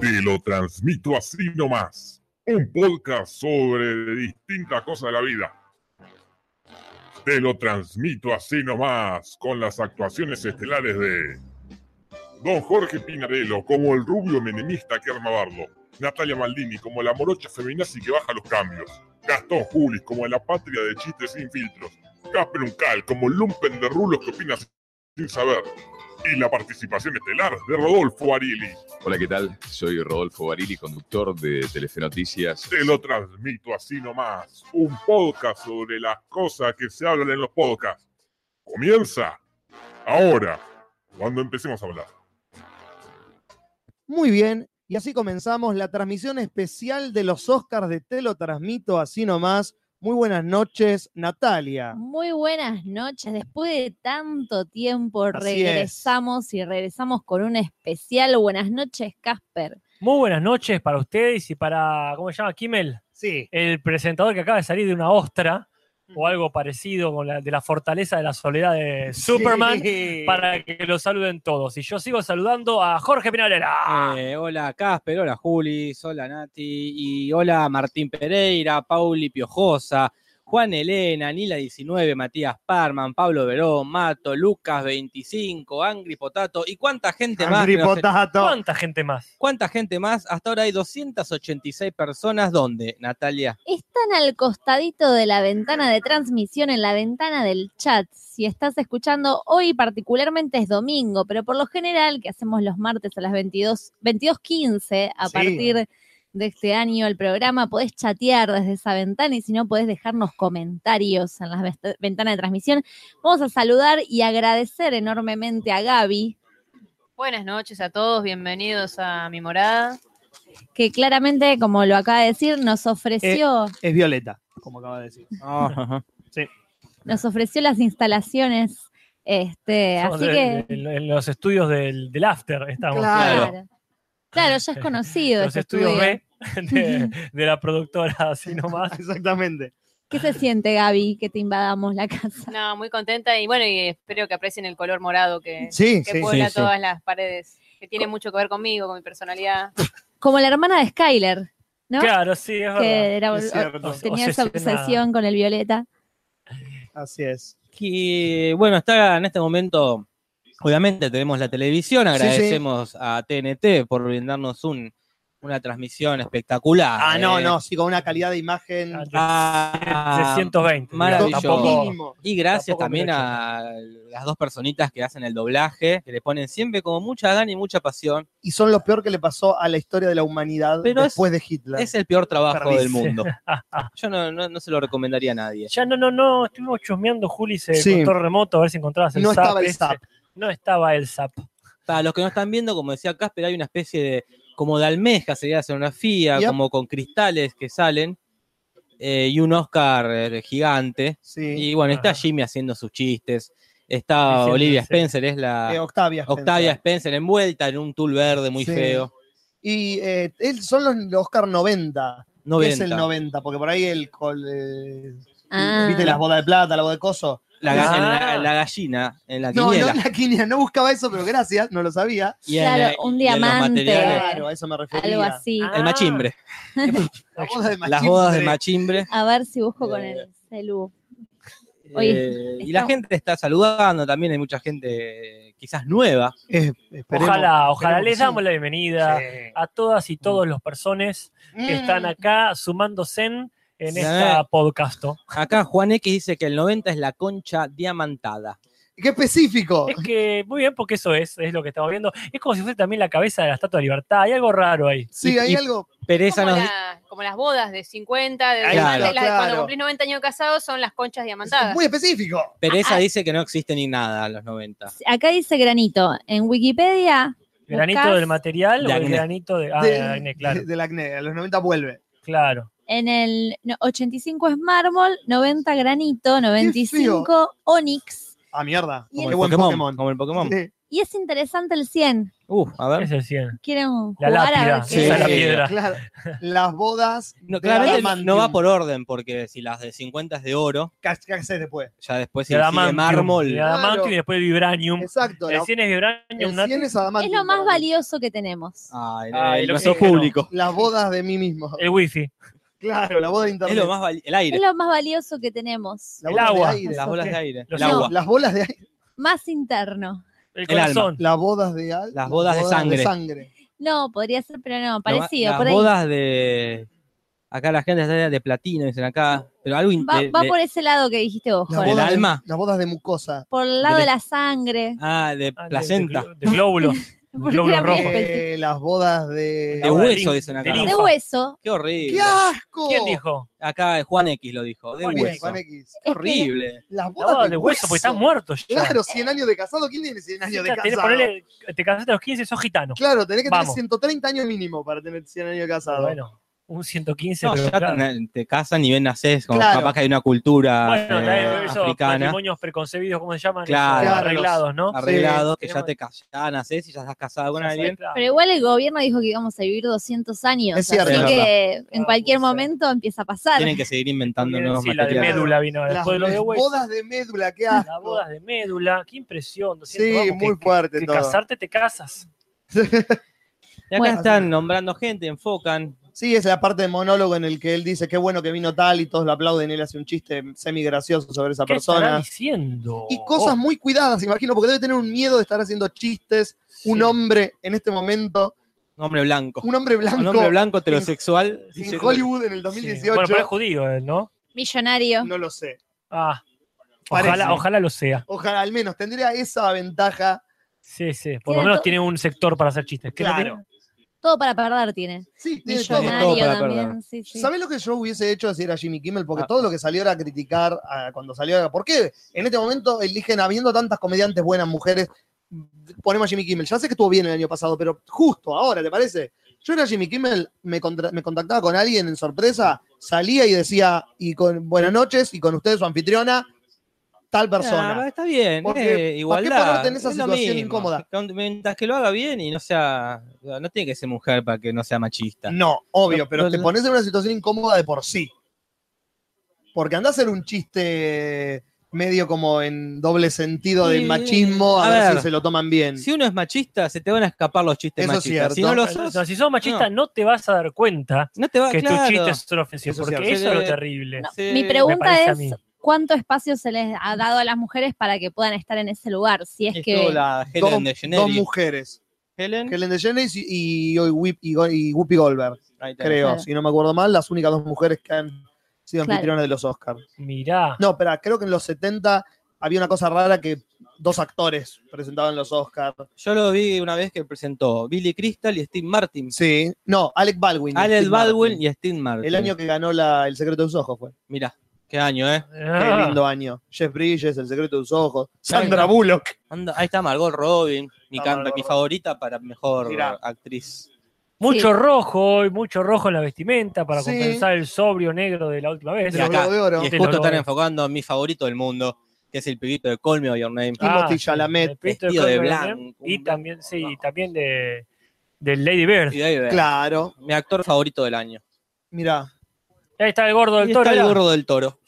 Te lo transmito así nomás. Un podcast sobre distintas cosas de la vida. Te lo transmito así nomás, con las actuaciones estelares de Don Jorge Pinarello como el rubio menemista que arma bardo, Natalia Maldini como la morocha feminazi que baja los cambios, Gastón Julis como la patria de chistes sin filtros, Casper Uncal como el lumpen de rulos que opina sin saber, y la participación estelar de Rodolfo Arili. Hola, ¿qué tal? Soy Rodolfo Barili, conductor de Telefe Noticias. Te lo transmito así nomás, un podcast sobre las cosas que se hablan en los podcasts. Comienza ahora, cuando empecemos a hablar. Muy bien, y así comenzamos la transmisión especial de los Oscars de Te lo transmito así nomás. Muy buenas noches, Natalia. Muy buenas noches. Después de tanto tiempo Así es. regresamos y regresamos con un especial. Buenas noches, Casper. Muy buenas noches para ustedes y para, ¿cómo se llama? Kimmel, Sí. el presentador que acaba de salir de una ostra o algo parecido con la, de la fortaleza de la soledad de Superman para que lo saluden todos. Y yo sigo saludando a Jorge Ah. Pinalera. Eh, hola Casper, hola Julis, hola Nati y hola Martín Pereira, Pauli Piojosa, Juan Elena, Nila 19, Matías Parman, Pablo Verón, Mato, Lucas 25, Angry Potato y cuánta gente más. que nos- Ripotato. ¿Cuánta gente más? ¿Cuánta gente más? Hasta ahora hay 286 personas. ¿Dónde, Natalia? Están al costadito de la ventana de transmisión, en la ventana del chat. Si estás escuchando hoy, particularmente es domingo, pero por lo general, que hacemos los martes a las 22, 22.15, a Sí. partir de este año el programa, podés chatear desde esa ventana y si no, podés dejarnos comentarios en la vest- ventana de transmisión. Vamos a saludar y agradecer enormemente a Gaby, Buenas noches a todos, bienvenidos a mi morada. que claramente, como lo acaba de decir, nos ofreció... Es Violeta, como acaba de decir. Ah, nos ofreció las instalaciones. Este, Estamos así en, que. en- en los estudios del, del After estamos. Claro. Claro. Claro, ya es conocido Los ese estudios estudio. B de, de la productora, así nomás. Exactamente. ¿Qué se siente, Gaby, que te invadamos la casa? No, muy contenta y bueno, y espero que aprecien el color morado que, Sí, que sí. puebla sí. todas las paredes, que tiene mucho que ver conmigo, con mi personalidad. Como la hermana de Skyler, ¿no? Claro, sí, es verdad. que era- Es cierto. O- tenía esa obsesionada. obsesión con el violeta. Así es. que bueno, está en este momento, obviamente tenemos la televisión, Sí, sí. agradecemos a TNT por brindarnos un- una transmisión espectacular. Ah, no, eh. no, sí, con una calidad de imagen Ah, Ah, 320. maravilloso. Tampoco, mínimo. Y gracias Tampoco me también lo a las dos personitas que hacen el doblaje, que le ponen siempre como mucha gana y mucha pasión. Y son lo peor que le pasó a la historia de la humanidad Pero es- después de Hitler. Es el peor trabajo Perdiz. del mundo. Yo no, no- no se lo recomendaría a nadie. Ya no, no, no, estuvimos chusmeando, Juli, se Sí. control remoto a ver si encontrabas el No zap estaba el ese. zap. No estaba el zap. Para los que no están viendo, como decía Casper, hay una especie de como de almeja, sería la escenografía, Yep. como con cristales que salen, eh, y un Oscar eh, gigante. Sí. Y bueno, está Ajá. Jimmy haciendo sus chistes. Está Diciendo, Olivia sí. Spencer, es la Eh, Octavia. Spencer. ah, Octavia Spencer envuelta en un tul verde muy Sí. feo. Y eh, él- son los, los Oscar 90. ¿Qué 90. Es el 90, porque por ahí el. col- eh, Ah. ¿Viste las bodas de plata, la boda de coso? La, ga- en la- Ah. en la gallina, en la No, no quiniela. en la quiniela, no buscaba eso, pero gracias, no lo sabía. Y en- Claro, eh, un y en los diamante. materiales, Claro, a eso me refería. Algo así. Ah. El machimbre. La boda de Las bodas de Machimbre. machimbre. A ver si busco con Eh. el celu. Oye, Eh, y la estamos- gente está saludando también. Hay mucha gente eh, quizás nueva. Eh, esperemos, Ojalá, esperemos ojalá. que Les sí. Mm. damos la bienvenida a todas y todos los personas que están acá sumándose en, en Sí. esta podcast. Acá Juan X dice que el 90 es la concha diamantada. ¡Qué específico! Es que, muy bien, porque eso es, es lo que estamos viendo. Es como si fuese también la cabeza de la Estatua de Libertad. Hay algo raro ahí. Sí, y- hay y- algo. Pereza Como, nos la- como las bodas de 50, de Ahí está, diamantes, las- claro. cuando cumplís 90 años casados son las conchas Ah. diamantadas. es muy específico. Pereza dice que no existe ni nada a los 90. acá dice granito. En Wikipedia, ¿Granito Buscás- del material De o el acné. granito de. Ah, De- de acné, claro. de- del acné, a los 90 vuelve. claro. en el no, 85 es mármol, 90 granito, 95 onix. Ah, mierda. Como Y Como qué el buen Pokémon, Pokémon. Como el Pokémon. Sí. Y es interesante el 100. Uf, A ¿Qué ver. es el 100? Quieren La jugar a ver lápida, qué esa es la Sí. piedra. Claro, las bodas. No, de claramente no- adamantium. no va por orden, porque si las de 50 es de oro, ¿Qué haces- qué haces después? ya Y después si es de adamantium, mármol. Y adamantium Claro. y después el vibranium. Exacto. El la- 100 es vibranium, el Nati. 100 es adamantium Es lo más para mí. valioso que tenemos. Ay, Ay, Ah, el- lo no que sos dije, no. público. Las bodas de mí mismo. El wifi. Claro, la boda de internet. Es lo más vali- el aire, Es lo más valioso que tenemos. La el bola agua. De aire. las bolas de aire, Los el no. agua. Las bolas de aire. Más interno. El El alma. corazón. Las bodas de al- Las bodas de sangre. No, podría ser, pero no, parecido. Las por ahí. bodas de. Acá la gente está de platino, dicen acá. Pero algo in- Va, de- va de- por ese lado que dijiste vos, Las ¿Del Jorge. bodas de- alma? Las bodas de mucosa. Por el lado del- de la sangre. Ah, de Ah, de- placenta. De, de glóbulo. Porque glóbulo era muy rojo. específico. Eh, las bodas de. De boda de hueso, lin- dicen acá. de De linfa. hueso. Qué horrible. ¡Qué asco! ¿Quién dijo? Acá Juan X lo dijo. De Juan Bien, X, hueso. Juan X. Qué horrible. Las La bodas boda de, de hueso, porque estás muerto ya. Claro, 100 años de casado. ¿Quién tiene 100 años de Tenés- casado? ponele- te casaste a los 15, sos gitano. Claro, tenés que tener Vamos. 130 años mínimo para tener 100 años de casado. Ah, Bueno, un 115, No, pero ya claro. te, te casan y ven nacés, como Claro. capaz que hay una cultura Bueno, eh, la- esos africana matrimonios preconcebidos, ¿cómo se llaman? Claro. Esos arreglados, ¿no? arreglado, que Sí. ya te casas, ya nacés y ya estás casado con Ya alguien. está. Pero igual el gobierno dijo que íbamos a vivir 200 años. Es cierto. Así Es que en Ah, cualquier puede ser. momento empieza a pasar. Tienen que seguir inventando Bien, nuevos sí, la de materiales. médula vino Las después de lo de hueso. bodas de médula, qué Las asco. bodas de médula, qué impresión. lo siento, Sí, vamos, muy que- fuerte que todo. casarte te casas. Y acá Bueno. están nombrando gente, enfocan. Sí, es la parte de monólogo en el que él dice qué bueno que vino tal y todos lo aplauden y él hace un chiste semi gracioso sobre esa ¿Qué estará persona. diciendo? Y cosas muy cuidadas, imagino, porque debe tener un miedo de estar haciendo chistes. Un Oh, Sí. hombre en este momento, Un hombre blanco. un hombre blanco, Un hombre blanco heterosexual. en diciendo- Hollywood en el Sí. 2018. Bueno, pero es judío, él, ¿no? Millonario. no lo sé. Ah, Parece. ojalá, ojalá lo sea. Ojalá, al menos tendría esa ventaja. Sí, sí. Por lo Tiene menos to- tiene un sector para hacer chistes. ¿Qué no Claro. tiene? Todo para perder tiene. Sí, tiene todo. todo Millonario para también. perder. sí, sí. ¿Sabés lo que yo hubiese hecho si era Jimmy Kimmel? Porque Ah. todo lo que salió era criticar a- cuando salió. era, ¿Por qué? En este momento eligen, habiendo tantas comediantes buenas, mujeres, ponemos a Jimmy Kimmel. Ya sé que estuvo bien el año pasado, pero justo ahora, ¿te parece? Yo era Jimmy Kimmel, me, contra- me contactaba con alguien en sorpresa, salía y decía, y con buenas noches, y con ustedes su anfitriona, tal Ah, pero persona. está bien, Porque, eh, ¿para qué igualdad. ponerte en esa es lo situación mismo. incómoda? Con- Mientras que lo haga bien y no sea. No tiene que ser mujer para que no sea machista. No, obvio, No, pero no, te no. pones en una situación incómoda de por sí. Porque andás a hacer un chiste medio como en doble sentido de Sí, machismo, a, a ver, si ver. se lo toman bien. Si uno es machista, se te van a escapar los chistes Eso es machistas. Si cierto. no lo O sos, sea, si sos machista, no. te vas a dar cuenta no te va que claro. tus chistes son ofensivos. Eso es Porque cierto. eso es lo Sí. terrible. No, Sí, Mi me parece pregunta a mí. es: ¿cuánto espacio se les ha dado a las mujeres para que puedan estar en ese lugar? Si es Estuvo que. la Dos, Helen de dos Jenner. mujeres, Helen. Helen DeGeneres y, y, hoy Whip- y Go- y Whoopi Goldberg, Ahí tenés. creo, Claro. si no me acuerdo mal, las únicas dos mujeres que han sido Claro. anfitrionas de los Oscars. Mirá. No, pero creo que en los 70 había una cosa rara que dos actores presentaban los Oscars. Yo lo vi una vez que presentó Billy Crystal y Steve Martin. Sí, no, Alec Baldwin. y Alec Steve Martin. Baldwin y Steve Martin. El año que ganó la- El secreto de sus ojos fue. Mirá, qué año, ¿eh? Ah. Qué lindo año. Jeff Bridges, El secreto de sus ojos. Ahí Sandra está. Bullock. Anda- ahí está Margot Robin, mi, Está can- Margot mi Robin. favorita para mejor Mirá. actriz. Mucho Sí. rojo hoy, mucho rojo en la vestimenta para Sí. compensar el sobrio negro de la última vez. De Y los acá, Globos de Oro. Y es Te justo lo están logro. enfocando a mi favorito del mundo, que es el pibito de Call Me By Your Name. Ah, Timothy Chalamet, el pito vestido de Colin blanco, Chalamet, un Y blanco también, sí, abajo. también de, del Lady Bird. Y de ahí ve. Claro. Mi actor favorito del año. Mirá, Ahí está el gordo Y del está toro. el mirá. gordo del toro.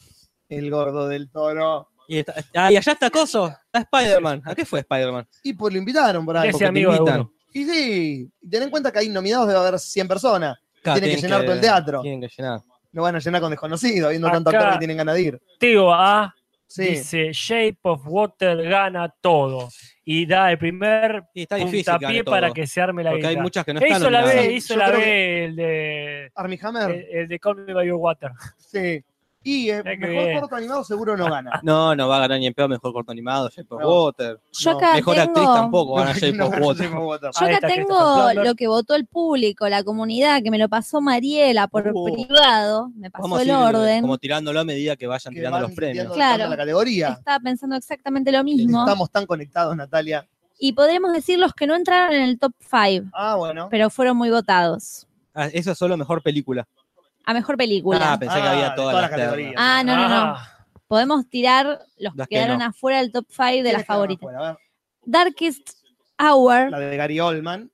el gordo del toro. Y, está- ah, y allá está Coso. Está Spider-Man. ¿A qué fue Spider-Man? Y pues lo invitaron por ahí. Ese te amigo de invitan. uno. Y sí, ten en cuenta que ahí nominados debe haber 100 personas. Claro, Tiene que tienen llenar todo el teatro. Tienen que llenar. No van a llenar con desconocidos, viendo tanto Acá- actor que tienen ganas de ir. Teo A Sí. dice Shape of Water gana todo. Y da el primer Y está difícil. que gane puntapié todo, para que se arme la porque hay guita. muchas que no ¿Qué están hizo la nominadas. B, Sí, hizo yo la creo B que- el de Armie el, Hammer. el de Call Me By Your Water. Ah, Sí. Y eh, eh, Mirá qué mejor bien. corto animado seguro no gana. No, no va a ganar ni en peor mejor corto animado, Shape of No. Water. Yo No, acá Mejor tengo... actriz tampoco gana Shape No of gana Water. Shape of Water. Ah, Yo Ahí acá está tengo Christopher Plummer. lo que votó el público, la comunidad, que me lo pasó Mariela por Uh. privado, me pasó Vamos a el ir eh, orden. como tirándolo a medida que vayan Que tirando van los premios. tirando Claro. La categoría. Estaba pensando exactamente lo mismo. Estamos tan conectados, Natalia. Y podríamos decir los que no entraron en el top 5, Ah, bueno. pero fueron muy votados. Ah, eso es solo mejor película. A mejor película. Ah, Ah, pensé que Ah, había de todas todas las las categorías. categorías. no, no, no. Ah, Podemos tirar los Las que que quedaron no. afuera del top 5 de ¿Quiénes las quedaron favoritas. afuera? A ver. Darkest Hour, la de Gary Oldman,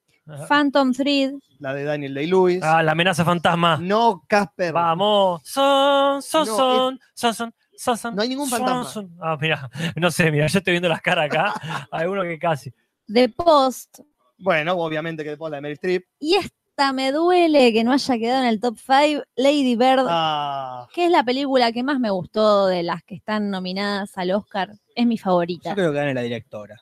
Phantom Thread, la de Daniel Day-Lewis. Ah, la amenaza fantasma. No, Casper. Vamos. Son, son, No, son, son, son. son, son, No hay ningún son, fantasma. son. Ah, mira, no sé, mira, yo estoy viendo las caras acá. Hay uno que casi. The Post. Bueno, obviamente que después la de Meryl Streep. Y esta me duele que no haya quedado en el top 5, Lady Bird, Ah, que es la película que más me gustó de las que están nominadas al Oscar. Es mi Yo favorita. creo que gane la directora.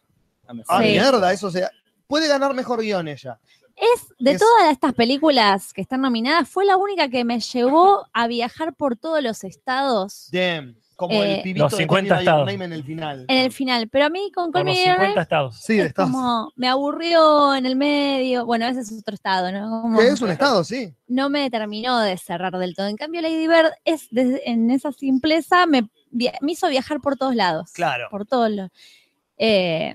La ah, mejor. Sí. mierda, eso sea. Puede ganar mejor guión ella. Es de Es- todas estas películas que están nominadas, fue la única que me llevó a viajar por todos los estados Damn. Como el Eh, pibito Los de 50 Call Me By Your estados. Name en el final. en el final. Pero a mí con Call Por Me los By Your Name 50 estados. Sí, es estás. como me aburrió en el medio. Bueno, ese es otro estado, ¿no? Como- Que es un estado, sí. no me terminó de cerrar del todo. En cambio, Lady Bird es desde- en esa simpleza me, via- me hizo viajar por todos lados. Claro. Por todos los. eh,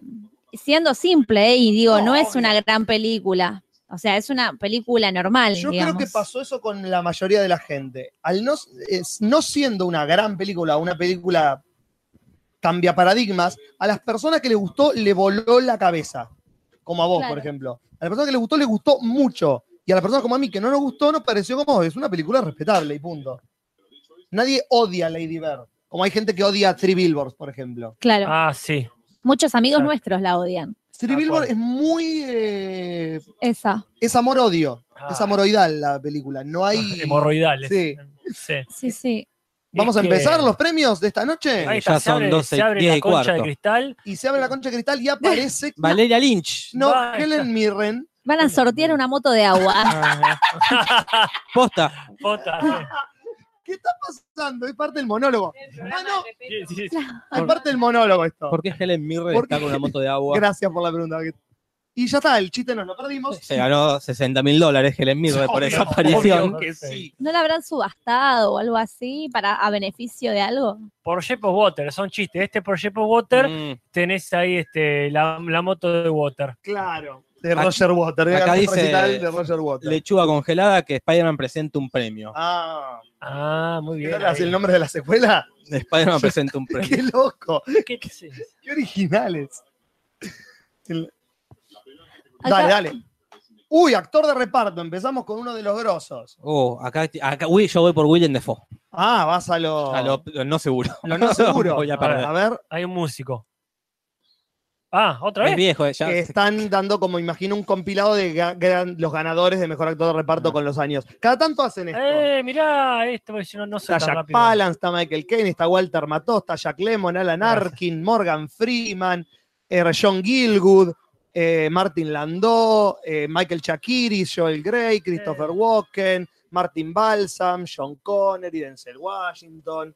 siendo simple, ¿eh? y digo, no, No, es una obvio. gran película. O sea, es una película normal. Yo digamos. creo que pasó eso con la mayoría de la gente. Al no, es- no siendo una gran película, una película cambia paradigmas, a las personas que le gustó le voló la cabeza. Como a vos, Claro. por ejemplo. A la persona que le gustó le gustó mucho. Y a la persona como a mí que no nos gustó nos pareció como es una película respetable y punto. Nadie odia a Lady Bird. Como hay gente que odia a Three Billboards, por ejemplo. Claro. Ah, sí. Muchos amigos Claro. nuestros la odian. Three Ah, Billboards es cuál. muy... eh, Esa. es amor-odio. Ah. Es amoroidal la película. No hay... Hemorroidales. Sí. Sí. Sí, sí. Vamos a Es que- empezar los premios de esta noche. Ahí Ay. está, Ya se son abre- 12, se abre 10 la y concha de cuarto. cristal. Y se abre la concha de cristal y aparece. Valeria Lynch. No, Basta. Helen Mirren. Van a sortear una moto de agua. Ah, Posta. Posta, ¿Qué está pasando? Es parte del monólogo. Ah, no. sí. Sí, sí, sí. Es parte del monólogo esto. ¿Por qué Helen Mirren ¿Por está qué? con una moto de agua? Gracias por la pregunta. Y ya está, el chiste nos lo perdimos. Se ganó 60 mil dólares Helen Mirren por Obvio, esa aparición. obvio que sí. ¿No la habrán subastado o algo así para a beneficio de algo? Por Shape of Water, son chistes. Este por Shape of Water Mm. tenés ahí este, la, la moto de Water. Claro. De Acá- Roger Water. de acá García dice- Recital de Roger Water. Lechuga congelada que Spider-Man presenta un premio. Ah, Ah, muy bien. ¿era ahí. así el nombre de la secuela? Spider-Man presenta un premio. Qué loco. ¿Qué- qué es eso? Qué originales. El- Acá- Dale, dale. Uy, actor de reparto. Empezamos con uno de los grosos. Oh, acá, acá uy, yo voy por William Defoe. Ah, vas a lo. A lo, lo no seguro. lo no seguro. Voy a perder. a ver, Hay un músico. Ah, otra Es vez. viejo, eh, ya. que están dando, como imagino, un compilado de ga- gran- los ganadores de mejor actor de reparto con los años. Cada tanto hacen esto. Eh, mirá, esto, porque si no, no soy está tan Jack rápido. Palance, está Michael Caine, está Walter Mató, está Jack Lemmon, Alan Ah. Gracias. Arkin, Morgan Freeman, eh, John Gilgood, eh, Martin Landau, eh, Michael Chakiris, Joel Grey, Christopher Eh. Walken, Martin Balsam, John Connery, Denzel Washington,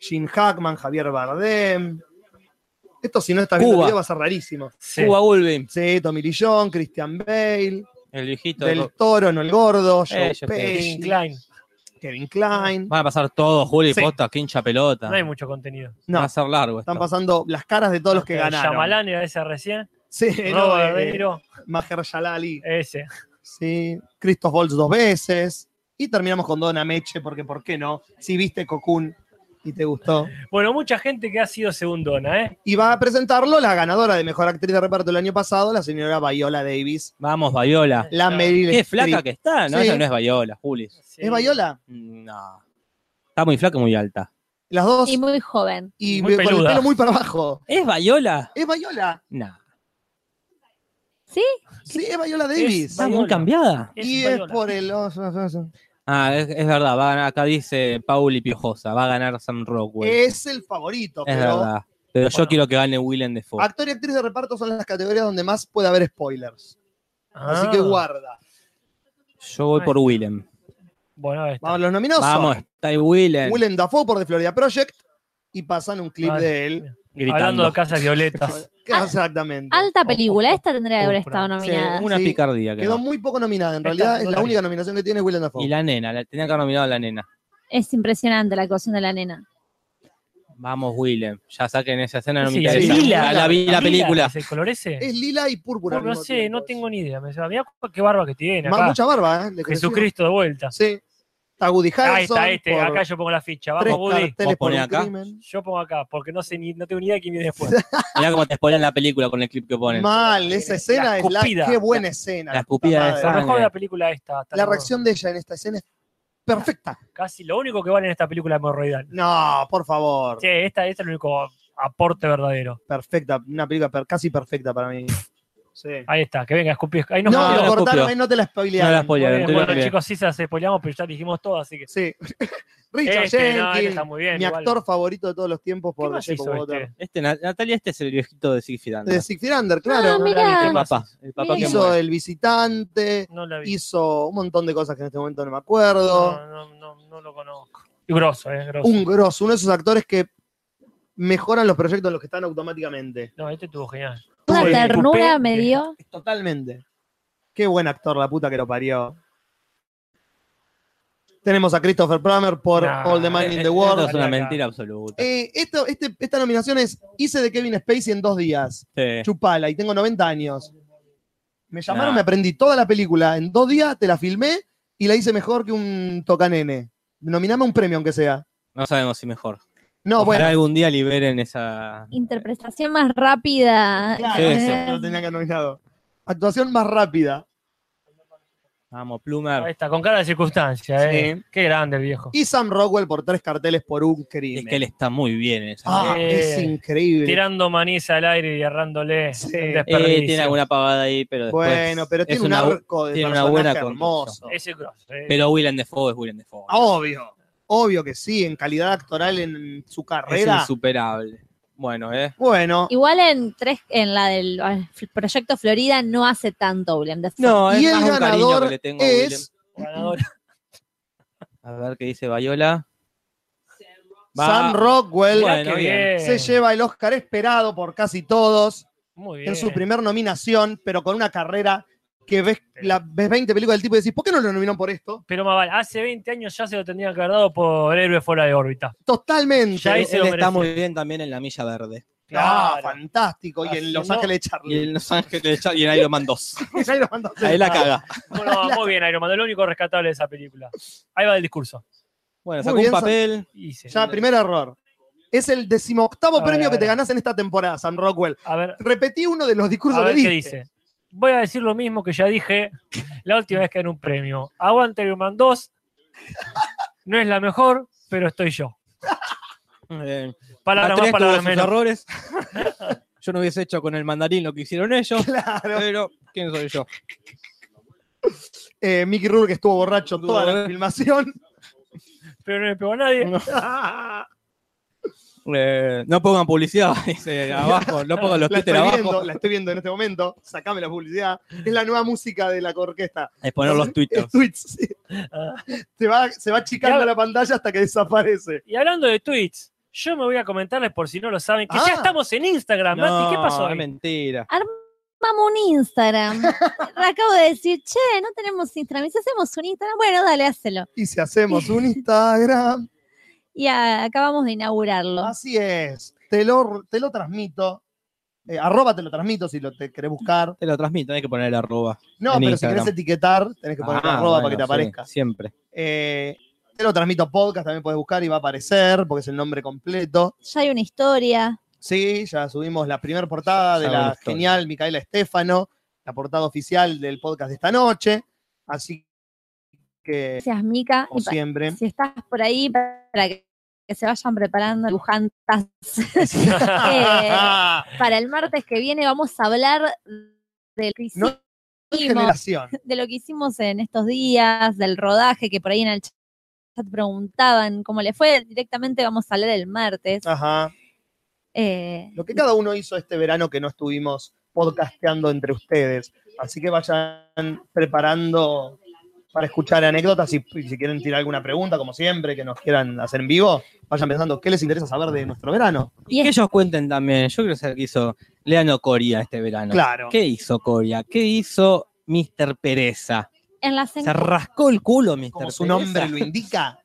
Jim Hackman, Javier Bardem. Esto si no está viendo el Cuba. video va a ser rarísimo. Sí. Cuba Gooding, Sí, Tommy Lee Jones, Christian Bale, el viejito. de- Del Toro, no el gordo, Joe Eh, yo Pesci, Kevin Klein. Kevin Klein. Van a pasar todos, Juli, Sí. posta, quincha pelota. No hay mucho contenido. No. Va a ser largo esto. Están pasando las caras de todos los que Eh, ganaron. Shyamalan era ese recién. Sí, no, Robert De eh, Niro, Mahershala Ali. ese. Sí, Christoph Waltz dos veces. Y terminamos con Donna Meche, porque ¿por qué no? Si viste Cocoon y te gustó. Bueno, mucha gente que ha sido segundona, ¿eh? Y va a presentarlo la ganadora de Mejor Actriz de Reparto el año pasado, la señora Viola Davis. Vamos, Viola. La Claro. Meryl Qué Streep. flaca que está, ¿no? Sí. Ella no es Viola, Juli. Sí. ¿Es Viola? No. Está muy flaca y muy alta. Las dos. Y muy joven. Y, muy con el peluda. pelo muy para abajo. ¿Es Viola? ¿Es Viola? No. Sí, es Viola Davis. Está muy Viola. cambiada. Es y es Viola. por el. Ah, es, es verdad. Va a ganar, acá dice Pauli Piojosa. Va a ganar Sam Rockwell. Es el favorito, es Eh, pero verdad. Pero yo Bueno. quiero que gane Willem Defoe. actor y actriz de reparto son las categorías donde más puede haber spoilers. Así Ah. que guarda. Yo voy por Willem. Bueno, ahí está. Vamos, los nominados Vamos, son está ahí Willem. Willem Dafoe por The Florida Project y pasan un clip Vale. de él. gritando. Hablando de casas violetas. Que- Exactamente. Alta película, esta tendría que haber Púrpura. estado Sí, nominada. Una Sí. picardía. que Quedó no. muy poco nominada. En Está, realidad es no la está única nominación que tiene Willem Y Dafoe. la nena, la, tenía que haber nominado a la nena. Es impresionante la actuación de la nena. Vamos, Willem. Ya saquen esa escena, no Sí, me sí, interesa. sí. Ya la vi la ¿Lila película. ¿Es el color ese? Es lila y púrpura. No, al Oh, no mismo sé, tiempo. no tengo ni idea. Me decía, mirá qué barba que tiene. Ma- Acá. Mucha barba, ¿eh? Le creció. Jesucristo de vuelta. Sí. Está Woody Harrelson. Ahí está este, por acá yo pongo la ficha. tres Vamos, Woody. Vos carteles por ponés un acá. crimen. Yo pongo acá, porque no sé ni, no tengo ni idea quién viene después. Mirá cómo te spoilan la película con el clip que ponen. Mal, esa escena La es la. escupida. Qué buena escena. la escupida puta de Lo madre. mejor de la película esta. tal La como- reacción de ella en esta escena es perfecta. Casi lo único que vale en esta película hemorroidal. No, por favor. Sí, esta, esta es el único aporte verdadero. Perfecta, una película per- casi perfecta para mí. Sí. Ahí está, que venga, escupí. Ahí No, nos lo no, no, quedó. cortaron, escupió. ahí no te la spoilearon. No la spoilearon. Muy bien, Estoy Bueno, bien. chicos, sí se las spoileamos, pero ya dijimos todo, así que. Sí. Richard Este, no, este Jenkins, está muy bien. mi igual. actor favorito de todos los tiempos ¿Qué por The más Shape of hizo Water. este? Este, Na- Natalia, este es el viejito de Siegfried Under. De Siegfried Under, claro. Ah, No la mirá. vi, ¿qué El más papá. hizo? El papá que hizo muere. El Visitante, No la vi. hizo un montón de cosas que en este momento no me acuerdo. No, no, no, no lo conozco. Y grosso, eh, grosso. Un grosso, uno de esos actores que mejoran los proyectos en los que están automáticamente. No, este estuvo genial. Una Uy, ternura estupendo. me dio. Totalmente. Qué buen actor, la puta que lo parió. Tenemos a Christopher Plummer por Nah, All the Man Eh, in the esto World. es una Acá. mentira absoluta. Eh, esto- este- esta nominación es Hice de Kevin Spacey en dos días. Sí. Chupala, y tengo 90 años. Me llamaron, Nah. me aprendí toda la película. En dos días te la filmé y la hice mejor que un tocanene. Nominame un premio, aunque sea. No sabemos si mejor. No, Ojalá bueno. algún día liberen esa. Interpretación más rápida. Claro, Sí, Eh, eso lo tenía que haber nominado. Actuación más rápida. Vamos, Plumer. Ahí está, con cara de circunstancia, eh. Qué grande el viejo. Y Sam Rockwell por tres carteles por un crimen. Es que él está muy bien en esa. Ah, es Eh, increíble. Tirando maniza al aire y agarrándole. Sí. un Eh, desperdicio. Eh, tiene alguna pavada ahí, pero después. Bueno, pero es tiene un una bu- arco de tiene una personaje buena hermoso. Ese es grosso. eh. Pero Willem Dafoe es Willem Dafoe. Obvio, obvio que sí, en calidad actoral en su es carrera. insuperable. Bueno, ¿eh? Bueno, Igual en tres, en la del ah, F- proyecto Florida no hace tanto William Dafoe. No, y es el más un cariño que ganador le tengo a Willem. es Ganador. A ver qué dice Bayola. Sam Rockwell. Mirá Bueno, qué bien. bien. Se lleva el Oscar esperado por casi todos Muy bien. en su primer nominación, pero con una carrera que ves, la, ves 20 películas del tipo y decís, ¿por qué no lo nominaron por esto? Pero más vale, hace 20 años ya se lo tendrían que haber dado por héroe fuera de órbita. Totalmente. Ya ahí Él se lo está merece. muy bien también en La Milla Verde. Ah, Claro. fantástico. Y en Haciendo- Los Ángeles de Y Charlie. en Los Ángeles y en Iron Man 2. Ahí lo mandó. Ahí la caga. Bueno, muy bien, Iron Man, lo único rescatable de esa película. Ahí va el discurso. Muy Bueno, sacó bien, un papel. Y se- Ya, primer error. Es el decimoctavo A ver, premio a que te ver. ganás en esta temporada, Sam Rockwell. A ver, Repetí uno de los discursos a ver que qué diste. dice. Voy a decir lo mismo que ya dije la última vez que gané un premio. Aguante Iron Man 2. No es la mejor, pero estoy yo. Eh, la Palabra más, tres tuvo palabra sus menos. errores. Yo no hubiese hecho con el mandarín lo que hicieron ellos. Claro. Pero, ¿quién soy yo? Eh, Mickey Rourke estuvo borracho Estuvo toda ¿eh? la borracho. filmación. Pero no le pegó a nadie. Eh, no pongan publicidad, dice abajo. No pongan los la, Twitter estoy viendo, abajo. la estoy viendo en este momento. Sacame la publicidad. Es la nueva música de la orquesta. Es poner los Es Twitter. tweets. sí. Ah. Se, va, se va achicando Claro. la pantalla hasta que desaparece. Y hablando de tweets, yo me voy a comentarles por si no lo saben, que Ah. ya estamos en Instagram. Mati, ¿qué pasó? Es ahí? mentira. Vamos un Instagram. Acabo de decir, che, no tenemos Instagram. ¿Y si hacemos un Instagram? Bueno, dale, hazlo. Y si hacemos un Instagram. Y ah, acabamos de inaugurarlo. Así es. Te lo, te lo transmito. Eh, arroba te lo transmito si lo te querés buscar. Te lo transmito, hay que poner el arroba. No, en pero si Instagram. querés etiquetar, tenés que poner Ah, arroba para bueno, que te sí, aparezca. siempre. Eh, te lo transmito podcast, también puedes buscar y va a aparecer, porque es el nombre completo. Ya hay una historia. Sí, ya subimos la primera portada de Ya la habrá historia. genial Micaela Estefano, la portada oficial del podcast de esta noche. Así que, Gracias, Mica. como Y pa- siempre, si estás por ahí, para que que se vayan preparando dibujantas. Eh, para el martes que viene vamos a hablar de lo, que No, hicimos, generación. de lo que hicimos en estos días, del rodaje, que por ahí en el chat preguntaban cómo le fue. Directamente vamos a hablar el martes. Ajá. Eh, Lo que cada uno hizo este verano que no estuvimos podcasteando entre ustedes. Así que vayan preparando para escuchar anécdotas y, y si quieren tirar alguna pregunta, como siempre, que nos quieran hacer en vivo, vayan pensando qué les interesa saber de nuestro verano. y Y que es- ellos cuenten también. Yo quiero saber qué hizo Leano Coria este verano. Claro. ¿Qué hizo Coria? ¿Qué hizo Mr. Pereza? en las Se encu- rascó el culo, Mr. Como su Pereza. nombre lo indica.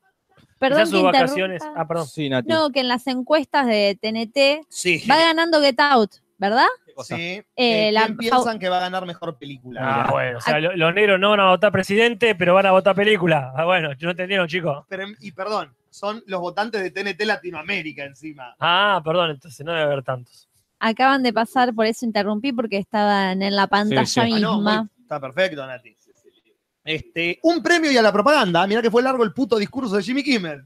perdón Quizás que sus vacaciones. interrumpa. Ah, perdón. Sí, Nati. No, que en las encuestas de TNT Sí. va ganando Get Out. ¿verdad? cosa. Sí. Eh, Eh, la- ¿quién piensan que va a ganar mejor película? Ah, bueno, o sea, lo- los negros no van a votar presidente, pero van a votar película. Ah, bueno, no entendieron, chicos. Pero, y perdón, son los votantes de TNT Latinoamérica encima. Ah, perdón, entonces no debe haber tantos. Acaban de pasar, por eso interrumpí, porque estaban en la pantalla sí. Ah, Ah, no, misma. muy- está perfecto, Nati. Este, un premio y a la propaganda. Ah, Mirá que fue largo el puto discurso de Jimmy Kimmel.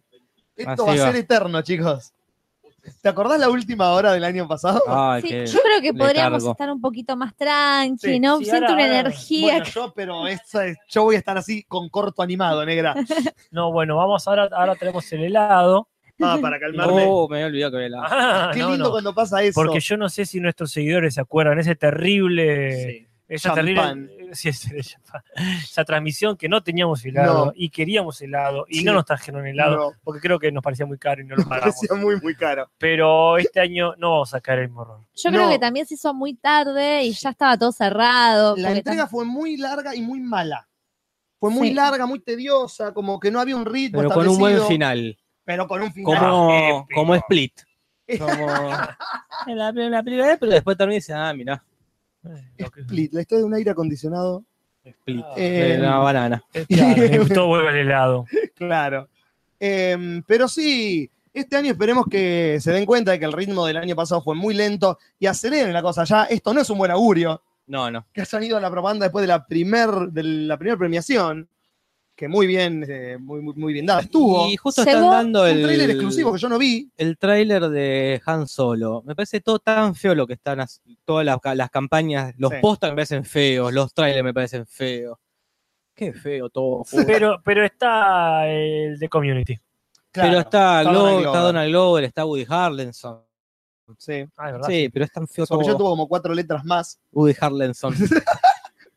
Esto Así va a va. ser eterno, chicos. ¿Te acordás la última hora del año pasado? Ay, Sí, qué- yo creo que le podríamos Ah, cargo. estar un poquito más tranqui, Sí, ¿no? sí, Siento ahora- una ahora- energía. Bueno, yo, pero esa es- yo voy a estar así con corto animado, negra. No, bueno, vamos ahora, ahora tenemos el helado. Ah, para calmarme. Oh, me había olvidado que había helado. Ah, Qué no, lindo no. cuando pasa eso. Porque yo no sé si nuestros seguidores se acuerdan ese terrible, eh, Sí. esa Champán. terrible, eh, sí, ese- esa transmisión que no teníamos helado No. y queríamos helado y Sí. no nos trajeron helado No, porque creo que nos parecía muy caro y no lo pagamos. parecía muy, muy caro. Pero este año no vamos a caer el morro. Yo creo No. que también se hizo muy tarde y ya estaba todo cerrado. La porque entrega fue muy larga y muy mala. Fue muy Sí. larga, muy tediosa, como que no había un ritmo Pero con un buen establecido, final. Pero con un final. Como, épico. como split. Como en la, en la primera vez, pero después también dice, ah, mirá, Eh, lo que- Split, la historia de un aire acondicionado. split. Ah, Eh, Eh, una banana. claro, me gustó, vuelve el helado. Claro. Em, pero sí, este año esperemos que se den cuenta de que el ritmo del año pasado fue muy lento y aceleren la cosa ya. Esto no es un buen augurio. No, no. Que hayan ido a la propaganda después de la primer, de la primera premiación. Que muy bien, eh, muy, muy, muy bien dada. Estuvo. Y justo Llegó están dando el un trailer exclusivo que yo no vi. el tráiler de Han Solo. Me parece todo tan feo lo que están hac- todas las, las campañas, los Sí. postas me parecen feos, los trailers me parecen feos. Qué feo todo. joder. Pero, pero está el de community. pero está, está Glo- Donald está Glover. Donald Glover, está Woody Harlenson. Sí. Ah, es verdad. Sí, pero es tan feo Sobre todo. yo tuvo como cuatro letras más, Woody Harlenson.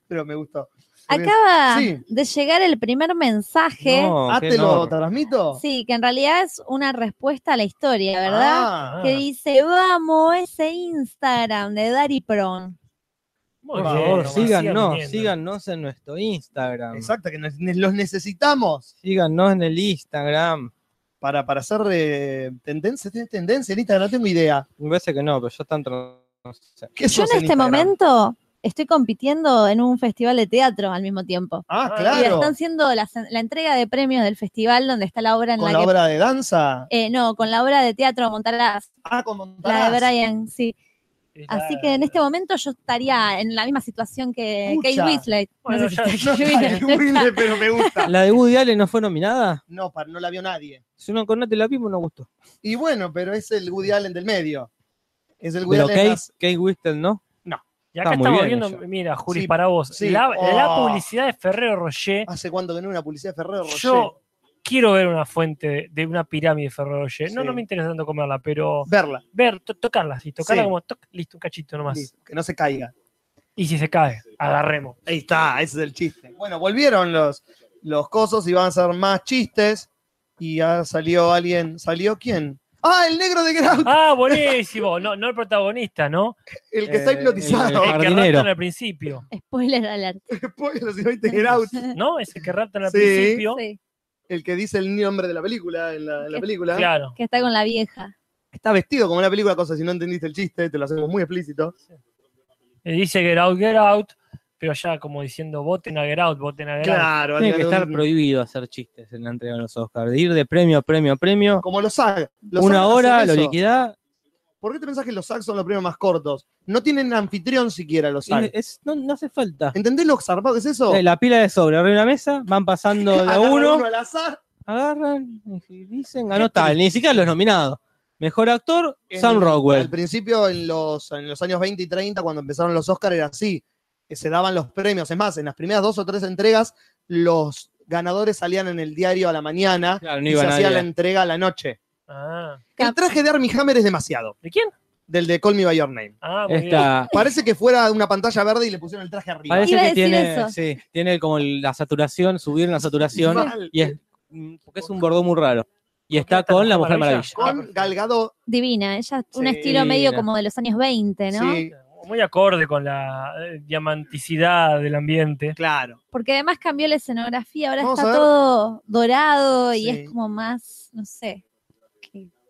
pero me gustó. Acaba Sí. de llegar el primer mensaje. No, Ah, qué ¿te lo enorme. transmito? Sí, que en realidad es una respuesta a la historia, ¿verdad? Ah, Que dice, vamos, ese Instagram de Dari Pron. Muy Por bien, favor, nomás, sigan síganos, viniendo. síganos en nuestro Instagram. ah. exacto, que nos- los necesitamos. Síganos en el Instagram. para, para hacer eh, tendencia, ¿tiene tendencia en Instagram? No tengo idea. Me parece que no, pero ya están. tra- no sé. ¿Qué Yo sos en este Instagram? momento estoy compitiendo en un festival de teatro al mismo tiempo. Ah, Ah, Y claro. están haciendo la, la entrega de premios del festival donde está la obra en Con la la que... obra de danza. eh, no, con la obra de teatro Montaraz, Ah, con la de Montaraz. Brian, sí. Así que en este momento yo estaría en la misma situación que Pucha. Kate Winslet. No Bueno, sé si ya- No, está escribiendo. para el humilde, pero me gusta. ¿La de Woody Allen no fue nominada? No, para, no la vio nadie. Si no, no te la vimos, no gustó. Y bueno, pero es el Woody Allen del medio. Es el Woody Pero Allen Kate, más- Kate Whistler, ¿no? Y acá Está muy estamos bien viendo, ella. mira, Juli, Sí, para vos, sí. la, la Oh. publicidad de Ferrero Rocher, Hace cuánto que no una publicidad de Ferrero Rocher. yo quiero ver una fuente de, de una pirámide de Ferrero Rocher. No, Sí. no me interesa tanto comerla, pero Verla. ver, to- tocarla, sí, tocarla Sí. como, toc, listo, un cachito nomás. Listo, que no se caiga. Y si se cae, agarremos. Ahí está, ese es el chiste. Bueno, volvieron los, los cosos y van a hacer más chistes. Y ya salió alguien. ¿Salió quién? ¡Ah, el negro de Grau! Ah, buenísimo. No, no el protagonista, ¿no? El que está Eh, hipnotizado. eh, El que Jardinero. raptan al principio. Spoiler alert. Spoiler, si no viste Get Out. ¿No? Es el que raptan al Sí. principio. Sí, El que dice el nombre de la película en la, en la película. Claro. que está con la vieja. Está vestido como una película, cosa si no entendiste el chiste, te lo hacemos muy explícito. Eh, Dice get out, get out, pero ya como diciendo voten a get out, voten a get out. Claro, Tiene que algo de estar un- prohibido hacer chistes en la entrega de los Oscars. Ir de premio, premio, premio. como los SAG. Los SAG Una hacen hora, lo eso. liquidá. ¿Por qué te pensás que los SAG son los premios más cortos? No tienen anfitrión siquiera los y SAG. es- no, no hace falta. ¿Entendés lo zarpado que es eso? Eh, La pila de sobre, arriba de la mesa, van pasando de a Agarra uno, al azar. agarran, y dicen, ganó tal. Ni siquiera los nominados. Mejor actor, Sam Este En- Rockwell. Al principio, en los, en los años 20 y 30, cuando empezaron los Oscars, era así. que se daban los premios. Es más, en las primeras dos o tres entregas, los ganadores salían en el diario a la mañana Claro, no y se iba hacía la nadie. entrega a la noche. Ah. El traje de Armie Hammer es demasiado, ¿De quién? del de Call Me By Your Name. Ah, muy bien. Esta, Parece que fuera una pantalla verde y le pusieron el traje arriba. parece Iba a que decir tiene, eso. sí, tiene como la saturación, subir la saturación. Mal. Y es, mm, porque es un bordón muy raro. Y ¿Con quién está con la Mujer Maravilla. Maravilla? Con Galgado, Divina, ella es un Sí, estilo medio divina. como de los años 20, ¿no? sí, Muy acorde con la eh, diamanticidad del ambiente. claro. Porque además cambió la escenografía, ahora Vamos a está ver. todo dorado y Sí. es como más, no sé,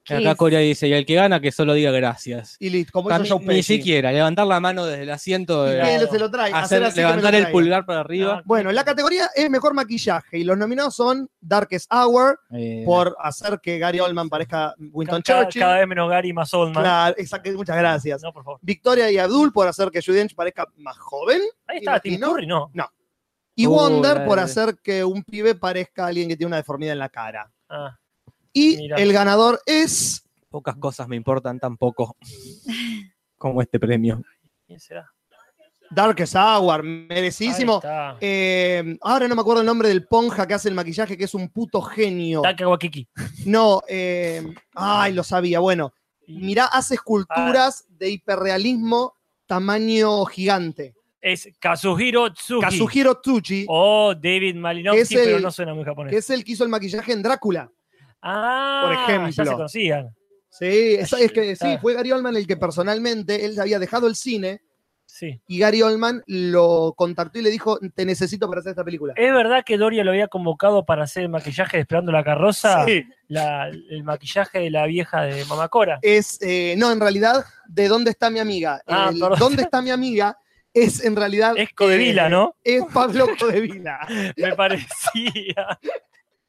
que, ¿Qué acá es? Coria dice, y el que gana que solo diga gracias. Y listo, como Pa' eso mí, Joe ni Pesci. siquiera, levantar la mano desde el asiento, Y de- que él se lo trae. hacer- hacer así que me lo levantar el traiga. pulgar para Ah, arriba. Bueno, la categoría es mejor maquillaje y los nominados son Darkest Hour eh, Ah, por hacer que Gary Oldman parezca Winston Ca- Churchill. Cada vez menos Gary más Oldman. Claro, exacto, muchas gracias. No, por favor. Victoria y Abdul por hacer que Judy Dench parezca más joven. Ahí está, Tim Imagino. Curry, no. Y Uh, Wonder por dale. hacer que un pibe parezca alguien que tiene una deformidad en la cara. Ah, Y Mirá. el ganador es. pocas cosas me importan tampoco como este premio. ¿quién será? Darkest Hour, Ahí merecidísimo. está. Eh, ahora no me acuerdo el nombre del ponja que hace el maquillaje, que es un puto genio. Taika Waikiki. No, eh, ay, lo sabía. Bueno, mirá, hace esculturas Ah. de hiperrealismo tamaño gigante. Es Kazuhiro Tsuji. Kazuhiro Tsuchi, O Es David Malinowski, el- pero no suena muy japonés. que es el que hizo el maquillaje en Drácula. ah, por ejemplo. ya se conocían. Sí, es, es que sí, Claro. fue Gary Oldman el que personalmente él había dejado el cine Sí. y Gary Oldman lo contactó y le dijo: Te necesito para hacer esta película. ¿Es verdad que Doria lo había convocado para hacer el maquillaje de Esperando la Carroza? Sí. La- el maquillaje de la vieja de Mamacora. Es, eh, no, en realidad, ¿de dónde está mi amiga? Ah, El perdón. ¿Dónde está mi amiga? Es en realidad. Es Codevila, eh, ¿no? Es Pablo Codevila. Me parecía.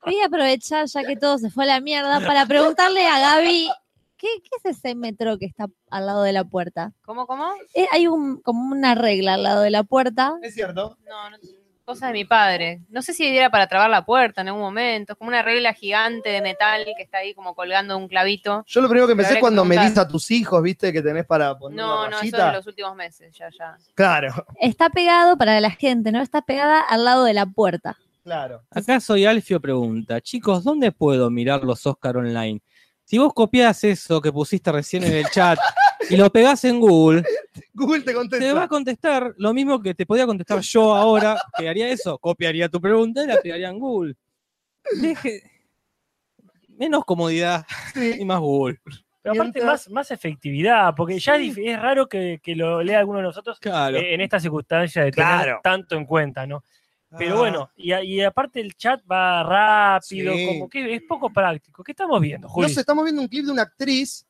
Voy a aprovechar, ya que todo se fue a la mierda, para preguntarle a Gaby, ¿qué, qué es ese metro que está al lado de la puerta? ¿Cómo, cómo? Eh, hay un, como una regla al lado de la puerta. Es cierto. No, no, cosa de mi padre. No sé si era para trabar la puerta en algún momento. Es como una regla gigante de metal que está ahí como colgando de un clavito. Yo lo primero que pensé habrá es que cuando me preguntar. a tus hijos, ¿viste? Que tenés para poner No, una no, eso rayita. de los últimos meses, ya, ya. Claro, Está pegado para la gente, ¿no? Está pegada al lado de la puerta. claro. Acá soy Alfio pregunta, chicos, ¿dónde puedo mirar los Oscar online? Si vos copiás eso que pusiste recién en el chat y lo pegás en Google, Google te te va a contesta. contestar lo mismo que te podía contestar yo ahora, que haría eso, copiaría tu pregunta y la pegaría en Google. Deje- Menos comodidad y más Google. Pero aparte, Mientras- más, más efectividad, porque ya es, dif- es raro que, que lo lea alguno de nosotros Claro. eh, en esta circunstancia de tener Claro. Ah. tanto en cuenta, ¿no? Pero bueno, y, a- y aparte el chat va rápido, Sí. como que es poco práctico. ¿Qué estamos viendo, No Juli? sé, estamos viendo un clip de una actriz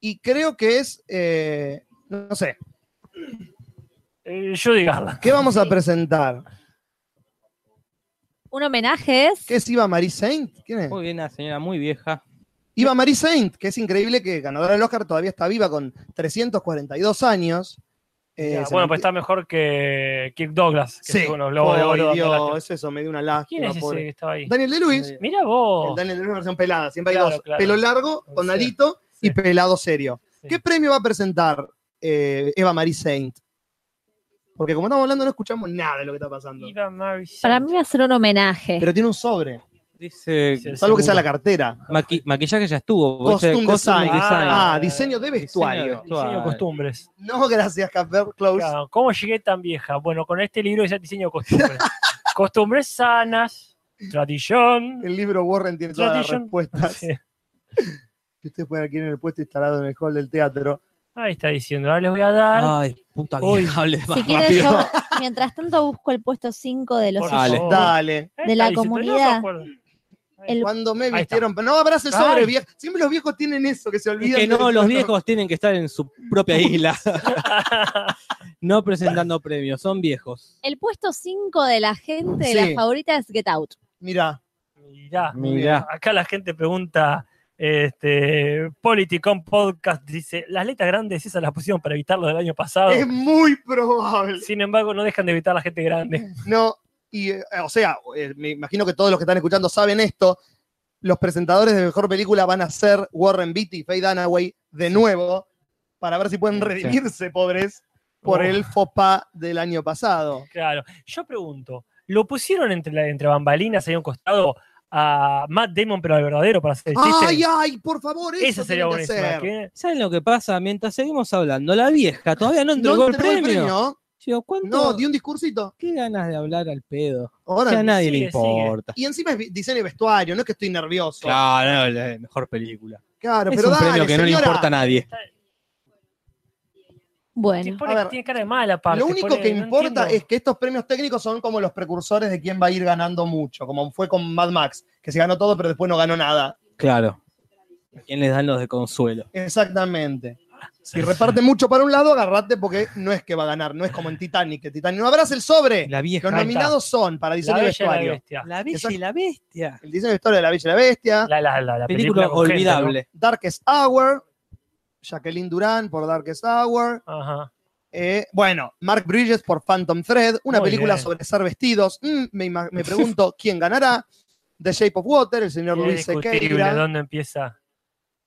y creo que es. eh, no sé. Eh, yo digarla. ¿Qué vamos a presentar? Un homenaje es. ¿Qué es Iva Marie Saint? ¿Quién es? Muy bien, una señora muy vieja. Iva Marie Saint, que es increíble que ganadora del Oscar todavía está viva con 342 años. Eh, Ya, se bueno, manti- pues está mejor que Kirk Douglas, que Sí, estuvo en los Globos de Oro Por dando Dios, lástima. es eso, me dio una lástima. ¿Quién es ese pobre. que estaba ahí? Daniel de Luis. Mira vos. El Daniel Day-Lewis versión pelada, siempre hay Claro, dos. claro. Pelo largo, Sí, tonadito y sí. pelado serio. Sí. ¿Qué premio va a presentar eh, Eva Marie Saint? Porque como estamos hablando no escuchamos nada de lo que está pasando. Eva Mary Saint. Para mí va a ser un homenaje. Pero tiene un sobre, Dice, Sí, salvo que sea la seguro. cartera. maqui- maquillaje ya estuvo. dice, Costume design. design. Ah, diseño de Diseño de vestuario. Diseño Actual. costumbres. No, gracias, Casper Close. Claro, ¿Cómo llegué tan vieja? Bueno, con este libro dice diseño costumbres. costumbres sanas, tradición. El libro Warren tiene todas las Tradition. respuestas Sí. que ustedes pueden aquí en el puesto instalado en el hall del teatro. Ahí está diciendo, ahora les voy a dar. Ah. Ay, puta Uy. vieja, hable más si quieren, rápido. yo, mientras tanto, busco el puesto 5 de los. Por Dale. favor. Oh. Dale. Ahí de está la diciendo, comunidad. no me acuerdo. El- Cuando me Ahí está. vistieron, pero no abrazo el sobre, Ay. viejo. Siempre los viejos tienen eso, que se Es olvidan. que de no, los decirlo. viejos tienen que estar en su propia isla. no presentando premios, son viejos. El puesto 5 de la gente, de Sí. la favorita es Get Out. Mirá, Mirá, Mirá. acá la gente pregunta, este, Politicon Podcast dice, las letras grandes esas las pusieron para evitar lo del año pasado. es muy probable. Sin embargo, no dejan de evitar la gente grande. No, y eh, o sea, eh, me imagino que todos los que están escuchando saben esto. Los presentadores de mejor película van a ser Warren Beatty y Faye Dunaway de nuevo para ver si pueden Sí. redimirse, pobres, por Oh. el fopa del año pasado. Claro. Yo pregunto, ¿lo pusieron entre, la, entre bambalinas ahí a un costado a Matt Damon, pero al verdadero, para hacer el chiste? ¡Ay, ay! Por favor, eso Esa sería tienen que buenísima. hacer. ¿qué? ¿Saben lo que pasa? Mientras seguimos hablando, la vieja todavía no entregó ¿No el entregó premio. el premio? Digo, ¿cuánto- No, di un discursito. ¿Qué ganas de hablar al pedo? Ahora, Ya a nadie le sigue, sigue. importa. y encima es vi- diseño y vestuario, no es que estoy nervioso. Claro, Claro, no, la mejor película. es pero un dale, premio que no le señora. importa a nadie. Te Bueno, pone- A ver, tiene cara de mala parte. Lo único que importa es que estos premios técnicos son como los precursores de quién va a ir ganando mucho, como fue con Mad Max, que se ganó todo pero después no ganó nada. Claro. ¿Quién les dan los de consuelo? Exactamente. Si reparte mucho para un lado, agarrate porque no es que va a ganar, no es como en Titanic, que Titanic no abraza el sobre. La vieja. Los nominados son para La diseño de Bella y la vestuario. Bestia. La bella y la bestia. El diseño de vestuario de La Bella y la Bestia, La, la- la- la película, Película con gente, ¿no? olvidable. Darkest Hour, Jacqueline Durán por Darkest Hour, Ajá. eh, bueno, Mark Bridges por Phantom Thread, una Muy película bien. sobre ser vestidos. Mm, me, ima- me pregunto quién ganará. The Shape of Water, el señor Luis Es discutible Sequeira dónde empieza.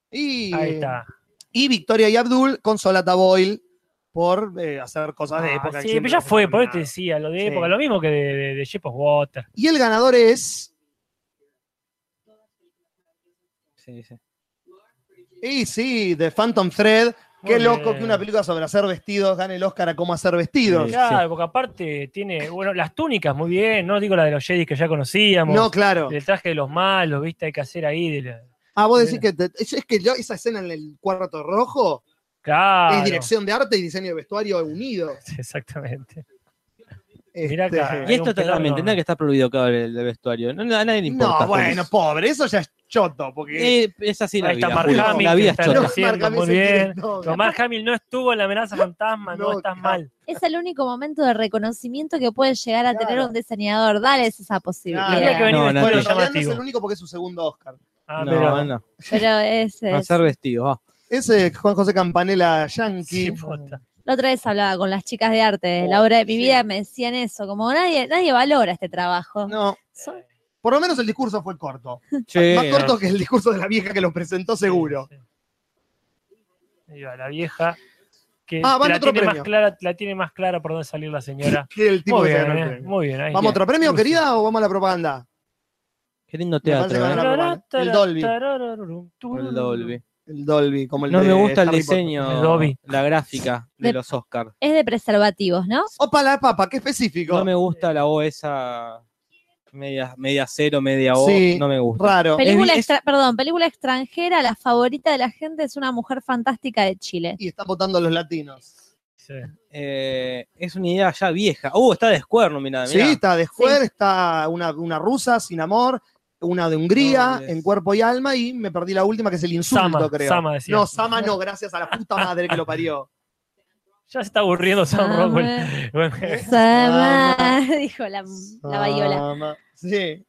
y, Ahí está. y Victoria y Abdul con Solata Boyle por eh, hacer cosas de Ah, época. que sí, pero siempre ya no se fue, hicieron por eso te nada. decía, lo de Sí. época, lo mismo que de, de, de Shape of Water. Y el ganador es. Sí, sí. Y sí, The Phantom Thread. Qué Muy loco bien. que una película sobre hacer vestidos gane el Oscar a cómo hacer vestidos. Sí. Claro, porque aparte tiene, bueno, las túnicas muy bien, no digo la de los Jedi que ya conocíamos. No, claro. El traje de los malos, viste, hay que hacer ahí. de la- Ah, vos decís que te- es, es que yo- esa escena en el cuarto rojo Claro. es dirección de arte y diseño de vestuario unido. Exactamente. Mira Mirá Este, acá. Y Hay esto un pelado, también no. tendrá que estar prohibido que hable el de vestuario. No, a nadie le importa. No, pues. bueno, Juli. pobre, eso ya es choto, porque Eh, es así la Ahí está vida. Mark Juli. Hamill, la que vida es está chota. lo haciendo Mark Hamill muy se quiere bien. todo. Omar Hamill no estuvo en la amenaza fantasma, no, No, estás claro. mal. Es el único momento de reconocimiento que puede llegar a tener Claro. un diseñador. Dale esa posibilidad. Claro. Tendría Ah, que después venir no, Bueno, de en realidad no es llamativo. el único porque es su segundo Oscar. Ah, no, pero- no. Pero es, es- Hacer vestidos. va. Ese Juan José Campanella Sí, Yankee. posta. La otra vez hablaba con las chicas de arte de Oh, la obra de mi vida, me decían eso, como nadie, nadie valora este trabajo. no, Son- por lo menos el discurso fue corto. Che, Más no. corto que el discurso de la vieja que lo presentó seguro. ah. Sí, sí. Ahí va la vieja. Que Ah, van la, otro tiene más premio. clara, la tiene más clara por dónde salir la señora. Que el tipo Muy que se bien, ganó el eh, premio. muy bien. ahí ¿Vamos a está. otro premio, Lucy. querida, o vamos a la propaganda? Qué lindo parece que teatro. van a ¿eh? El Dolby. El Dolby. El Dolby, como el No de me gusta el Harry diseño, El Dolby. la gráfica de De- los Oscars. Es de preservativos, ¿no? Potter. Opa la papa, qué específico. No me gusta la O esa media, media cero, media O. Sí. No me gusta. Raro. Película es- extra- perdón, película extranjera, la favorita de la gente es una mujer fantástica de Chile. Y está votando a los latinos. Sí. Eh, es una idea ya vieja. Uh, está de Square nominada. Sí, mirá. está de Square, está una, una rusa sin amor, una de Hungría, Dobles. en cuerpo y alma, y me perdí la última que es el insulto, Sama, creo. Sama decía. No, Sama no, gracias a la puta madre que lo parió. Ya se está aburriendo Sam Sama. Rockwell. Bueno, Sama, dijo la, la bayola. Sama. Sí.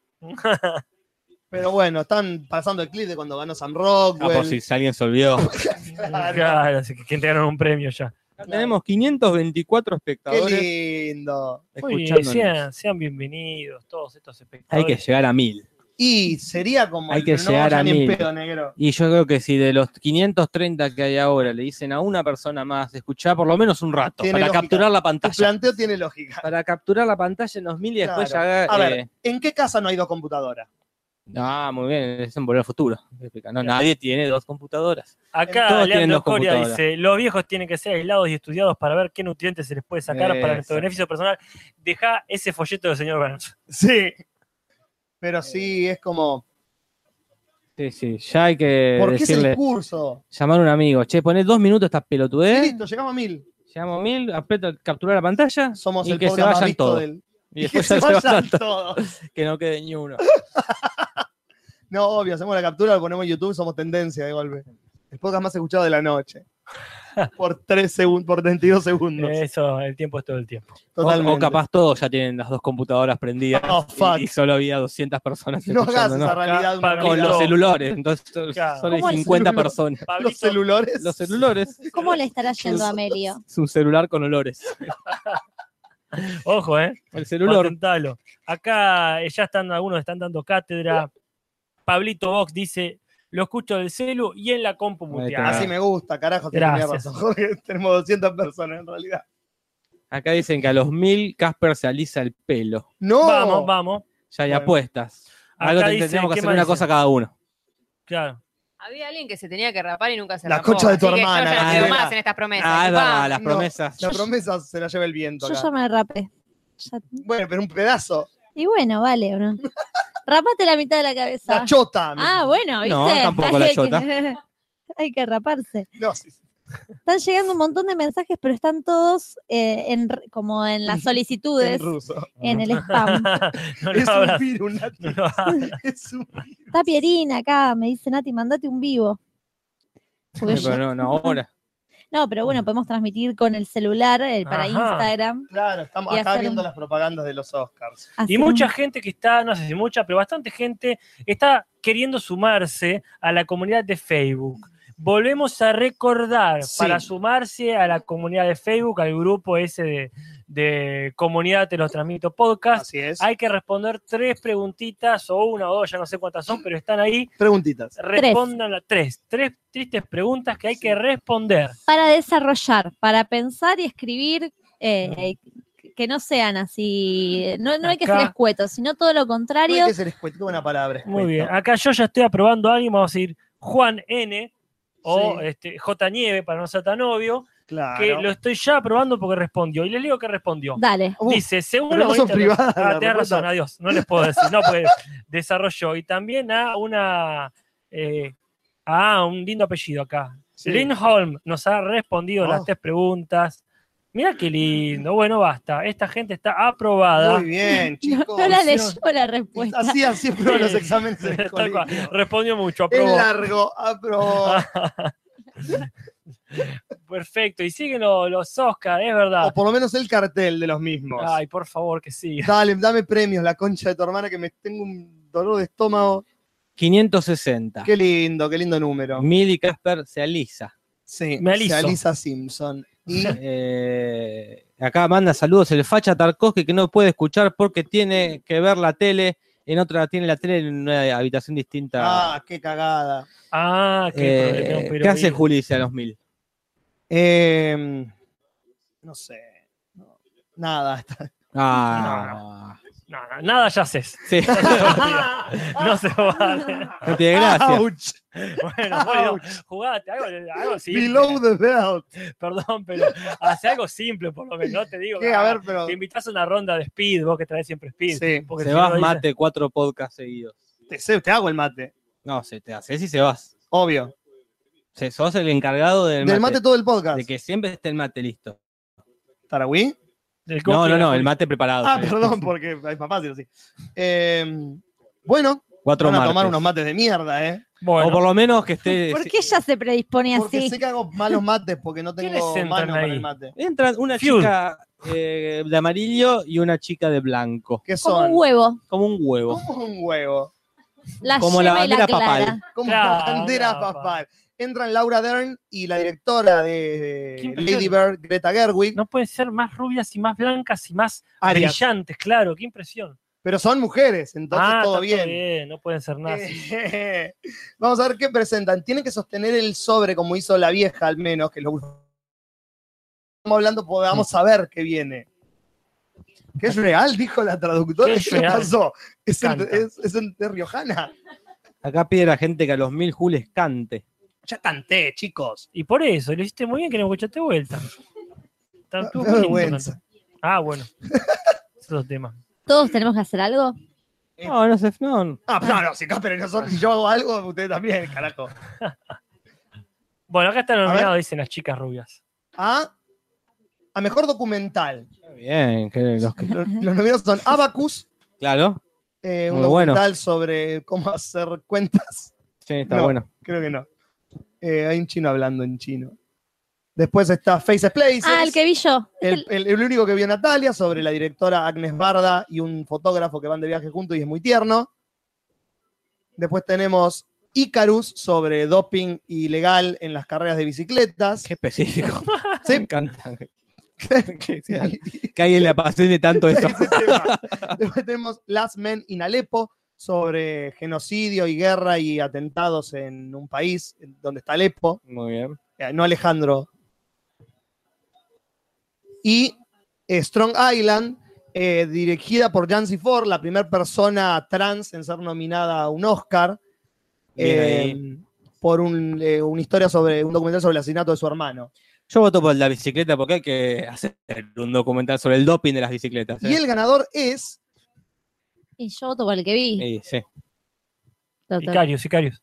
Pero bueno, están pasando el clip de cuando ganó Sam Rockwell. Ah, pues por si si alguien se olvidó. Claro. claro, así que entregaron un premio ya. Tenemos 524 espectadores Qué lindo. Muy bien, escuchándonos. sean, sean bienvenidos todos estos espectadores. Hay que llegar a mil. Y sería como. Hay el- que pero no llegar vaya a ni en mil. pedo, negro. Y yo creo que si de los 530 que hay ahora le dicen a una persona más, escuchá por lo menos un rato Tiene para lógica. capturar la Tu pantalla. planteo tiene lógica. Para capturar la pantalla en 2000 y después Claro. ya. A ver, eh, ¿en qué casa no hay dos computadoras? Ah, muy bien, es en volver al futuro. No, nadie tiene dos computadoras. Acá Todos tienen Leandro dos Coria computadoras. dice, los viejos tienen que ser aislados y estudiados para ver qué nutrientes se les puede sacar para nuestro Exacto. beneficio personal. Deja ese folleto del señor Burns. Sí. Pero sí, eh, es como. Sí, sí, ya hay que ¿Por qué ese eh, decirle, discurso? llamar a un amigo, che, poné dos minutos esta pelotudez, Listo, llegamos a mil. llamo a mil, aprieto capturar la pantalla Somos y el que se podcast más vayan visto todos. del. Y Y que después se ya se vayan vayan todos, todos. que no quede ni uno. No, obvio, hacemos la captura, lo ponemos en YouTube, somos tendencia de golpe. El podcast más escuchado de la noche. Por 3 segundos, por 32 segundos. Eso, el tiempo es todo el tiempo. Eh, O, Totalmente. o capaz todos ya tienen las dos computadoras prendidas Oh, y- fuck. y, solo había 200 personas No hagas escuchando, esa ¿no? realidad. una Con Con realidad. los celulares, entonces Claro. solo hay ¿Cómo el 50 celular? personas. los Pablito, celulares. Los celulares, ¿Cómo le estará yendo a Melio? su celular con olores. ojo, ¿eh? El celular Patentalo. Acá eh, ya están, algunos están dando cátedra. Pablito Vox dice, lo escucho del celu y en la compu muteada". Así Ah, me gusta, carajo, tenés Gracias. razón, Jorge. Tenemos 200 personas en realidad. Acá dicen que a los mil Casper se alisa el pelo. No, Vamos, vamos. Ya hay Bueno. apuestas. Acá Algo te- dice, tenemos que ¿qué hacer más una dice? cosa cada uno. Claro. Había alguien que se tenía que rapar y nunca se La rapó, concha de tu así que hermana, Yo ya no ah, creo es verdad. más en estas promesas. Ah, es Disculpa. verdad, las No. promesas. la promesa se la lleva el viento. Yo acá. ya me rapé. Ya- Bueno, pero un pedazo. Y bueno, vale, ¿no? Rapate la mitad de la cabeza. La chota. Ah, bueno, ¿viste? No, tampoco la Hay que- chota. Hay que raparse. No, sí, sí. Están llegando un montón de mensajes, pero están todos eh, en r- como en las solicitudes, en ruso. en el spam. no es un lo abras. virus, Nati. No lo abras. Es un virus. Está Pierina acá, me dice Nati, mandate un vivo. Porque yo- Pero no, no, ahora. No, pero bueno, podemos transmitir con el celular eh, para Ajá. Instagram. Claro, estamos Y acá hacer viendo un- las propagandas de los Oscars. Y hacer un- mucha gente que está, no sé si mucha, pero bastante gente está queriendo sumarse a la comunidad de Facebook. Volvemos a recordar Sí. para sumarse a la comunidad de Facebook, al grupo ese de, de comunidad Te los transmito podcast. Así es. Hay que responder tres preguntitas o una o dos, ya no sé cuántas son, pero están ahí. preguntitas. Respondan las tres. Tres tristes preguntas que hay que responder. Para desarrollar, para pensar y escribir, eh, que no sean así, no, no hay que Acá. ser escuetos, sino todo lo No contrario. hay que ser escueto, qué buena palabra. Muy escueto. bien. Ah, Acá yo ya estoy aprobando a alguien, vamos a decir Juan N o Sí. este, J Nieve para no ser tan obvio, Claro. que lo estoy ya aprobando porque respondió. Y les digo que respondió. Dale. Uh, Dice, según pero los no son monitores- privadas Ah, las tenés respuestas. razón, adiós. No les puedo decir. No, porque desarrolló. Y también a una. eh, ah, un lindo apellido acá. Sí. Lindholm nos ha respondido Oh. las tres preguntas. Mira qué lindo. Bueno, basta. Esta gente está aprobada. Muy bien, chicos. no la leyó la respuesta. Así así fueron los Sí. exámenes en el Tal cual. colegio. Respondió mucho, Es aprobó. largo, ah, aprobó. Perfecto. Y siguen lo- los Oscars, es verdad. O por lo menos el cartel de los mismos. Ay, por favor, que siga. Dale, dame premios, la concha de tu hermana, que me tengo un dolor de estómago. 560. Qué lindo, qué lindo número. Millie Casper se alisa. Sí, Me aliso. se alisa Simpson. Y Eh, acá manda saludos el facha Tarkovsky que no puede escuchar porque tiene que ver la tele. En otra tiene la tele en una habitación distinta. ah, qué cagada. Ah, qué Eh, problema, pero ¿Qué hace bien. Juli dice a los mil? Eh, no sé. No, nada. Ah, No, no, nada ya haces. sí, No se vale. no tiene gracia. Ouch, Bueno, bueno, jugate, algo, algo simple. Below the belt. Perdón, pero hace algo simple por lo menos. No te digo. ¿Qué? ah, A ver, pero. Te invitás a una ronda de speed, vos que traes siempre speed. Sí, porque Se si no vas dices- mate cuatro podcasts seguidos. te, sé, te hago el mate, No, se te hace si se vas. obvio. Se, sos el encargado del mate, Del mate todo el podcast. de que siempre esté el mate listo. ¿Tarahui? Del No, copy no, de no, la el mate preparado. eh, Ah, sí. perdón, porque es más fácil así. Eh, bueno, Cuatro van a tomar martes. unos mates de mierda, ¿eh? Bueno, O por lo menos que esté. ¿Por qué ella se predispone Porque así? sé que hago malos mates porque no ¿Quiénes tengo entran mano para ahí? el mate. Entran una Fiul. chica eh, de amarillo y una chica de blanco. ¿Qué Como son? un huevo. Como un huevo. Como un huevo. La Como la yema y la bandera papal. clara. Como Claro, una bandera claro, papal. Entran Laura Dern y la directora de ¿Quién Lady Bird, Greta Gerwig. no pueden ser más rubias y más blancas y más Arias. brillantes, claro, qué impresión. Pero son mujeres, entonces ah, todo está bien. no pueden ser nazis. Eh, Vamos a ver qué presentan. Tienen que sostener el sobre como hizo la vieja, al menos, que lo estamos hablando, pues, podamos saber qué viene. ¿Qué es real? Dijo la traductora. ¿Qué ¿Qué, es real? pasó? ¿Es, en- Canta. es- es en- es riojana? Acá pide la gente que a los mil jules cante. Ya canté, chicos. Y por eso, lo hiciste muy bien que no escuchaste vuelta. Está- Me estuvo da muy lindo, vergüenza. tanto. Ah, bueno. Es otro tema. Todos tenemos que hacer algo. Eh. No, no sé. No. Ah, no, no, si Casper y nosotros, si yo hago algo, ustedes también, carajo. Bueno, acá están ver. nominados, dicen las chicas rubias. A, a mejor documental. Está Bien, que los que- Los, los nominados son Abacus, Claro. eh, un Muy bueno. documental sobre cómo hacer cuentas. Sí, está No. bueno. Creo que no. Eh, hay un chino hablando en chino. Después está Faces Places. Ah, el que vi yo. el, el- el único que vio Natalia sobre la directora Agnes Barda y un fotógrafo que van de viaje juntos y es muy tierno. Después tenemos Icarus sobre doping ilegal en las carreras de bicicletas. Qué específico. Sí. Me encanta. que, sea- que alguien le apasione tanto eso. Ese tema. Después tenemos Last Men in Alepo sobre genocidio y guerra y atentados en un país donde está Alepo. Muy bien. Eh, no Alejandro. Y eh, Strong Island, eh, dirigida por Jancy Ford, la primera persona trans en ser nominada a un Oscar, Bien eh, ahí. por un, eh, una historia sobre un documental sobre el asesinato de su hermano. Yo voto por la bicicleta porque hay que hacer un documental sobre el doping de las bicicletas. ¿eh? Y el ganador es Y yo voto por el que vi. Sí, sí. Total. Sicarios, sicarios.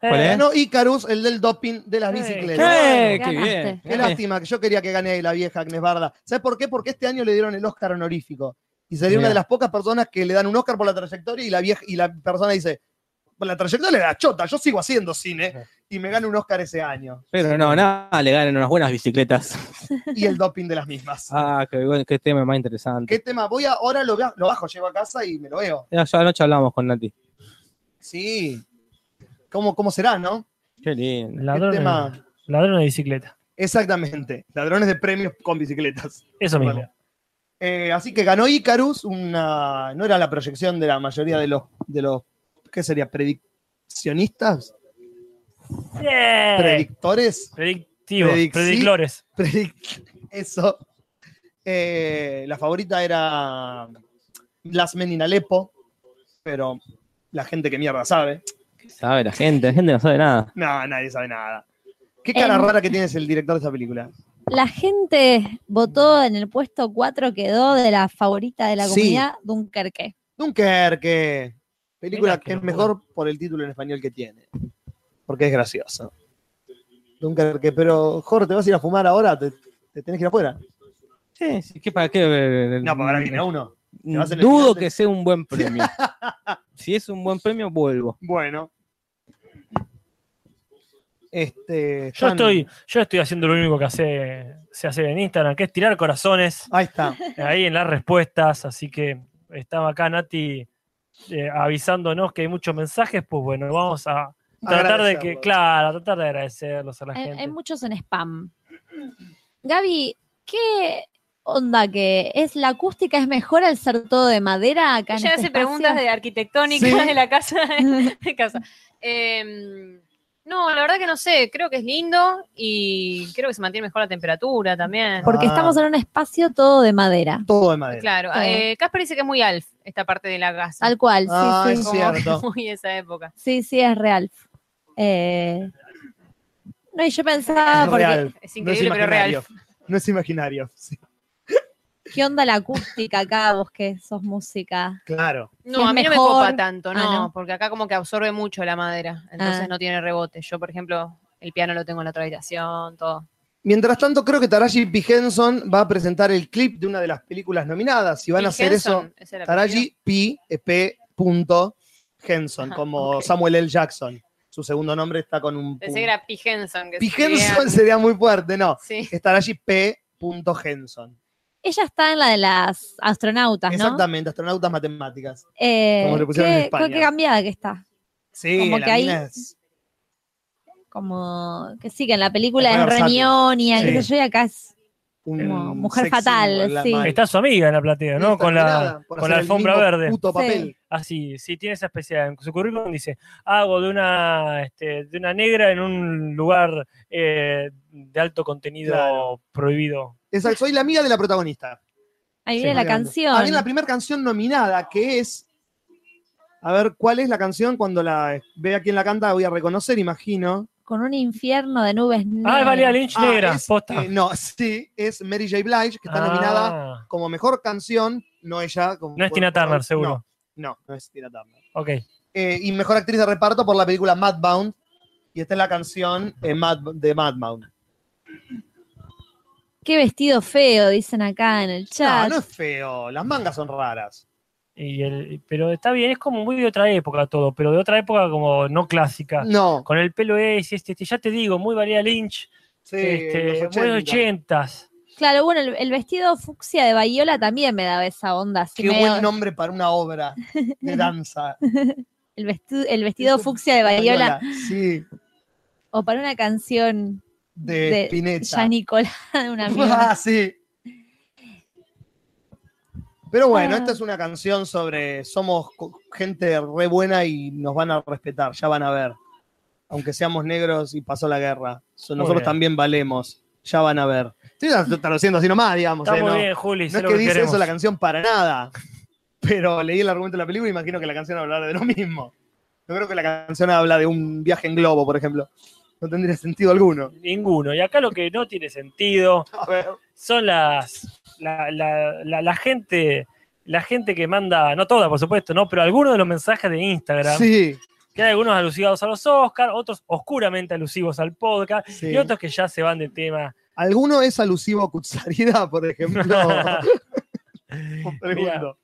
¿Cuál es? ganó Icarus, el del doping de las Eh, bicicletas. ¡Eh, Bueno, ¡Qué ganaste. bien! Qué lástima, que yo quería que gane la vieja Agnes Barda. ¿Sabes por qué? Porque este año le dieron el Oscar honorífico. Y sería una Mirá. de las pocas personas que le dan un "Pues Oscar por la trayectoria y la vieja y la persona dice, por la trayectoria le da chota, yo sigo haciendo cine. y me gano un Oscar ese año. Pero no, nada, le ganan unas buenas bicicletas. Y el doping de las mismas. Ah, qué, buen- qué tema más interesante. ¿Qué tema? Voy a- ahora lo, ba- lo bajo, llego a casa y me lo veo. Ya, ya anoche hablamos con Nati. Sí. ¿Cómo, cómo será, no? Qué lindo. ¿Qué Ladrones, tema? ladrones de bicicleta. Exactamente. Ladrones de premios con bicicletas. Eso mismo. Bueno. Eh, así que ganó Icarus, una, no era la proyección de la mayoría de los, de los ¿qué sería? ¿Prediccionistas? Yeah. ¿Predictores? Predictivo. Predicci- Prediclores. Predict- Eso. Eh, la favorita era Las Men in Alepo, pero la gente que mierda sabe. Sabe la gente, la gente no sabe nada. No, nadie sabe nada. Qué cara Em. rara que tienes el director de esta película. La gente votó en el puesto 4 quedó de la favorita de la Sí. comunidad, Dunkerque. Dunkerque. Película Mirá qué que es locura. mejor por el título en español que tiene. Porque es gracioso. Dunkerque, pero Jorge, ¿te vas a ir a fumar ahora? ¿Te, te tenés que ir afuera? Sí, sí, ¿qué para qué? eh, No, para ahora viene uno. te vas en el Dudo final de- que sea un buen premio. si es un buen premio, vuelvo. Bueno. Este, Yo están- estoy, yo estoy haciendo lo único que hace, se hace en Instagram, que es tirar corazones Ahí está. ahí en las respuestas. Así que estaba acá Nati eh, avisándonos que hay muchos mensajes. Pues bueno, vamos a tratar de que, Agradecerlos. claro, a tratar de agradecerlos a la Hay, gente. hay muchos en spam. Gaby, ¿qué onda que es la acústica es mejor al ser todo de madera acá en Ella este hace preguntas espacio? de arquitectónicas Sí. de la casa. de casa. Em, no, la verdad que no sé. Creo que es lindo y creo que se mantiene mejor la temperatura también. Porque Ah. estamos en un espacio todo de madera. Todo de madera. Claro. Sí. eh, Casper dice que es muy alf esta parte de la casa. Tal cual, sí, Ah, sí. es Como cierto. Muy esa época. Sí, sí, es real. Eh, no, y yo pensaba, Es porque, real. Ah, Es increíble, no es pero imaginario. real. No es imaginario. sí, ¿qué onda la acústica acá, vos que sos música? claro. Es No, a mí no me mejor. copa tanto, no, Ah, no. porque acá como que absorbe mucho la madera, entonces Ah. no tiene rebote. Yo, por ejemplo, el piano lo tengo en la otra habitación, todo. Mientras tanto, creo que Taraji P. Henson va a presentar el clip de una de las películas nominadas. Si van a hacer eso, Taraji P. P. punto Henson, Ajá, como ok. Samuel L. Jackson. Su segundo nombre está con un. Pensé pun- que era P. Henson. Que P. escribía- Henson sería muy fuerte, no. Sí. Es Taraji P. punto Henson. Ella está en la de las astronautas, ¿no? Exactamente, astronautas matemáticas. Eh, Como le pusieron qué, en España. qué cambiada que está. Sí, Como la que ahí- mina es- Como que sí, que en la película Es es versátil. reñonia, Sí. qué sé yo, y acá es. un Como mujer sex fatal, symbol, la sí. madre. Está su amiga en la platea, ¿no? Está Con la, penada por con la hacer el alfombra mismo verde. Puto papel. Así, Ah, sí, tiene esa especialidad. En su currículum dice, hago de una, este, de una negra en un lugar eh, de alto contenido Claro. prohibido. Esa- soy la amiga de la protagonista. Ahí Sí. viene la Mirando. canción. Ah, viene la primera canción nominada, que es. A ver, ¿cuál es la canción? Cuando la vea quién la canta, voy a reconocer, imagino. Con un infierno de nubes Ah, es negras. Valeria Lynch Ah, negra, es, posta. eh, no, sí, es Mary J. Blige, que está Ah, nominada como mejor canción, no ella. Como, No es Tina Turner, seguro. No, no, no es Tina Turner. Ok. Eh, y mejor actriz de reparto por la película Madbound. Y esta es la canción eh, Mad- de Madbound. Qué vestido feo, dicen acá en el No, chat. no es feo, las mangas son raras. Y el, pero está bien, es como muy de otra época todo, pero de otra época como no clásica. No, Con el pelo ese, este, este, ya te digo, muy Valeria Lynch, sí, este, los muy 80. ochentas. Claro, bueno, el, el vestido fucsia de Bayola también me daba esa onda. así Qué medio- buen nombre para una obra de danza. el, vestu- el vestido fucsia de Bayola Sí, o para una canción de, de Spinetta. ya Nicolás de una Ah, amiga. sí. Pero bueno, Ah. esta es una canción sobre somos co- gente re buena y nos van a respetar, ya van a ver. Aunque seamos negros y pasó la guerra. So- Muy Nosotros bien. también valemos, ya van a ver. Estoy tra- traduciendo así nomás, digamos. Está eh, muy no, bien, Juli, no sé es lo que que dice queremos. eso la canción para nada. Pero leí el argumento de la película y imagino que la canción hablará de lo mismo. Yo creo que la canción habla de un viaje en globo, por ejemplo. No tendría sentido alguno. Ninguno. Y acá lo que no tiene sentido A ver. son las la, la- la- la gente la gente que manda, no toda por supuesto, no, pero algunos de los mensajes de Instagram, Sí, que hay algunos alusivos a los Oscars, otros oscuramente alusivos al podcast, sí. y otros que ya se van de tema. ¿Alguno es Oh. alusivo a Kutsarida, por ejemplo? Pregunto.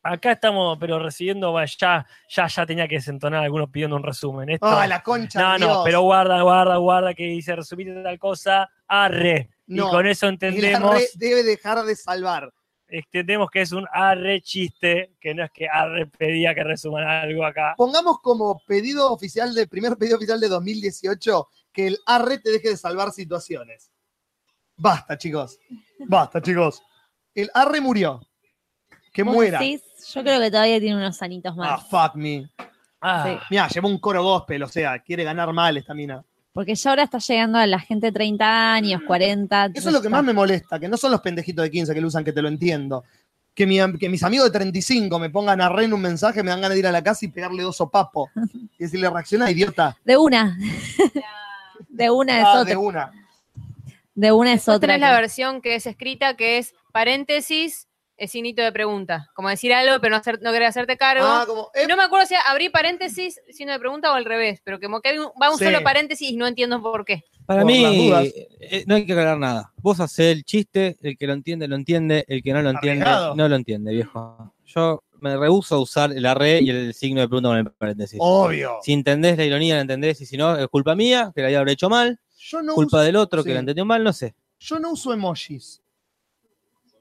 Acá estamos, pero recibiendo, bueno, ya, ya, ya tenía que desentonar algunos pidiendo un resumen. Esto- Ah, la concha. no, de no, Dios. pero guarda, guarda, guarda, que dice resumite tal cosa, arre. No, y con eso El arre entendemos, debe dejar de salvar. entendemos que es un arre chiste, que no es que arre pedía que resuman algo acá. Pongamos como pedido oficial de primer pedido oficial de 2018 que el arre te deje de salvar situaciones. Basta, chicos. Basta, chicos. El arre murió. Que ¿Vos muera. decís? yo creo que todavía tiene unos anitos Ah, más. fuck me. Ah, Sí. Mirá, llevó un coro gospel, o sea, quiere ganar mal esta mina. Porque ya ahora está llegando a la gente de 30 años, 40. Eso es lo que más me molesta, que no son los pendejitos de 15 que lo usan, que te lo entiendo. Que, mi am- que mis amigos de 35 me pongan arre en un mensaje, me dan ganas de ir a la casa y pegarle dos sopapos. Y decirle, reacciona, idiota. De una. de una es Ah, otra. de una. De una es Vos otra. tenés la que- versión que es escrita, que es paréntesis, es signo de pregunta. Como decir algo, pero no, hacer, no querer hacerte cargo. Ah, como, eh, no me acuerdo si abrí paréntesis, signo de pregunta o al revés, pero como que hay un- va un Sí. solo paréntesis y no entiendo por qué. Para Por las mí, dudas. eh, no hay que aclarar nada. Vos hacés el chiste, el que lo entiende, lo entiende, el que no lo entiende, Arriesgado. no lo entiende, viejo. Yo me rehuso a usar el arre y el signo de pregunta con el paréntesis. Oh. Obvio. Si entendés la ironía, la entendés, y si no, es culpa mía, que la habré hecho mal, Yo no, culpa uso, del otro, que sí. la entendió mal, no sé. yo no uso emojis.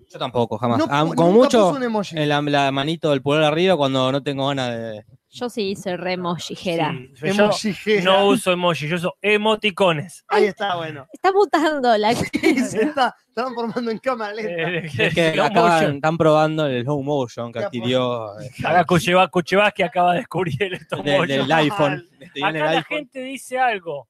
Yo tampoco, jamás. No, Ah, pu- como nunca mucho, puse un emoji. en la, la manito del pulgar arriba cuando no tengo ganas de... Yo sí hice remojijera. sí, yo Emojijera. no uso emoji, yo uso emoticones. Ahí está, bueno. Está mutando la. Y se está transformando en cámara lenta. Es que Eh, Slow acaban- motion. están probando el slow motion que Ya, adquirió eh, Acá Kucheva- Kuchevaski acaba de descubrir el stop del, motion. del iPhone. Estoy en Acá el la iPhone. gente dice algo.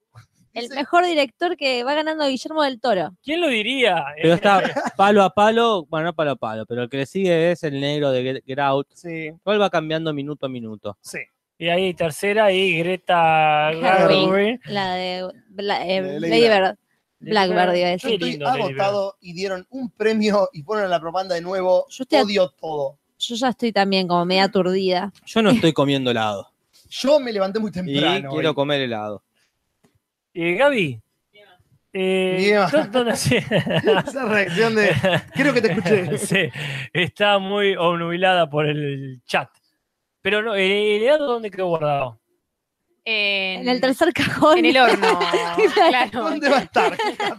El Dice, mejor director que va ganando Guillermo del Toro. ¿Quién lo diría? Pero Eh, está palo a palo, bueno, no palo a palo, pero el que le sigue es el negro de Get, Get Out. Sí, Igual va cambiando minuto a minuto. sí. Y ahí tercera y Greta Gerwig. Gerwig. La de Bla- eh, De Lady Lady Bird. Blackbird, iba a Qué Yo decir. estoy lindo, Lady Bird. agotado y dieron un premio y ponen la propaganda de nuevo. Yo estoy- Odio todo. Yo ya estoy también como media aturdida. Yo no estoy comiendo helado. Yo me levanté muy Y temprano. quiero hoy. comer helado. Y Gaby. Eh, Diego. yo- yo no sé. Esa reacción de. Quiero que te escuche. Sí, está muy obnubilada por el chat. Pero no, eh, ¿el helado dónde quedó guardado? En, En el tercer cajón. en el horno. claro. ¿Dónde va a estar?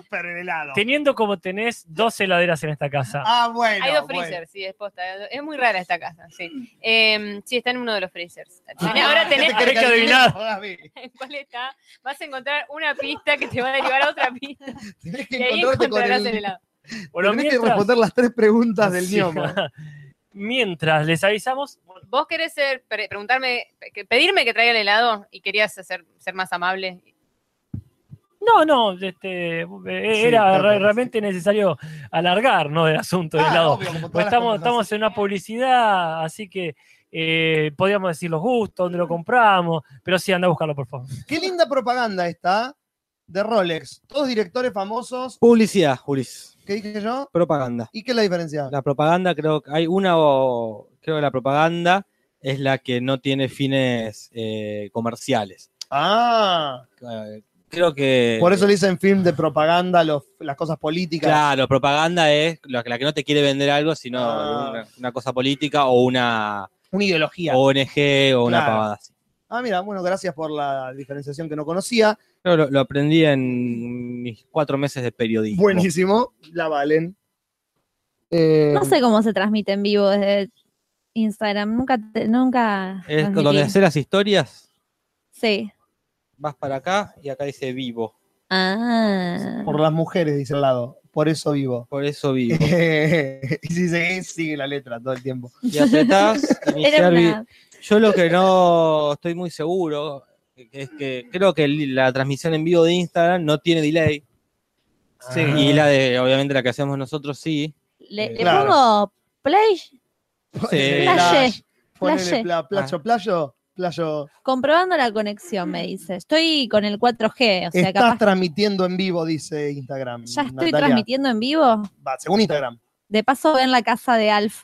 Pero en helado. Teniendo como tenés dos heladeras en esta casa. Ah, bueno. Hay dos bueno. freezers, sí, es posta. Es muy rara esta casa, sí. Em, sí, está en uno de los freezers. Tenés- ahora ¿qué te tenés querés Hay que adivine? adivinar. Gaby, en cuál está. Vas a encontrar una pista que te va a derivar a otra pista. Tenés que Y ahí encontrarte con encontrarás el. el helado. Bueno, tenés que mientras- responder las tres preguntas del Sí. gnomo. Mientras les avisamos, Vos querés ser- pre- preguntarme, pe- pedirme que traiga el helado y querías ser, ser más amable. No, no, este, eh, era claro, re- sí. realmente necesario alargar, ¿no? El asunto del Ah, lado. obvio, como todas Pues las estamos, cosas estamos en una publicidad, así que eh, podríamos decir los gustos, dónde lo compramos, pero sí, anda a buscarlo, por favor. así. Qué linda propaganda esta de Rolex. Todos directores famosos. Publicidad, Julis. ¿Qué dije yo? Propaganda. ¿Y qué es la diferencia? La propaganda, creo que hay una o. Creo que la propaganda es la que no tiene fines eh, comerciales. Ah, Eh, Creo que. por eso le dicen film de propaganda, los- las cosas políticas. Claro, propaganda es la que, la que no te quiere vender algo, sino Ah. una, una cosa política o una Una ideología. Oh. ONG o una Claro. pavada así. Ah, mira, bueno, gracias por la diferenciación que no conocía. Yo lo, lo aprendí en mis cuatro meses de periodismo. Buenísimo, la valen. Eh, No sé cómo se transmite en vivo desde Instagram. Nunca. te- nunca Es con- transmití. donde hacer las historias, Sí. vas para acá y acá dice vivo. Ah. Por las mujeres, dice al lado. Por eso vivo. Por eso vivo. y si seguís, sigue la letra todo el tiempo. Y apretás, Era iniciar una, vi- Yo lo que no estoy muy seguro es que creo que el- la transmisión en vivo de Instagram no tiene delay. Ah. Sí. Y la de, obviamente, la que hacemos nosotros sí. le, le Claro. pongo play, Sí. Playe. Ponele Playe. pla- playo, playo, playo. comprobando la conexión, me dice. Estoy con el 4G, o sea, Estás capaz. transmitiendo en vivo, dice Instagram. Ya estoy Natalia. transmitiendo en vivo. Va, según Instagram. De paso ven la casa de Alf.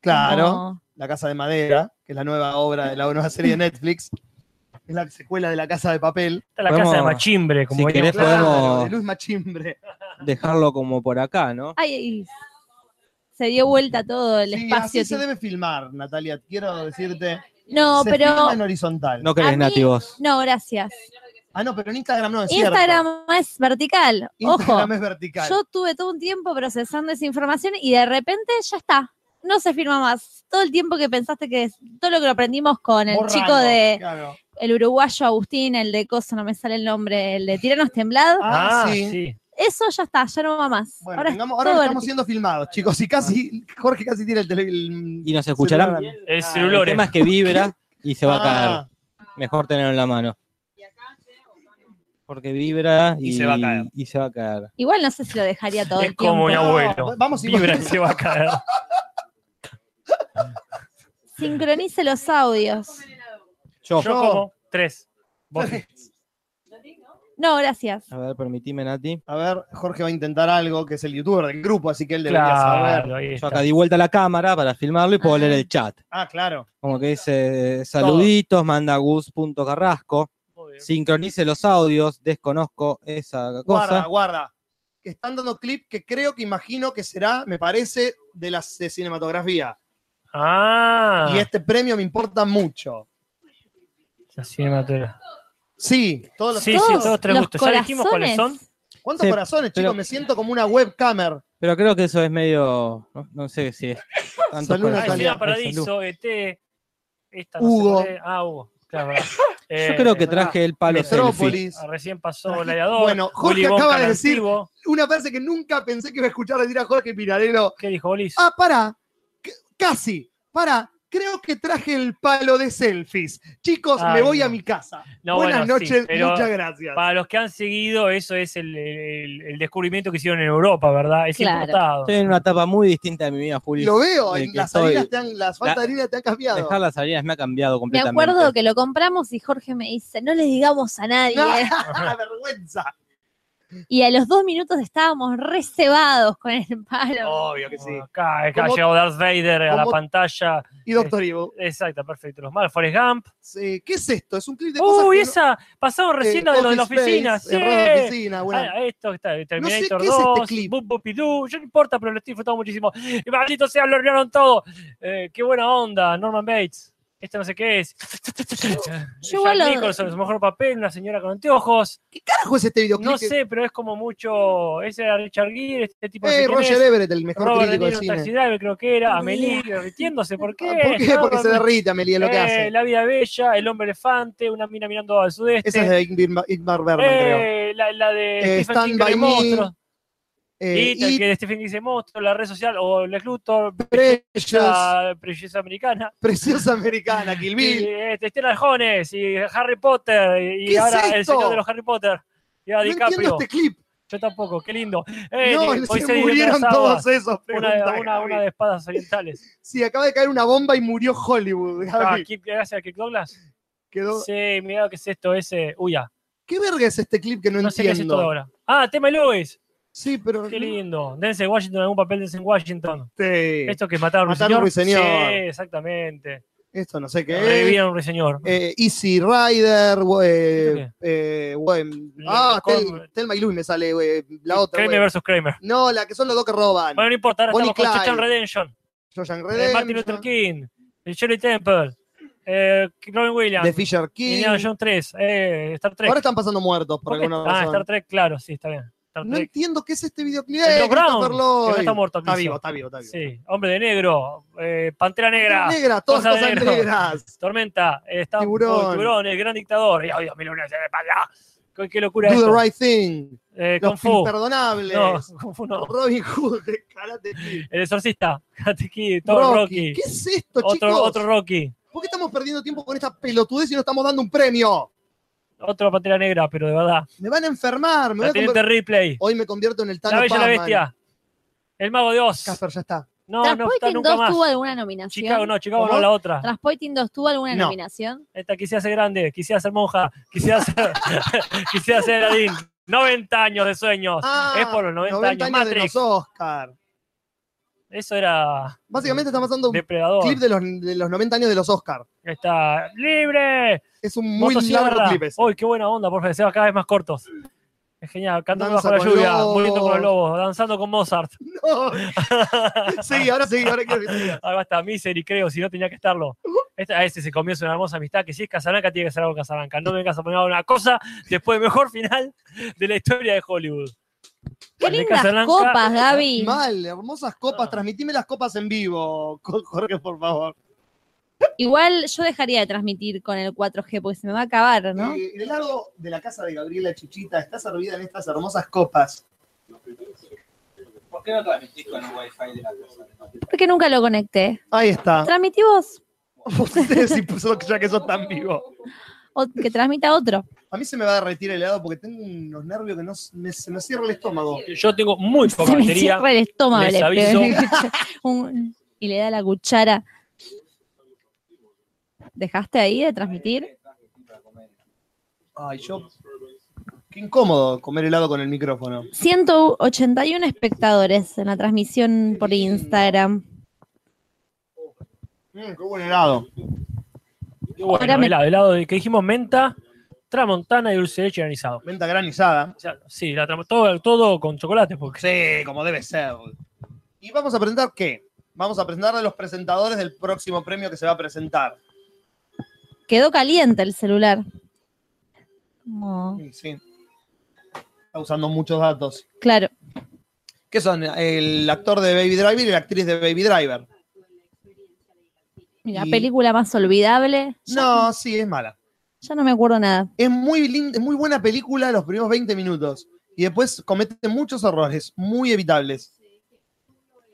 Claro. como- La Casa de Madera, que es la nueva obra de la nueva serie de Netflix. Es la secuela de La Casa de Papel. Está la casa de Podemos- Machimbre, como si veníamos- querés, podemos- de Luis Machimbre. Dejarlo como por acá, ¿no? Ay, ay, se dio vuelta todo el Sí, espacio. así se tipo- debe filmar, Natalia. Quiero decirte. No, se pero. filma en horizontal. No querés mí- nativos. No, gracias. Ah, no, pero en Instagram no es cierto. Instagram es vertical. Instagram Ojo. es vertical. Yo tuve todo un tiempo procesando esa información y de repente ya está. No se firma más. Todo el tiempo que pensaste que todo lo que lo aprendimos con el Borrando, chico de claro. el uruguayo Agustín, el de Coso, no me sale el nombre, el de Tiranos Temblad, Ah, sí. eso ya está, ya no va más. Bueno, ahora es tengamos- ahora todo estamos vertical. siendo filmados, chicos. Y casi, Jorge casi tira el teléfono. Y nos escucharán. El Ah, El celular. tema es que vibra y se va a Ah. caer. Mejor tenerlo en la mano. Porque vibra y, Y se va a caer. Y se va a caer. Igual no sé si lo dejaría todo Es el tiempo. como mi abuelo. No, vamos y- Vibra y se va a caer. Sincronice los audios. Yo. Yo como tres. Vos- No, gracias. A ver, permitime, Nati. A ver, Jorge va a intentar algo, que es el youtuber del grupo, así que él debería saber. Claro, ahí Yo está. acá di vuelta la cámara para filmarlo y puedo leer el chat. Ah, claro. Como que dice, saluditos, manda gus.carrasco. Muy bien. Sincronice los audios, desconozco esa Guarda, cosa. guarda. Que Están dando clip que creo que imagino que será, me parece, de la de cinematografía. Ah, Y este premio me importa mucho. la cinematografía. Sí, todos los Sí, sí, todos tres los gustos. ¿Ya dijimos cuáles son? Ah, corazones. ¿Cuántos Sí, corazones, chicos? pero- Me siento como una webcamer. Pero creo que eso es medio. No, no sé si es. tanto Salud, para- Ah, Natalia. Encina Paradiso, ET. Esta no Hugo. sé cuál es. Ah, Hugo. Claro, verdad. Yo Eh, creo que traje el palo selfie. Metrópolis. ah, Recién pasó Gladiador. Bueno, Jorge Willy Wonka, acaba de el decir- antiguo. Una frase que nunca pensé que iba a escuchar decir a Jorge Pinarello. ¿Qué dijo Bolis? Ah, para. C- Casi. Para. Creo que traje el palo de selfies. Chicos, me Ay, voy no. a mi casa. No, Buenas bueno, sí, noches. pero- Muchas gracias. Para los que han seguido, eso es el, el- el descubrimiento que hicieron en Europa, ¿verdad? Es Claro. importado. Estoy en una etapa muy distinta de mi vida, Juli. Lo veo. de en que las estoy- harinas te han, las falta La- de harina te han cambiado. Dejar las harinas me ha cambiado Me completamente. acuerdo que lo compramos y Jorge me dice, no le digamos a nadie. No, vergüenza. Y a los dos minutos estábamos recebados con el palo. Oh, Obvio que sí. Acá, acá Como- ha llegado Darth Vader a la como- pantalla. Y Doctor Ivo. Exacto, perfecto. Los mal, Forrest Gump. Sí, ¿Qué es esto? Es un clip de cosas Uy, que no- esa. Pasaron eh, recién la de lo de la Office oficina. Space, error de Sí. oficina, bueno. Ah, esto está, Terminator qué es este 2, clip. Boop, Boop y Doo, yo no importa, pero lo estoy disfrutando muchísimo. Y maldito sea, lo arruinaron todo. Eh, qué buena onda, Norman Bates. Este no sé qué es. Yo Jack igual lo- Nicholson, su mejor papel, una señora con anteojos. ¿Qué carajo es este videoclip? No que- sé, pero es como mucho. Ese era Richard Gere, este tipo de. Eh, Roger Everett, el mejor Robert De crítico de Niro, Taxi cine. Ah, Driver, creo que era. Amelie, derritiéndose. ¿Por qué? ¿Por qué? Porque se Norman- derrite, Amelie, lo que Eh, hace. La vida bella, el hombre elefante, una mina mirando al sudeste. Esa es de Ingmar, Ingmar Bergman, creo. Eh, la, la de Eh, Stephen Stand King By de Me, monstruos. Eh, y, y que de Stephen King dice monstruo, la red social, o Lex Luthor, Precious, la Princesa Americana, Preciosa Americana, Kill y, Bill. este, Estela Jones, y Harry Potter, y, y ¿Qué es ahora el esto? señor de los Harry Potter, y a No DiCaprio. entiendo este clip. Yo tampoco, qué lindo. Eh, No, hoy se se murieron disfrazaba todos esos. pregunta Una, una, Gaby. una de espadas orientales. Sí, acaba de caer una bomba y murió Hollywood. Ah, Gaby. Kirk- gracias, Kirk Douglas. Quedó- Sí, mirá qué es esto, ese. Uy, ya. ¿Qué verga es este clip que no, No sé qué es esto de entiendo? ahora. Ah, tema Lewis. sí, pero. Qué lindo. Dense Washington, algún papel Dense en Washington. Sí, Esto, Esto que mataron a un Mataron a un ruiseñor. ruiseñor. Sí, exactamente. no sé qué es. Revivieron a un ruiseñor. Eh, Easy Rider, eh, ¿Esto eh, güey, ah, Con- Tel- Telma y Luis me sale, güey, la otra. Kramer güey. versus Kramer. No, la que son los dos que roban. Bueno, no importa, ahora Bonnie estamos con Clyde. Shawshank Redemption. Jojan eh, Redemption, Martin Luther King. eh, Shirley Temple. Eh, The Robin Williams. Fisher King. Indiana Jones 3. Eh, Star Trek. Ahora están pasando muertos por ¿Por qué? alguna ah, razón. Star Trek, claro, sí, está bien. Star no Trek. entiendo qué es este videoclip. El Eh, Doc Christopher Brown, Lloyd. que no está muerto, Está Alonso. vivo, está vivo, está vivo. Sí. Hombre de negro. eh, Pantera negra. Negra, todas Cosas cosas negras. negras. Tormenta, eh, está Tiburón. oh, tiburón, el gran dictador. Y, ay, Dios mío, una se me pasa. Qué, qué locura Do esto. the right thing. Eh, Kung Los Fu. imperdonables. No, Kung Fu no. Robin Hood de Karate Kid. El exorcista. Karate Kid, Thor, Rocky. Rocky. ¿Qué es esto, chicos? Otro, otro Rocky. ¿Por qué estamos perdiendo tiempo con esta pelotudez y no estamos dando un premio? Otro Pantera Negra, pero de verdad. Me van a enfermar. Me voy La a Teniente conver- Ripley. Hoy me convierto en el Thanos La Bella y la Batman. Bestia. El Mago de Oz. Casper, ya está. No, no está ¿Transpoiting nunca 2 más. tuvo alguna nominación? Chicago no, Chicago ¿Cómo? no, la otra. ¿Transpoiting 2 tuvo alguna No. nominación? Esta quisiera ser grande, quisiera ser monja, quisiera ser, quisiera ser Aladdin. 90 años de sueños. Ah, es por los 90, años. de Matrix. los Oscar. Eso era Básicamente estamos dando un depredador. clip de los, de los 90 años de los Oscar. Está libre. Es un muy largo Motosierra. clip ese. Oh. Uy, qué buena onda, por favor. Se va cada vez más cortos. Es genial, cantando Danza bajo la con lluvia, lobos. muriendo con los lobos, danzando con Mozart. No. sí, ahora sí, ahora quiero que siga. Ahí va hasta Misery, creo, si no tenía que estarlo. Este, a ese se comienza una hermosa amistad, que si es Casablanca, tiene que ser algo Casablanca. No me vengas a poner una cosa después del mejor final de la historia de Hollywood. Qué El de lindas Casablanca- copas, Gaby. Mal, hermosas copas. Ah. Transmitime las copas en vivo, Jorge, por favor. Igual yo dejaría de transmitir con el 4G porque se me va a acabar, ¿no? Eh, en el lado de la casa de Gabriela Chichita está servida en estas hermosas copas. ¿Por qué no transmitís con el wifi de la casa? Porque nunca lo conecté. Ahí está. Transmití vos Ustedes, si puso- ya que sos tan vivo. o que transmita otro. A mí se me va a derretir el helado porque tengo unos nervios que no, s- me- se me cierra el estómago. Yo tengo muy poca Se me batería. cierra el estómago. les le aviso. pego. Un- y le da la cuchara. ¿Dejaste ahí de transmitir? Ay, yo. Qué incómodo comer helado con el micrófono. 181 espectadores en la transmisión por Instagram. Mm, qué buen helado. Qué bueno, Ahora me- helado, helado de que dijimos menta, tramontana y dulce de leche granizado. Venta granizada. O sea, sí, la tram- todo, todo con chocolate, porque Sí, como debe ser. Y vamos a presentar qué? Vamos a presentar de los presentadores del próximo premio que se va a presentar. Quedó caliente el celular. No, Sí, Sí. Está usando muchos datos. claro. ¿Qué son? El actor de Baby Driver y la actriz de Baby Driver. La Y- película más olvidable. Ya- No, sí, es mala. Ya no me acuerdo nada. Es muy linda, es muy buena película los primeros 20 minutos. Y después comete muchos errores, muy evitables.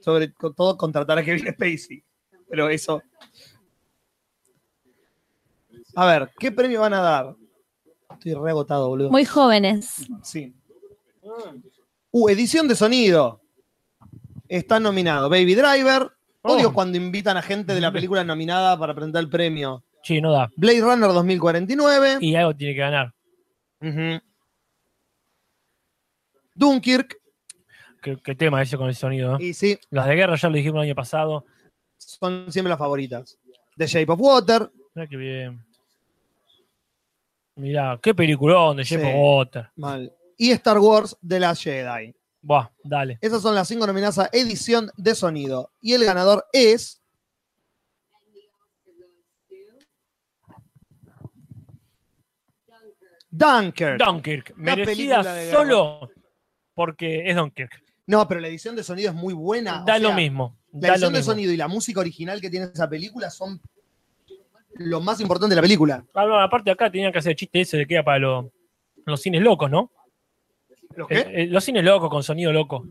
Sobre co- todo contratar a Kevin Spacey. Pero eso. A ver, ¿qué premio van a dar? Estoy re agotado, boludo. Muy jóvenes. Sí. Uh, edición de sonido. Está nominado Baby Driver. Odio Oh. cuando invitan a gente de la película nominada para presentar el premio. sí, no da. Blade Runner 2049. Y algo tiene que ganar. Ujú. Dunkirk. Qué, qué tema ese con el sonido. ¿eh? Y sí, Las de guerra ya lo dijimos el año pasado. son siempre las favoritas. The Shape of Water. Mirá qué bien. Mirá, qué peliculón de Jeff Sí. Water. Mal. Y Star Wars The Last Jedi. Buah, dale. Esas son las cinco nominadas a edición de sonido. Y el ganador es. Dunker. Dunkirk, Una merecida película de guerra. solo porque es Dunkirk. No, pero la edición de sonido es muy buena. o Da lo sea, mismo. La da lo edición de mismo. sonido y la música original que tiene esa película son lo más importante de la película. Ah, no, aparte acá tenían que hacer el chiste ese de que era para los- los cines locos, ¿no? ¿Los Eh, qué? eh, los cines locos con sonido loco.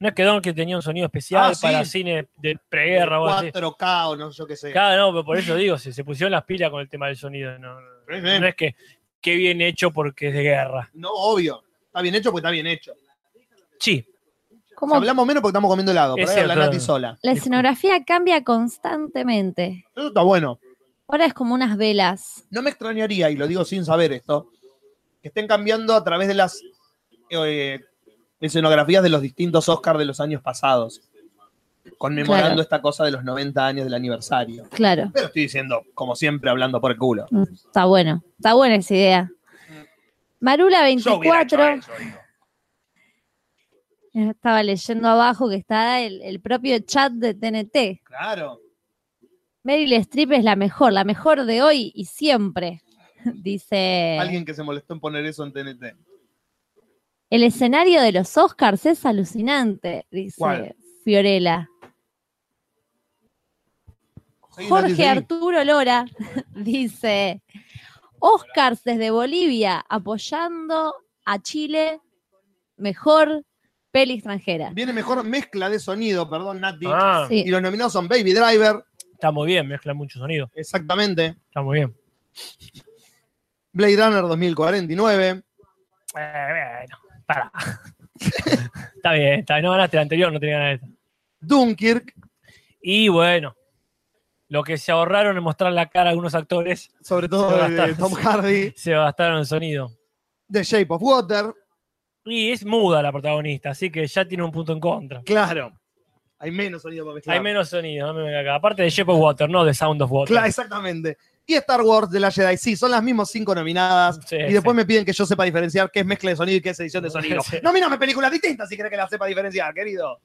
No es que Dunkirk tenía un sonido especial Ah, sí. para cine de preguerra o algo así. 4K o no, yo qué sé. Claro, no, pero por eso digo, se, se pusieron las pilas con el tema del sonido. No, no, Sí, sí. no es que qué bien hecho porque es de guerra. Eh, No, obvio. Está bien hecho porque está bien hecho. Sí, ¿Cómo? Hablamos menos porque estamos comiendo helado. Es Por ahí habla cierto. Nati sola. La escenografía cambia constantemente. Eso está bueno. Ahora es como unas velas. No me extrañaría, y lo digo sin saber esto, que estén cambiando a través de las eh, escenografías de los distintos Oscars de los años pasados, conmemorando Claro. esta cosa de los 90 años del aniversario. Claro, Pero estoy diciendo, como siempre, hablando por el culo. está bueno. Está buena esa idea. Marula Yo hubiera 24. hecho eso, digo. Estaba leyendo abajo que está el, el propio chat de TNT. Claro. Meryl Streep es la mejor, la mejor de hoy y siempre. Dice. Alguien que se molestó en poner eso en TNT. El escenario de los Oscars es alucinante, dice ¿Cuál? Fiorella. Seguí, Nati, Jorge seguí. Arturo Lora dice: Oscars desde Bolivia apoyando a Chile, mejor peli extranjera. Viene mejor mezcla de sonido, perdón, Nati. Ah, Sí. Y los nominados son Baby Driver, está muy bien, mezcla mucho sonido. exactamente. Está muy bien. Blade Runner 2049. Eh, bueno, para. está bien, está bien. No ganaste la anterior, no tenía ganas de esta. Dunkirk, Y bueno, lo que se ahorraron en mostrar la cara a algunos actores, sobre todo Se va a de- estar- de Tom Hardy. se gastaron en sonido. The Shape of Water. Y es muda la protagonista, así que ya tiene un punto en contra. Claro. Hay menos sonido para mezclar. Hay menos sonido, no me venga acá. aparte de Shape of Water, no de Sound of Water. Claro, exactamente. y Star Wars de la Jedi. Sí, son las mismas cinco nominadas. Sí, y después me piden que yo sepa diferenciar qué es mezcla de sonido y qué es edición de sonido. Sí. No, mírame películas distintas si querés que las sepa diferenciar, querido.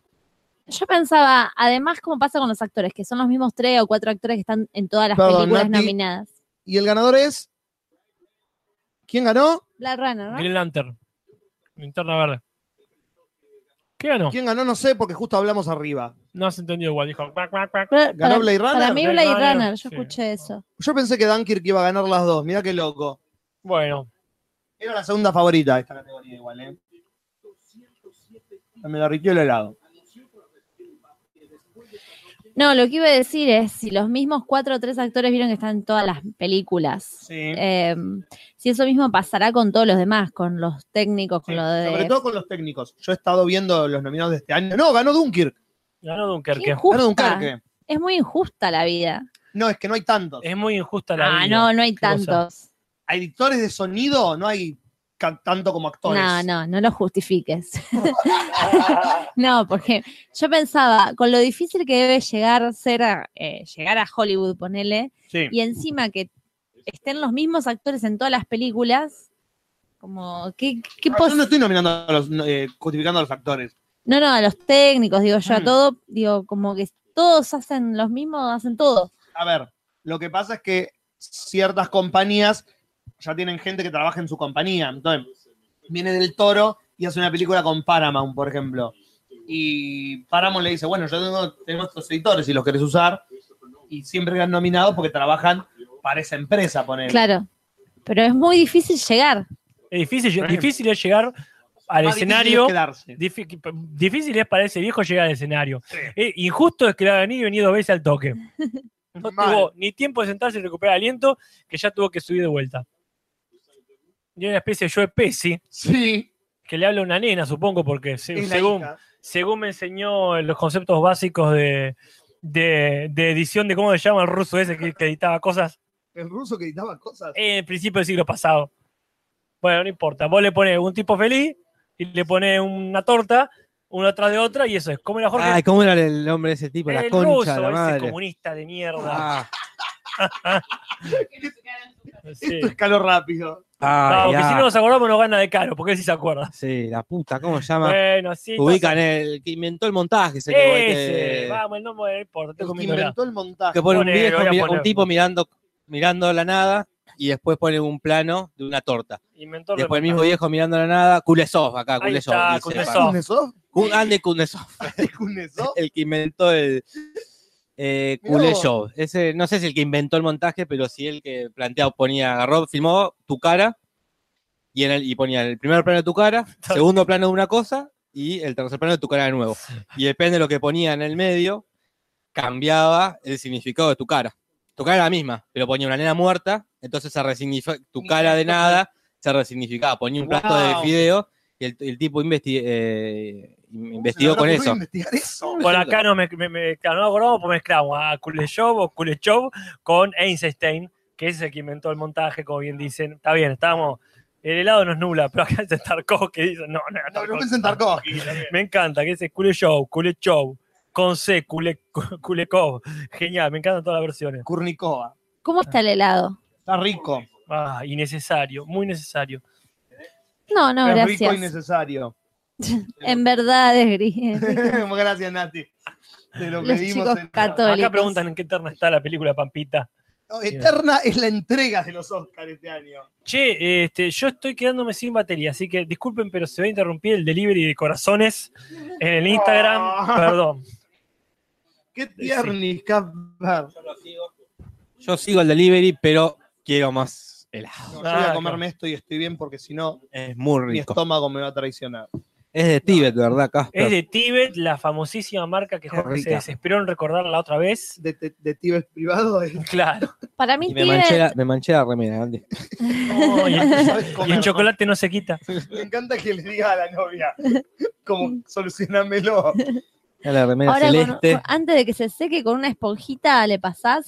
Yo pensaba, además, como pasa con los actores, que son los mismos tres o cuatro actores que están en todas las Perdón, películas Nati. nominadas. Y el ganador es. ¿Quién ganó? La rana, ¿no? Green Lantern. Linterna verde. ¿Qué ganó? ¿Quién ganó? No sé, porque justo hablamos arriba. No has entendido igual. Dijo. "Cuac, cuac, cuac". Pero ¿Ganó para- Blade Runner? Para mí, Blade Blade Runner, Runner, yo sí. escuché eso. Yo pensé que Dunkirk iba a ganar las dos, mirá qué loco. Bueno, Era la segunda favorita de esta categoría igual, ¿eh? Me la riqueó el helado. No, lo que iba a decir es, si los mismos cuatro o tres actores vieron que están en todas las películas, Sí. eh, si eso mismo pasará con todos los demás, con los técnicos, con Sí, lo de... Sobre todo con los técnicos. Yo he estado viendo los nominados de este año. No, ganó Dunkirk. ganó Qué Dunkerque. injusta. Ganó Dunkerque. Es muy injusta la vida. No, es que no hay tantos. Eh. Es muy injusta la Ah, vida. no, no hay Qué cosa. tantos. Hay editores de sonido, no hay ca- tanto como actores. No, no, no lo justifiques. no, porque yo pensaba, con lo difícil que debe llegar ser a, eh, llegar a Hollywood, ponele, Sí. y encima que estén los mismos actores en todas las películas, como, ¿qué, qué Ah, pos- Yo no estoy nominando a los, no, eh, justificando a los actores. No, no, a los técnicos, digo yo, a Mm. todo, digo, como que todos hacen los mismos, hacen todo. A ver, lo que pasa es que ciertas compañías ya tienen gente que trabaja en su compañía. Entonces, viene del toro y hace una película con Paramount, por ejemplo. Y Paramount le dice, bueno, yo tengo, tengo estos editores si los querés usar. Y siempre quedan nominados porque trabajan para esa empresa, poner. Claro. Pero es muy difícil llegar. Es difícil, difícil es llegar al escenario. Difi- difícil es para ese viejo llegar al escenario. Eh, injusto es que la ni y venido dos veces al toque. No tuvo ni tiempo de sentarse y recuperar aliento, que ya tuvo que subir de vuelta. Y una especie de Joe Pesci, Sí. que le habla a una nena, supongo, porque se- Es la según, hija. según me enseñó los conceptos básicos de, de- de edición de cómo se llama el ruso ese que, que editaba cosas El ruso que editaba cosas. en el principio del siglo pasado. Bueno, no importa. Vos le pones un tipo feliz y le pones una torta, una atrás de otra, y eso es. Come la Jorge. Ay, ¿cómo era el nombre de ese tipo? La el concha, de la ruso, ese madre. comunista de mierda. Ah, Sí. Esto es calor rápido. ah, No, que ya. si no nos acordamos nos gana de caro, porque él sí se acuerda. Sí, la puta, ¿cómo se llama? Bueno, sí. Ubican el que inventó el montaje, ese, como el Ese, que- vamos, el nombre no importa, estoy El que comiendo helado. inventó el montaje. que pone un Ponelo, viejo, voy a mira- un ponerlo. tipo mirando, mirando la nada y después pone un plano de una torta. Inventor de Después el mismo montaje. viejo mirando la nada, Kulesov acá, Ahí Kulesov. está, dice, Kulesov. para- ¿Kuznetsov? Kun- Andy Kulesov, ¿Kuznetsov? el que inventó el eh, Mirá Kulesov. Ese, no sé si el que inventó el montaje, pero sí el que plantea, ponía, agarró, filmó tu cara y, en el, y ponía el primer plano de tu cara, segundo plano de una cosa y el tercer plano de tu cara de nuevo. Y depende de lo que ponía en el medio, cambiaba el significado de tu cara. Tu cara era la misma, pero ponía una nena muerta, entonces se resignifica, tu Ni cara de tanto, nada se resignificaba. Ponía un plato de Wow. fideo y el, el tipo investi- eh, investigó ¿Habrá con podido eso. investigar eso? Por acá no me, me, me- claro, no nos acordamos porque mezclamos a Kuleshov o Kuleshov con Einstein, que es el que inventó el montaje, como bien dicen. Está bien, estamos. El helado nos nubla, pero acá está Tarkov que dice, no, no, era No, no Tarkovsky. pensé en Tarkovsky. Me encanta, que ese Kuleshov, Kuleshov, con C, Kule- Kulekov. Genial, me encantan todas las versiones. Kurnikova. ¿Cómo está el helado? Está rico. Ah, innecesario, muy necesario. No, no, es rico y gracias. necesario. En verdad es gris. gracias, Nati. Te lo Los pedimos. chicos en- católicos. Acá preguntan en qué terna está la película Pampita. No, Eterna es la entrega de los Oscars este año. Che, este, yo estoy quedándome sin batería, así que disculpen, pero se va a interrumpir el delivery de corazones en el Instagram. Ah. Perdón. Qué tiernis, Capar. Yo sigo el delivery, pero quiero más No, helado. yo Ah, voy a claro. comerme esto y estoy bien porque si no, Es muy mi rico. estómago me va a traicionar. Es de Tíbet, ¿verdad, Casper? Es de Tíbet, la famosísima marca que Qué Jorge se rica. desesperó en recordarla otra vez. De, de, de Tíbet privado. eh. es- Claro. Para mí, Y me manché, Tíbet, la, me manché la remera, Andy. No, y- sabes Y comer, el ¿no? chocolate no se quita. Me encanta que le diga a la novia, como solucionamelo. Era La remera ahora con- celeste. con- antes de que se seque con una esponjita, le pasás.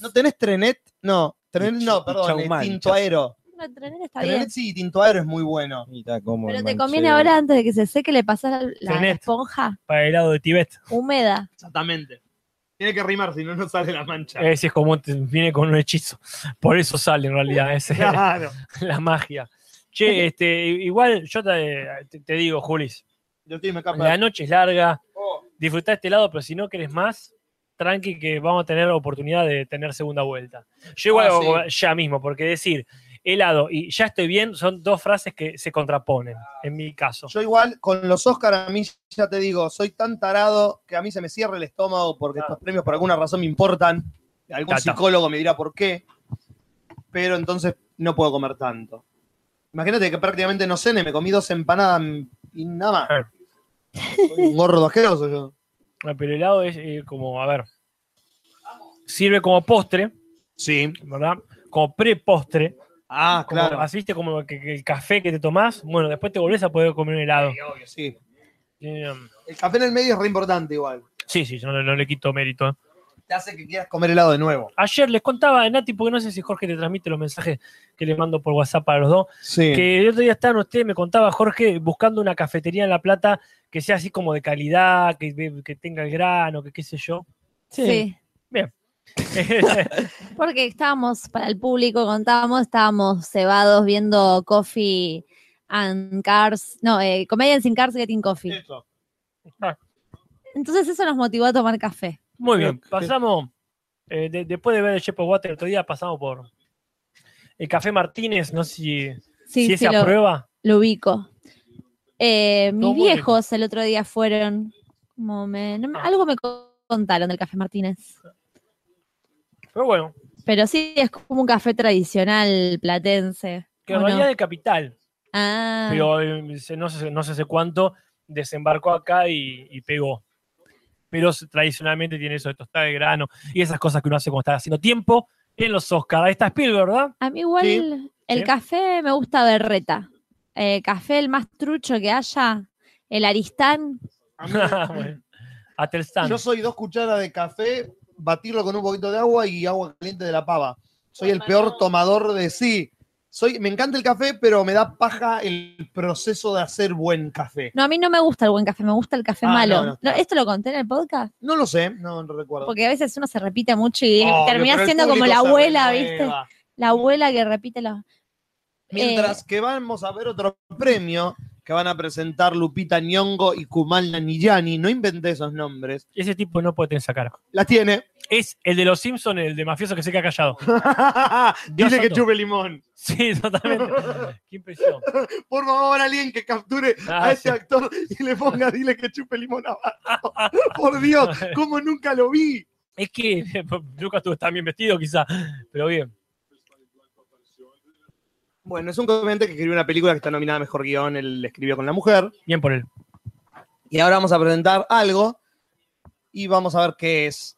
¿No tenés trenet? No, trenet Y no, chau- perdón, chau eh, manchas. tinto aero. Una trenera está bien. Trenet sí, tinto aero es muy bueno. Mira cómo Pero me te manché. conviene ahora, antes de que se seque, le pasás la, la Trenet. esponja Para el lado de Tíbet. húmeda. Exactamente. Tiene que rimar, si no, no sale la mancha. Ese es como te- viene con un hechizo. Por eso sale en realidad. Ese, Claro. la magia. Che, este, igual yo te, te- te digo, Julis, Yo estoy me la escapa. noche es larga, Oh. disfrutá este lado, pero si no querés más, tranqui que vamos a tener la oportunidad de tener segunda vuelta. Yo igual Ah, voy a comer ya mismo, porque decir helado y ya estoy bien son dos frases que se contraponen, en mi caso. Yo igual, con los Oscar a mí ya te digo, soy tan tarado que a mí se me cierra el estómago porque estos premios por alguna razón me importan. Algún Tata. psicólogo me dirá por qué. Pero entonces no puedo comer tanto. Imagínate que prácticamente no cene, me comí dos empanadas y nada más. Claro. Soy Un gordo asqueroso yo. Ah, Pero el helado es eh, como, a ver, sirve como postre, Sí. ¿verdad? Como prepostre. Ah, Como, claro. Así viste como que, que el café que te tomás, bueno, después te volvés a poder comer un helado. Sí. Eh, El café en el medio es re importante igual. Sí, sí, yo no, no le quito mérito. eh. Te hace que quieras comer helado de nuevo. Ayer les contaba a Nati, porque no sé si Jorge te transmite los mensajes que le mando por WhatsApp para los dos, Sí. que el otro día estaban ustedes, me contaba Jorge, buscando una cafetería en La Plata que sea así como de calidad, que, que tenga el grano, que qué sé yo. Sí. Porque estábamos, para el público contábamos, estábamos cebados viendo Coffee and Cars, no, eh, Comedians in Cars Getting Coffee. Eso. Entonces eso nos motivó a tomar café. Muy bien, pasamos, eh, de- después de ver el Chepo Water el otro día, pasamos por el Café Martínez, no sé si, Sí, si sí, esa lo, prueba. lo ubico. Eh, Todo mis muy rico. viejos el otro día fueron, como me- no me- Ah. algo me co- contaron del Café Martínez. Pero bueno, Pero sí, es como un café tradicional platense. que ¿o en no? realidad es de capital. Ah, pero eh, se- no, sé, no sé hace cuánto desembarcó acá y, y pegó. Pero s- tradicionalmente tiene eso de tostada de grano y esas cosas que uno hace cuando está haciendo tiempo en los Oscars. Ahí está Spielberg, ¿verdad? a mí igual el sí. café me gusta berreta. Eh, café el más trucho que haya, el aristán. A mí- Bueno, Hasta el stand. Yo soy dos cucharas de café, batirlo con un poquito de agua y agua caliente de la pava. Soy el peor tomador de sí. Soy, me encanta el café, pero me da paja el proceso de hacer buen café. No, a mí no me gusta el buen café, me gusta el café Ah, malo. no, no, No, ¿Esto lo conté en el podcast? No lo sé, no, no recuerdo. Porque a veces uno se repite mucho y Obvio, termina Oh. pero el siendo como público la se abuela, ¿viste? renueva. La abuela que repite eh, los... Mientras que vamos a ver otro premio que van a presentar Lupita Nyongo y Kumal Naniyani. No inventé esos nombres. Ese tipo no puede tener esa cara. Las tiene. Es el de los Simpsons, el de mafioso que se queda callado. Dile que santo. chupe limón. Sí, totalmente. Qué impresión. Por favor, alguien que capture Ah, a ese sí. actor y le ponga, dile que chupe limón abajo. Por Dios, cómo nunca lo vi. Es que Lucas tú estás bien vestido, quizá, pero bien. Bueno, es un comediante que escribió una película que está nominada a Mejor Guión, él escribió con la mujer. Bien por él. Y ahora vamos a presentar algo y vamos a ver qué es.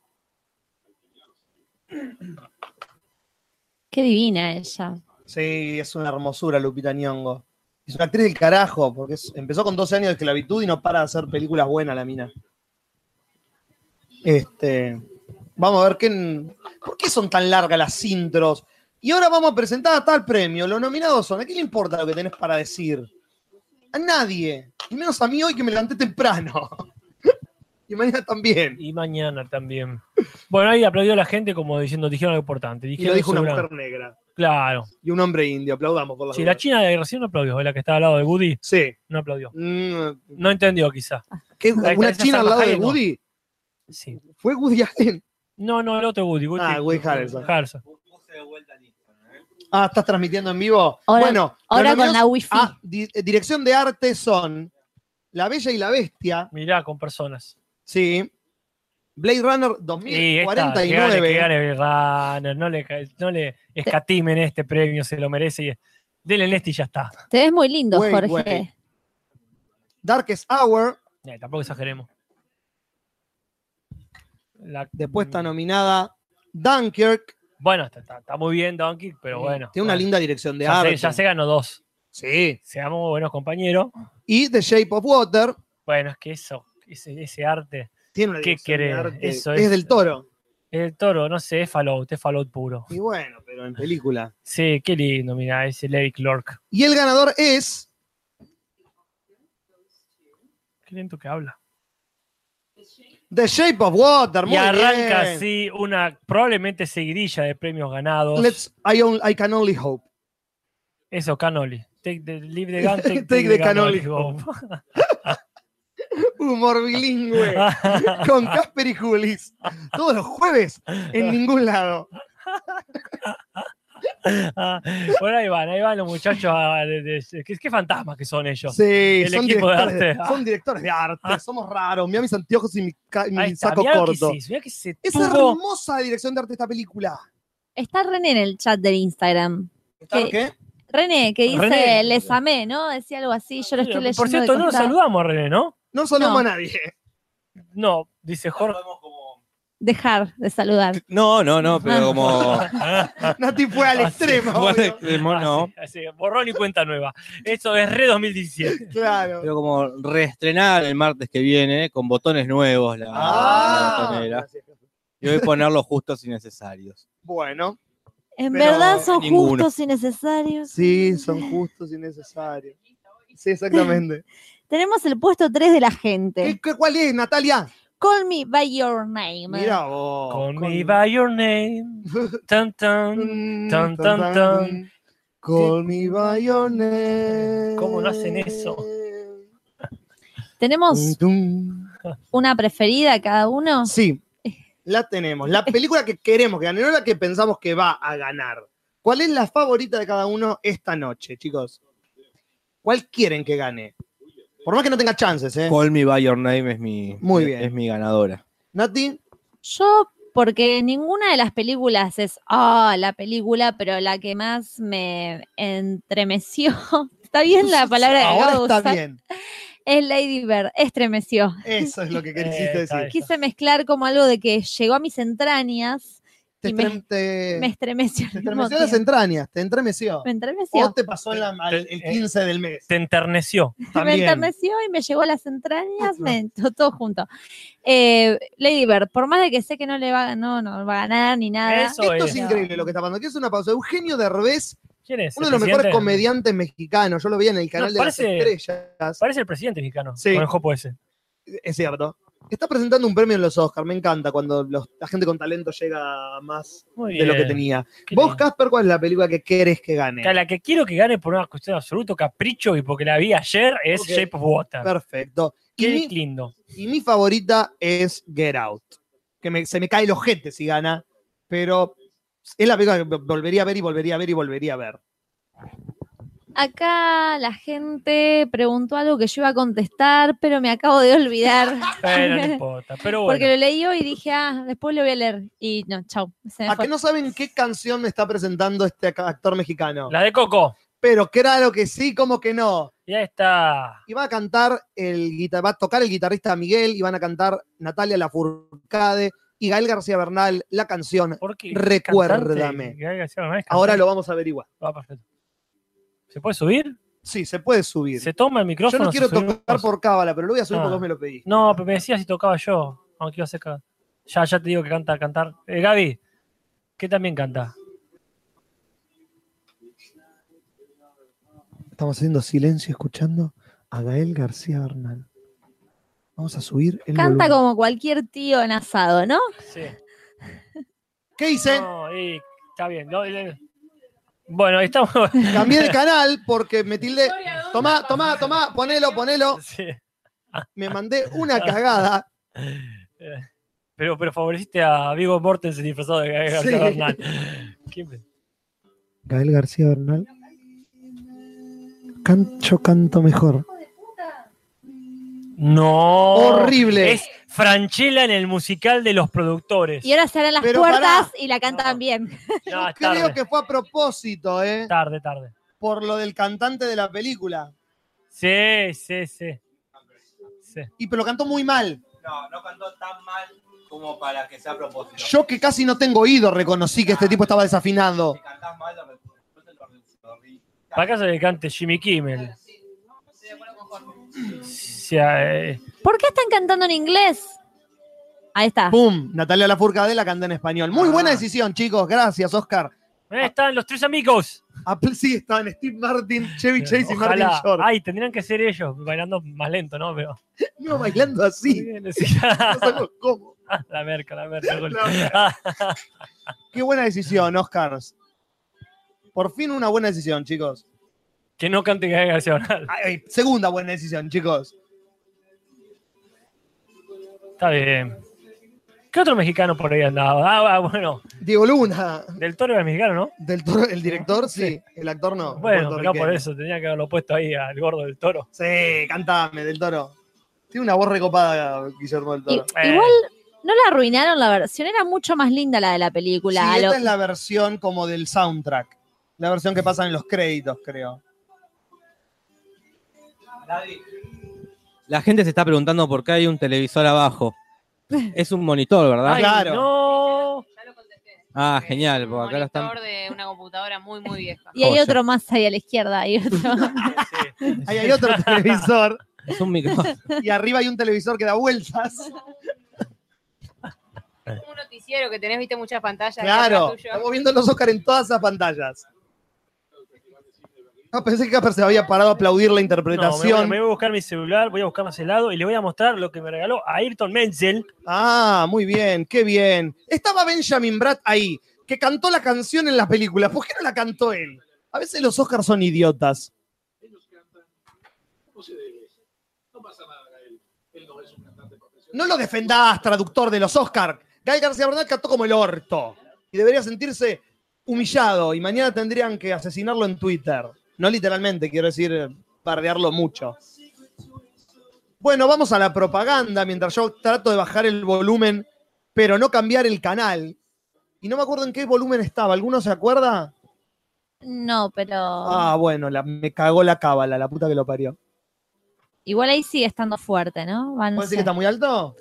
Qué divina ella. Sí, es una hermosura Lupita Nyong'o. Es una actriz del carajo, porque es- empezó con 12 años de esclavitud y no para de hacer películas buenas la mina. Este, vamos a ver qué, por qué son tan largas las intros. Y ahora vamos a presentar a tal premio. Los nominados son. ¿A quién le importa lo que tenés para decir? A nadie. Y menos a mí hoy que me levanté temprano. y mañana también. Y mañana también. Bueno, ahí aplaudió la gente como diciendo, dijeron algo importante. Y lo Dijeron dijo una sobre- mujer negra. Claro. y un hombre indio. Aplaudamos por las Si la dudas. China de recién no aplaudió, la que estaba al lado de Woody, Sí. no aplaudió. Mm, No entendió quizá. ¿qué- Ahí está, ¿Una esa china al Salma lado de Hayek, no. Woody? Sí. ¿Fue Woody Allen? No, no, el otro Woody. Woody- Ah, Woody Harrelson. Harrelson. Ah, ¿estás transmitiendo en vivo? Ahora- bueno, Ahora los con la nominados wifi. a di- eh, dirección de arte son La Bella y la Bestia, Mirá, con personas. sí. Blade Runner Y esta, que gane, que 2049. gane Blade Runner, no le, ca- no le escatimen este premio, se lo merece. Y, denle el este y ya está. Te ves muy lindo, Güey, Jorge. güey. Darkest Hour, Eh, tampoco exageremos. La- mm, después está nominada Dunkirk. Bueno, está, está- está muy bien Donkey, pero bueno. Tiene una bueno. linda dirección de ya arte. se, ya se ganó dos. Sí. Seamos buenos compañeros. Y The Shape of Water. Bueno, es que eso, ese, ese arte. Tiene una ¿Qué dirección de querés? arte. Eso es es- del toro. El toro, no sé, es Fallout, es Fallout puro. Y bueno, pero en película. Sí, qué lindo, mira, ese Larry Clark. Y el ganador es Qué lento que habla. The Shape of Water, muy Y arranca bien. así una probablemente seguidilla de premios ganados. Let's, I, on- I can only hope. Eso, Canoli. Take the, leave the gun, take, Take the cannoli. Bob. Humor bilingüe con Casper y Julis. Todos los jueves en ningún lado. Ah, bueno, ahí van, ahí van los muchachos. ah, de- de- qué, qué fantasmas que son ellos. Sí, El son equipo de directores, arte. son directores de arte. Somos raros. Mirá mis anteojos y mi, ca- y mi Ahí está, saco mirá lo que corto. se- mirá que se Es tuvo- hermosa la dirección de arte de esta película. Está René en el chat del Instagram. ¿Está ¿Qué? René, que dice, René. les amé, ¿no? Decía algo así, yo lo estoy leyendo. Por cierto, de no lo costado. saludamos, René, ¿no? No sonamos No. a nadie. No, dice Jorge. Dejar de saludar. No, no, no, pero como. Ah. Nati fue al Así, extremo. Guarda- obvio. Ah, no, sí, así, borrón y cuenta nueva. Eso es re 2017. Claro. pero como reestrenar el martes que viene con botones nuevos la, Ah. la botonera. Y hoy ponerlos justos y necesarios. Bueno. En Pero verdad son ninguno. justos y necesarios. Sí, son justos y necesarios. Sí, exactamente. Tenemos el puesto 3 de la gente. ¿Qué- qué- ¿Cuál es, Natalia? Call me by your name. Mira vos. Call Oh, con- me by your name. Tan, tan. Mm, Tan, tan, tan. Call me by your name. ¿Cómo no hacen eso? Tenemos Tum. una preferida cada uno. Sí, la tenemos. La película que queremos que gane, no la que pensamos que va a ganar. ¿Cuál es la favorita de cada uno esta noche, chicos? ¿Cuál quieren que gane? Por más que no tenga chances, ¿eh? Call Me By Your Name es mi, Muy bien. Es mi ganadora. Nati, Yo, porque ninguna de las películas es, ah, la película, pero la que más me entremeció. Está bien la palabra que ahora acabo de está usar? bien. Es Lady Bird, estremeció. Eso es lo que quisiste Eh, decir. está bien. Quise mezclar como algo de que llegó a mis entrañas, Te, Y me- estrem- te- me estremeció. al te mismo estremeció las tiempo. entrañas, te entremeció. Me estremeció. O te pasó en la- al- Eh, el 15 del mes. Te enterneció. Me También. enterneció y me llegó a las entrañas, me, todo, todo junto. Eh, Lady Bird, por más de que sé que no le va, no, no va a ganar ni nada. Eso Esto es. es increíble lo que está pasando. Aquí es una pausa. Eugenio Derbez, ¿Quién es? uno de ¿El los mejores presidente? comediantes mexicanos. Yo lo vi en el canal No, de las parece- estrellas. Parece el presidente mexicano. Sí. Con el jopo ese. Es cierto. Está presentando un premio en los Oscars. Me encanta cuando los- la gente con talento llega a más Muy de lo que bien. tenía. Qué Vos, lindo. Casper, ¿cuál es la película que querés que gane? Que a La que quiero que gane por una cuestión de absoluto capricho y porque la vi ayer es Ok. Shape of Water. Perfecto. Y Qué mi, lindo. y mi favorita es Get Out. Que me- se me cae el ojete si gana, pero es la película que volvería a ver y volvería a ver y volvería a ver. Acá la gente preguntó algo que yo iba a contestar, pero me acabo de olvidar. Pero no importa. Pero bueno. Porque lo leí hoy y dije, ah, después lo voy a leer. Y no, chau. se me ¿A fue. que no saben qué canción me está presentando este ac- actor mexicano? La de Coco. Pero claro que sí, como que no. Ya está. Y va a cantar el guita- va a tocar el guitarrista Miguel y van a cantar Natalia Lafourcade y Gael García Bernal la canción. Porque Recuérdame. Ahora lo vamos a averiguar. Ah, ¿Se puede subir? Sí, se puede subir. ¿Se toma el Yo micrófono? no ¿Se quiero sube un- tocar por cábala, pero lo voy a subir Ah. porque vos me lo pedís. No, pero me decía si tocaba yo. Aunque iba a ser ca- Ya, ya te digo que canta, cantar. Eh, Gaby, ¿qué también canta? Estamos haciendo silencio escuchando a Gael García Bernal. Vamos a subir el Canta volumen. como cualquier tío en asado, ¿no? Sí. ¿Qué hice? No, y está bien. no, eh, Bueno, ahí estamos. Cambié de canal porque me tilde. Eh, Tomá, tomá, tomá, ponelo, ponelo. Sí. Me mandé una cagada. Eh, Pero, pero favoreciste a Vigo Mortensen disfrazado de Gaby García Sí. Bernal. ¿Quién me- Gael García Bernal. Can- yo canto mejor. No. Horrible. Oh, Es Franchella en el musical de los productores. Y ahora se harán las Pero puertas pará. Ah. y la cantan No. bien. No, es Creo tarde, que fue a propósito, ¿eh? tarde, tarde. Por lo del cantante de la película. Sí, sí, sí. Sí. Y pero lo cantó muy mal. No, no cantó tan mal como para que sea propósito. Yo que casi no tengo oído reconocí que este tipo estaba desafinado. cantás mal, Para acá se le cante Jimmy Kimmel. Sí, eh, ¿Por qué están cantando en inglés? Ahí está. ¡Pum! Natalia Ah. Lafourcade la canta en español. Muy buena decisión, chicos. Gracias, Oscar. ahí están los tres amigos. Apl- sí, están Steve Martin, Chevy Chase y Martin Ojalá. Short. Ay, tendrían que ser ellos bailando más lento, ¿no? Pero. No bailando así. Sí. No sabemos cómo. ah, la merca, la merca. gol. Ah, La Qué buena decisión, Oscars. Por fin una buena decisión, chicos. que no cante Gael García Bernal. Ay, segunda buena decisión, chicos. Está bien. ¿Qué otro mexicano por ahí andaba? Ah, ah, bueno, Diego Luna, del Toro era mexicano, ¿no? del Toro- el director, sí. El actor no. Bueno, pero puertorriqueño. no por eso, tenía que haberlo puesto ahí al gordo del Toro. Sí, cantame, del Toro. Tiene una voz recopada, Guillermo del I- Toro. Eh. Igual no la arruinaron la versión, era mucho más linda la de la película. Sí, a lo- esta es la versión como del soundtrack. La versión que pasan en los créditos, creo. La gente se está preguntando por qué hay un televisor abajo. Es un monitor, ¿verdad? Ay, Ah, claro. No. Ya lo contesté. ah, genial, Un porque acá lo están. monitor de una computadora muy, muy vieja. Y hay joya. otro más ahí a la izquierda. Hay otro. Ah. Sí. Ahí hay otro televisor Es un micrófono. y arriba hay un televisor que da vueltas. Es como un noticiero que tenés, viste, muchas pantallas. Claro, detrás tuyo. estamos viendo los Oscar en todas esas pantallas. Ah, pensé que Casper se había parado a aplaudir la No, me, voy, interpretación. me voy a buscar mi celular, voy a buscar más helado y le voy a mostrar lo que me regaló Ayrton Menzel. Ah, muy bien, qué bien. Estaba Benjamin Bratt ahí, que cantó la canción en la película. ¿Por qué no la cantó él? A veces los Oscars son idiotas. No lo defendás, traductor de los Oscars. Gael García Bernal cantó como el orto. Y debería sentirse humillado. Y mañana tendrían que asesinarlo en Twitter. No literalmente, quiero decir, eh, bardearlo mucho. Bueno, vamos a la propaganda mientras yo trato de bajar el volumen, pero no cambiar el canal. Y no me acuerdo en qué volumen estaba. ¿Alguno se acuerda? No, pero. Ah, bueno, la- me cagó la cábala, la puta que lo parió. Igual ahí sigue estando fuerte, ¿no? Va, no ¿Puede decir sé, que está muy alto?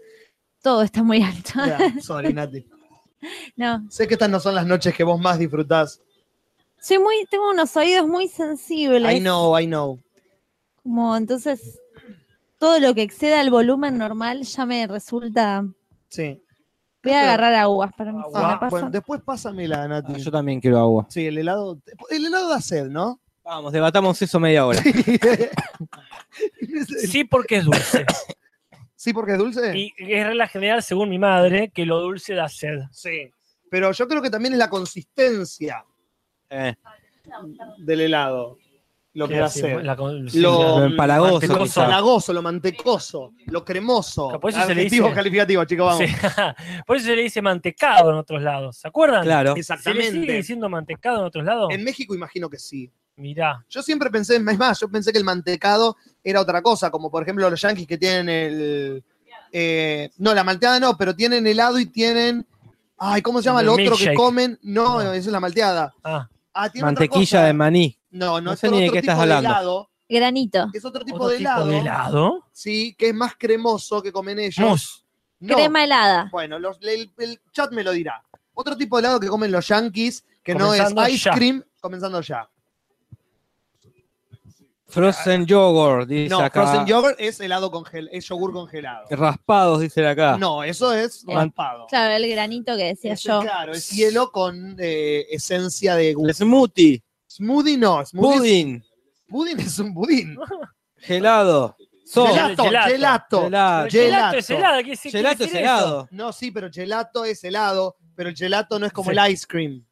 Todo está muy alto. Ya, sorry, Nati. No. Sé que estas no son las noches que vos más disfrutás. Soy muy, tengo unos oídos muy sensibles. I know, I know. Como entonces todo lo que exceda el volumen normal ya me resulta. Sí. Voy Pero- a agarrar aguas para mí. Ah, me pasa? bueno, después pásamela, Nati. Ah, yo también quiero agua. Sí, el helado. El helado da sed, ¿no? Vamos, debatamos eso media hora. Sí, porque es dulce. sí, porque es dulce. Y es regla general, según mi madre, que lo dulce da sed. Sí. Pero yo creo que también es la consistencia Eh, del helado lo que da Así, sed. la con- sí, lo lo empalagoso, mantecoso, quizá. empalagoso, lo mantecoso, lo cremoso. Por eso se le Adjetivo dice- calificativo, chicos, la- vamos. sí. Por eso se le dice mantecado en otros lados. ¿Se acuerdan? claro. ¿Se le sigue Exactamente. diciendo mantecado en otros lados? En México imagino que sí. Mirá. Yo siempre pensé, es más, yo pensé que el mantecado era otra cosa, como por ejemplo los yanquis que tienen el... eh, no, la malteada no, pero tienen helado y tienen... Ay, ¿cómo se llama El el otro que milkshake. comen? No, No. eso es la malteada. Ah, Ah, tiene otra Mantequilla cosa. de maní. No, no, No es sé ni otro de tipo qué estás de hablando. helado. Granito. Es otro tipo otro de tipo helado, de helado. sí, que es más cremoso que comen ellos. Mousse. No. Crema helada. Bueno, los- el, el chat me lo dirá. Otro tipo de helado que comen los yankees, que no Comenzando es ice ya. cream, comenzando ya. Frozen yogurt, dice No, acá. frozen yogurt es helado congel, es yogur congelado. Raspados, dice acá. No, eso es Eh, raspado. Claro, el granito que decía Ese, yo. Claro, es hielo con eh, esencia de El gusto. smoothie, Smoothie no, smoothie pudding, es- Pudding es un budín. gelado, sol, Gelato. Gelato, gelato. Gelato. Gelato. es helado. ¿qué se- qué Ah, gelato es decir eso? helado. No, sí, pero gelato es helado, pero el gelato no es como Sí. el ice cream.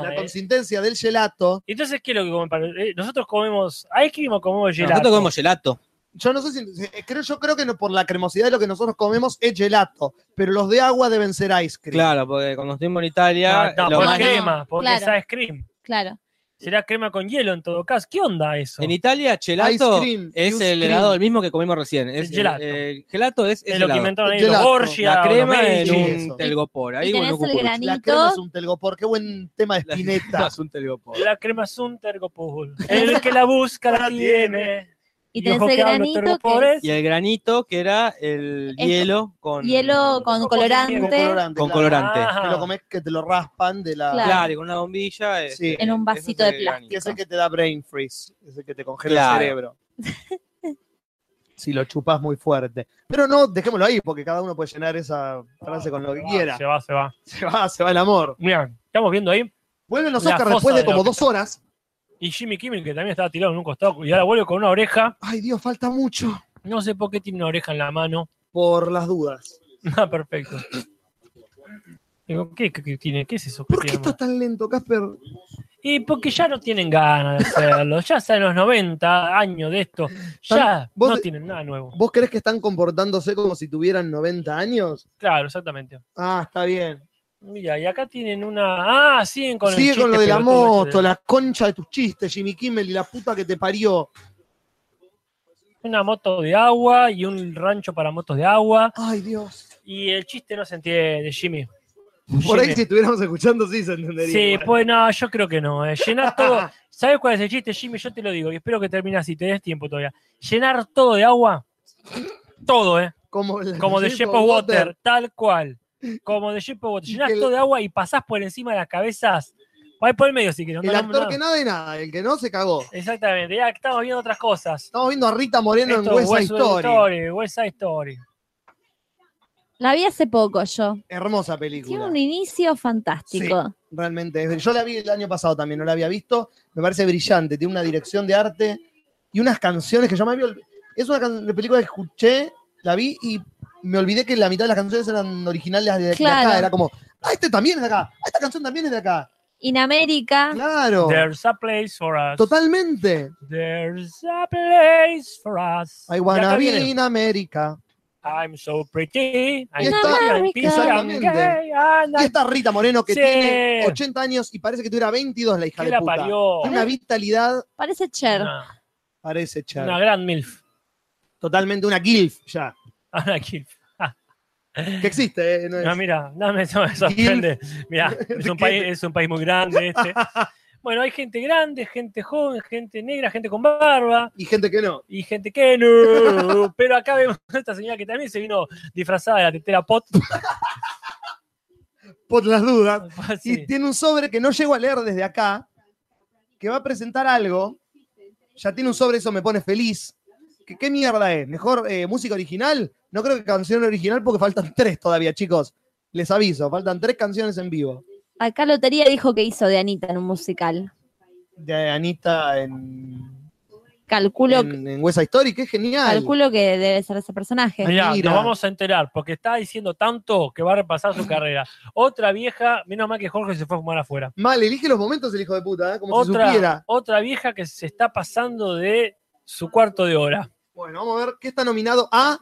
Ah, La eh. consistencia del gelato, Entonces, ¿qué es lo que comen? para- eh, ¿Nosotros comemos ice cream o comemos gelato? nosotros comemos gelato. yo no sé si eh, creo yo creo que no, por la cremosidad de lo que nosotros comemos es gelato, pero los de agua deben ser ice cream. Claro, porque cuando estuvimos en Ah, Italia, No, no, lo por más- que- crema, porque claro. es ice cream. Claro. Será crema con hielo en todo caso. ¿Qué onda eso? en Italia, gelato cream, es ice el cream. helado el mismo que comimos recién. Es El gelato. el gelato es, es es lo que helado. inventaron ahí, Gelato. los Borgia, La crema los en Medici. Medellín. un telgopor. Ahí Y bueno, tenés el cucurucho. granito. La crema es un telgopor, qué buen tema de La- espineta. es un telgopor. La crema es un tergopul. El que la busca la tiene. Y Y tenés ojo el que hablo granito que tergopores. es Y el granito que era el Es hielo con hielo con Con Con colorante colorante. con claro. colorante. Ah. Te lo comes que te lo raspan de la. Claro. Claro, y con una bombilla. Sí. este, En un eso vasito es de el plástico. Y granito. es el que te da brain freeze, es el que te congela Claro. el cerebro. si lo chupas muy fuerte. Pero no, dejémoslo ahí, porque cada uno Ah, puede llenar esa frase con lo que quiera. Ah, Se va, se va. Se va, se va el amor. Mira, estamos viendo ahí. Vuelven los La Oscars fosa después de de como López. dos horas. Y Jimmy Kimmel, que también estaba tirado en un costado, y ahora vuelve con una oreja. Ay, Dios, falta mucho. No sé por qué tiene una oreja en la mano. Por las dudas. Ah, perfecto. Digo, ¿qué, qué- qué tiene? ¿Qué es eso? que ¿Por qué tiene en esto la es tan lento, Casper? Y porque ya no tienen ganas de hacerlo. Ya están los 90 años de esto. Ya vos no de- tienen nada nuevo. ¿Vos crees que están comportándose como si tuvieran 90 años? Claro, exactamente. Ah, está bien. Mira, y acá tienen una. Ah, siguen con el Sigue con chiste lo de la pelotudo moto, este de- la concha de tus chistes, Jimmy Kimmel y la puta que te parió. Una moto de agua y un rancho para motos de agua. Ay, Dios. Y el chiste no se entiende, Jimmy. Por ahí Jimmy. si estuviéramos escuchando sí se entendería. Sí, igual. pues no, yo creo que no. eh. Llenar todo. ¿Sabes cuál es el chiste, Jimmy? Yo te lo digo y espero que termines si tenés tiempo todavía. Llenar todo de agua. Todo, ¿eh? como, el- Como de Shape Shape of of Water, tal cual. Como de Shape of Water. Y Llenás que el- todo de agua y pasás por encima de las cabezas. Ahí por el medio, si querés. no, El no, actor no. que nada de nada, el que no se cagó. Exactamente. Ya estamos viendo otras cosas. Estamos viendo a Rita Moreno Esto en West es Side West Side Story. Story, West Side Story. La vi hace poco yo. Hermosa Tiene película. un inicio fantástico. Realmente. es- Yo la vi el año pasado también, no la había visto. Me parece brillante. Tiene una dirección de arte y unas canciones que yo me había olvidado. Es una can- película que escuché, la vi y me olvidé que la mitad de las canciones eran originales de, de Claro. acá. Era como, ah, este también es de acá. Ah, Esta canción también es de acá. In América. Claro. There's a place for us. Totalmente. There's a place for us. I Y wanna acá be viene. in America. I'm so pretty. I'm está, pretty, I'm busy, I'm exactamente. gay, and Y I- está Rita Moreno que Sí. tiene 80 años y parece que tuviera 22 la hija ¿Qué de la puta. parió? Tiene una vitalidad, Parece Cher. Una, parece Char. una gran MILF. Totalmente una gilf ya. Ana Kilf. Que existe, ¿eh? No es- No, mira, no me, no me sorprende. Mira, es un, ¿Qué? país, es un país muy grande este. Bueno, hay gente grande, gente joven, gente negra, gente con barba Y gente que no. y gente que no. Pero acá vemos a esta señora que también se vino disfrazada de la tetera pot. Por las dudas. Sí. Y tiene un sobre que no llego a leer desde acá, que va a presentar algo. Ya tiene un sobre, eso me pone feliz. ¿Qué, qué mierda es? ¿Mejor eh, música original? No creo que canción original porque faltan tres todavía, chicos. Les aviso, faltan tres canciones en vivo. Acá Lotería dijo que hizo de Anita en un musical. De Anita en, Calculo, en, en West Side Story, que es genial. calculo que debe ser ese personaje. Mirá, mira. nos vamos a enterar, porque está diciendo tanto que va a repasar su carrera. Otra vieja, menos mal que Jorge se fue a fumar afuera. Mal, elige los momentos el hijo de puta, ¿eh? como si otra, supiera. otra vieja que se está pasando de su cuarto de hora. Bueno, vamos a ver qué está nominado a.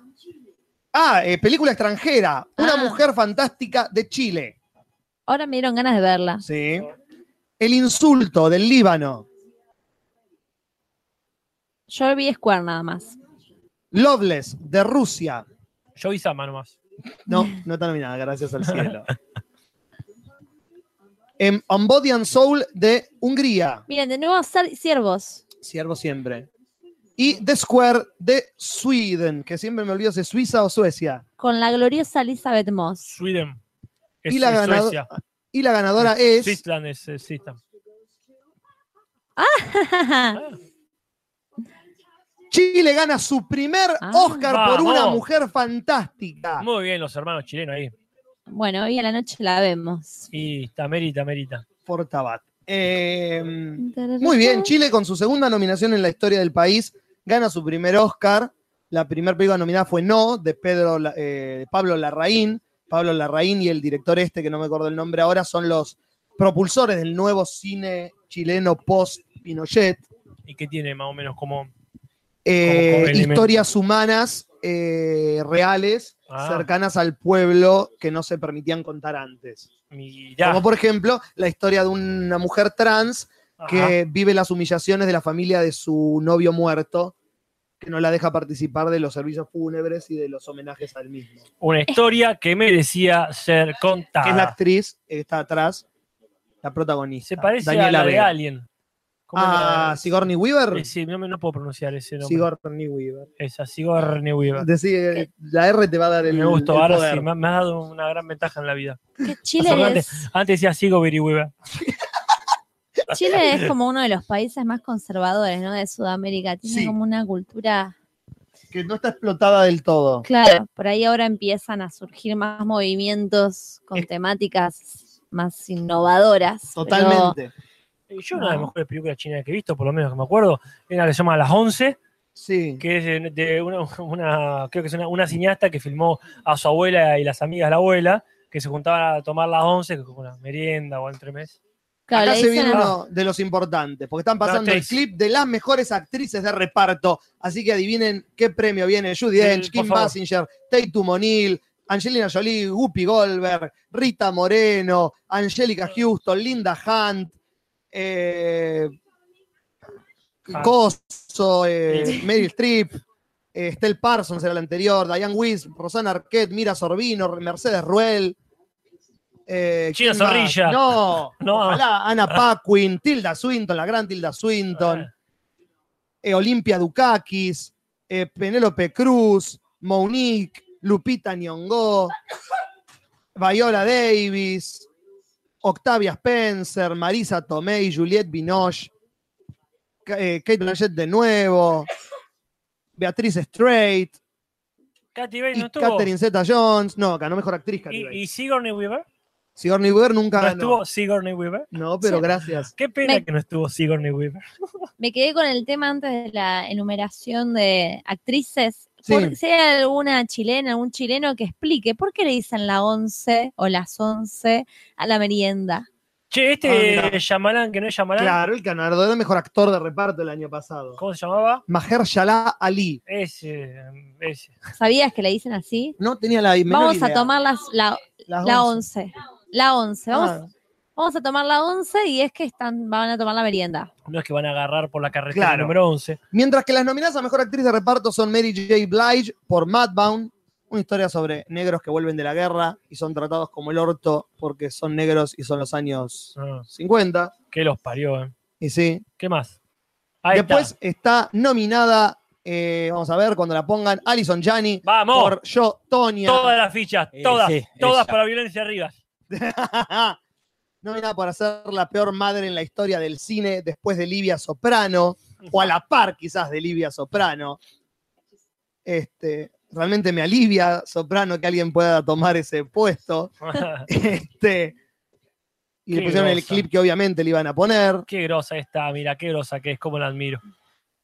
Ah, eh, película extranjera. Una Ah. mujer fantástica de Chile. Ahora me dieron ganas de verla. Sí. El insulto del Líbano. Yo vi Square nada más. Loveless de Rusia. Yo y Sama nomás. No, no está nominada, gracias al cielo. Em, On Body and Soul de Hungría. Miren, de nuevo, Sar- Ciervos. Siervo siempre. Y The Square de Sweden, que siempre me olvido si es Suiza o Suecia. Con la gloriosa Elizabeth Moss. Sweden. Es, Y la es ganado- Suecia. Y la ganadora es. Switzerland es, eh, Switzerland. Chile gana su primer Ah. Oscar por Vamos. una mujer fantástica. Muy bien, los hermanos chilenos ahí. bueno, hoy a la noche la vemos. Y está merita, merita. Por Tabat. Eh, muy bien, Chile con su segunda nominación en la historia del país gana su primer Oscar. La primera película nominada fue No, de Pedro, La- eh, Pablo Larraín. Pablo Larraín y el director este, que no me acuerdo el nombre ahora, son los propulsores del nuevo cine chileno post-Pinochet. Y que tiene más o menos como. Eh, Como con elementos. historias humanas eh, reales Ah. cercanas al pueblo que no se permitían contar antes. Mirá. Como por ejemplo la historia de una mujer trans que Ajá. vive las humillaciones de la familia de su novio muerto, que no la deja participar de los servicios fúnebres y de los homenajes al mismo. Una historia que merecía ser contada. Que es la actriz, eh, está atrás, la Ah. Se protagonista. parece Daniela a la de Vega. Alien. ¿Cómo Ah, la- Sigourney Eh, Weaver. Sí, no, me- no puedo pronunciar ese nombre. Sigourney Weaver. Esa, Sigourney Weaver. Decí, eh, la R te va a dar el, me gustó, el ahora poder. sí, me, me ha dado una gran ventaja en la vida. Que Fernández. Chile, es, Antes decía Sigourney Weaver. Chile es como uno de los países más conservadores, ¿no? De Sudamérica. Tiene Sí. como una cultura. que no está explotada del todo. Claro, por ahí ahora empiezan a surgir más movimientos con Es- temáticas más innovadoras. pero Totalmente. Y Yo No. una de Ah. las mejores películas chinas que he visto, por lo menos que me acuerdo, es una que se llama Las 11, Sí. que es de- de una, una- creo que es una, una cineasta que filmó a su abuela y las amigas de la abuela, que se juntaban a tomar las 11, que es como una merienda o entre meses. Acá claro, le se dicen viene a- uno de los importantes, porque están pasando el Dates. clip de las mejores actrices de reparto. Así que adivinen qué premio viene. Judy Sí, Dench, por Kim favor. Basinger, Tatum O'Neill, Angelina Jolie, Whoopi Goldberg, Rita Moreno, Angélica Houston, Linda Hunt, eh, Hunt. Coso, eh, Ah. Sí. Meryl Streep, eh, Estelle Parsons era la anterior, Diane Weiss, Rosana Arquette, Mira Sorbino, Mercedes Ruel. Eh, Chino ¿quién más? Zorrilla. No, No. ojalá, Ana Paquin, Tilda Swinton, la gran Tilda Swinton, Ah. eh, Olimpia Dukakis, eh, Penélope Cruz, Monique, Lupita Nyong'o, Viola Davis, Octavia Spencer, Marisa Tomei, Juliette Binoche, Ca- eh, Kate Blanchett de nuevo, Beatriz Strait, Katy Bates y no estuvo. Catherine Zeta-Jones. No, ganó mejor actriz Kathy ¿Y, Bates. Ah, y Sigourney Weaver? Sigourney Weaver nunca ¿No ganó. estuvo Sigourney Weaver? No, pero gracias. Qué pena Me- que no estuvo Sigourney Weaver. Me quedé con el tema antes de la enumeración de actrices. Sí. Por- si hay alguna chilena, algún chileno que explique por qué le dicen la 11 o las 11 a la merienda. Che, Ah, este mirá. Yamalán, que no es Yamalán, Claro, el ganador de mejor actor de reparto el año pasado. ¿cómo se llamaba? Maher Shala Ali. Ese, ese. ¿Sabías que le dicen así? No tenía la menor Vamos a idea. tomar las, la, Las la once. 11. La 11. Vamos, Ah, vamos a tomar la 11 y es que están, van a tomar la merienda. No es que van a agarrar por la carretera Claro. número 11. Ah. Mientras que las nominadas a mejor actriz de reparto son Mary J. Blige por Madbound, una historia sobre negros que vuelven de la guerra y son tratados como el orto porque son negros y son los años Ah, 50. que los parió, eh. Y sí. ¿Qué más? Ahí Después está. está, nominada, eh, vamos a ver cuando la pongan, Alison Janney Vamos, por Yo, Tonya. todas las fichas, Eh, todas, sí, todas ella. para violencia arriba. no hay nada por hacer la peor madre en la historia del cine después de Livia Soprano, o a la par quizás de Livia Soprano. Este, realmente me alivia Soprano que alguien pueda tomar ese puesto. Este, y le Qué pusieron el grosa. clip que obviamente le iban a poner, qué grosa está, mira, qué grosa que es, cómo la admiro.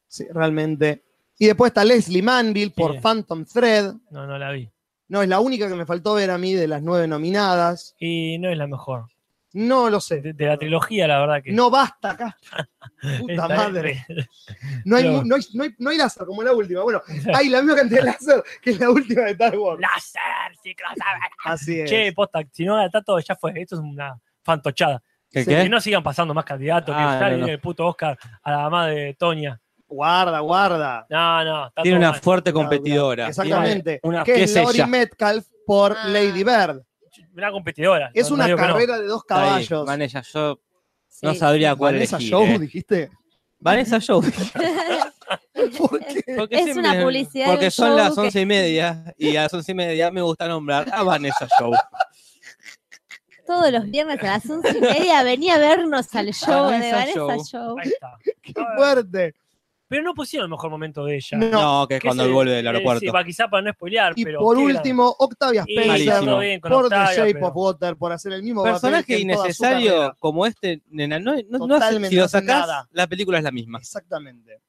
sí, realmente. Y después está Leslie Manville por Sí. Phantom Thread. No, no la vi. No, es la única que me faltó ver a mí de las nueve nominadas. Y no es la mejor. No lo sé. De, de la trilogía, la verdad que. No basta acá. Está- Puta madre. No hay, Pero- mu- no, hay, no, hay, no hay láser como en la última. Bueno, hay la misma cantidad de láser que en la última de Star Wars. Láser, sí, crossover. Así es. Che, posta, si no está todo, ya fue. Esto es una fantochada. ¿Qué, Sí, Que qué? no sigan pasando más candidatos, que Ah, ya no, le no. viene el puto Oscar a la mamá de Toña. Guarda, guarda. No, no, está Tiene todo una mal. fuerte competidora. Exactamente. Una- que ¿qué es es Lori ella? Metcalf por Ah. Lady Bird. una competidora. Es no- no una digo que no. carrera de dos Está ahí, caballos. Vanessa, yo Sí. no sabría cuál Vanessa elegir, Joe, eh. dijiste. Vanessa Show. ¿Por qué? Porque Es siempre- una publicidad de Porque un son show las que- once y media y a las once y media me gusta nombrar a Vanessa Show. Todos los viernes a las 11 y media venía a vernos al show de Vanessa Vanessa Show. Show. Ahí está. Qué fuerte. Pero no pusieron el mejor momento de ella. No. No, que es Que cuando se- él vuelve del eh, aeropuerto. Sí, va, quizá para no spoilear, Y pero. por qué gran- último, Octavia Y Spencer todo bien con por Octavia, The Shape pero- of Water, por hacer el mismo Personaje papel que en toda su innecesario carrera. como este, nena, no, no, no hace- Totalmente, si no lo hace sacás, nada. la película es la misma. Exactamente.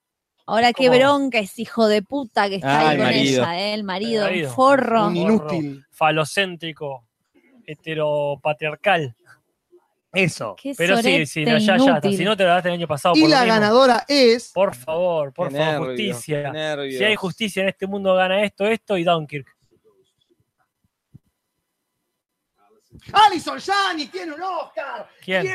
Ahora qué ¿Cómo? bronca es hijo de puta que está Ah, ahí el con marido. ella, ¿eh? el marido, un El marido. forro. Un inútil. Falocéntrico, heteropatriarcal. Eso. Qué Pero sí, sorete sí, no, ya, ya está. inútil. Si no te la daste el año pasado, Y por lo la mismo. ganadora es. Por favor, por Qué favor, nervio, justicia. qué nervio. Si hay justicia en este mundo, gana esto, esto y Dunkirk. Alison Janney tiene un Oscar. ¿Quién? Yes.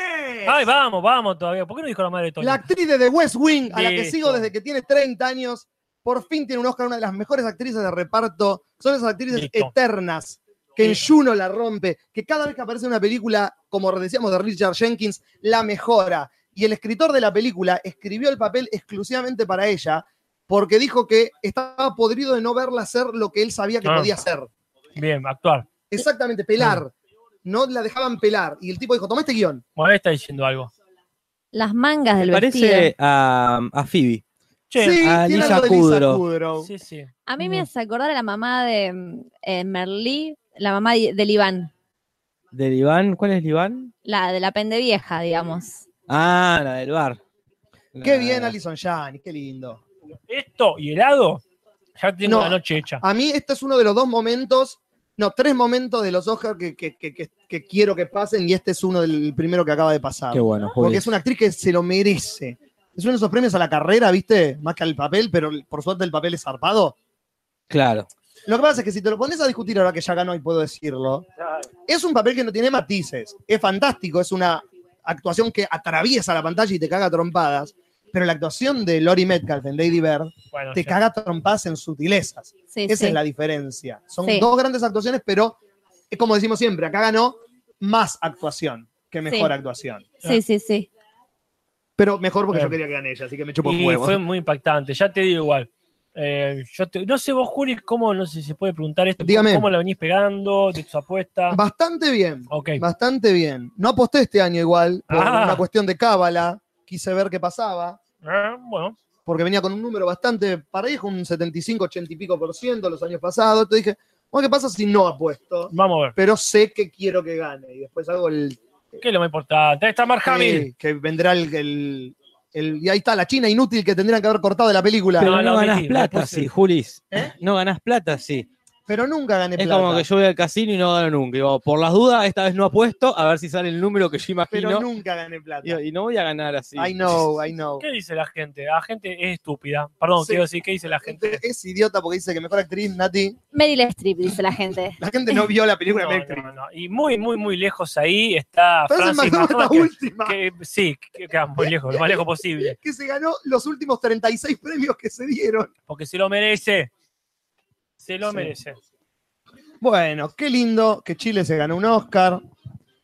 Ay, vamos, vamos todavía. ¿Por qué no dijo la madre de Toño? La actriz de The West Wing, a la que Listo. sigo desde que tiene 30 años, por fin tiene un Oscar, una de las mejores actrices de reparto. Son esas actrices Listo. eternas, que en Listo. Juno la rompe, que cada vez que aparece una película, como decíamos de Richard Jenkins, la mejora. Y el escritor de la película escribió el papel exclusivamente para ella, porque dijo que estaba podrido de no verla hacer lo que él sabía que Ah. podía hacer. Bien, actuar. Exactamente, pelar. Ah. No la dejaban pelar. Y el tipo dijo, toma este guión. Bueno, ahí está diciendo algo. Las mangas del vestido. Parece a, a Phoebe. Che, sí, a tiene Ah, Lisa algo de Lisa Kudrow. Kudrow. sí, sí. A mí me hace acordar a la mamá de mm, eh, Merlí, la mamá de- del Iván. ¿Del Iván? ¿Cuál es el Iván? La de la pendevieja, digamos. Ah, la del bar. Qué La- bien, Alison Jani, qué lindo. Esto y helado, ya tengo No. la noche hecha. A mí, este es uno de los dos momentos, no, tres momentos de los Oscars que, que- que- que- que quiero que pasen, y este es uno del primero que acaba de pasar. Qué bueno, porque Juli. es una actriz que se lo merece. Es uno de esos premios a la carrera, ¿viste? Más que al papel, pero por suerte el papel es zarpado. Claro. Lo que pasa es que si te lo pones a discutir ahora que ya ganó y puedo decirlo, es un papel que no tiene matices. Es fantástico, es una actuación que atraviesa la pantalla y te caga a trompadas. Pero la actuación de Lori Metcalf en Lady Bird Bueno, te ya. caga a trompadas en sutilezas. Sí, Esa sí. es la diferencia. Son Sí. dos grandes actuaciones, pero es como decimos siempre, acá ganó más actuación que mejor Sí. actuación. sí, sí, sí. Pero mejor porque Bien. yo quería que gane ella, así que me chupo Y huevos. fue muy impactante, ya te digo igual. Eh, yo te- no sé vos, Juli, cómo, no sé si se puede preguntar esto, Dígame. cómo la venís pegando, de tus apuestas. Bastante bien. Ok. Bastante bien. No aposté este año igual, por Ah. una cuestión de cábala. Quise ver qué pasaba, Ah, bueno, porque venía con un número bastante parejo, un 75, 80 y pico por ciento los años pasados. Te dije, bueno, ¿qué pasa si no apuesto? vamos a ver. Pero sé que quiero que gane. Y después hago el. ¿Qué es lo más importante? Ahí está Mark Hamill. eh, que vendrá el, el- el- Y ahí está la China inútil que tendrían que haber cortado de la película. Pero No, no, no, ganás omití, plata, lo puse. sí, Julis. ¿Eh? No ganás plata, sí. Pero nunca gané Es plata. como que yo voy al casino y no gano nunca. Digo, por las dudas, esta vez no apuesto, a ver si sale el número que yo Pero imagino. nunca gané plata. Digo, y no voy a ganar así. I know, I know. ¿Qué dice la gente? La gente es estúpida. Perdón, Sí. quiero decir, ¿qué dice la gente? Es idiota porque dice que mejor actriz, Nati. Meryl Streep, dice la gente. La gente no vio la película No, de Meryl Streep. no, no. Y muy, muy, muy lejos ahí está Frances Francis McDormand McDormand, es la última. que- que- sí, que queda muy lejos, lo más lejos posible. que se ganó los últimos 36 premios que se dieron. Porque se lo merece. Se lo Sí. merece. Bueno, qué lindo que Chile se ganó un Oscar.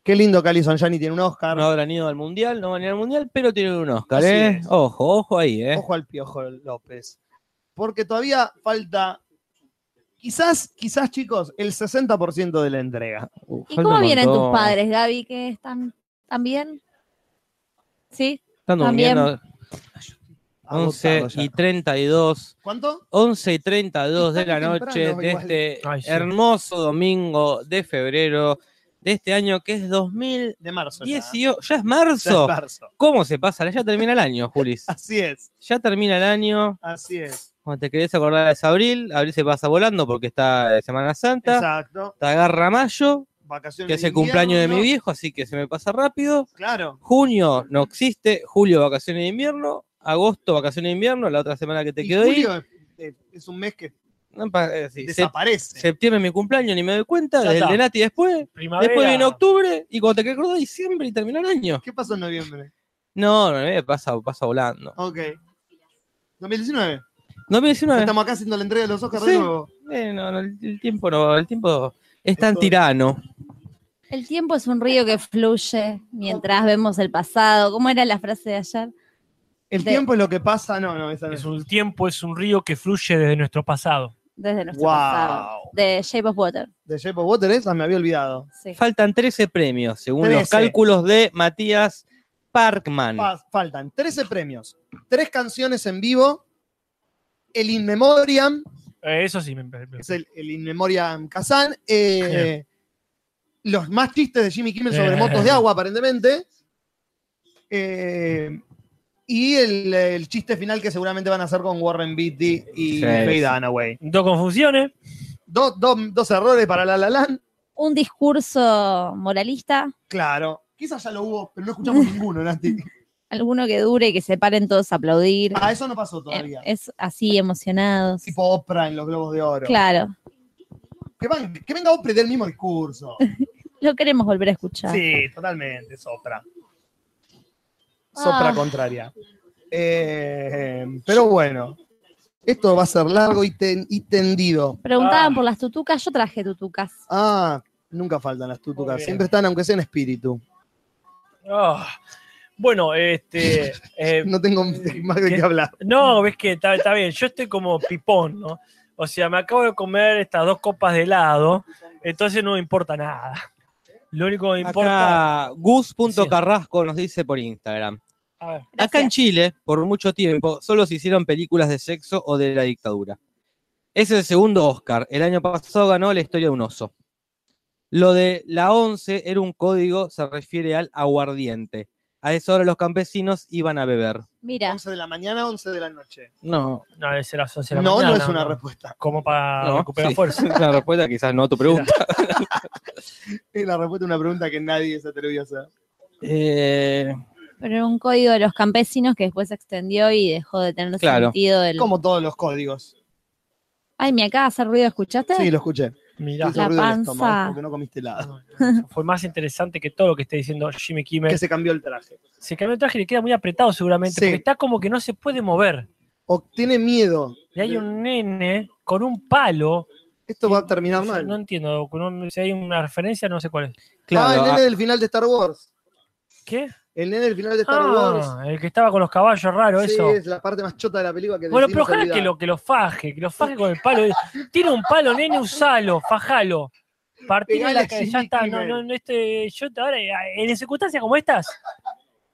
Qué lindo que Alison Janney tiene un Oscar. No habrán ido al mundial, no van a ir al mundial, pero tienen un Oscar, Así ¿eh? es. Ojo, ojo ahí, ¿eh? Ojo al piojo López. Porque todavía falta. Quizás, quizás, chicos, el 60% de la entrega. Uh, ¿Y falta cómo un vienen tus montón. padres, Gaby, que están tan bien? ¿Sí? Están También. durmiendo Agotado 11 ya. y 32. ¿Cuánto? 11 y 32 de la Están noche temprano de igual. este Ay, sí. hermoso domingo de febrero de este año que es De marzo. ya. 2018. Ya es Ya es marzo. marzo. ¿Cómo se pasa? Ya termina el año, Julis. Así es, Ya termina el año. así es. Cuando te querés acordar es abril. Abril se pasa volando porque está eh, Semana Santa. Exacto. Te agarra mayo, Vacaciones. que es de el cumpleaños de mi invierno. viejo, así que se me pasa rápido. Claro. Junio no existe. Julio, vacaciones de invierno. Agosto, vacaciones de invierno. La otra semana que te Y quedó ahí. julio es, es un mes que No, pa- eh, sí, sep- desaparece. septiembre es mi cumpleaños, ni me doy cuenta. Ya Desde el está. de Nati después. Primavera. Después viene octubre y cuando te querés acordar, diciembre y termina el año. ¿Qué pasó en noviembre? No, no, eh, pasa, pasa volando. Ok. 2019. 2019. Estamos acá haciendo la entrega de los Oscars Ah. Sí. de nuevo. Eh, no, no, el el tiempo no, el tiempo es tan Estoy- tirano. El tiempo es un río que fluye mientras vemos el pasado. ¿Cómo era la frase de ayer? El De- tiempo es lo que pasa. No, no, esa no Es es. un tiempo, es un río que fluye desde nuestro pasado. Desde nuestro Wow. pasado. De Shape of Water. De Shape of Water, esa me había olvidado. Sí. Faltan 13 premios, según los 13. cálculos de Matías Parkman. Fa- faltan 13 premios, 3 canciones en vivo, el In Memoriam, Eh, eso sí me, me- me- que es el, el In Memoriam Kazan, eh, los más chistes de Jimmy Kimmel sobre Eh. motos de agua, aparentemente, eh, y el, el chiste final que seguramente van a hacer con Warren Beatty y Sí. Faye Dunaway. Dos confusiones. Dos- dos- dos errores para La La Land, Un discurso moralista, claro. Quizás ya lo hubo, pero no escuchamos ninguno, Nati. alguno que dure y que se paren todos a aplaudir. Ah, eso no pasó todavía. Eh, Es así, emocionados. tipo Oprah en los Globos de Oro. Claro, Que, van- que venga Oprah y dé el mismo discurso. lo queremos volver a escuchar. Sí, totalmente, es Oprah. Es Ah. Oprah contraria. Eh, pero bueno, esto va a ser largo y, ten- y tendido. Preguntaban Ah. por las tutucas, yo traje tutucas. Ah, nunca faltan las tutucas. bien. Siempre están, aunque sea en espíritu. Ah. Bueno, este. eh, No tengo más de qué hablar. no, ves que está, está bien. Yo estoy como pipón, ¿no? O sea, me acabo de comer estas dos copas de helado, entonces no me importa nada. Lo único que me importa. Acá Gus.carrasco nos dice por Instagram. A ver, Gracias. Acá en Chile, por mucho tiempo, solo se hicieron películas de sexo o de la dictadura. Es el segundo Oscar. El año pasado ganó La historia de un oso. Lo de la 11 era un código, se refiere al aguardiente. A esa hora los campesinos iban a beber. Mira, 11 de la mañana, 11 de la noche. No, No, debe ser a las 11 de No, la mañana. no es una respuesta. Como para no, recuperar sí. Ah, fuerza. Es una respuesta quizás no a tu pregunta. Es la respuesta a una pregunta que nadie se atrevió a hacer. Eh, pero era un código de los campesinos que después se extendió y dejó de tener Claro. sentido. Del... Como todos los códigos. Ay, me acaba de hacer ruido, ¿escuchaste? Sí, lo escuché. Mirá, Hizo La ruido en el panza. estómago porque no comiste helado. fue más interesante que todo lo que está diciendo Jimmy Kimmel. Que se cambió el traje. Se cambió el traje y le queda muy apretado seguramente, Sí. porque está como que no se puede mover. O tiene miedo. Y hay un nene con un palo. Esto va a No, terminar sé, mal. no entiendo, con un- si hay una referencia, no sé cuál es. claro, ah, el a- nene del final de Star Wars. ¿Qué? El nene del final de Star Wars. Ah, el que estaba con los caballos raro, Sí, eso. es la parte más chota de la película que Bueno, pero decidimos ojalá olvidar. que lo, que lo faje, que lo faje con el palo. Tiene un palo, nene, usalo, fajalo. Partir Pegale la a calle, ya Jimmy está. No, Kimmel. no, no, este, yo ahora, en circunstancias como estas,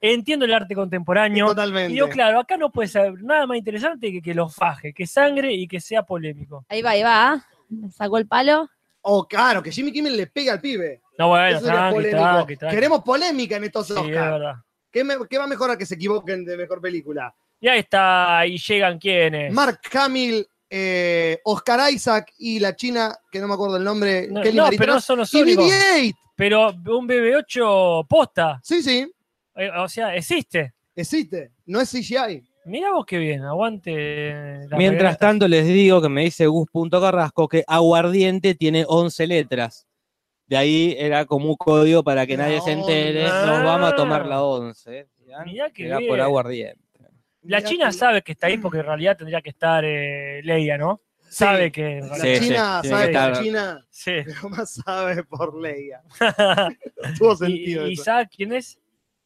entiendo el arte contemporáneo. Totalmente. Y yo, claro, acá no puede ser nada más interesante que que lo faje, que sangre y que sea polémico. Ahí va, ahí va. Le Sacó el palo. Oh, claro, que Jimmy Kimmel le pega al pibe. No, bueno, Eso era tranqui, polémico. tranqui, tranqui. Queremos polémica en estos Sí, es Oscars. verdad. ¿Qué, me- qué va a mejorar que se equivoquen de mejor película? Y ahí está, y llegan quienes. Mark Hamill, eh, Oscar Isaac y la china, que no me acuerdo el nombre, No, Kelly no, Marie pero no Tran- son los y únicos. BB-8. Pero un BB-8 posta. Sí, sí, Eh, O sea, existe. existe. No es CGI. Mirá vos qué bien, aguante. la mientras regata. tanto les digo que me dice Gus.carrasco que aguardiente tiene 11 letras. De ahí era como un código para que La nadie se entere. onda. Nos vamos a tomar la 11. ¿ya? Mirá qué Era bien. por aguardiente. La Mirá China que- sabe que está ahí porque en realidad tendría que estar eh, Leia, ¿no? Sabe que. en La realidad- Sí, China sí, sabe tiene que por estar- China, Sí. pero más sabe por Leia. Tuvo y, sentido. y eso. sabe quién es?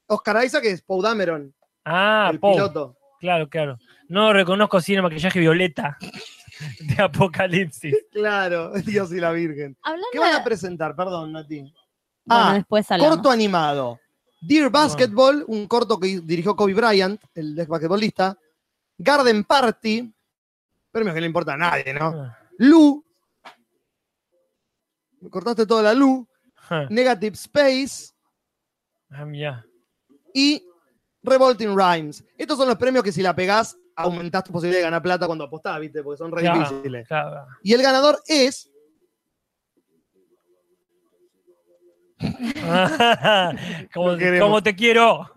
Oscar Isaac es Paul Dameron, Ah, el Poe. piloto. Claro, claro. No reconozco sin el maquillaje violeta de Apocalipsis. Claro, Dios y la Virgen. Hablando ¿Qué van a de- presentar? Perdón, Nati. Bueno, Ah, después hablamos. Corto animado. Dear Basketball, un corto que dirigió Kobe Bryant, el ex basquetbolista. Garden Party, premios que no le importa a nadie, ¿no? Lu. Me cortaste toda la Lu. Ah, Negative Space mirá. y Revolting Rhymes. Estos son los premios que si la pegás, aumentás tu posibilidad de ganar plata cuando apostás, ¿viste? Porque son re Claro, difíciles. claro. Y el ganador es. como, Lo queremos. como te quiero.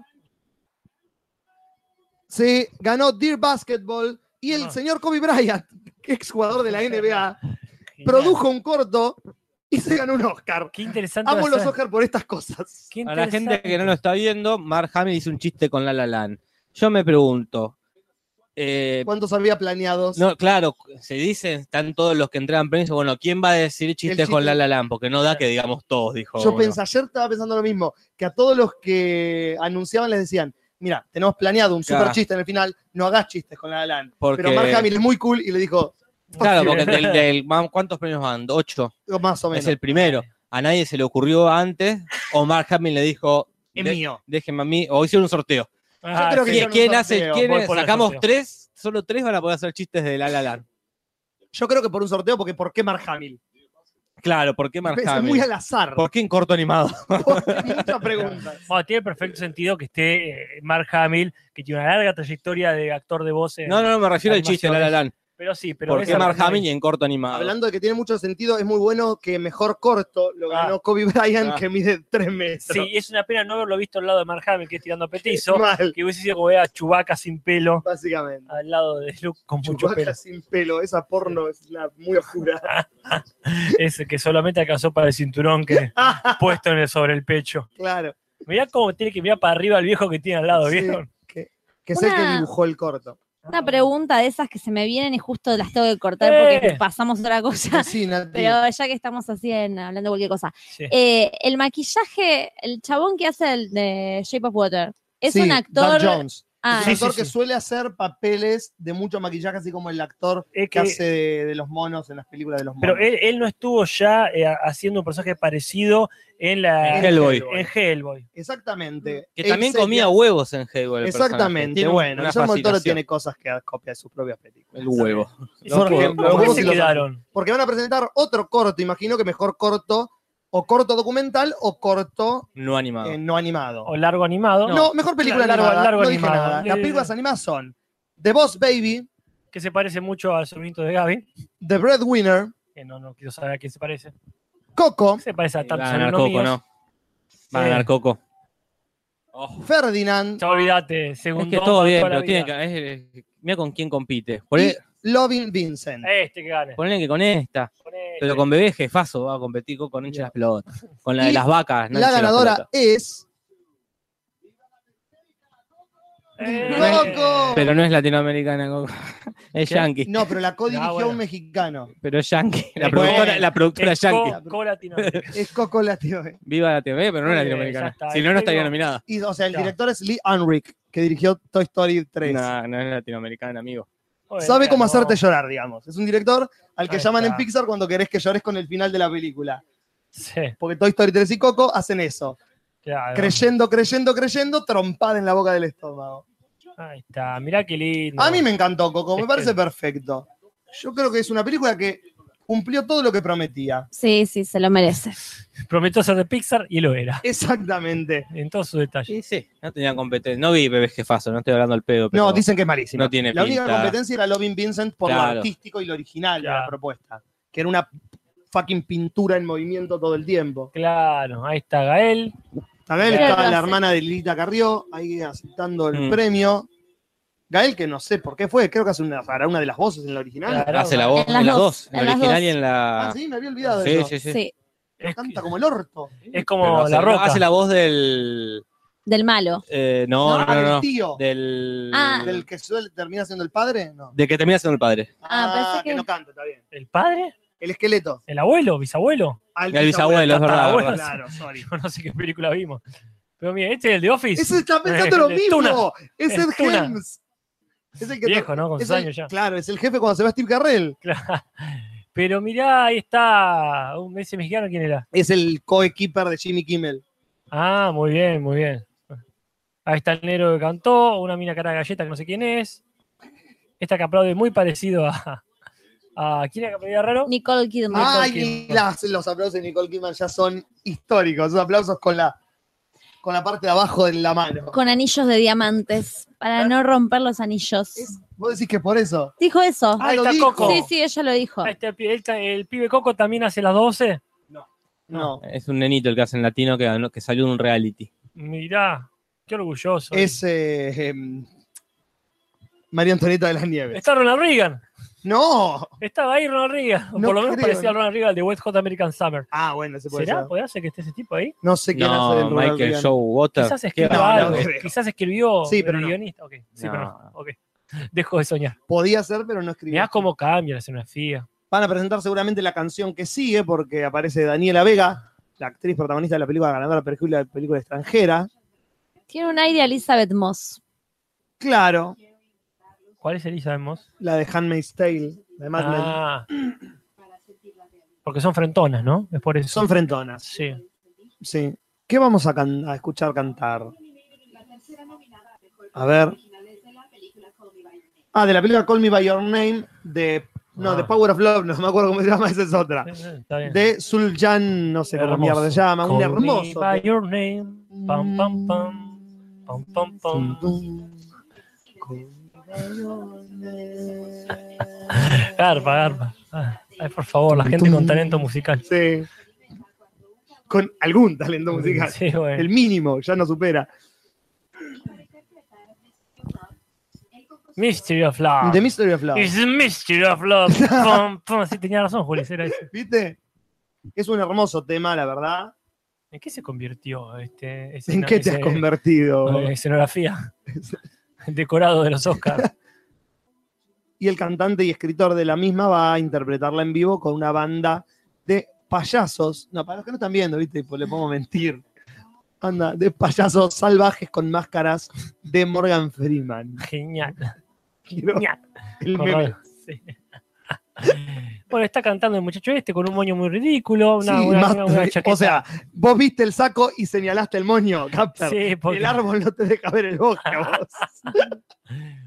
Se ganó Dear Basketball y el Ah. señor Kobe Bryant, exjugador de la NBA. produjo un corto y se ganó un Oscar. Qué interesante. va Amo a los ser. Oscar por estas cosas. Qué A la gente interesante. que no lo está viendo, Mark Hamill hizo un chiste con La La Land. Yo me pregunto, eh, ¿Cuántos había planeados? no, claro, se dicen, están todos los que entregan premios, bueno, ¿quién va a decir chistes chiste. con La La Land? Porque no da que digamos todos, dijo Yo uno. pensé, ayer estaba pensando lo mismo, que a todos los que anunciaban les decían, mira, tenemos planeado un super Claro. chiste en el final, no hagas chistes con la Alan. Porque- Pero Mark Hamill es muy cool y le dijo, Claro, porque del- del- van- ¿cuántos premios van? Ocho. más o menos. Es el primero. A nadie se le ocurrió antes, o Mark Hamill le dijo, Es "De- Em, mío. déjenme a mí, o hicieron un sorteo. Ah, creo que sí. ¿Quién, hicieron un quién hace? sorteo, quién- voy por el sacamos sorteo. tres, solo tres van a poder hacer chistes de La La Land. Yo creo que por un sorteo, porque ¿por qué Mark Hamill? Claro, ¿por qué Mark Es Hamill? muy al azar. ¿Por qué en corto animado? porque hay Muchas preguntas. Bueno, tiene perfecto sentido que esté eh, Mark Hamill, que tiene una larga trayectoria de actor de voces. No, no, no, me refiero al chiste, La La Land. Pero sí, pero. ¿Por qué esa- Mark Hamill y en corto animado? Hablando de que tiene mucho sentido, es muy bueno que mejor corto lo ganó Kobe Bryant, Ah. que mide tres metros. Sí, es una pena no haberlo visto al lado de Mark Hamill, que es tirando petizo. Mal, que hubiese sido como ver a Chubaca sin pelo básicamente. al lado de Luke con Ah, mucho Chewbacca pelo. Ah. sin pelo, esa porno es la- muy oscura. Ese que solamente alcanzó para el cinturón que puesto en el- sobre el pecho. claro. Mirá cómo tiene que mirar para arriba el viejo que tiene al lado, Sí. ¿vieron? Que es el que Una- dibujó el corto. Una pregunta de esas que se me vienen y justo las tengo que cortar ¡Eh! porque pasamos a otra cosa. Sí, Nati. Pero ya que estamos así en, hablando de cualquier cosa. Sí. Eh, el maquillaje, el chabón que hace el de Shape of Water, es Sí, un actor. Doug Jones. Ah, es Sí, un sí, actor sí. que suele hacer papeles de mucho maquillaje, así como el actor Es que que- hace de, de los monos en las películas de los monos. Eh. Pero él, él no estuvo ya eh, haciendo un personaje parecido en la En Ah, Hellboy. en Hellboy. Exactamente. Que Él también sería- comía huevos en Hegel. el personaje. Exactamente. Tiene Bueno, una Guillermo del Toro fascinación. tiene cosas que copia de sus propias películas. El huevo. ¿Por qué- ejemplo, por qué vos se y los quedaron? Porque van a presentar otro corto, imagino que mejor corto, o corto documental o corto No animado. eh, no animado. O largo animado. No, mejor película Largo- animada. largo no dije animado. nada. Las Eh. películas animadas son The Boss Baby, Que se parece mucho al sobrinito de Gaby. The Breadwinner, Que no, no quiero saber a quién se parece. Coco, Se parece a Van a tantos ganar amigos Coco, míos. ¿no? Van a Sí. ganar Coco. Ferdinand Ya olvídate, segundo. Es que todo bien, toda la pero tiene vida. que. es- es- mira con quién compite. y Poné- Loving Vincent. Este que gane. Ponele que con esta. Con este. Pero con bebé jefazo va a competir Coco, no hinche las pelotas. Con la Y de las vacas. no La hinche las ganadora pelotas. es Eh, Coco. Pero no es latinoamericana, Coco. Es yankee. No, pero la codirigió Ah, bueno. un mexicano. Pero es yankee. La Eh, productora, bueno. la productora Es es yankee. Co- co- latinoamericana. Es Coco la TV. Viva la TV, pero no es Eh, latinoamericana. ya está, si el no, no estaría tema- nominada. Y, o sea, el Ya. director es Lee Unrick, que dirigió Toy Story 3. No, no es latinoamericana, amigo. Bueno, Sabe ya cómo no. hacerte llorar, digamos. Es un director al que Ahí llaman en está. Pixar cuando querés que llores con el final de la película. Sí, Porque Toy Story 3 y Coco hacen eso. claro. Creyendo, creyendo, creyendo, trompada en la boca del estómago. Ahí está, mirá qué lindo. A mí me encantó Coco, me Es parece que- perfecto. Yo creo que es una película que cumplió todo lo que prometía. Sí, sí, se lo merece. Prometió ser de Pixar y lo era. Exactamente. En todos sus detalles. Sí, sí. No tenía competencia. No vi bebé jefazo, no estoy hablando al pedo. Pero No, dicen que es malísima. No tiene la única pinta. competencia era Loving Vincent por Claro. lo artístico y lo original de la Claro. propuesta. Que era una fucking pintura en movimiento todo el tiempo. Claro, ahí está Gael. También Pero estaba lo Ah, la hace. hermana de Lilita Carrió ahí aceptando el Mm. premio. Gael, que no sé por qué fue, creo que hace una, hará una de las voces en la original. Claro. Hace la voz en las las dos. dos, En la en las original dos. y en la. Ah, sí, me había olvidado de sí, eso. sí, sí. Sí, Es, Canta como el orto. es Pero como hace- la roca. Hace la voz del. del malo. eh, no, no, Ah, no. del no. tío. Del. Ah. ¿Del que suele- termina siendo el padre? No. De que termina siendo el padre. Ah, pensé que- no canta, está bien. ¿El padre? El esqueleto. ¿El abuelo? ¿Bisabuelo? Al El bisabuelo, es verdad. tatarabuelo. verdad. Claro, sorry. Yo no sé qué película vimos. Pero mira, este es el de Office. Ese está pensando lo El de Tuna. mismo. Es El el Tuna. Helms. Es el que Viejo, ¿no? Con es sus el- años ya. Claro, es el jefe cuando se va Steve Carrell. Claro. Pero mirá, ahí está. Un ese mexicano, ¿quién era? Es el coequiper de Jimmy Kimmel. Ah, muy bien, muy bien. Ahí está el negro que cantó, una mina cara de galleta que no sé quién es. Esta que aplaude muy parecido a. a ¿Quién era que aplaudía raro? Nicole Kidman. Ay, Kidman. y las- los aplausos de Nicole Kidman ya son históricos. Esos aplausos con la, con la parte de abajo de la mano. Con anillos de diamantes, para no romper los anillos. Es- vos decís que por eso. Dijo eso. Ahí lo está dijo. Coco. Sí, sí, ella lo dijo. Ah, este, el, pi- el ta- el pibe Coco también hace las 12. No. Es un nenito el que hace en latino que, ganó- que salió de un reality. Mirá, qué orgulloso. Es eh, em, María Antonieta de las Nieves. Está Ronald Reagan. No. Estaba ahí Ronald Reagan. O No por lo menos creo, parecía ¿no? Ronald Reagan de West Hot American Summer. Ah, bueno, se puede ¿Será? ser. ¿Podría ser que esté ese tipo ahí? No sé quién hace del No, Ronald Michael Reagan. Showalter. Quizás ¿Qué escribió No, bárbaro. algo. no creo. Quizás escribió Sí, pero el no. guionista. Ok, sí, pero no. No. Ok. Dejo de soñar. Podía ser, pero no escribió. Mirá cómo cambia la escenografía. Van a presentar seguramente la canción que sigue, porque aparece Daniela Vega, la actriz protagonista de la película ganadora de película, película extranjera. Tiene un aire a Elizabeth Moss. Claro, ¿Cuál es Elizabeth Moss? la de Handmaid's Tale, de Mad Men. Ah. Porque son frentonas, ¿no? Es por eso. Son frentonas, Sí. sí. ¿Qué vamos a, can- a escuchar cantar? A ver. Ah, de la película Call Me By Your Name, de. No, Ah. de Power of Love, no me acuerdo cómo se llama, esa es otra. Está bien. De Suljan, no sé cómo Hermoso. mierda se llama, un Call hermoso. me by your name. Pam, Mm. pam, pam. Pam, pam, pam. Garpa, garpa. Ah, Ay, por favor, la gente con talento musical. Sí. Con algún talento musical. Sí, bueno. El mínimo, ya no supera. Mystery of Love. The Mystery of Love. It's the mystery of love. Pum, pum. Sí, tenía razón, Juli, era ese. ¿Viste? Es un hermoso tema, la verdad. ¿En qué se convirtió este? ¿En escena- qué te has ese- convertido? eh, Escenografía. El decorado de los Oscars. Y el cantante y escritor de la misma va a interpretarla en vivo con una banda de payasos. No, para los que no están viendo, ¿viste? Pues le podemos mentir. Anda, de payasos salvajes con máscaras de Morgan Freeman. Genial. Quiero Genial. el Con meme. Ronald, sí. Bueno, está cantando el muchacho este con un moño muy ridículo, una, Sí, una- más- una- una chaqueta. o sea, vos viste el saco y señalaste el moño, Capter. Sí, porque- El árbol no te deja ver el bosque a vos.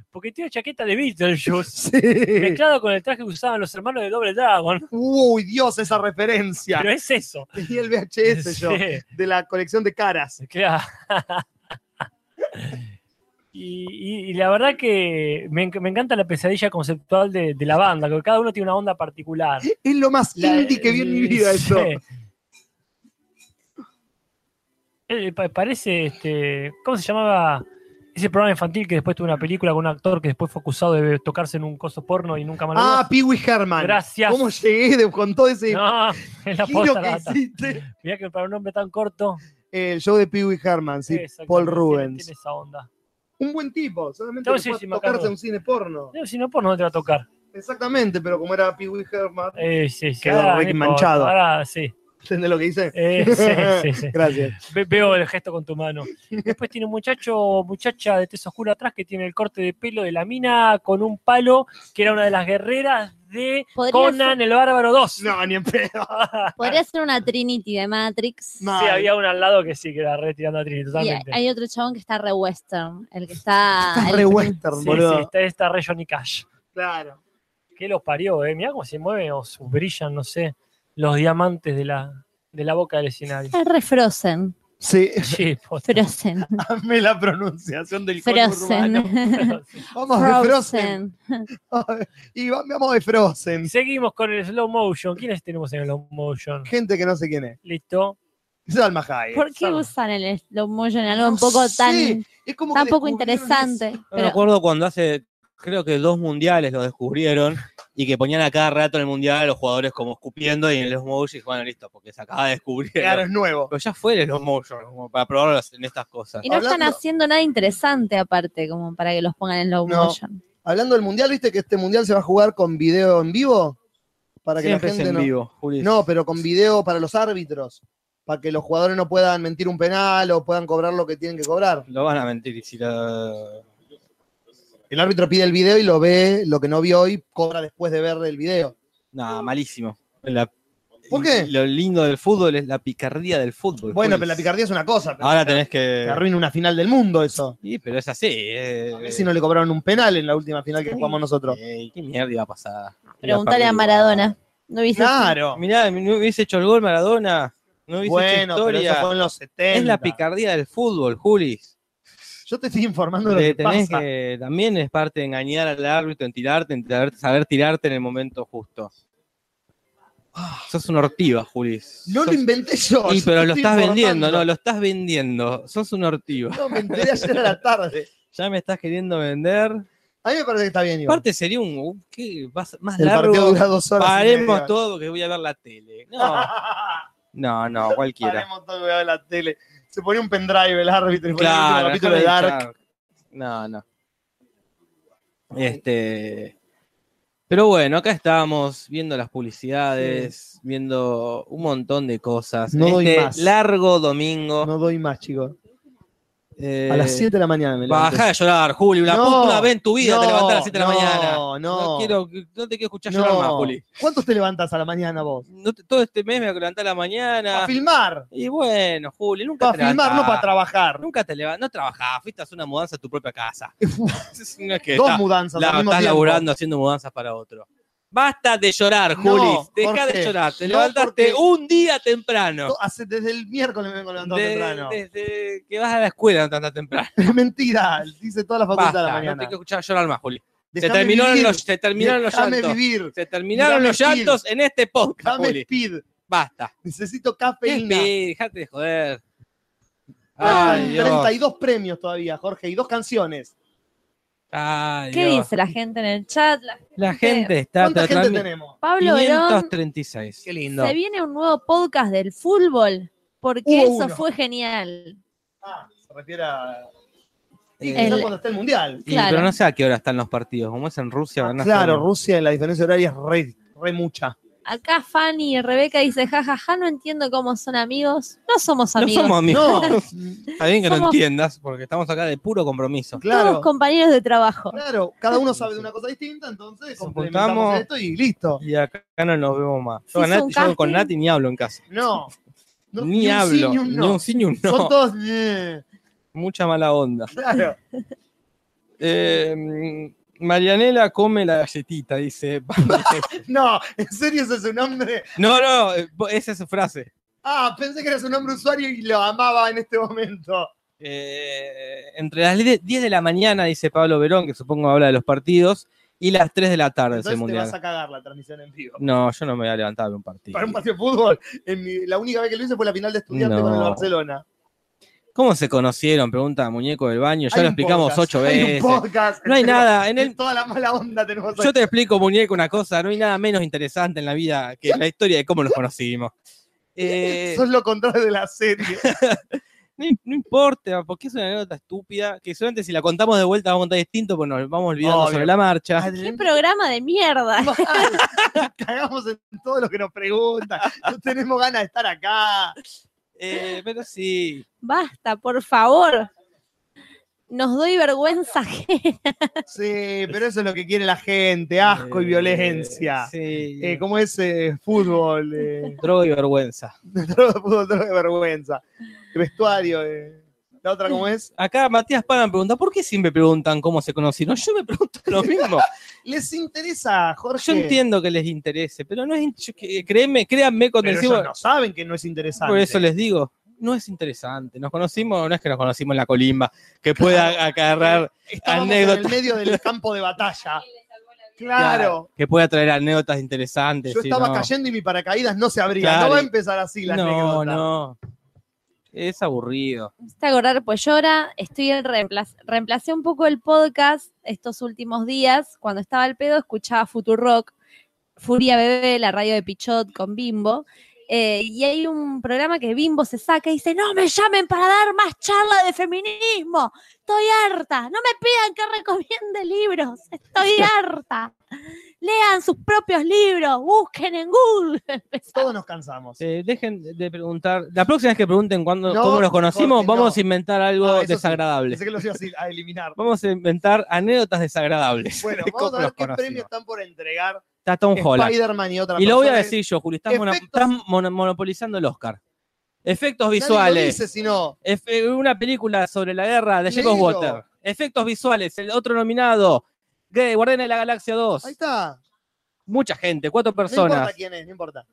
porque tiene chaqueta de Beetlejuice Sí. mezclado con el traje que usaban los hermanos de Double Dragon. Uy, Dios, esa referencia. Pero es eso. Tenía el VHS yo, Sí. de la colección de caras. Claro. Y, y- y la verdad que me, enc- me encanta la pesadilla conceptual de, de la banda, que cada uno tiene una onda particular. Es lo más La- indie que vi en mi vida Sí. eso. Eh, pa- Parece, este, ¿cómo se llamaba ese programa infantil que después tuvo una película con un actor que después fue acusado de tocarse en un coso porno y nunca más lo Ah, Pee Wee Herman. Gracias. ¿Cómo llegué de- con todo ese vio? No, es la giro posta que rata. hiciste? Mirá que para un hombre tan corto. eh, El show de Pee Wee Herman, sí, exactamente, Paul tiene- Rubens. Tiene esa onda. Un buen tipo, solamente No, que sí, fue a sí, me tocarse acuerdo. a un cine porno. Pero si no, por no te va a tocar. Exactamente, pero como era Pee Wee Herman, Eh, sí, sí, Quedó ahora, Rick no importa, manchado. Ahora sí. ¿entendés lo que dice? Eh, sí, sí, sí. Gracias. Ve- Veo el gesto con tu mano. Después tiene un muchacho o muchacha de tez oscura atrás que tiene el corte de pelo de la mina con un palo, que era una de las guerreras de Podría Conan el Bárbaro 2. No, ni en pedo. Podría ser una Trinity de Matrix. Sí, Mal. había una al lado que sí, que era retirando a Trinity Y totalmente. hay otro chabón que está re western. El que está. Está el- re western, sí, boludo. sí, está, está re Johnny Cash. Claro. Que los parió, eh. Mirá cómo se mueven o su- brillan, no sé, los diamantes de la, de la boca del escenario. Está re Frozen. Sí, Sí, posta. Frozen. amé la pronunciación del conurbano. Frozen. Vamos de Frozen. Frozen. Y va- vamos de Frozen. Seguimos con el slow motion. ¿Quiénes tenemos en el slow motion? Gente que no sé quién es. Listo. Es Alma Hayek. ¿Por qué Salma. usan el slow motion en algo un No poco sé, tan, es como que tan poco descubrieron interesante? Yo me Pero acuerdo cuando hace, creo que dos mundiales lo descubrieron y que ponían a cada rato en el mundial a los jugadores como escupiendo y en los motion y bueno, listo, porque se acaba de descubrir. eso. Claro, es nuevo. Pero ya fue el slow motion, como para probarlo en estas cosas. Y no están Hablando- haciendo nada interesante aparte, como para que los pongan en slow No. motion. Hablando del mundial, ¿viste que este mundial se va a jugar con video en vivo? Para que Siempre la es gente en no. vivo, Juli. No, pero con video para los árbitros. Para que los jugadores no puedan mentir un penal o puedan cobrar lo que tienen que cobrar. Lo van a mentir y si la- El árbitro pide el video y lo ve, lo que no vio hoy, cobra después de ver el video. Nah, malísimo. La- ¿Por qué? Lo lindo del fútbol es la picardía del fútbol. Bueno, Juli. pero la picardía es una cosa. Pero Ahora tenés te que. arruina una final del mundo eso. Sí, pero es así. eh. A Messi no le cobraron un penal en la última final que jugamos nosotros. Ey, ¿Qué mierda iba a pasar? Preguntale Iba a perder Maradona. No hubiese- Claro. igual. Mirá, no hubiese hecho el gol Maradona. No hubiese Bueno, hecho pero historia. eso fue en los 70. es la picardía del fútbol, Julis. Yo te estoy informando de lo Te que tenés pasa. que- también es parte de engañar al árbitro, en tirarte, en saber, saber tirarte en el momento justo. Sos una ortiva, Julis. No Ah. lo Sos- inventé yo. Y yo pero te lo estoy estás vendiendo, informando. no, lo estás vendiendo. Sos un ortiva. No, me enteré ayer a la tarde. Ya me estás queriendo vender. A mí me parece que está bien, Iván. Aparte sería un uh, ¿qué? Vas- más El partido largo. dura dos horas. y Paremos media. todo porque voy a ver la tele. No, no, no, cualquiera. Paremos todo que voy a ver la tele. Se pone un pendrive el árbitro y pone Claro, el último capítulo de déjame Dark. hinchar. No, no. Este. Pero bueno, acá estábamos viendo las publicidades, viendo un montón de cosas. No doy Este más. largo domingo. No doy más, chicos. eh, A las 7 de la mañana me levanté. Bajá de llorar, Juli. Una No, puta vez en tu vida te levantás a las 7 de la no, mañana. No, No, no. quiero, no te quiero escuchar llorar más, Juli. ¿Cuántos te levantas a la mañana vos? No te- todo este mes me voy a levantar a la Para mañana. filmar. Y bueno, Juli, nunca Para te filmar, no levantás. para trabajar. Nunca te levantas, no trabajás, fuiste a hacer una mudanza a tu propia casa. No es que Dos estás- mudanzas la- al mismo estás tiempo. laburando haciendo mudanzas para otro. Basta de llorar, Juli. No, Deja Jorge, de llorar. Te no, levantaste porque- un día temprano. To- hace- desde el miércoles me vengo levantando De- temprano. Desde que vas a la escuela no te andás temprano. Mentira, dice toda la facultad Basta, a la no te mañana. quiero escuchar llorar más, Juli. Se Dejame terminaron, vivir, los, se terminaron los dejame llantos. vivir, Se terminaron Dame los speed. llantos en este podcast, dame Juli. speed. Basta. Necesito Qué cafeína. espe- Dejate de joder. Ay, Ah, Ay, Dios. 32 premios todavía, Jorge, y dos canciones. Ay, ¿Qué Dios. dice la gente en el chat? La- La gente está ¿Cuánta gente tratando- tenemos? Pablo Verón, 536. Qué lindo. se viene un nuevo podcast del fútbol, porque Hubo eso uno. fue genial. Ah, se refiere a. Y Eh, quizás el- cuando esté el mundial. y- claro. Pero no sé a qué hora están los partidos. Como es en Rusia, van a Claro, estar- Rusia, la diferencia horaria es re, re mucha. Acá Fanny y Rebeca dice, jajaja, no entiendo cómo son amigos. No somos no amigos. somos amigos. No, Está bien que no somos- entiendas, porque estamos acá de puro compromiso. claro. Todos compañeros de trabajo. Claro, cada uno sabe de una cosa distinta, entonces Nos complementamos juntamos. esto y listo. Y acá no nos vemos más. Sí, Yo, a son Nati- yo con casting. Nati ni hablo en casa. No. no, ni, un hablo. sí, ni un no. Ni un sí ni un no. Son todos. eh, Mucha mala onda. claro. Eh, Marianela come la galletita, dice. No, ¿en serio ese es su nombre? no, no, eh, bo- esa es su frase. Ah, pensé que era su nombre usuario y lo amaba en este momento. Eh, entre las 10 de la mañana, dice Pablo Verón, que supongo habla de los partidos, y las 3 de la tarde es el Entonces te mundial. vas a cagar la transmisión en vivo. No, yo no me voy a levantar a ver un partido. Para un partido de fútbol, en mi- la única vez que lo hice fue la final de estudiantes No. con el Barcelona. ¿Cómo se conocieron? Pregunta Muñeco del Baño. Ya Hay lo un explicamos podcast, ocho hay un veces. podcast, No hay tenemos- nada, en el- Toda la mala onda tenemos hoy. Yo te explico, Muñeco, una cosa. No hay nada menos interesante en la vida que la historia de cómo nos conocimos. Eh, Sos lo contrario de la serie. no, im- no importa, porque es una anécdota estúpida. Que solamente si la contamos de vuelta vamos a contar distinto, pues nos vamos olvidando Obvio. sobre la marcha. ¡Qué programa de mierda! Cagamos en todo lo que nos preguntan. No tenemos ganas de estar acá. Eh, pero sí. Basta, por favor. Nos doy vergüenza ajena. Sí, pero eso es lo que quiere la gente: asco y Eh, violencia. Sí. Eh, ¿Cómo es eh, fútbol? eh, Droga y vergüenza. todo fútbol todo de vergüenza. Vestuario. eh. La otra, ¿cómo es? Acá Matías Pana pregunta, ¿por qué siempre preguntan cómo se conocieron? Yo me pregunto lo mismo. ¿Les interesa, Jorge? Yo entiendo que les interese, pero no es... yo- que- Créeme, créanme cuando Pero decimos... ellos no saben que no es interesante. Por eso les digo, no es interesante. Nos conocimos, no es que nos conocimos en la colimba, que pueda agarrar, Estábamos en el anécdota. medio del campo de batalla. Claro. que pueda traer anécdotas interesantes. Yo sí, estaba no. cayendo y mi paracaídas no se abría. Claro, No va a y- empezar así la No, anécdota. no. Es aburrido. Está acordar, pues llora. Estoy en reemplaz- reemplacé un poco el podcast estos últimos días. Cuando estaba al pedo, escuchaba Futurock, Furia Bebé, la radio de Pichot con Bimbo. Eh, y hay un programa que Bimbo se saca y dice: No me llamen para dar más charla de feminismo. Estoy harta. No me pidan que recomiende libros. Estoy harta. Lean sus propios libros. Busquen en Google. Todos nos cansamos. Eh, dejen de preguntar. La próxima vez que pregunten cuándo, No, cómo nos conocimos, Jorge, vamos no. a inventar algo Ah, eso sí. desagradable. Pensé que los ibas a- a eliminar. Vamos a inventar anécdotas desagradables. Bueno, de vamos cómo a ver nos qué conocimos. premios están por entregar Está Tom Holland. Spider-Man y otra Y lo voy a persona. decir yo, Juli, estás, mono- Efectos- estás mono- monopolizando el Oscar. Efectos Nadie lo visuales. dice, si no. Ef- eh, una película sobre la guerra de James Lilo. Water. Efectos visuales, el otro nominado. Gue- Guardianes de la Galaxia 2. Ahí está. Mucha gente, cuatro No personas. importa quién es, no importa.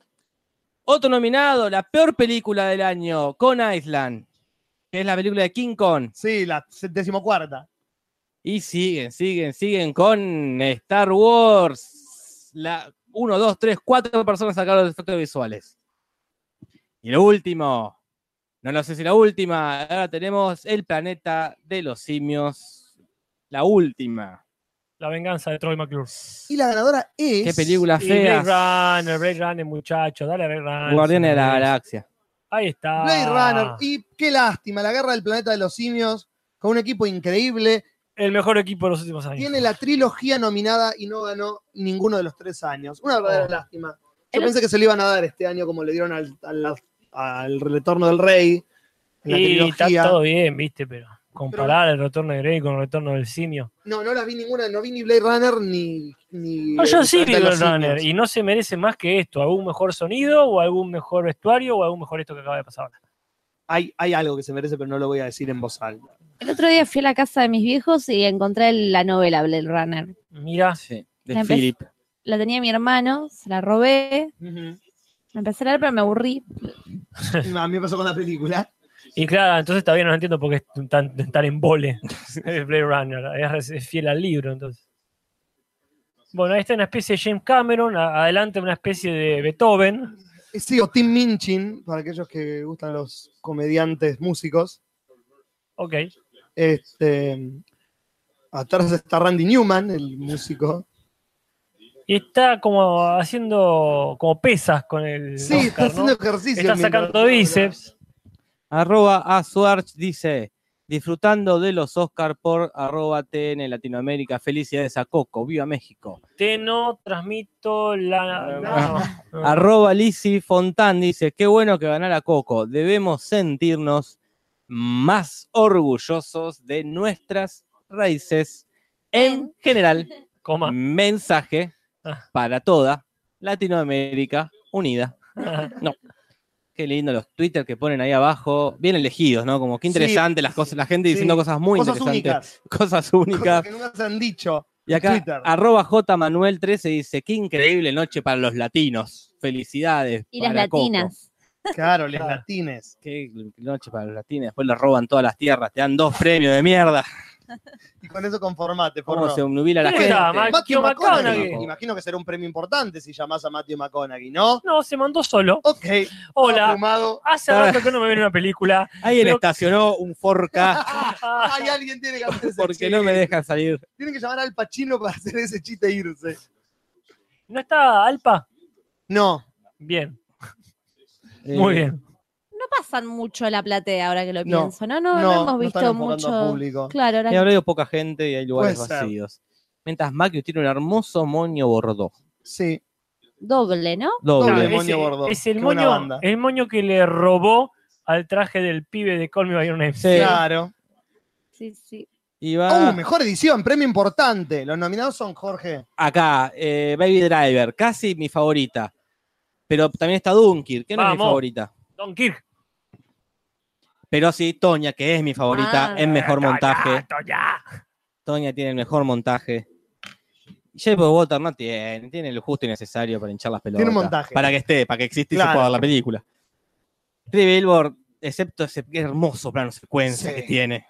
Otro nominado, la peor película del año, Con Island. Que es la película de King Kong. Sí, la decimocuarta. Y siguen, siguen, siguen con Star Wars. La 1, 2, 3, 4 personas sacaron los efectos visuales. Y lo último, no lo sé si la última, ahora tenemos El planeta de los simios. La última. La venganza de Troy McClure. Y la ganadora es. Qué película Y Blade fea. Runner, Blade Runner, muchacho, dale a Blade Runner. Guardianes de la Galaxia. Ahí está. Blade Runner. Y qué lástima, la guerra del planeta de los simios, con un equipo increíble. El mejor equipo de los últimos años. Tiene la trilogía nominada y no ganó ninguno de los tres años. Una verdadera Oh. lástima. Yo El- pensé que se le iban a dar este año, como le dieron al, al- al retorno del rey. en la y está trilogía. todo bien, viste, pero comparar el retorno de Grey con el retorno del simio. No, no las vi ninguna, no vi ni Blade Runner ni. ni No, yo eh, sí vi Blade Planeta de los Runner y Simios. no se merece más que esto, algún mejor sonido o algún mejor vestuario o algún mejor esto que acaba de pasar ahora. Hay, hay algo que se merece, pero no lo voy a decir en voz alta. El otro día fui a la casa de mis viejos y encontré la novela Blade Runner. Mira, Sí, La de empe- Philip. la tenía mi hermano, se la robé, la empecé a leer, pero me aburrí. A mí me pasó con la película. y claro, entonces todavía no entiendo por qué es tan, tan en vole el Blade Runner, es, es fiel al libro entonces. Bueno, ahí está una especie de James Cameron, a- adelante una especie de Beethoven, Eh, Sí, o Tim Minchin, para aquellos que gustan los comediantes músicos. ok, Este, atrás está Randy Newman, el músico. y está como haciendo como pesas con el Sí, Oscar, está ¿no? haciendo ejercicio. Está mientras- sacando bíceps. Arroba a Suarch dice, disfrutando de los Oscar por arroba TN Latinoamérica. Felicidades a Coco, viva México. Te no transmito la... no, no. Arroba Lizzy Fontán dice, qué bueno que ganara Coco. Debemos sentirnos más orgullosos de nuestras raíces en general. Coma. Mensaje Ah. Ah. para toda Latinoamérica unida. Qué lindo los Twitter que ponen ahí abajo. Bien elegidos, ¿no? Como qué interesante las cosas, la gente sí. diciendo cosas muy Cosas interesantes. Cosas únicas. Cosas que nunca se han dicho. Y acá, Twitter. arroba jmanuel13 dice, qué increíble noche para los latinos. Felicidades. Y las para Coco". latinas. Claro, les latines. Qué noche para los latinos. Después les roban todas las tierras. Te dan dos premios de mierda. Y con eso conformate, por ¿Cómo se obnubila la ¿Quién gente? estaba, Max? Matthew Matthew McConaughey. McConaughey. Imagino que será un premio importante si llamás a Matthew McConaughey, ¿no? No, se mandó solo. Ok. Hola. Fumado. Hace rato Ah. que no me viene una película. Ah, Alguien Pero- estacionó un forca Ah. Ay, alguien tiene que hacer ese porque chiste. no me dejan salir. Tienen que llamar al Pachino para hacer ese chiste e irse. ¿No está Alpa? No. Bien, muy Eh, bien. No pasan mucho a la platea ahora que lo No, pienso, ¿no? No, no, hemos no están visto enfocando a mucho. público. Claro, ahora Y habrá ido poca gente y hay lugares Puede ser. vacíos. Mientras Macius tiene un hermoso moño bordó. Sí. doble, ¿no? Doble. Doble. el moño gordo. Ah, es el Qué buena moño, banda. el moño que le robó al traje del pibe de Call Me By Your Name. Sí. Claro. Sí, sí. Y Uh, va mejor edición, premio importante. Los nominados son Jorge. acá, eh, Baby Driver, casi mi favorita. Pero también está Dunkirk, que no es mi Vamos. favorita. Don Kirk. Pero sí, Toña, que es mi favorita, Ah. es mejor Toña, montaje. Toña. Toña tiene el mejor montaje. Shape of Water no tiene, tiene lo justo y necesario para hinchar las pelotas. Tiene un montaje. Para que esté, para que exista y se Claro. pueda ver la película. Three Billboard, excepto ese hermoso plano secuencia Sí. que tiene.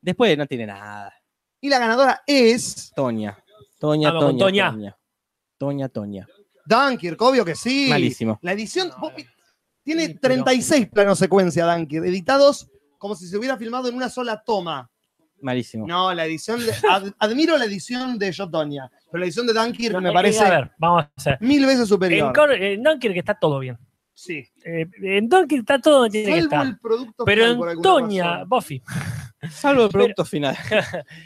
Después no tiene nada. Y la ganadora es Toña. Toña, Vamos con Toña, Toña. Toña. Toña, Toña. Dunkirk, obvio que sí. Malísimo. La edición vos eh. vi- tiene Sí, pero- 36 planos secuencia, Dunkirk, editados como si se hubiera filmado en una sola toma. Malísimo. No, la edición. de- ad- admiro la edición de Jotonia, pero la edición de Dunkirk me Eh, A parece ver, vamos a hacer. mil veces En, superior. Cor- en Don Kirk está todo bien. Sí. Eh, en Don Kirk está todo donde tiene que Salvo estar. el producto Pero final por en alguna Toña, razón. Buffy. Salvo el producto final.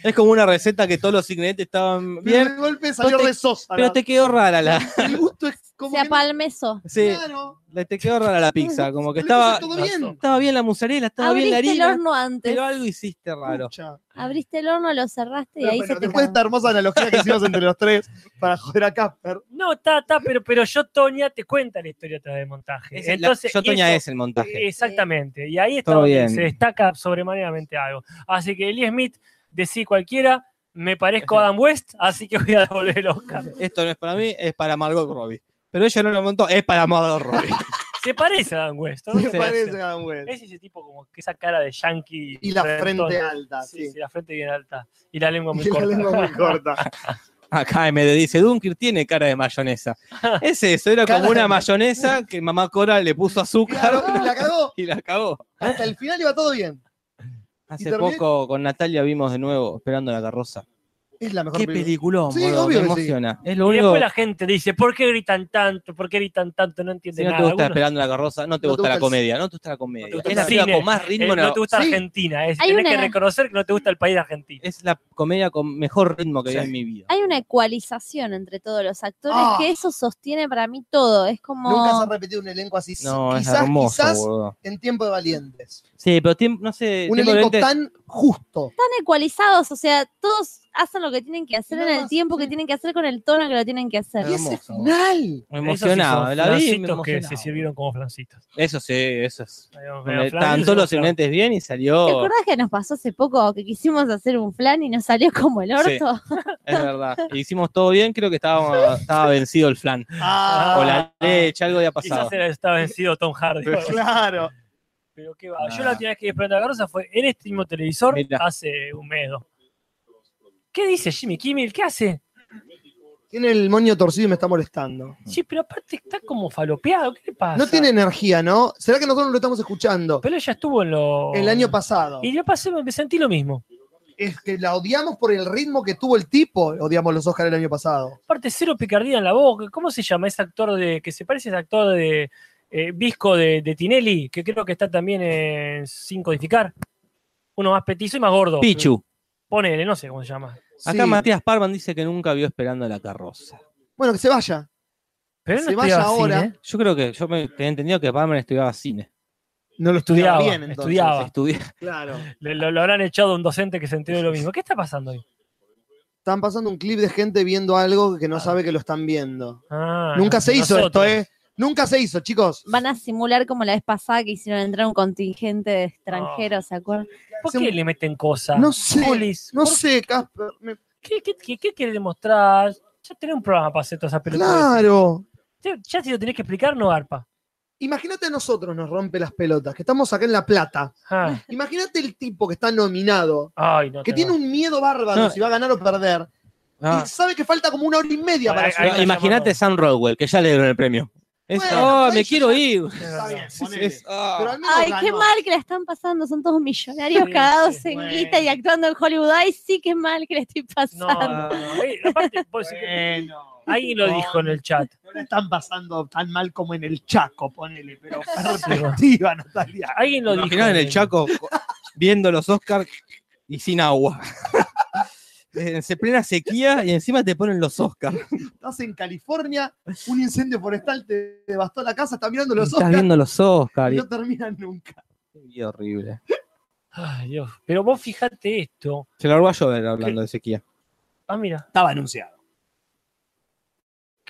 es como una receta que todos los ingredientes estaban Pero bien, de golpe salió te- re sosa. pero la- te quedó rara la. El gusto es como. Se que no- apalmezó. Sí, Claro, le- te quedó rara la pizza. Como que le puse estaba. todo bien. Estaba bien la mozzarella, estaba bien la Abriste el harina. horno antes. Pero algo hiciste raro. Pucha. Abriste el horno, lo cerraste y Pero ahí bueno, se te después de esta acabó. hermosa analogía que hicimos entre los tres para joder a Casper. No, está, está, pero, pero yo, Toña, te cuenta la historia atrás del montaje. Es el- Eh, la- Entonces, yo Toña eso- es el montaje. Exactamente. Y ahí está Todo donde bien. se destaca sobremaneramente algo. Así que Eli Smith, decí cualquiera, me parezco a Adam West, así que voy a devolver el Oscar. Esto no es para mí, es para Margot Robbie. Pero ella no lo montó, es para Margot Robbie. Se parece a Adam West. ¿no? Me Se parece, Adam West. Es ese tipo como que esa cara de yankee. Y la frentón. frente alta, Sí, sí. sí, la frente bien alta. Y la lengua muy Y la corta. lengua muy corta. Acá me dice, Dunkirk tiene cara de mayonesa. Es eso, era Cara como de una mayonesa que mamá Cora le puso azúcar Claro, y la cagó. y la cagó. Hasta el final iba todo bien. Hace terminé- poco con Natalia vimos de nuevo Esperando la carroza. Es la mejor Qué película. peliculón, Sí, boludo, me obvio que sí. emociona. Es lo Y único después la gente dice, ¿por qué gritan tanto? ¿Por qué gritan tanto? No entiende si no te nada. gusta Algunos- Esperando la carroza, no te No te gusta gusta la el- comedia, no te gusta la comedia. gusta Es el la película cine. con más Eh, ritmo. en la- no te gusta Sí. Argentina. Es, Hay tenés que una- reconocer que no te gusta el país de Argentina. Es la comedia con mejor ritmo que vi en mi vida. Hay una ecualización entre todos los actores Ah. que eso sostiene para mí todo. Es Nunca se ha como. repetido un elenco así. No, quizás, es hermoso, quizás boludo. en tiempo de valientes. Sí, pero tiemp- no sé, Un tiempo de elenco lentes- tan justo. Están ecualizados, o sea, todos hacen lo que tienen que hacer Nada en el más, tiempo que tienen que hacer con el tono que lo tienen que hacer. Y ese hermoso. final. me Esos sí son emocionaba. la vi, y me flancitos que emocionaba. se sirvieron como flancitos. Eso sí, eso es. Donde Flancitos estaban son todos los flan- ingredientes bien y ¿Te salió. acuerdas que nos pasó hace poco que quisimos hacer un flan y nos salió como el Sí. orto? Es verdad. E Hicimos todo bien, creo que estaba, estaba vencido el flan. Ah, o la leche, algo había pasado. Quizás era- estaba vencido Tom Hardy. Claro. Pero qué va. Yo Ah. la última vez que vi Esperando la Carroza fue en este mismo televisor Mirá. hace un mes. dos. ¿Qué dice Jimmy Kimmel? ¿Qué hace? Tiene el moño torcido y me está molestando. Sí, pero aparte está como falopeado. ¿Qué le pasa? No tiene energía, ¿no? ¿Será que nosotros no lo estamos escuchando? Pero ella estuvo en lo. El año pasado. Y yo pasé, me sentí lo mismo. Es que la odiamos por el ritmo que tuvo el tipo. Odiamos los Oscar el año pasado. Aparte, cero picardía en la boca. ¿Cómo se llama ese actor de. que se parece a ese actor de. eh, Visco de, de Tinelli, que creo que está también en Sin Codificar. Uno más petizo y más gordo. Pichu. Ponele, no sé cómo se llama. Acá Sí. Matías Parman dice que nunca vio esperando la carroza. Bueno, que se vaya. Pero él Se no vaya estudiaba ahora. cine, ¿eh? Yo creo que yo me tenía entendido que Parman estudiaba cine. No lo Estudiaba, entonces. estudiaba. Estudia- Claro. Le- Lo, lo habrán echado a un docente que se enteró de lo mismo. ¿Qué está pasando hoy? Están pasando un clip de gente viendo algo que no sabe que lo están viendo. Ah, Nunca se hizo esto, nosotros. ¿eh? Nunca se hizo, chicos. Van a simular como la vez pasada que hicieron entrar un contingente de extranjeros, ¿se acuerdan? ¿Por qué le meten cosas? No sé. Polis, No Ah. ¿por sé, Casper. me- ¿Qué, qué, qué- qué quiere demostrar? Ya tenés un programa para hacer todas esas pelotudeces. Claro. Ya, ya si lo tenés que explicar, no arpa. Imagínate a nosotros nos rompe las pelotas, que estamos acá en La Plata. Ah, Imagínate el tipo que está nominado, Ay, no. que te tiene va. un miedo bárbaro No. si va a ganar o perder. Ah. Y sabe que falta como una hora y media para Ay, su ay, No, Imagínate Sam Rodwell, que ya le dieron el premio. Es, Bueno, oh, me ahí quiero ya- ir. Está bien, Es- ponele. es- ah. Pero al menos Ay, qué ganó. mal que la están pasando. Son todos millonarios Sí, cagados sí, en bueno. guita y actuando en Hollywood. Ay, sí, qué mal que le estoy pasando. No, no, no. Eh, aparte, vos decís que- Bueno. alguien lo dijo en el chat. No la están pasando tan mal como en el Chaco, ponele, pero perspectiva, Natalia. Alguien lo ¿Te dijo. imaginás en el Chaco co- viendo los Oscars y sin agua. Eh, En se- plena sequía y encima te ponen los Oscars. Estás en California, un incendio forestal te devastó la casa, estás mirando los Estás ojos viendo los Oscars. y Y, no terminan nunca. y horrible. Ay, Dios. Pero vos fijate esto. Se lo voy a llover hablando de sequía. Ah, mira. Estaba anunciado.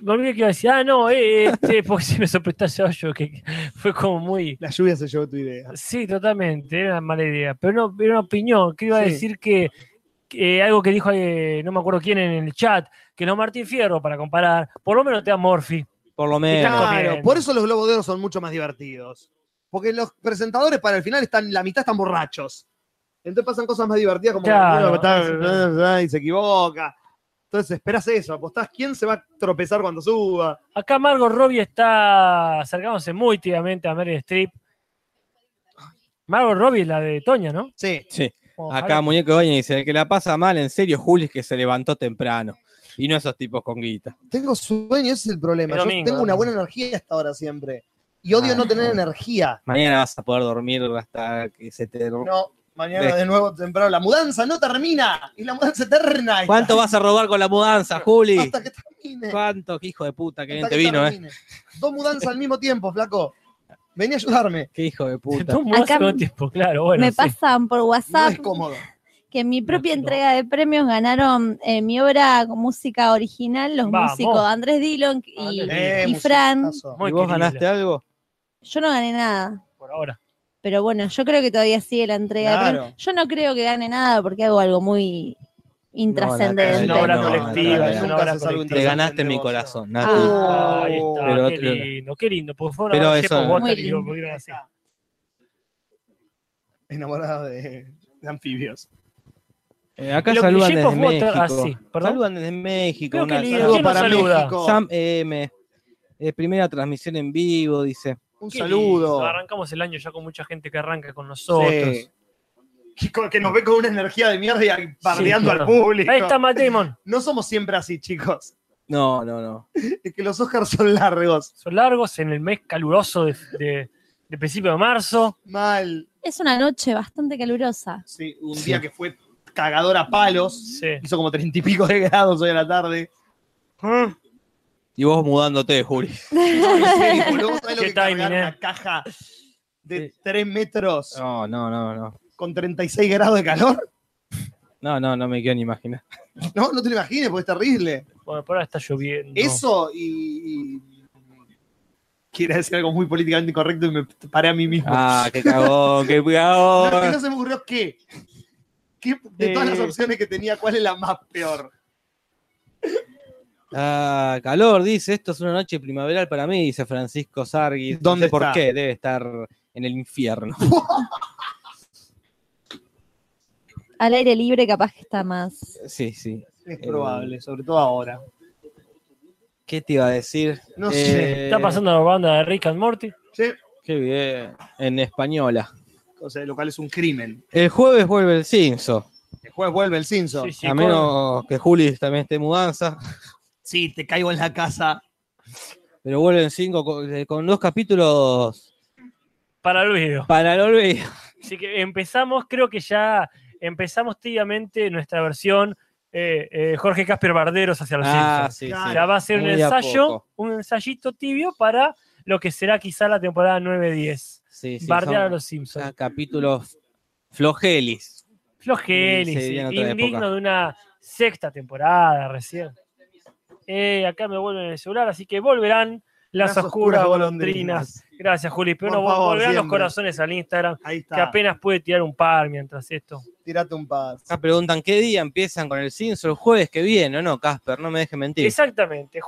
Me olvidé que iba a decir, ah, no, eh, este, porque si me sorprendiste yo, que fue como muy. La lluvia se llevó tu idea. Sí, totalmente, era una mala idea. Pero no, era una opinión, que iba a Sí. decir que, que algo que dijo, eh, no me acuerdo quién en el chat, que no Martín Fierro, para comparar, por lo menos te da Morphy. Por lo Está menos. Claro, comiendo. por eso los globos de oro son mucho más divertidos. Porque los presentadores para el final están, la mitad están borrachos. Entonces pasan cosas más divertidas como Claro. que está- y se equivoca. Entonces esperás eso, apostás quién se va a tropezar cuando suba. Acá Margot Robbie está acercándose muy tímidamente a Meryl Streep. Margot Robbie es la de Toña, ¿no? Sí. Sí. Ojalá. Acá Muñeco Doña dice, el que la pasa mal, en serio, Juli es que se levantó temprano. Y no esos tipos con guita. Tengo sueño, ese es el problema. Es Yo domingo, tengo una domingo. buena energía hasta ahora siempre. Y odio Ah, no tener bueno. energía. Mañana vas a poder dormir hasta que se te... No, mañana Sí. de nuevo temprano. La mudanza no termina. Es la mudanza eterna. ¿Cuánto vas a robar con la mudanza, Juli? Hasta que termine. ¿Cuánto? Qué hijo de puta, qué bien Hasta te que vino, ¿eh? termine. Dos mudanzas al mismo tiempo, flaco. Vení a ayudarme. Qué hijo de puta. Dos mudanzas Acá en un tiempo, claro, bueno. me sí. pasan por No WhatsApp es cómodo. que en mi propia No, no. entrega de premios ganaron eh, mi obra con música original, los Vamos. músicos Andrés Dillon y, Andrés Eh, y Fran. musicazo. Muy ¿Y vos querible, ganaste algo? Yo no gané nada, Por ahora. pero bueno, yo creo que todavía sigue la entrega de Claro. premios. Yo no creo que gane nada porque hago algo muy Es intrascendente. una obra No, colectiva, Natalia, es una nunca obra haces algo colectiva. Te Entonces, ganaste entre mi vos, corazón, Ah, Nati. Oh, Ahí está, pero qué otro- lindo, qué lindo. Porque fue una Pero obra de eso- Shepard Walker Muy que lindo. pudieron hacer. Enamorado de, de anfibios. Eh, acá Lo que saludan Jacob desde México. Water- ah, sí, perdón. saludan desde México. Pero una- qué lindo, saludo ¿quién nos para saluda? México. Sam M. eh, primera transmisión en vivo, dice. Un Qué saludo. lindo. Arrancamos el año ya con mucha gente que arranca con nosotros. Sí. Que, con- que nos ve con una energía de mierda y bardeando Sí, al claro. público. Ahí está Matt Damon. No somos siempre así, chicos. No, no, no. Es que los Oscars son largos. Son largos en el mes caluroso de, de- de principio de marzo. Mal. Es una noche bastante calurosa. Sí, un día que fue cagador a palos. Sí. Hizo como treinta y pico de grados hoy a la tarde. Y vos mudándote, Juli. Sí, boludo, ¿sabés lo Qué que cargar timing, eh? una caja de 3 metros No, no, no, no. con 36 grados de calor? No, no, no me quiero ni imaginar. No, no te lo imagines, porque es terrible. Bueno, por ahora está lloviendo. Eso y, y- Quiero decir algo muy políticamente incorrecto y me paré a mí mismo. Ah, qué cagón, qué No, que no cagón. se me ocurrió qué. ¿Qué- De todas las opciones que tenía, ¿cuál es la más peor? Ah, calor, dice. Esto es una noche primaveral para mí, dice Francisco Sargui. ¿Dónde no sé por está? qué? Debe estar en el infierno. Al aire libre capaz que está más. Sí, sí. Es probable, sobre todo ahora. ¿Qué te iba a decir? Eh, No sé, Está pasando la banda de Rick and Morty. Sí, Qué bien. En española. O sea, lo cual es un crimen. El jueves vuelve el Cinso. El jueves vuelve el Cinso. Sí, sí, a con- menos que Juli también esté en mudanza. sí, te caigo en la casa. Pero vuelven cinco con, eh, con dos capítulos Para el video. para el olvido. Así que empezamos, creo que ya empezamos tímidamente nuestra versión eh, eh, Jorge Casper Barderos hacia los Ah, Simpsons. sí, sí. Ya va a ser un Muy a ensayo, poco. un ensayito tibio para lo que será quizá la temporada 9-10. Sí, sí, Bardear a son los Simpsons. ya capítulos flojelis. Flojelis, Sí, sería en otra indigno época. de una sexta temporada recién. Eh, acá me vuelven el celular, así que volverán las oscuras golondrinas. Gracias, Juli. Pero Por no, favor, volverán los siempre. corazones al Instagram, Ahí que está. apenas pude tirar un par mientras esto. Tirate un pas. Acá preguntan qué día empiezan con el Cinso, el jueves que viene, ¿o no, Casper? No me dejes mentir. Exactamente,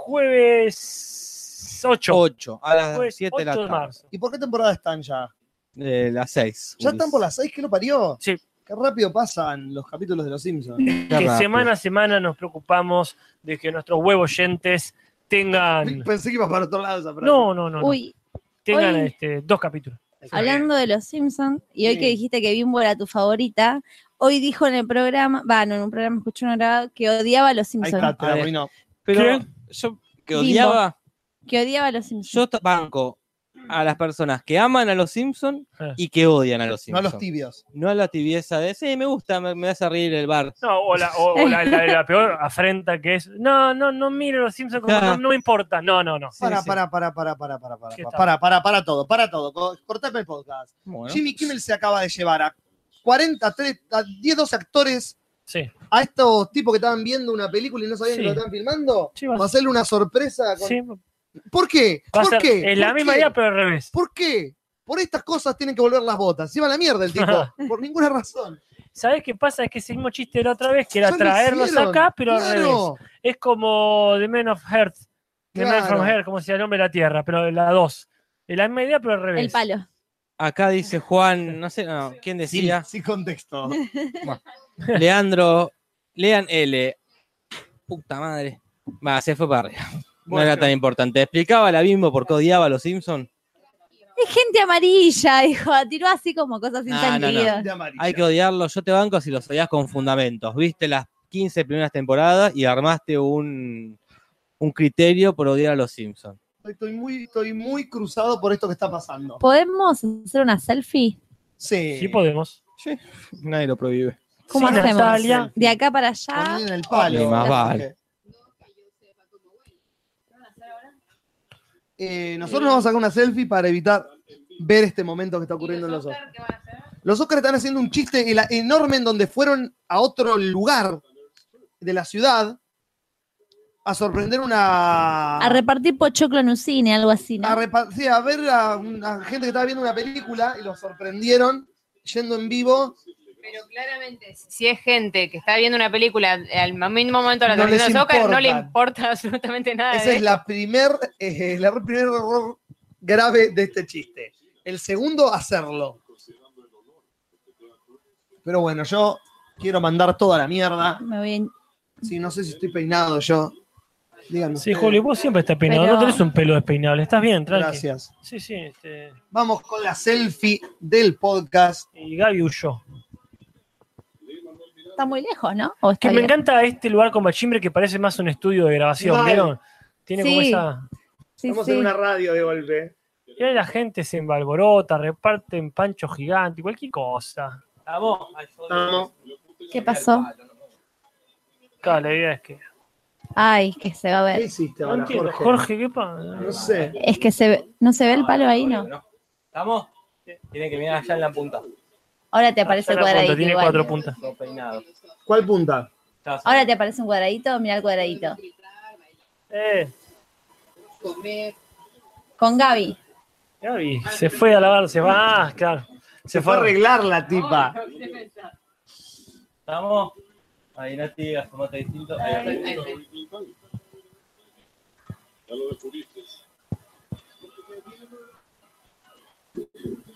jueves 8. 8, a las Jueves 7 de 8 la de tarde. marzo. ¿Y por qué temporada están ya? De las 6. ¿Ya están por las seis? ¿Qué lo parió? Sí. Qué rápido pasan los capítulos de Los Simpsons. Que semana a semana nos preocupamos de que nuestros huevos oyentes tengan. Pensé que ibas para otro lado esa frase. No, no, no. no. Uy, tengan hoy- este, dos capítulos. Hablando de los Simpsons, y hoy Sí. que dijiste que Bimbo era tu favorita, hoy dijo en el programa, va, no, en un programa escuché una grabado que odiaba a los Ahí Simpsons. está, te la Ahí. arruinó. Pero ¿Qué? yo que Bimbo. odiaba, Que odiaba a los Simpsons. yo t- banco a las personas que aman a los Simpsons Eh. y que odian a los No a Simpsons. los tibios. No a la tibieza de, sí, me gusta, me, me hace reír el bar. No, o la, o- o la- la- la peor afrenta que es. No, no, no miro los Simpsons, como, no, no me importa. No, no, no. Para, sí. para, para, para, para, para, para, ¿Qué para, está? para, para, para todo, para todo. Co- Cortame el podcast. Bueno, Jimmy Kimmel se acaba de llevar a 40, tres- a 10, 12 actores Sí. a estos tipos que estaban viendo una película y no sabían Sí. que lo estaban filmando. Sí, va- va a hacerle una sorpresa. con- sí, ¿Por qué? va a ¿Por ser qué? en la ¿Por misma qué? idea, pero al revés. ¿Por qué? Por estas cosas tienen que volver las botas. Se iba a la mierda el tipo. por ninguna razón. ¿Sabes qué pasa? Es que ese mismo chiste de la otra vez, que era Ya lo traerlos hicieron. acá, pero al revés. Claro. Es como The Man of Earth. The Man Claro. from Earth, como sea el nombre de la Tierra, pero la 2. Es la misma idea, pero al revés. El palo. acá dice Juan, no sé, no, ¿quién Sí, decía? sin contexto. Leandro, lean L. Puta madre. Va, se fue para arriba. No Bueno. era tan importante. Explicaba la Bimbo por qué odiaba a los Simpsons. Es gente amarilla, dijo. Tiró así como cosas sin Ah, No, no, no. sentido. De amarillo. Hay que odiarlos. Yo te banco si los odias con fundamentos. Viste las 15 primeras temporadas y armaste un, un criterio por odiar a los Simpsons. Estoy muy, estoy muy cruzado por esto que está pasando. ¿Podemos hacer una selfie? Sí. Sí, pues, podemos. Nadie lo prohíbe. ¿Cómo Sí, hacemos? Natalia. De acá para Ah. allá. Ponle en el palo. Ni más Jorge. Eh, nosotros nos vamos a sacar una selfie para evitar ver este momento que está ocurriendo en los Oscars. Los Oscars están haciendo un chiste en la- enorme en donde fueron a otro lugar de la ciudad a sorprender una. A repartir pochoclo en un cine, algo así, ¿no? a repa- sí, a ver a una gente que estaba viendo una película y los sorprendieron yendo en vivo. Pero claramente, si es gente que está viendo una película al mismo momento de la No les transmisión de los Oscars, no le importa. importa absolutamente nada. Ese de- es la primer, eh, la primer error grave de este chiste. El segundo, hacerlo. Pero bueno, yo quiero mandar toda la mierda. Me voy en- Sí, no sé si estoy peinado yo. Díganme. Sí, ustedes. Juli, vos siempre estás peinado. Pero- No tenés un pelo despeinable. Estás bien, tranqui. Gracias. Sí, sí. este, Vamos con la selfie del podcast. Y Gaby huyó. Está muy lejos, ¿no? ¿O está Que me bien? encanta este lugar con Bachimbre que parece más un estudio de grabación, Mal. ¿vieron? Tiene como Sí. esa. Sí, Vamos sí. en una radio de golpe. Y ahí la gente se embalborota, reparten pancho gigante, cualquier cosa. Vamos. ¿Qué pasó? Claro, la idea es que. Ay, que se va a ¿Qué ver. hiciste No ahora, entiendo, Jorge? Jorge, ¿qué pasa? No sé. Es que se ve- no se ve el palo ahí, ¿no? ¿Estamos? Tiene que mirar allá en la punta. Ahora te aparece el Está la punta, cuadradito. Tiene igual. cuatro puntas. ¿Cuál punta? Ahora te aparece un cuadradito, mira el cuadradito. Eh, Con Gaby. Gaby, se fue a lavar, se va, ah, claro. Se fue a arreglar la tipa. ¿Estamos? Ahí Nati, formato distinto.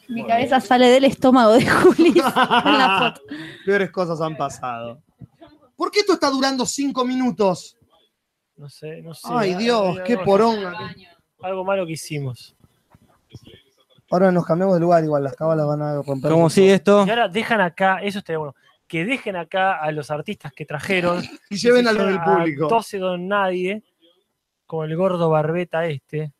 Mi cabeza sale del estómago de Juli. en la foto. Peores cosas han pasado. ¿Por qué esto está durando cinco minutos? No sé, no sé. Ay, Dios, Algo- qué poronga. Algo malo que hicimos. Ahora nos cambiamos de lugar, igual las cábalas van a romper. ¿Cómo sigue esto? Y ahora dejan acá, eso estaría bueno, que dejen acá a los artistas que trajeron. Y lleven a los del A público. 12 don nadie, como el gordo barbeta este.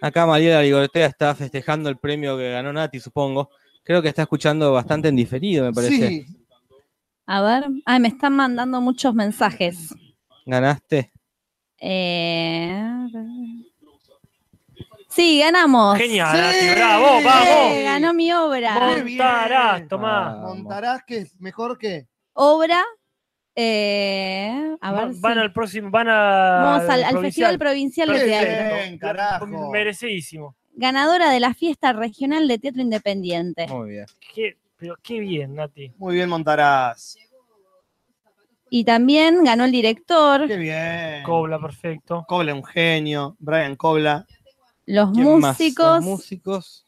Acá Mariela Ligortea está festejando el premio que ganó Nati, supongo. Creo que está escuchando bastante en diferido, me parece. Sí, A ver. Ay, me están mandando muchos mensajes. Ganaste. Eh... Oh, Sí, ganamos. Genial, Sí. Nati, bravo, vamos. Eh, ganó mi obra. Muy bien. Ah. Ah, Montarás, tomá. Vamos. Montarás que es mejor que. Obra Eh, a Va- ver van si- al próximo, van a. Vamos al, al provincial. Festival Provincial de Perfecto. Teatro. Bien, carajo. Merecidísimo. Ganadora de la Fiesta Regional de Teatro Independiente. Muy bien. Qué, pero qué bien, Nati. Muy bien, Montaraz. Y también ganó el director, Qué bien. Cobla, perfecto. Cobla, un genio. Brian Cobla. los ¿Quién más? músicos, Los músicos.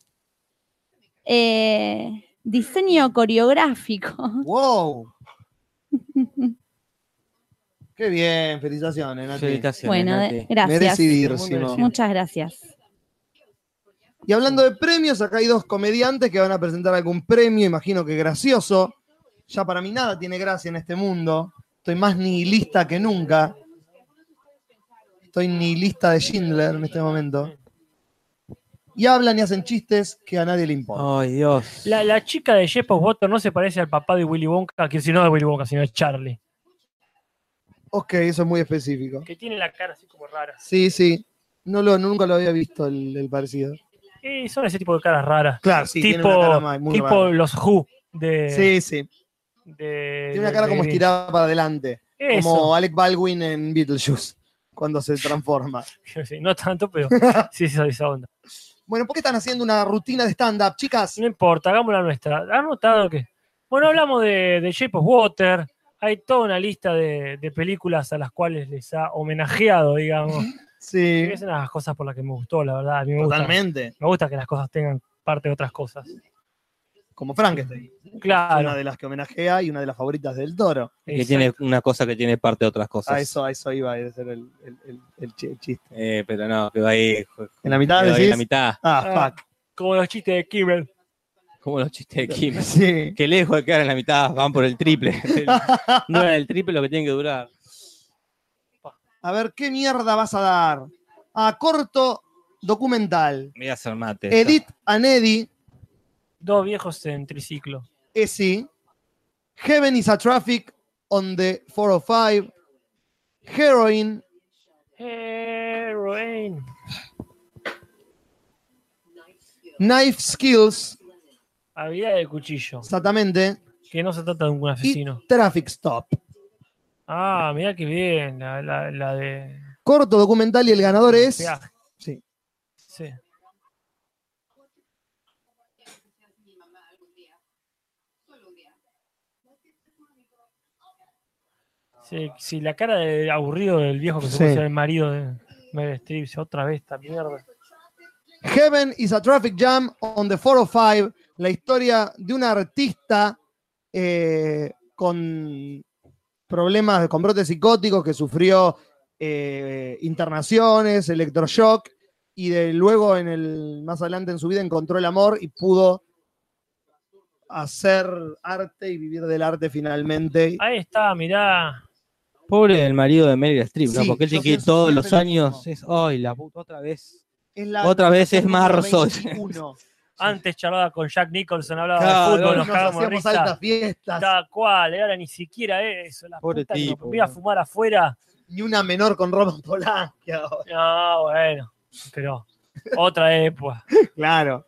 eh, diseño coreográfico. ¡Wow! ¡Qué bien! Felicitaciones, Nati. Felicitaciones, bueno, eh, de- Nati. gracias. Merecidísimo. Muchas gracias. Y hablando de premios, acá hay dos comediantes que van a presentar algún premio, imagino que gracioso. Ya para mí nada tiene gracia en este mundo. Estoy más nihilista que nunca. Estoy nihilista de Schindler en este momento. Y hablan y hacen chistes que a nadie le importa. Ay, Dios. La, la chica de Jeff Water no se parece al papá de Willy Wonka, que si no es Willy Wonka, sino es Charlie. Ok, eso es muy específico. Que tiene la cara así como rara. Sí, sí. No lo, nunca lo había visto el, el parecido. Eh, son ese tipo de caras raras. Claro, sí, tiene tipo una cara ma- muy tipo rara. los Who de. Sí, sí. de- Tiene una cara de como Green. estirada para adelante. Eso. Como Alec Baldwin en Beetlejuice, cuando se transforma. Sí, no tanto, pero sí, esa, esa onda. Bueno, ¿por qué están haciendo una rutina de stand-up, chicas? No importa, hagamos la nuestra. ¿Has notado que.? Bueno, hablamos de, de Shape of Water. Hay toda una lista de, de películas a las cuales les ha homenajeado, digamos. Y Sí, Es una de las cosas por las que me gustó, la verdad. A mí me gusta, totalmente. me gusta que las cosas tengan parte de otras cosas. Como Frankenstein. Una Claro. de las que homenajea y una de las favoritas del toro. Que tiene una cosa que tiene parte de otras cosas. A eso, a eso iba a ser el, el- el- el chi- el chiste. Eh, pero no, quedó ahí. En la mitad quedó ahí en la decís. mitad. Ah, fuck. Como los chistes de Kimmel. Como los chistes de Kim. Sí. Que lejos de quedar en la mitad, van por el triple. Duran el triple lo que tienen que durar. A ver, ¿qué mierda vas a dar? A corto documental. Me voy a hacer mate. esto. Edith Anedi, Dos viejos en triciclo. Esi. E Heaven is a Traffic on the 405. Heroin. Heroin. Knife Skills. Habilidad del cuchillo. Exactamente. Que no se trata de un Y asesino. Traffic Stop. Ah, mirá qué bien. La, la- la de. Corto documental y el ganador es. Peaje. Sí. Sí. Sí, sí, la cara de aburrido del viejo que se Sí. puso el marido de Meryl Streep, dice, otra vez esta mierda. Heaven is a Traffic Jam on the 405, la historia de un artista eh, con problemas, con brotes psicóticos que sufrió eh, internaciones, electroshock, y de, luego en el, más adelante en su vida encontró el amor y pudo hacer arte y vivir del arte finalmente. Ahí está, mirá. Pobre del marido de Meryl Streep, ¿no? Sí, Porque yo él tiene que ir pienso todos siempre los lo años. mismo. Es, Ay, la puta, otra vez. Es la- Otra vez es marzo. 21. Antes charlaba con Jack Nicholson, hablaba Claro, de fútbol, nos Nos cagábamos de hacíamos risa. altas fiestas. Tal cual, y ahora ni siquiera eso. La Pobre puta que nos tipo, ponía a boludo. fumar afuera. Ni una menor con Roman Polanski ahora. No, bueno, pero otra época. Claro.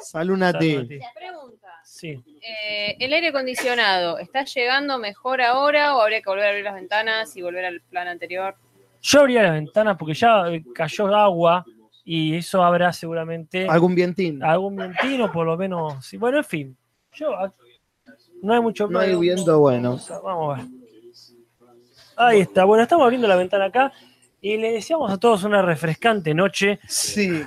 Salud, Nati. Saludate. pregunta. Sí. Eh, ¿El aire acondicionado está llegando mejor ahora o habría que volver a abrir las ventanas y volver al plan anterior? Yo abría las ventanas porque ya eh, cayó agua y eso habrá seguramente Algún vientín. algún mentino, por lo menos. Sí, bueno, en fin. Yo, a- no hay mucho No hay viento bueno. Vamos a- Vamos a ver. Ahí está. Bueno, estamos abriendo la ventana acá y le deseamos a todos una refrescante noche. Sí.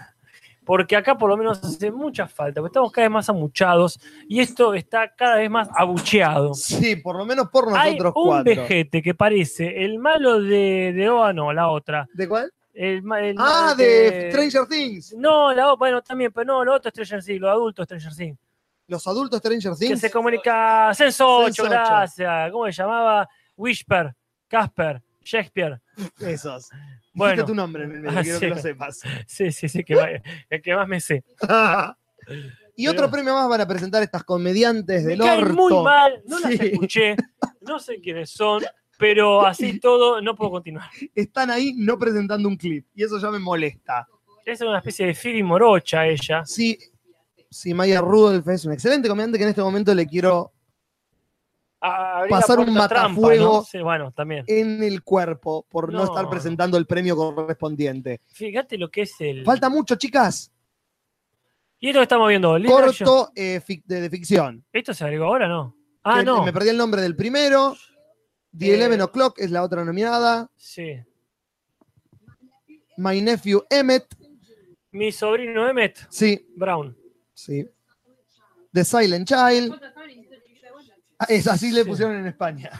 porque acá por lo menos hace mucha falta, porque estamos cada vez más amuchados y esto está cada vez más abucheado. Sí, por lo menos por Hay nosotros un cuatro. vejete que parece el malo de, de Oa, no, la otra. ¿De cuál? El, ma- el Ah, mal de Stranger Things. No, la o- bueno, también, pero no, lo otro Stranger Things, lo adulto Stranger Things. Los adultos Stranger Que Things. se comunica. Senso 8, Senso ocho. gracias. ¿Cómo se llamaba? Whisper, Casper, Shakespeare. Esos. Bueno. Dijiste tu nombre en el medio, Ah, quiero sí. que lo sepas. Sí, sí, sí, que va- el que más me sé. y otro Pero- premio más van a presentar estas comediantes del me caen orto. muy mal, no las Sí. escuché, no sé quiénes son, pero así todo no puedo continuar. Están ahí no presentando un clip. Y eso ya me molesta. Es una especie de Phoebe Morocha ella. Sí, sí, Maya Rudolph es un excelente comediante que en este momento le quiero a- abrir la Pasar un puerta trampa, matafuego. Eh, ¿no? Sí, bueno, también. en el cuerpo por no, No. estar presentando el premio correspondiente. Fíjate lo que es el. Falta mucho, chicas. Y esto que estamos viendo, Live Action. Corto eh, fic- de, de ficción. ¿Esto se agregó ahora no? Ah, Que- no. Eh, Me perdí el nombre del primero. The Eh. Eleven O'Clock es la otra nominada. Sí. My Nephew Emmett. Mi sobrino Emmett Sí, Brown. sí. The Silent Child. Ah, es así le pusieron en España.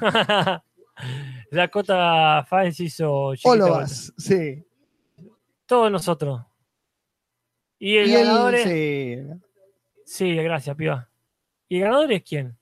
Dakota Fans hizo. Chiquita Olovas, sí. Bota. Todos nosotros. Y el Y él, ganador es. sí. Sí, gracias, piba. ¿Y el ganador es quién?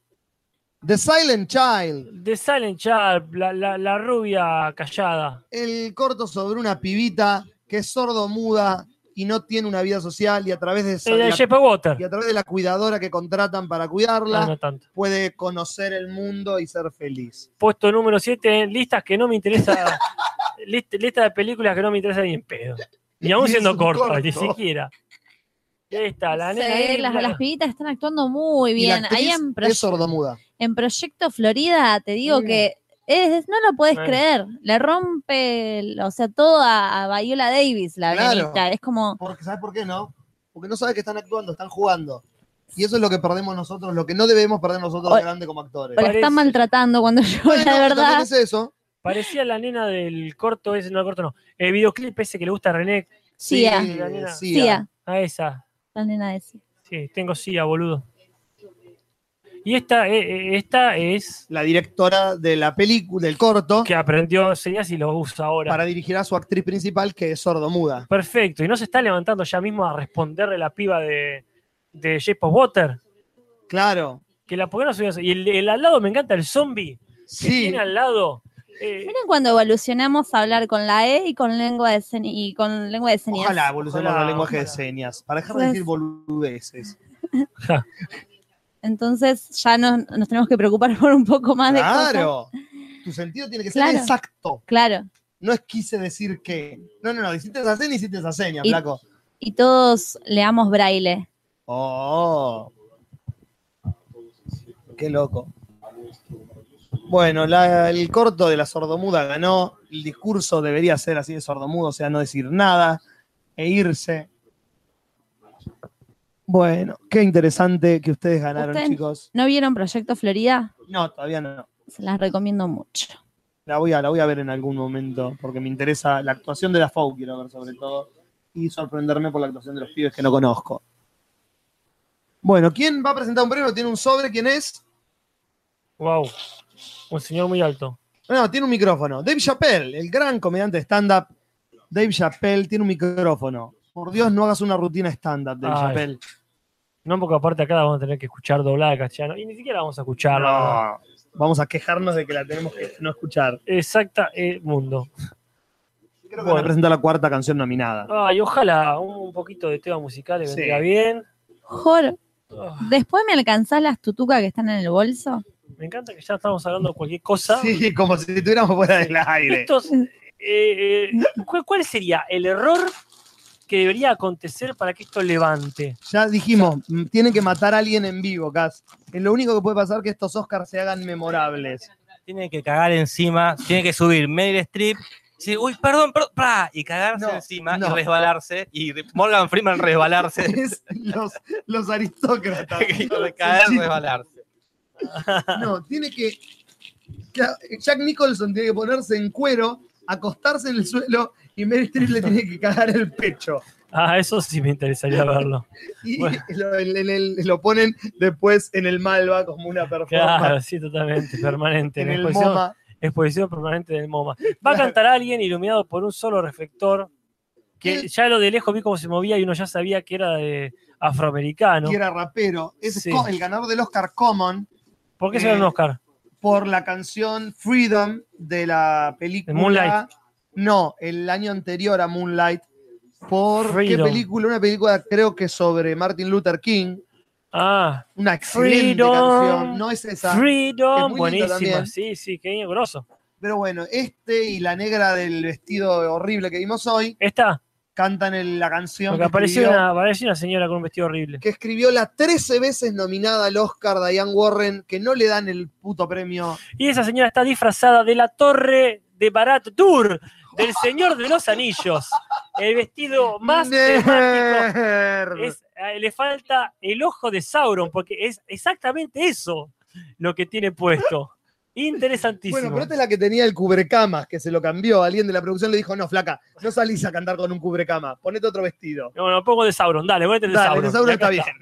The Silent Child. The Silent Child, la, la- la rubia callada. El corto sobre una pibita que es sordo-muda y no tiene una vida social y a través de El Eh, de la- Shape of Water. y a través de la cuidadora que contratan para cuidarla, No, no tanto. puede conocer el mundo y ser feliz. Puesto número 7 en listas que no me interesa. list- lista de películas que no me interesa ni en pedo. Y aún Y es siendo un corto, corto. ni siquiera. Y ahí está, la Sí, nena. ahí, las, claro. las pibitas están actuando muy Y la bien. Ahí actriz en, es proye- sordomuda. en Proyecto Florida te digo Mm. que es- no lo puedes Bueno. creer. Le rompe, el- o sea, todo a, a Viola Davis, la Claro. nenita. Es como, Porque, ¿Sabes por qué no? Porque no sabe que están actuando, están jugando. Y eso es lo que perdemos nosotros, lo que no debemos perder nosotros O- de grande como actores. o la Parece- están maltratando cuando llora, Bueno, la también verdad. es eso. Parecía la nena del corto ese, no el corto no. El videoclip ese que le gusta a René, Sí, ah, la nena. sí, sí, ah. ah, a esa. la nena de sí. Sí, tengo CIA, boludo. Y esta, eh, eh, esta es La directora de la película, del corto, que aprendió señas y lo usa ahora. para dirigir a su actriz principal, que es sordomuda. Perfecto. ¿Y no se está levantando ya mismo a responderle la piba de, de Shape of Water? Claro. Que la, ¿por qué no subió? Y el, el al lado me encanta, el zombie. que Sí. tiene al lado. Eh, Miren cuando evolucionamos a hablar con la E y con lengua de señas. Y con lengua de señas. Ojalá evolucionemos Ojalá, el lenguaje de ojalá. señas. Para dejar de Pues- decir boludeces. ja. Entonces ya nos, nos tenemos que preocupar por un poco más Ah, de cosas. Claro. Tu sentido tiene que ser Claro. exacto. Claro. No es quise decir que. No, no, no. Hiciste esa seña, hiciste esa seña, Y- flaco. Y todos leamos braille. Oh. Qué loco. Bueno, la- el corto de la sordomuda ganó. El discurso debería ser así de sordomudo, o sea, no decir nada e irse. Bueno, qué interesante que ustedes ganaron, Ustedes- chicos. ¿No vieron Proyecto Florida? No, todavía no. Se las recomiendo mucho. La voy, a, la voy a ver en algún momento porque me interesa la actuación de la Fou, quiero ver sobre todo, y sorprenderme por la actuación de los pibes que no conozco. Bueno, ¿quién va a presentar un premio? Tiene un sobre, ¿quién es? Wow. Un señor muy alto. Ah, No, tiene un micrófono. Dave Chappelle, el gran comediante de stand-up. Dave Chappelle tiene un micrófono. Por Dios, no hagas una rutina stand-up, Dave Ay, Chappelle. No, porque aparte acá la vamos a tener que escuchar doblada de castellano. Y ni siquiera la vamos a escuchar. la verdad. No, Vamos a quejarnos de que la tenemos que no escuchar. Exacta eh, mundo. Creo que van a Bueno. presentar la cuarta canción nominada. Ay, ojalá un, un poquito de tema musical le Sí. vendría bien. Jor, Ah, ¿después me alcanzás las tutucas que están en el bolso? me encanta que ya estamos hablando de cualquier cosa. Sí, como si estuviéramos fuera del aire. Estos, eh, eh, Mm. ¿cu- ¿Cuál sería el error que debería acontecer para que esto levante? Ya dijimos, m- tienen que matar a alguien en vivo, Cas. Es lo único que puede pasar que estos Oscars se hagan memorables. Tiene que cagar encima, tiene que subir Meryl Streep. decir, uy, perdón, perdón, pa", y cagarse No, encima no. y resbalarse. Y Morgan Freeman resbalarse. Es los, los aristócratas. caer, Sí. resbalarse. No, tiene que. Cla- Jack Nicholson tiene que ponerse en cuero, acostarse en el suelo y Meryl Streep le tiene que cagar el pecho. Ah, eso sí me interesaría verlo. Y Bueno. lo, en- en el- lo ponen después en el Malva como una performance. Claro, sí, totalmente, permanente. En la el exposición- MoMA. exposición permanente del MoMA. Va Claro. a cantar alguien iluminado por un solo reflector, Sí. que ya lo de lejos vi cómo se movía y uno ya sabía que era de afroamericano. que era rapero. Es Sí. co- el ganador del Oscar Common ¿Por qué se Eh, ganó un Oscar? por la canción Freedom de la película. ¿De Moonlight? No, el año anterior a Moonlight. ¿Por Freedom. qué película? Una película creo que sobre Martin Luther King. Ah, Una excelente Freedom. canción. No es esa. muy Freedom, lindo buenísima. también. Sí, sí, qué bien, grosso. Pero bueno, este y la negra del vestido horrible que vimos hoy Esta, cantan el- la canción Porque que apareció escribió, una, apareció una señora con un vestido horrible. que escribió la 13 veces nominada al Oscar Diane Warren, que no le dan el puto premio. Y esa señora está disfrazada de la torre de Barat Dur, del Señor de los Anillos. El vestido más temático. Nerd. Es- eh, le falta el ojo de Sauron, porque es exactamente eso lo que tiene puesto. Interesantísimo. Bueno, pero esta es la que tenía el cubrecamas, que se lo cambió. Alguien de la producción le dijo, no, flaca, no salís a cantar con un cubrecama, ponete otro vestido. No, no, pongo de Sauron, dale, ponete de Dale, Sauron. de Sauron Y está acá bien.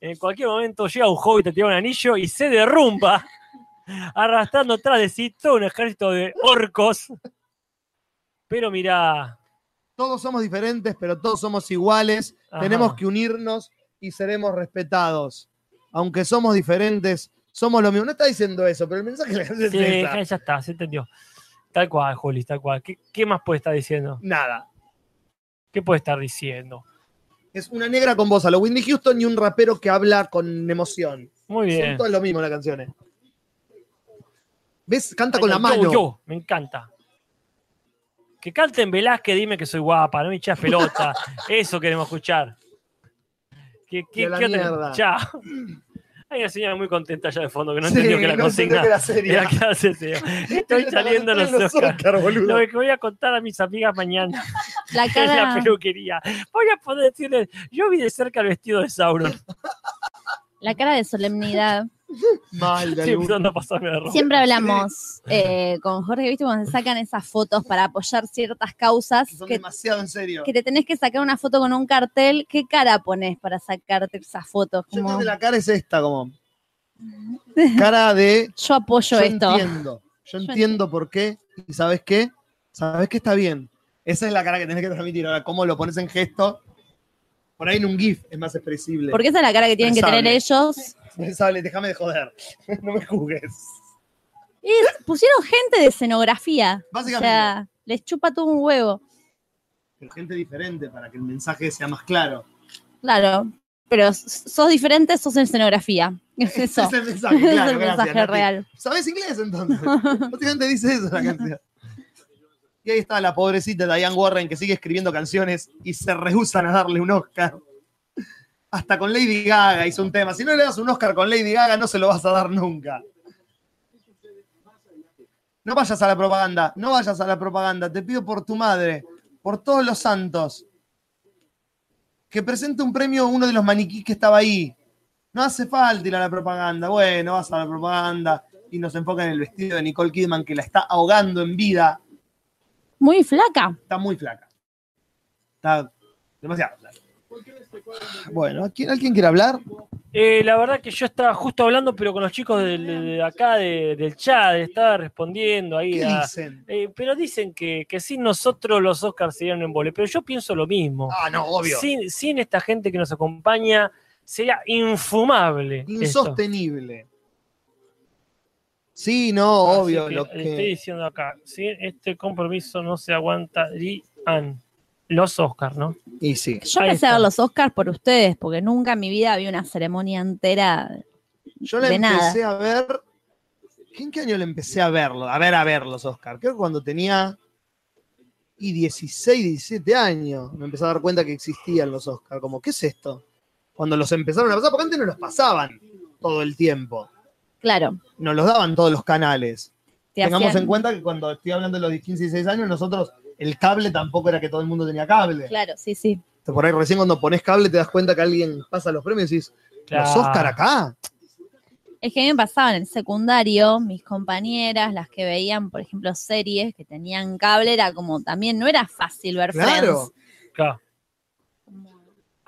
En cualquier momento llega un hobbit, te tira un anillo y se derrumba, arrastrando atrás de sí todo un ejército de orcos. Pero mirá, Todos somos diferentes, pero todos somos iguales. Ajá. Tenemos que unirnos y seremos respetados. Aunque somos diferentes, somos lo mismo. No está diciendo eso, pero el mensaje de la canción sí, es ya esa. ya está, se entendió. Tal cual, Juli, tal cual. ¿Qué, qué más puede estar diciendo? Nada. ¿Qué puede estar diciendo? Es una negra con voz a lo Whitney Houston y un rapero que habla con emoción. Muy Son bien. todas lo mismo las canciones. ¿Ves? Canta Ay, con no, la mano. Yo, yo, me encanta. Que canten Velázquez, dime que soy guapa, no me echas pelota. Eso queremos escuchar. ¿Qué, qué, Y a la qué otra- mierda. Chao. Hay una señora muy contenta allá de fondo que no Sí, entendió que la no entendió consigna que era seria. era que era seria. Estoy Era saliendo la los de los Oscar. Oscar, boludo. Lo que voy a contar a mis amigas mañana La en la cara, peluquería. Voy a poder decirles, yo vi de cerca el vestido de Sauron. la cara de solemnidad. Mal, de Estoy algún- empezando a pasarme de rojo. Siempre hablamos eh, con Jorge, ¿viste? Cuando se sacan esas fotos para apoyar ciertas causas, Son que, demasiado en serio. que te tenés que sacar una foto con un cartel. ¿Qué cara pones para sacarte esas fotos? Yo Como, creo que la cara es esta, como. Cara de. yo apoyo Yo, esto. entiendo. Yo entiendo por qué. ¿Y sabes qué? ¿Sabes qué está bien? Esa es la cara que tenés que transmitir. Ahora, ¿cómo lo pones en gesto? Por ahí en un GIF es más expresible. Porque esa es la cara que tienen que tener Pensable. ellos. Expresable, déjame de joder. no me juzgues. Y pusieron gente de escenografía. O Básicamente. sea, les chupa todo un huevo. Pero gente diferente para que el mensaje sea más claro. Claro. Pero s- sos diferente, sos en escenografía. Es Ese eso. es el mensaje, es claro, el gracias, mensaje Nati. real. ¿Sabés inglés entonces? Básicamente dice eso la canción. Y ahí está la pobrecita Diane Warren que sigue escribiendo canciones y se rehusan a darle un Oscar. Hasta con Lady Gaga hizo un tema. Si no le das un Oscar con Lady Gaga, no se lo vas a dar nunca. No vayas a la propaganda, no vayas a la propaganda. Te pido por tu madre, por todos los santos, que presente un premio a uno de los maniquís que estaba ahí. No hace falta ir a la propaganda. Bueno, vas a la propaganda y nos enfoca en el vestido de Nicole Kidman que la está ahogando en vida. Muy flaca. Está muy flaca. Está demasiado flaca. Bueno, ¿a quién- ¿alguien quiere hablar? Eh, la verdad que yo estaba justo hablando, pero con los chicos del- de acá de- del chat, estaba respondiendo ahí. ¿Qué a- dicen? Eh, pero dicen que, que sin nosotros los Oscars serían un embole, pero yo pienso lo mismo. Ah, no, obvio. Sin, sin esta gente que nos acompaña sería infumable. esto. Insostenible. Sí, no, Así obvio. que eh, lo le que- Estoy diciendo acá, sin este compromiso no se aguantarían los Oscars, ¿no? Y sí. Yo Ahí empecé a está. ver los Oscars por ustedes, porque nunca en mi vida había una ceremonia entera. Yo la De nada. empecé a ver. ¿En qué año le empecé a verlo? A ver, a ver los Oscar. Creo que cuando tenía y 16, 17 años me empecé a dar cuenta que existían los Oscar. Como, ¿qué es esto? Cuando los empezaron a pasar, porque antes no los pasaban todo el tiempo. Claro. Nos los daban todos los canales. te Tengamos hacían- en cuenta que cuando estoy hablando de los 15 y 16 años, nosotros el cable tampoco era que todo el mundo tenía cable. Claro, sí, sí. Por ahí recién cuando pones cable te das cuenta que alguien pasa los premios y decís, ¿los Claro. Oscar acá? Es que a mí me pasaba en el secundario, mis compañeras, las que veían, por ejemplo, series que tenían cable, era como también, no era fácil ver Claro. Friends. Acá.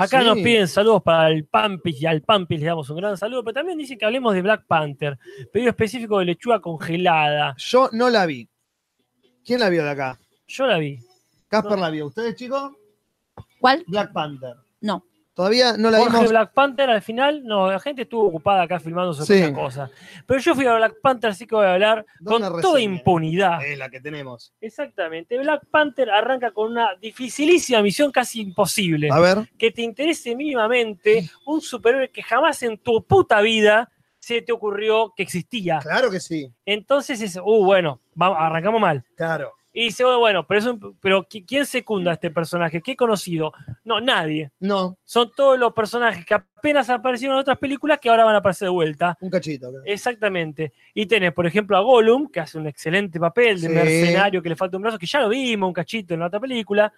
Acá Sí. nos piden saludos para el Pampis y al Pampis le damos un gran saludo, pero también dice que hablemos de Black Panther, pedido específico de lechuga congelada. Yo no la vi. ¿Quién la vio de acá? Yo la vi. Casper la vio. ¿Ustedes, chicos? ¿Cuál? Black Panther. No. Todavía no la Jorge vimos. Black Panther al final, no, la gente estuvo ocupada acá filmando sus Sí. propias cosas. Pero yo fui a Black Panther, así que voy a hablar Da con una toda reseña. impunidad. Es la que tenemos. Exactamente. Black Panther arranca con una dificilísima misión casi imposible. A ver. Que te interese mínimamente un superhéroe que jamás en tu puta vida se te ocurrió que existía. Claro que sí. Entonces es, uh, bueno, va- arrancamos mal. Claro. Y dice, bueno, bueno, pero, es un- pero ¿qui- ¿quién secunda a este personaje? ¿Qué conocido? No, nadie. No, Son todos los personajes que apenas aparecieron en otras películas que ahora van a aparecer de vuelta. un cachito. creo. Exactamente. Y tenés, por ejemplo, a Gollum, que hace un excelente papel de Sí. mercenario que le falta un brazo, que ya lo vimos, un cachito en la otra película.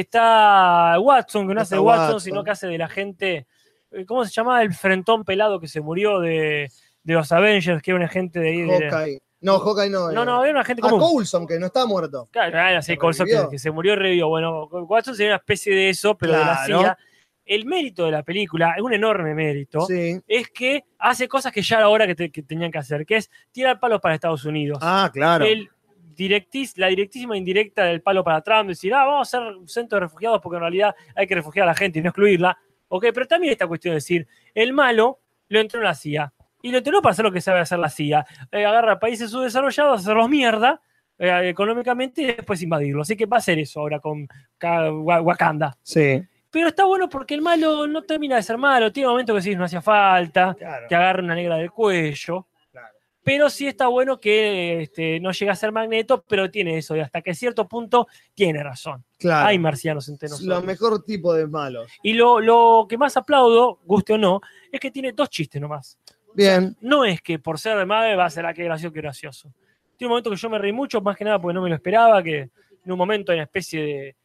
Está Watson, que no Está hace de Watson, Watson. sino que hace de la gente. eh, ¿Cómo se llamaba? El frentón pelado que se murió de, de los Avengers, que era un agente de ahí. de- Hawkeye. No, Hawkeye no. No, eh. no, era un agente Ah, común. Coulson, que no está muerto. Claro, era así, ¿Que Colson que, revivió? que se murió y revivió. Bueno, Watson sería una especie de eso, pero de la Claro. CIA. El mérito de la película, un enorme mérito, Sí. es que hace cosas que ya era hora que, te- que tenían que hacer, que es tirar palos para Estados Unidos. Ah, claro. El directis- la directísima indirecta del palo para Trump, decir, ah, vamos a hacer un centro de refugiados porque en realidad hay que refugiar a la gente y no excluirla. Ok, pero también esta cuestión de decir, el malo lo entró en la CIA y lo entrenó para hacer lo que sabe hacer la CIA. Eh, agarra países subdesarrollados, hacerlos mierda eh, económicamente y después invadirlos. Así que va a ser eso ahora con Ka- Wa- Wakanda. Sí. Pero está bueno porque el malo no termina de ser malo. Tiene momentos que decís, no hacía falta Claro. que agarre una negra del cuello. Claro. Pero sí está bueno que este, no llega a ser magneto, pero tiene eso, y hasta que cierto punto tiene razón. claro. Hay marcianos entre Es lo nosotros. mejor tipo de malos. Y lo, lo que más aplaudo, guste o no, es que tiene dos chistes nomás. Bien. No es que por ser de Marvel va a ser a qué gracioso, qué gracioso. Tiene un momento que yo me reí mucho, más que nada porque no me lo esperaba, que en un momento hay una especie de,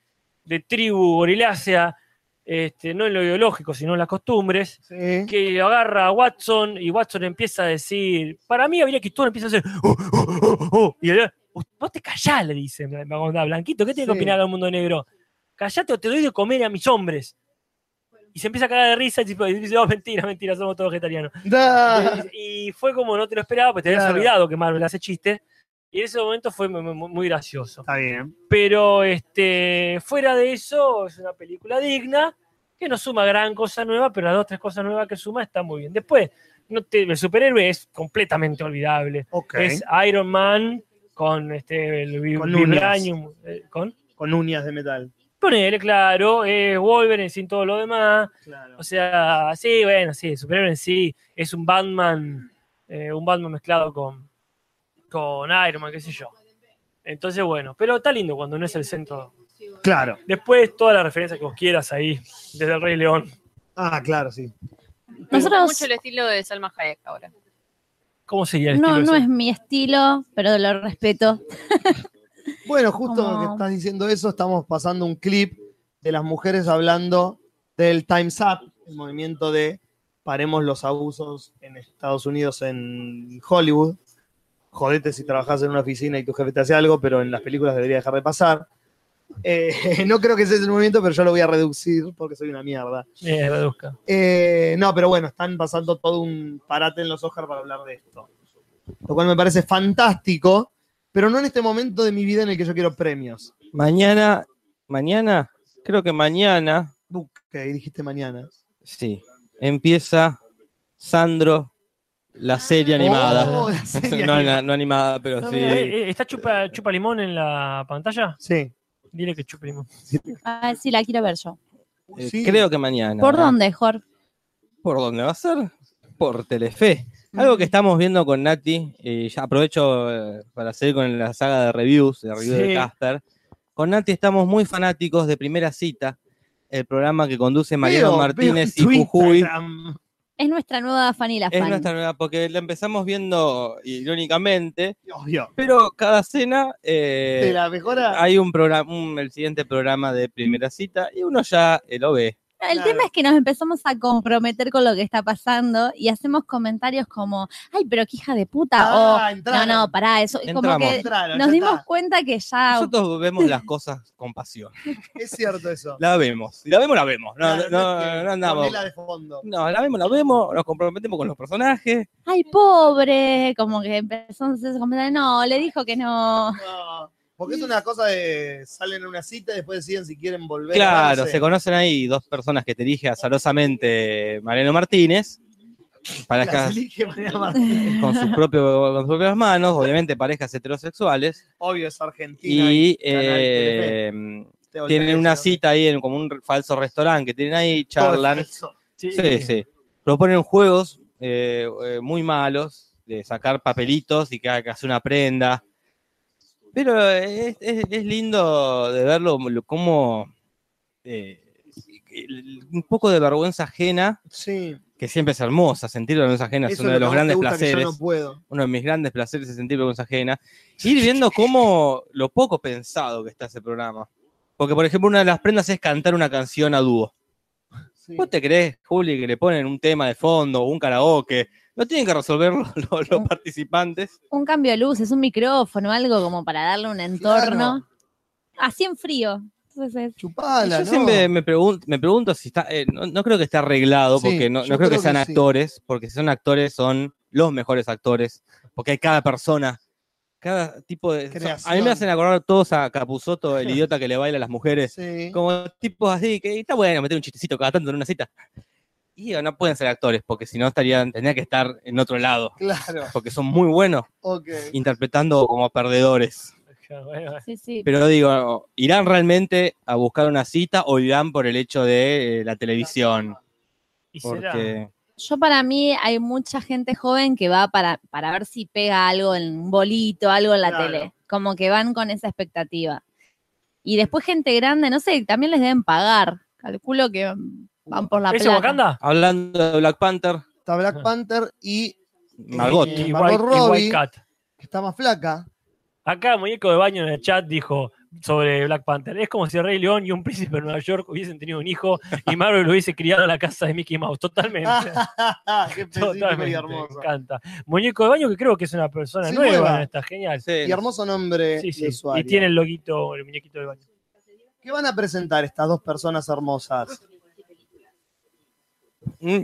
de tribu gorilácea, este, no en lo ideológico, sino en las costumbres, Sí. que lo agarra a Watson y Watson empieza a decir, para mí habría que tú empieza a hacer, "Oh, oh, oh, oh", y él, vos te callás, le dice Magondá, Blanquito, ¿qué tiene que Sí. opinar al mundo negro? Callate o te doy de comer a mis hombres. Y se empieza a cagar de risa y dice, oh, mentira, mentira, somos todos vegetarianos. Da. Y fue como no te lo esperaba, pues te habías Claro. olvidado que Marvel hace chistes. Y en ese momento fue mu- mu- muy gracioso. Está bien. Pero este, fuera de eso, es una película digna que no suma gran cosa nueva, pero las dos tres cosas nuevas que suma están muy bien. Después, no te- el superhéroe es completamente olvidable. Ok. Es Iron Man con este el vi- Con lunas. vibranium, eh, con Con uñas de metal. ponele claro, es Wolverine sin todo lo demás. Claro. O sea, sí, bueno, sí, el superhéroe en sí es un Batman, eh, un Batman mezclado con con Iron Man, qué sé yo. Entonces, bueno, pero está lindo cuando no es el centro Claro. Después, todas las referencias que vos quieras ahí, desde el Rey León. Ah, claro, sí. Me gusta Nosotros- mucho el estilo de Salma Hayek ahora. ¿Cómo sería el No, estilo no ese? es mi estilo, pero lo respeto. Bueno, justo Como- que estás diciendo eso, estamos pasando un clip de las mujeres hablando del Time's Up, el movimiento de paremos los abusos en Estados Unidos, en Hollywood. Jodete si trabajás en una oficina y tu jefe te hace algo, pero en las películas debería dejar de pasar. Eh, no creo que ese es el movimiento, pero yo lo voy a reducir porque soy una mierda. Eh, reduzca. Eh, no, pero bueno, están pasando todo un parate en los Oscars para hablar de esto. Lo cual me parece fantástico, pero no en este momento de mi vida en el que yo quiero premios. Mañana, mañana, creo que mañana, Que dijiste mañana. sí, empieza Sandro, la serie animada. Oh, la serie no, animada. no, no animada, pero Está sí. Eh, eh, ¿Está chupa, chupa limón en la pantalla? Sí. Dile que chupa limón. Ah, sí, la quiero ver yo. Eh, Sí. Creo que mañana. ¿Por dónde, Jorge? ¿Por dónde va a ser? Por Telefe. Algo que estamos viendo con Nati, eh, ya aprovecho eh, para seguir con la saga de reviews, de review Sí. de Caster. Con Nati estamos muy fanáticos de Primera Cita, el programa que conduce Mariano Veo- Martínez veo y tu Jujuy. Instagram. Es nuestra nueva fanila Es fan. nuestra nueva, porque la empezamos viendo irónicamente, Obvio. pero cada cena eh, De la mejora. hay un programa, un- el siguiente programa de Primera Cita y uno ya eh, lo ve. El Claro. tema es que nos empezamos a comprometer con lo que está pasando y hacemos comentarios como, ay, pero qué hija de puta, Ah, o entraron. oh, no, no, pará, eso, es como Entramos. que Entraron, nos ya dimos está. cuenta que ya Nosotros vemos las cosas con pasión. Es cierto eso. La vemos. Si la vemos, la vemos. No, Claro, no, no, es que no andamos. ponela de fondo. No, la vemos, la vemos, nos comprometemos con los personajes. ay, pobre, como que empezamos a comentar, no, le dijo que no. No, Porque es una cosa de salen a una cita y después deciden si quieren volver. a Claro, verse. se conocen ahí dos personas que te elige azarosamente Mariano Martínez, Las parejas elige Mariana Martínez. con sus, propio- con sus propias manos, obviamente parejas heterosexuales, Obvio, es Argentina. y canal eh, te volvés tienen una loco. cita ahí en como un re- falso restaurante que tienen ahí, charlan. Todo eso. Sí, Sí, sí. Proponen juegos eh, eh, muy malos de sacar papelitos y que haga- que hace una prenda. Pero es, es- es lindo de verlo lo- como eh, el- un poco de vergüenza ajena, Sí. que siempre es hermosa, sentir vergüenza ajena es eso uno es de lo los que más me grandes gusta, que placeres. Yo no puedo. Uno de mis grandes placeres es sentir vergüenza ajena. Ir viendo cómo lo poco pensado que está ese programa. Porque, por ejemplo, una de las prendas es cantar una canción a dúo. Sí. ¿Vos te crees, Juli, que le ponen un tema de fondo, un karaoke? No tienen que resolverlo los, los participantes. Un cambio de luces, un micrófono, algo como para darle un entorno. Así en frío. Entonces, es- Chupala, yo ¿no? siempre me, pregun- me pregunto si está. eh, no, no creo que esté arreglado, Sí, porque no, yo no creo que creo que sean sí. actores, porque si son actores son los mejores actores, porque hay cada persona, cada tipo de. son- a mí Creación. me hacen acordar todos a Capuzoto, el idiota que le baila a las mujeres. Sí. Como tipos así, que está bueno meter un chistecito cada tanto en una cita. Y eh, no pueden ser actores, porque si no estarían, tendrían que estar en otro lado. Claro, Porque son muy buenos ok. interpretando como perdedores. Bueno, sí, sí. Pero digo, ¿irán realmente a buscar una cita o irán por el hecho de eh, la televisión? y será. Porque Yo para mí hay mucha gente joven que va para, para ver si pega algo en un bolito, algo en la Claro. tele. Como que van con esa expectativa. Y después gente grande, no sé, también les deben pagar. Calculo que van por la ¿Ese plata. Wakanda? hablando de Black Panther, Está Black Panther y Margot, Eh, Margot Y White, y White Robbie. Cat. que está más flaca. Acá muñeco de baño en el chat dijo sobre Black Panther. Es como si el Rey León y un príncipe de Nueva York hubiesen tenido un hijo y Marvel lo hubiese criado en la casa de Mickey Mouse. Totalmente. Qué específico y Totalmente. Me hermoso. encanta. Muñeco de baño que creo que es una persona Sí, nueva. nueva. Está genial. sí, Y hermoso nombre Sí, de sí. usuario. Y tiene el loguito, el muñequito de baño. ¿Qué van a presentar estas dos personas hermosas? mm,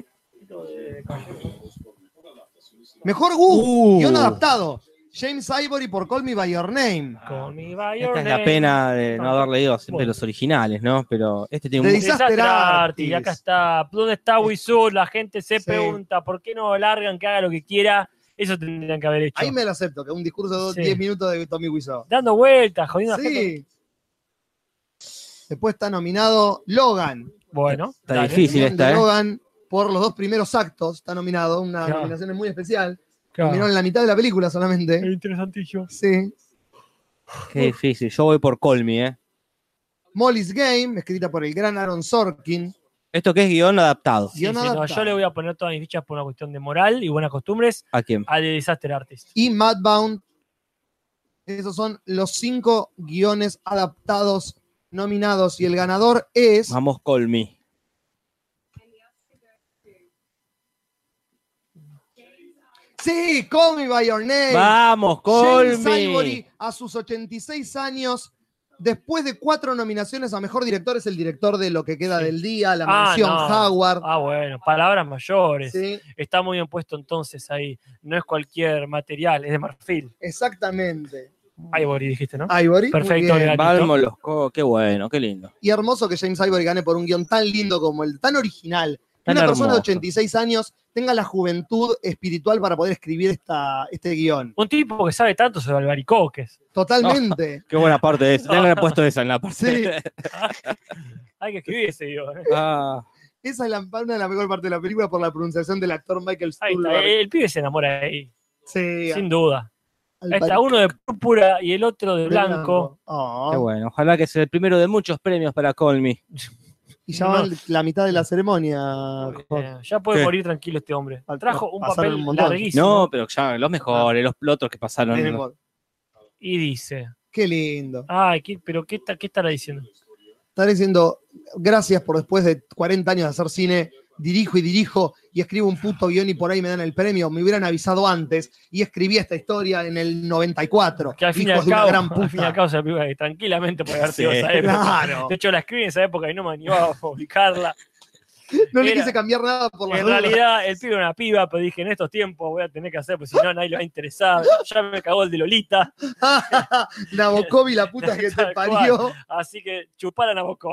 Mejor Gu, Uh. guión adaptado. James Ivory por Call Me By Your Name. Con mi by your esta es la name. pena de no haber leído siempre Bueno. los originales, ¿no? Pero este tiene De un... Disney. Disaster Disaster Artist, Artist. y acá está. ¿Dónde está Wisu? La gente se Sí. pregunta por qué no largan que haga lo que quiera. Eso tendrían que haber hecho. Ahí me lo acepto, que un discurso de Sí. 10 minutos de Tommy Wiseau. Dando vueltas, jodiendo a la gente. Sí. Después está nominado Logan. Bueno, Está dale. difícil. Sí, Guión está, de ¿eh? Logan Ah. por los dos primeros actos. Está nominado, una Claro. nominación muy especial. Claro. Nominaron la mitad de la película solamente. Interesantillo. Sí. Qué difícil, yo voy por Colmi, ¿eh? Molly's Game, escrita por el gran Aaron Sorkin. ¿Esto que es guión adaptado? Sí, Guión sí, no, adaptado. yo le voy a poner todas mis fichas por una cuestión de moral y buenas costumbres ¿A quién? a The Disaster Artist. y Madbound. Esos son los cinco guiones adaptados nominados. Y el ganador es Vamos Colmi. Sí, Call Me By Your Name. Vamos James Colmi. Ivory, a sus 86 años, después de cuatro nominaciones a Mejor Director, es el director de Lo que queda Sí. del día, La Ah, Mansión no. Howard. Ah, bueno, palabras mayores. Sí, Está muy bien puesto entonces ahí. No es cualquier material, es de marfil. exactamente. Ivory dijiste, ¿no? Ivory. Ah, muy Perfecto, bien. gra- Vamos los... co- Qué bueno, qué lindo. Y hermoso que James Ivory gane por un guión tan lindo como el, tan original. Que Tan una persona de hermoso. 86 años tenga la juventud espiritual para poder escribir esta, este guión. Un tipo que sabe tanto sobre albaricoques. Totalmente. Qué buena parte es. Tengan puesto esa en la Sí. parte. Hay que escribir ese guión. ¿eh? Ah. Esa es la, una de las mejor partes de la película por la pronunciación del actor Michael Ahí está, Stuhlbarg. El, el pibe se enamora ahí, Sí, sin duda. al Ahí está uno de púrpura y el otro de parecer blanco. Oh. Qué bueno, ojalá que sea el primero de muchos premios para Colmi. Y ya van la mitad de la ceremonia. Jorge. Eh, ya puede ¿Qué? morir tranquilo este hombre. Al- Trajo un pasaron papel un montón. larguísimo No, pero ya, los mejores, los los otros que pasaron. Tenemos- y dice, Qué lindo. ay, ¿qué- pero qué, está- qué estará diciendo? Estaré diciendo gracias por después de 40 años de hacer cine, dirijo y dirijo y escribo un puto guión y por ahí me dan el premio. Me hubieran avisado antes y escribí esta historia en el 94. Que al fin y al hijos de cabo, una gran al fin y al puta. cabo se la película que tranquilamente puede haber sido Sí. esa época. Claro. De hecho, la escribí en esa época y no me animaba a publicarla. No le Era- quise cambiar nada por la en duda. realidad, el pibe era una piba, pero dije, en estos tiempos voy a tener que hacer, porque si no, nadie lo va a interesar. Ya me cagó el de Lolita, Nabokov y la puta que te Tal cual. parió. así que chupala a Bocó.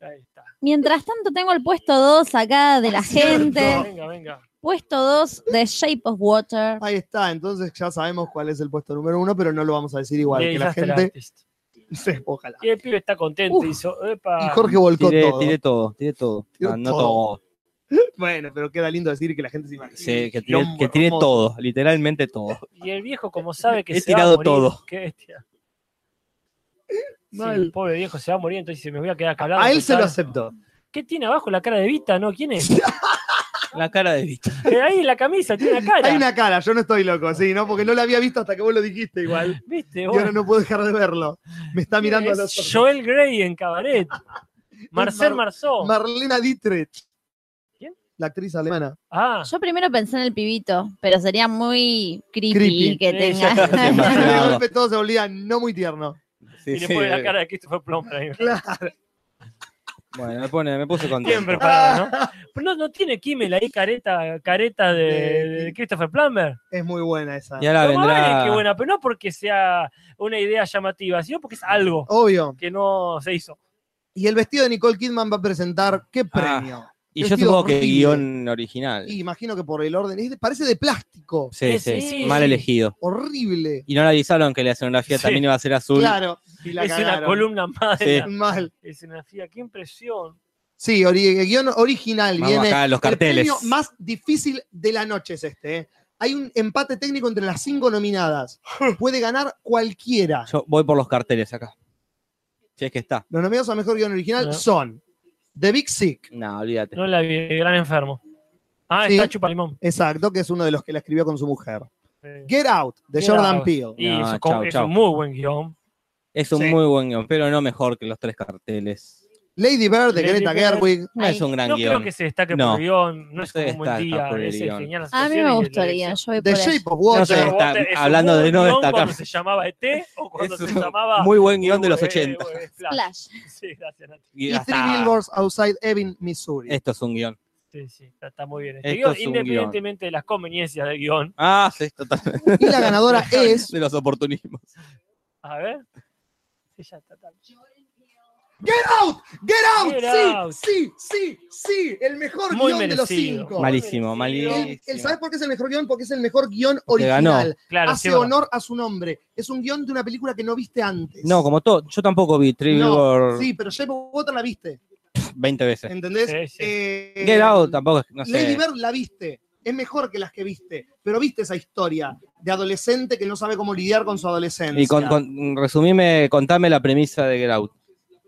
Ahí está. Mientras tanto, tengo el puesto 2 acá de la gente. Venga, venga. Puesto 2 de Shape of Water. Ahí está, entonces ya sabemos cuál es el puesto número uno, pero no lo vamos a decir igual. De que la Disaster gente Artist. se ojalá. Y el pibe está contento. Uf. hizo, "Epa". Y Jorge volcó Tiré, todo. tiré todo, tiré todo. Tiró Ah, no todo. todo. Bueno, pero queda lindo decir que la gente se imagina. Sí, que tiene, que tiene todo, literalmente todo. Y el viejo, como sabe que He se va a tirado morir, todo. qué bestia. Sí, el pobre viejo se va a morir, entonces dice, me voy a quedar calado. A él se lo total. aceptó. ¿Qué tiene abajo la cara de Vita? ¿No? ¿Quién es? La cara de Vito. Eh, Ahí en la camisa tiene una cara. Hay una cara, yo no estoy loco, sí, ¿no? Porque no la había visto hasta que vos lo dijiste igual. ¿Viste? Y vos? ahora no puedo dejar de verlo. Me está mirando a Es los ojos. Joel Grey en cabaret. Marcel Mar- Marceau. Marlena Dietrich. Oh. ¿Quién? La actriz alemana. ah, Yo primero pensé en el pibito, pero sería muy Creepy. creepy, que Sí. tenga. Ah. De Demasiado. golpe todo se volvía no muy tierno. Sí, y le sí. eh. pone la cara de Christopher Plummer ahí. Bueno, me, pone, me puse contento. Siempre parado, ¿no? Ah. Pero no, no tiene Kimmel ahí careta, careta de, De- de Christopher Plummer. Es muy buena esa. Y ahora Lo más Ah, vendrá. vale que buena, pero no porque sea una idea llamativa, sino porque es algo Obvio. que no se hizo. Y el vestido de Nicole Kidman va a presentar qué Ah, premio. y yo vestido supongo que horrible. guión original. Y imagino que por el orden. es de- parece de plástico. Sí, Sí, sí, sí. mal elegido. Horrible. Y no le avisaron que la escenografía Sí. también iba a ser azul. Claro. Y la es una cagaron. columna más de Sí. la Mal. escenografía. ¡Qué impresión! Sí, ori- guión original. Vamos viene acá a los carteles. El premio más difícil de la noche es este. ¿eh? Hay un empate técnico entre las cinco nominadas. Puede ganar cualquiera. Yo voy por los carteles acá. Si es que está. Los nominados a mejor guión original No. son The Big Sick, No, olvídate. No la vi, el gran enfermo. Ah, Sí. está Chupalimón. exacto, que es uno de los que la escribió con su mujer. Eh, Get Out, de Get Jordan Out. Peele. Y No, eso es como- chau, es chau. un muy buen guión. Es un Sí. muy buen guión, pero no mejor que los tres carteles. Lady Bird, de Lady Greta Bird. Gerwig. No Ay, es un gran No creo guión. que se destaque No. por guión, no es Se como un buen destaca día, por el es guión. genial. A la mí situación me y la gustaría, dirección. yo voy The por ahí. Shape of No Water. sé. Pero vos te- Está es un hablando de buen no guión destacar. cuando se llamaba ET o cuando Es se un llamaba muy buen guión de los Eh, 80. eh, Flash. Flash. Sí, gracias, Nati. Y y ya Three está. Billboards Outside Ebbing, Missouri. Esto es un guión. Sí, sí, está, está muy bien. Este Esto guión, es un independientemente de las conveniencias del guión. Ah, sí, totalmente. Y la ganadora es De los oportunismos. A ver. Sí, ya está, está. Get Out, Get Out, Get sí, Out. sí, sí, sí, el mejor Muy guión de los merecido. cinco. Mal- Malísimo, merecido. malísimo. El, ¿Sabes por qué es el mejor guión? Porque es el mejor guión original. ganó. Claro, Hace sí, bueno. honor a su nombre. Es un guión de una película que no viste antes. No, como todo. Yo tampoco vi No, Trigger Sí, pero Shape of Water la viste. 20 veces. ¿Entendés? Sí, sí. Eh, Get Out tampoco, es- no sé. Lady Bird la viste. Es mejor que las que viste. Pero viste esa historia de adolescente que no sabe cómo lidiar con su adolescencia. Y con, con- resumime, contame la premisa de Get Out.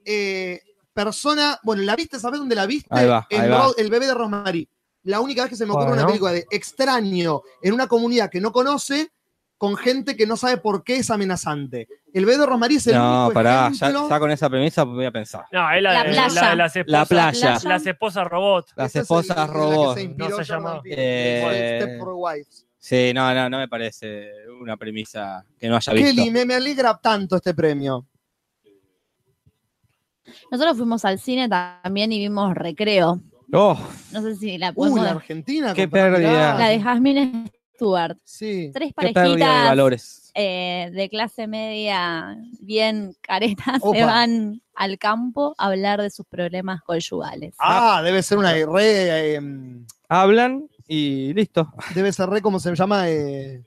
Eh, persona. Bueno, la viste, ¿sabes dónde la viste? Ahí va, En ahí va. Ro- El bebé de Rosemary. La única vez que se me ocurre Bueno. una película de extraño en una comunidad que no conoce con gente que no sabe por qué es amenazante. El bebé de Rosemary es el No, único pará, ya, ejemplo. ya con esa premisa voy a pensar. No, es la, La de- playa. la de las esposas, La playa, playa. las esposas robot. las Esa es esposas el- en la que robot. se inspiró No se Jordan llama. Peele. Eh, Step for Wives. Sí, no, no, no me parece una premisa que no haya visto. Kelly, me, me alegra tanto este premio. Nosotros fuimos al cine también y vimos Recreo. Oh, No sé si la Uy, podemos la dar. Argentina. Qué con Fernanda pérdida. Blas. La de Jasmine Stewart. Sí. Tres qué pérdida de parejitas valores. eh, de clase media bien caretas se Opa. van al campo a hablar de sus problemas conyugales. Ah, debe ser una re. eh, Hablan y listo. debe ser re, como se llama? Eh,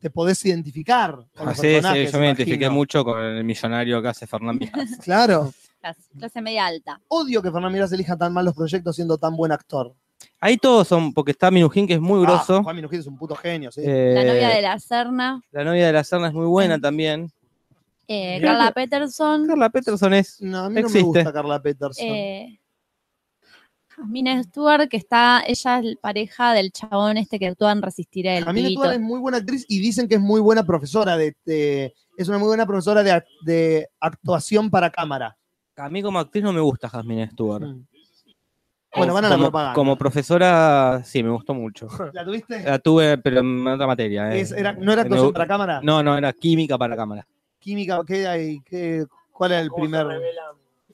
te podés identificar. Con los Ah, sí, sí, personajes, yo me identifiqué imagino. mucho con el millonario que hace Fernández. Claro. Clase- clase media alta. Odio que Fernán Miras elija tan mal los proyectos siendo tan buen actor. Ahí todos son, porque está Minujín, que es muy Ah, grosso. Juan Minujín es un puto genio, sí. Eh, La novia de la Serna, la novia de la Serna es muy buena también. eh, Creo Carla Peterson, Carla Peterson es. no, a mí no me existe. gusta Carla Peterson. eh, Jasmine Stewart, que está, ella es pareja del chabón este que actúa en Resistiré el Jamila pibito. Tuan es muy buena actriz y dicen que es muy buena profesora de, de- es una muy buena profesora de, ac- de actuación para cámara. A mí como actriz no me gusta Jasmine Stewart. Mm. Bueno, van a la como, propaganda. Como profesora, sí, me gustó mucho. ¿La tuviste? La tuve, pero en otra materia. eh. Es- era- ¿No era Me actuación gu- para cámara? No, no, era química para cámara. Química, ¿qué hay? ¿Qué- ¿Cuál era el ¿Cómo se primer? revelan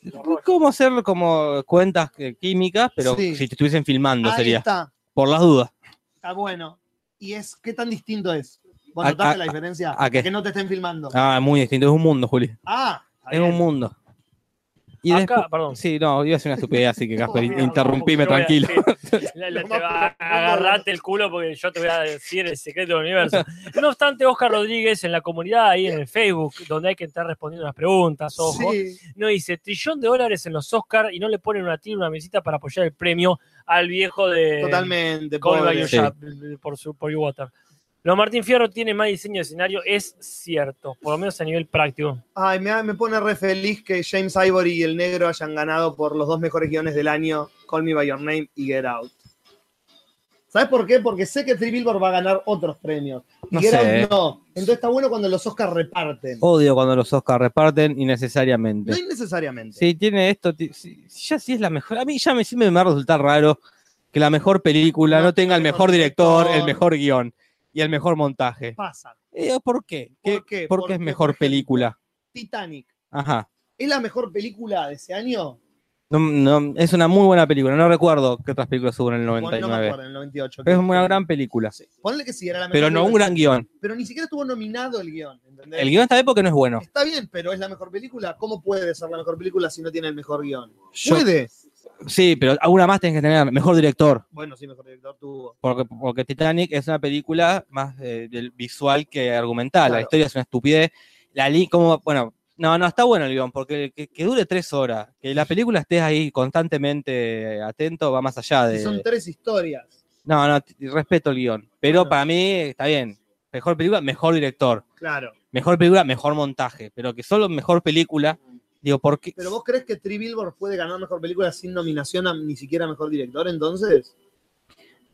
los rollos? ¿Cómo hacer como cuentas eh, químicas, pero Sí. si te estuviesen filmando Ahí sería? está, Por las dudas. está bueno. ¿Y es qué tan distinto es? ¿Vos ¿A- notaste a- la diferencia? a qué? Que no te estén filmando. Ah, muy distinto. Es un mundo, Juli. Ah, está Es bien. un mundo. Y Acá, despu- perdón. Sí, no, iba a ser una estupidez, así que Casper, Perdón, interrumpime yo voy a- tranquilo. sí. La- la- te va- agarrate el culo porque yo te voy a decir el secreto del universo. No obstante, Oscar Rodríguez en la comunidad ahí en el Facebook, donde hay que estar respondiendo las preguntas, ojo, Sí. no dice trillón de dólares en los Oscar y no le ponen una tira, una mesita para apoyar el premio al viejo de Totalmente. Call pobre. by Your Sí. Shot, por su por Your Water. Lo Martín Fierro tiene más diseño de escenario, es cierto, por lo menos a nivel práctico. Ay, me, me pone re feliz que James Ivory y el negro hayan ganado por los dos mejores guiones del año, Call Me By Your Name y Get Out. ¿Sabes por qué? Porque sé que Three Billboard va a ganar otros premios. Y No Get sé. eh. Out no. Entonces está bueno cuando los Oscars reparten. Odio cuando los Oscars reparten innecesariamente. No innecesariamente. Si tiene esto, ti- si- ya sí es la mejor. A mí ya me, sí me va a resultar raro que la mejor película no, No, tenga el mejor mejor director, director. el mejor guión y el mejor montaje. Pasa. Eh, ¿Por qué? ¿Qué- ¿Por qué? Porque, Porque, es por mejor ejemplo, película. Titanic. Ajá. ¿Es la mejor película de ese año? No, no, es una muy buena película. No recuerdo qué otras películas hubo en el Bueno, No me 99. acuerdo, en el 98. Pero es una gran película. Sí. Ponle que sí, era la mejor Pero no un película. gran guión. Pero ni siquiera estuvo nominado el guión. ¿entendés? El guión está bien porque no es bueno. Está bien, pero es la mejor película. ¿Cómo puede ser la mejor película si no tiene el mejor guión? Yo- Puede. Sí, pero alguna más tienes que tener. Mejor director. Bueno, sí, mejor director tuvo. Porque, porque Titanic es una película más eh, del visual que argumental. La Claro. historia es una estupidez. La li- como, bueno, no, no, está bueno el guión, porque que, que dure tres horas, que la película estés ahí constantemente atento, va más allá Y de... son tres historias. No, no, t- respeto el guión. Pero Bueno. para mí está bien. Mejor película, mejor director. Claro. Mejor película, mejor montaje. Pero que solo mejor película, digo, ¿por qué? Pero vos crees que Three Billboards puede ganar mejor película sin nominación a ni siquiera mejor director, entonces?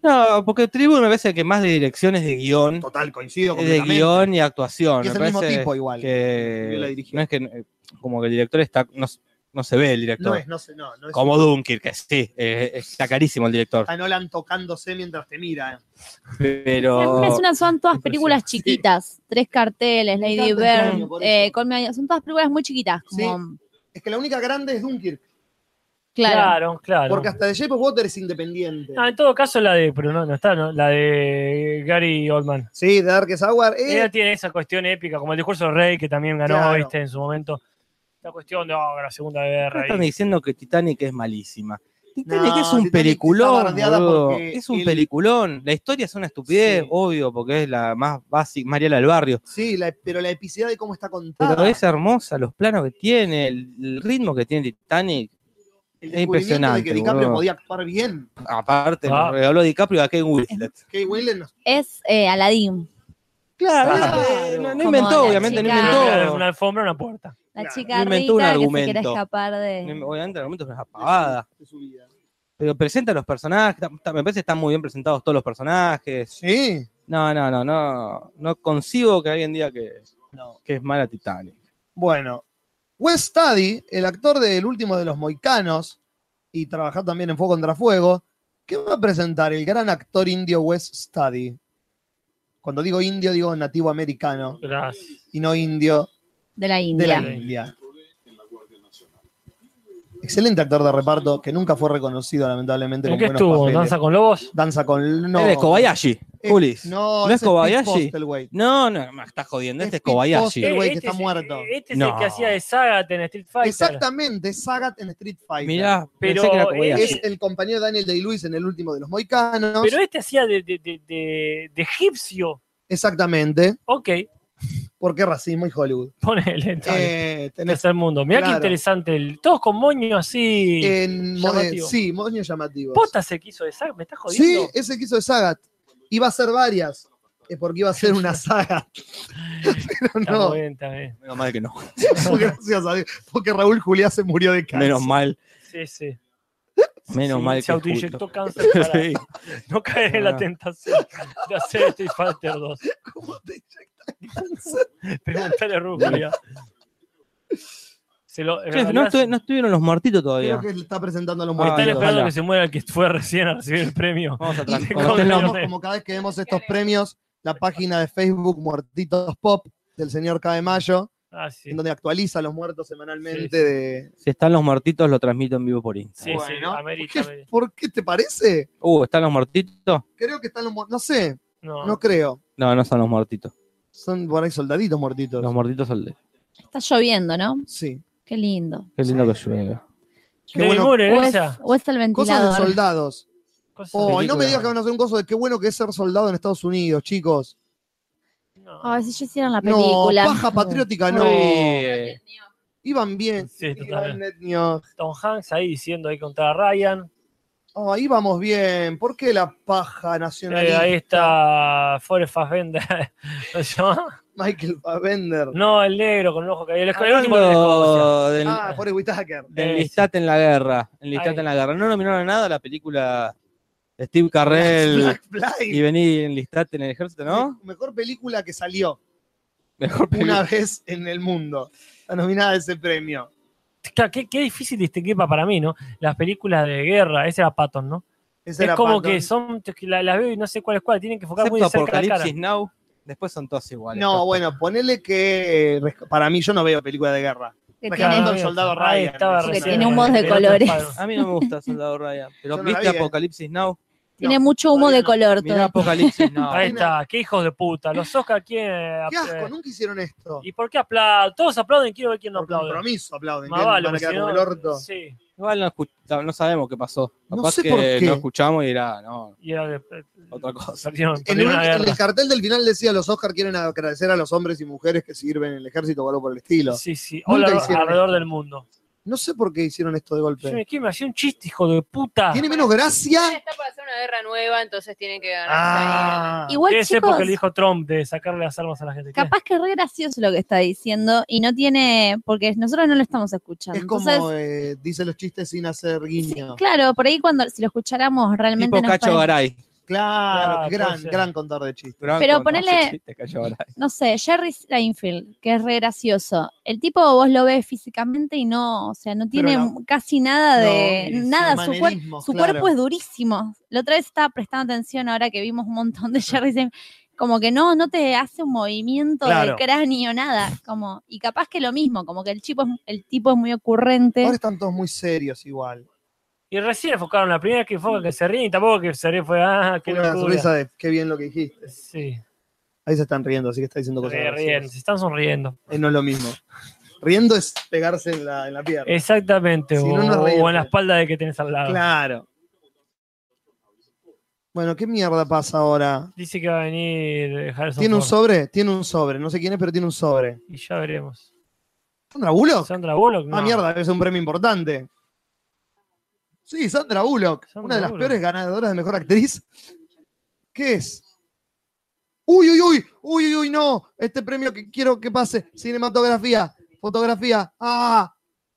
No, porque Tribune me parece que más de direcciones de guión, Total, coincido es de completamente. guión y actuación. Y es me el mismo parece- tipo igual. que la dirigió. no es que eh, como que el director está no, s- no se ve el director No es, no sé, no, no es. como Dunkirk que sí eh, está carísimo el director A Nolan tocándose mientras te mira. pero Es una- son todas películas chiquitas. Tres carteles, Me Lady encanta el Bird, año, por eh, eso. Call Me By Your- son todas películas muy chiquitas. Sí. como- Es que la única grande es Dunkirk, claro. Claro, claro. porque hasta The Shape of Water es independiente. Ah, en todo caso, la de. Pero no, no está, ¿no? La de Gary Oldman. Sí, The Darkest Hour. eh, Ella tiene esa cuestión épica, como el discurso del rey que también ganó Claro. ¿viste? en su momento. La cuestión de oh, la Segunda acá Guerra. están y- diciendo que Titanic es malísima Titanic No, es un Titanic está peliculón bardeada boludo. porque es un el- peliculón la historia es una estupidez Sí. obvio porque es la más básica Mariela del barrio Sí, la- pero la epicidad de cómo está contada. pero es hermosa los planos que tiene el, el ritmo que tiene Titanic el es descubrimiento impresionante, de que DiCaprio boludo. podía actuar bien. aparte Ah. lo regaló DiCaprio a Ken Winslet Kate Winslet no- Es eh, Aladdin. claro, Claro. eh, no, no Como inventó la obviamente no chica- Era inventó Una alfombra, una puerta. La Claro. chica No inventó un rica que se quiere argumento. escapar de. No, Obviamente, el argumento es una pavada. de su vida. Pero presenta los personajes. está- está- me parece que están muy bien presentados todos los personajes. Sí. No, no, no, no. No concibo que alguien diga que, que es mala Titanic. Bueno, Wes Study, el actor del último de los Moicanos y trabajar también en Fuego contra Fuego, ¿qué va a presentar el gran actor indio Wes Study? Cuando digo indio, digo nativo americano Gracias. y no indio De la de la India. India. Excelente actor de reparto que nunca fue reconocido, lamentablemente. ¿En con qué buenos estuvo? papeles. ¿Danza con lobos? Danza con. No, Él es Kobayashi, Eh, Julis. No, No, es ese Pete Kobayashi. Postelwaite. no, me estás jodiendo. Este es Kobayashi. Este güey que Eh, está es- muerto. Este es el No. que hacía de Sagat en Street Fighter. Exactamente, Sagat en Street Fighter. Mirá, Pero pensé que era Kobayashi. es el compañero de Daniel Day-Lewis en el último de los Moicanos. Pero este hacía de, de, de, de- de egipcio. Exactamente. Ok, Porque racismo y Hollywood. ponele. dale. Eh, tenés- Tercer mundo. Mirá qué claro. interesante. el- todos con moño así. en mo- eh, llamativo. sí, moños llamativos. Posta se quiso de Sagat. ¿Me estás jodiendo? Sí, ese que hizo de Sagat. Iba a ser varias. eh, Porque iba a ser una saga. Pero Está no, muy bien, está bien. Menos mal que no. gracias a Dios. Porque Raúl Juliá se murió de cáncer. Menos mal. Sí, sí. Menos Sí, mal Se que justo. autoinyectó cáncer para Sí. no caer en Ah. la tentación de hacer Street Fighter 2. ¿Cómo te- Preguntale a Rubia. Se lo, en Che, no, realidad, estuve- no estuvieron los muertitos todavía. Creo que le está presentando a los Ah, muertos. Están Ay, esperando ojalá. que se muera el que fue recién a recibir el premio. Vamos a Y tratar. como, Cuando este estén los- tenemos- como cada vez que vemos estos premios, la página de Facebook Muertitos Pop del señor K. de Mayo, Ah, sí. en donde actualiza los muertos semanalmente Sí, sí. de. Si están los muertitos, lo transmito en vivo por Instagram. Sí, Bueno, sí, amerita, ¿Qué- amerita. ¿Por qué te parece? Uh, ¿están los muertitos? Creo que están los muertos. No sé, No. no creo. No, no son los muertitos. Son por ahí soldaditos muertitos. Los muertitos son de- Está lloviendo, ¿no? Sí. Qué lindo. Qué lindo que llueva. Qué bueno, O es, esa. o es el Cosas ventilador. de soldados. Cosa- Oh, y no Película. me digas que van a hacer un coso de qué bueno que es ser soldado en Estados Unidos, chicos. No. Ay, si yo hiciera la No, película. paja patriótica, Ah, no. Sí. Iban bien. Sí, Iban totalmente. etnios. Tom Hanks ahí diciendo ahí contra Ryan. Oh, íbamos bien. ¿Por qué la paja Eh, nacionalista? ahí está Forrest Fassbender. ¿No se llama? Michael Fassbender. No, el negro con un ojo caído. El, el último de Escocia. Hablando del, Ah, Forrest Whitaker. del Eh, Listat en la guerra. Enlistate Ahí. en la guerra. No nominaron a nada la película de Steve Carrell Black Flag. y venir enlistate en el ejército, ¿no? Me- Mejor película que salió Mejor una película. vez en el mundo. Está nominada a ese premio. Claro, qué, qué difícil distinguir pa- para mí, ¿no? Las películas de guerra, ese era Patton, ¿no? Ese Es era como Patton. que son, que la- las veo y no sé cuál es cuál, tienen que enfocar muy Excepto de cerca la cara. Apocalipsis Now. Después son todas iguales. No, bueno, ponele que eh, res- para mí yo no veo película de guerra. que Claro, tiene- no, el soldado Ahí Ryan. estaba Que recién eh, tiene un el- voz de el otro colores. Patton. A mí no me gusta Soldado Ryan. Pero Yo no la ¿viste vi, eh. Apocalipsis Now? Tiene mucho humo todavía de no. color. Mirá Apocalipsis Now. Ahí está, qué hijos de puta. Los Oscar quién. Ah. Eh, Qué asco, nunca hicieron esto. Ah, pues. ¿Y por qué aplauden? Todos aplauden, quiero ver quién no Por aplaude. compromiso aplauden. Más ¿quién? vale, Van a porque quedar si como no- el orto. Sí. Igual no, escucha- no sabemos qué pasó. No Capaz sé que por qué. no escuchamos y era, no, Y era de- eh, otra cosa. perdieron- En perdieron el, la en el guerra. cartel del final decía los Oscar quieren agradecer a los hombres y mujeres que sirven en el ejército o algo por el estilo. Sí, sí. Nunca Hola, hicieron alrededor del mundo. No sé por qué hicieron esto de Yo golpe. me quiero me hacía un chiste, hijo de puta. Tiene menos gracia. Está por hacer una guerra nueva, entonces tienen que ganar. Ah, Igual, Debe ser chicos, porque le dijo Trump de sacarle las armas a la gente. capaz que es re gracioso lo que está diciendo y no tiene, porque nosotros no lo estamos escuchando. es como Entonces, eh, dice los chistes sin hacer guiño. claro, por ahí cuando si lo escucháramos realmente Tipo nos Cacho parece- Garay. Claro, Ah, puede gran, ser. gran contador de chistes. Gran Pero con- ponele- hace chiste, Cacho Garay. no sé, Jerry Seinfeld, que es re gracioso. El tipo vos lo ves físicamente y no, o sea, no tiene no. casi nada de No, nada, sí, su, cuer- manerismos, su claro. cuerpo es durísimo. La otra vez estaba prestando atención ahora que vimos un montón Ah. de Jerry Seinfeld, como que no, no te hace un movimiento de Claro. cráneo, nada, como y capaz que lo mismo, como que el tipo es, el tipo es muy ocurrente. Ahora están todos muy serios igual. Y recién enfocaron la primera que enfoca que se ríe y tampoco que se ríe fue, ah, qué Una locura. sonrisa de qué bien lo que dijiste. Sí, Ahí se están riendo, así que está diciendo cosas. se ríen, graciosas. se están sonriendo. Eh, no es lo mismo. Riendo es pegarse en la, en la pierna. Exactamente, Si o, no, no ríen. o en la espalda de que tenés al lado. Claro. Bueno, ¿qué mierda pasa ahora? Dice que va a venir Harrison ¿Tiene un Ford. sobre? Tiene un sobre. No sé quién es, pero tiene un sobre. Y ya veremos. ¿Sandra Bullock? Sandra Bullock, no. Ah, mierda, es un premio importante. Sí, Sandra Bullock. Sandra una de las Bullock. peores ganadoras de mejor actriz. ¿Qué es? Uy, uy, uy, uy, uy, uy, no. Este premio que quiero que pase. Cinematografía, fotografía. Ah,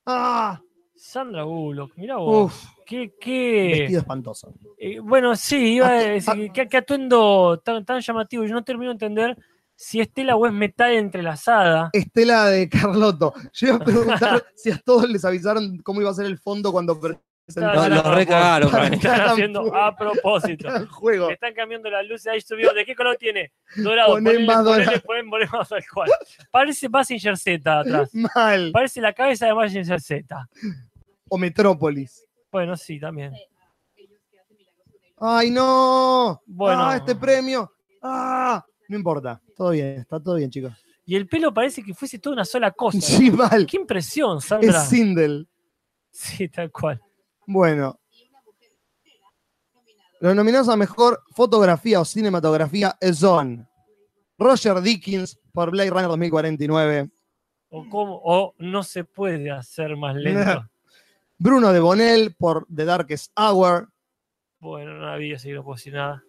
ah. Sandra Bullock, mirá vos. Uf, Qué, qué... vestido espantoso. eh, bueno, sí, iba a Atu- decir, qué, qué atuendo tan, tan llamativo. Yo no termino de entender si es tela o es metal entrelazada. Estela de Carlotto. Yo iba a preguntar si a todos les avisaron cómo iba a ser el fondo cuando No, Claro, presentaron claro. los recagaron. eh. Para- Garay. Están Están haciendo pu- a propósito. el juego. Le están cambiando las luces ahí subió. ¿De qué color tiene? Dorado. Poné más dorado. Ponen, más tal cual. Parece Massinger Z atrás. Mal. Parece la cabeza de Massinger Z. O Metrópolis. Bueno, sí, también. ¡Ay, no! Bueno. ¡Ah, este premio! ¡Ah! No importa, todo bien, está todo bien, chicos. Y el pelo parece que fuese toda una sola cosa. Sí, mal. Qué impresión, Sandra. Es Sí. Sindel. tal cual. Bueno. Los nominados a mejor fotografía o cinematografía son Roger Dickens por Blade Runner 2049, O, cómo, o no se puede hacer más lento. Bruno de Bonel por The Darkest Hour, bueno, no había, así que no puedo decir nada.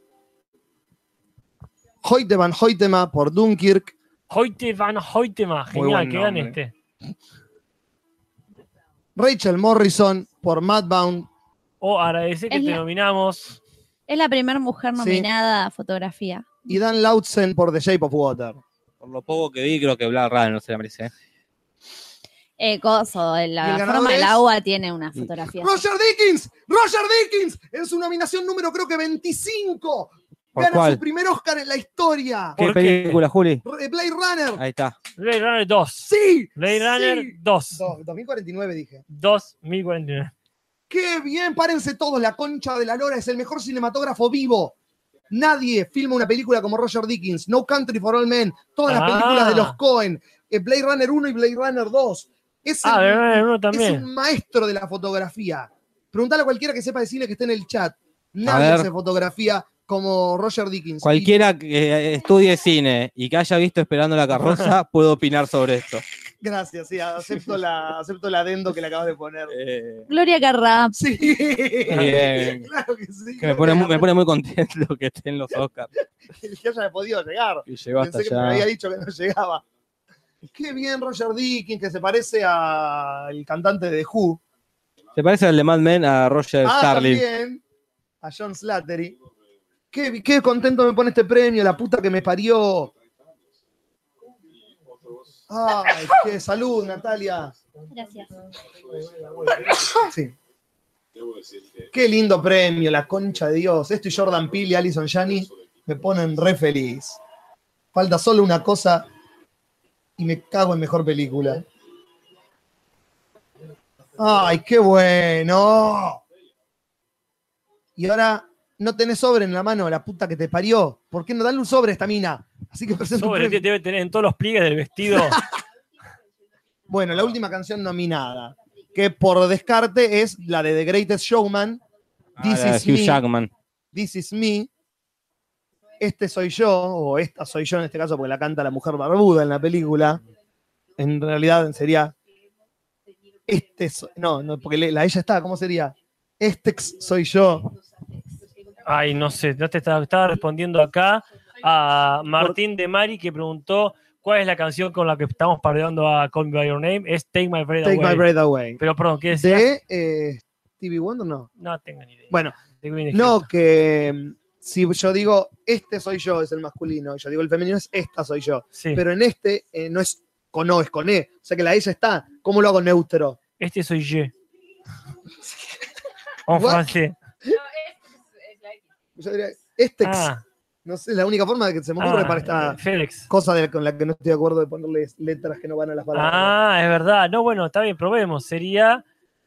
Hoyte van Hoytema por Dunkirk, Hoyte van Hoytema. Genial, buen que gane nombre. este. Rachel Morrison por Madbound, O agradecer Oh, que Es te la- nominamos. Es la primera mujer Sí. nominada a fotografía. y Dan Lautzen por The Shape of Water. Por lo poco que vi, creo que Vlad Ryan no se la merece. ¿eh? Eh, coso, ¿Y la el ganador forma del es? agua tiene una fotografía. Roger Dickens, Roger Dickens, en su nominación número creo que 25. ¿Por gana cuál? su primer Oscar en la historia. ¿Qué ¿Por qué? película, Juli? Re- Blade Runner. Ahí está. Blade Runner 2. Sí. Blade Runner sí. 2. Do- 2049 dije. 2049. Qué bien, párense todos, la concha de la lora es el mejor cinematógrafo vivo. Nadie filma una película como Roger Dickens, No Country for All Men, todas las Ah. eh, películas de los Cohen, Blade Runner 1 y Blade Runner 2. Es, Ah, el- de verdad, uno es también. un maestro de la fotografía. Preguntale a cualquiera que sepa de cine que esté en el chat. A Nadie ver. hace fotografía como Roger Dickens. Cualquiera que eh, estudie cine y que haya visto Esperando la carroza puede opinar sobre esto. Y- gracias, sí, acepto la, acepto el adendo que le acabas de poner. Eh, Gloria Carrap. Sí. bien. Claro que sí. Eh, que me, pone muy, me pone muy contento que estén los Oscars. El que haya podido llegar. Y llegó hasta Pensé que me había allá. dicho que no llegaba. Qué bien Roger Dickens, que se parece al cantante de The Who. ¿Te parece al de Mad Men a Roger Ah, Starling? también a John Slattery. Qué, qué contento me pone este premio, la puta que me parió. Ay, qué salud, Natalia. Gracias. Sí. Qué lindo premio, la concha de Dios. Esto y Jordan Peele y Alison Janney me ponen re feliz. Falta solo una cosa y me cago en mejor película. Ay, qué bueno. Y ahora no tenés sobre en la mano, la puta que te parió. ¿Por qué no darle un sobre a esta mina? Así que presenta un Sobre, premio. debe tener en todos los pliegues del vestido. Bueno, la última canción nominada, que por descarte es la de The Greatest Showman, This Ah, Is Hugh Me. Jackman. This Is Me, Este Soy Yo, o Esta Soy Yo en este caso, porque la canta la mujer barbuda en la película. En realidad sería Este so- no, no, porque le- la ella está, ¿cómo sería? Este ex soy yo. Ay, no sé, no te estaba, estaba respondiendo acá a Martín de Mari que preguntó cuál es la canción con la que estamos parodiando a Call Me By Your Name. Es Take My Breath Take Away. my breath away. Pero perdón, ¿qué decía? De eh, Stevie Wonder, no. No tengo ni idea. Bueno, De Green Hill. no, que mm, si yo digo este soy yo, es el masculino, y yo digo el femenino, es esta soy yo. Sí. Pero en este eh, no es con O, es con E. O sea que la ella está. ¿Cómo lo hago neutro? Este soy yo. En What? francés. Yo diría, este ex. Ah, No sé, la única forma de que se me ocurre ah, para esta Félix. cosa de- con la que no estoy de acuerdo de ponerles letras que no van a las palabras. Ah, es verdad. No, bueno, está bien, probemos. Sería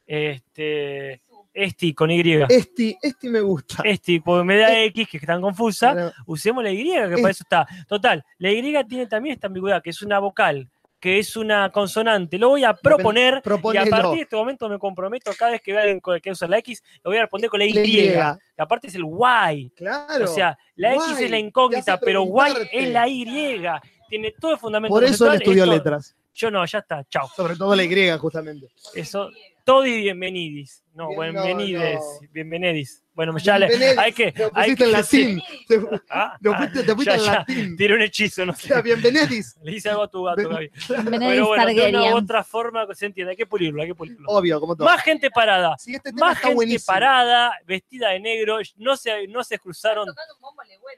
este, Esti con Y. Este, este me gusta. Esti, porque me Eh, da X que es tan confusa. Pero- usemos la Y, que Es- para eso está. Total, la Y tiene también esta ambigüedad, que es una vocal, que es una consonante. Lo voy a proponer y a proponelo. partir de este momento me comprometo cada vez que vea alguien con- que usa la X, lo voy a responder con la Y. Le llega. Que aparte es el Y. Claro. O sea, la X Guay, es la te incógnita, hace pero Y preguntarte. es la Y. Tiene todo el fundamento. Por eso él conceptual, estudió esto- letras. Yo no, ya está, chao. Sobre todo la Y, justamente. Eso, todo y bienvenidis. No, Bien, no, bienvenides, no. bienvenidis. Bueno, ya le- Bienvenidis, hay que. Lo hay pusiste en que- latín. Te, Ah, lo ah, fuiste- te fuiste ya, en ya. latín. Tiré un hechizo, no O sé. sea, bienvenedis. Le hice algo a tu gato, Ven- Gaby. Benedict Pero bueno, de una Targaryen. u otra forma que se entiende. Hay que pulirlo, hay que pulirlo. Obvio, como todo. Más gente parada. Sí, este tema Más Oh, está gente buenísimo. parada, vestida de negro. No se, no se cruzaron.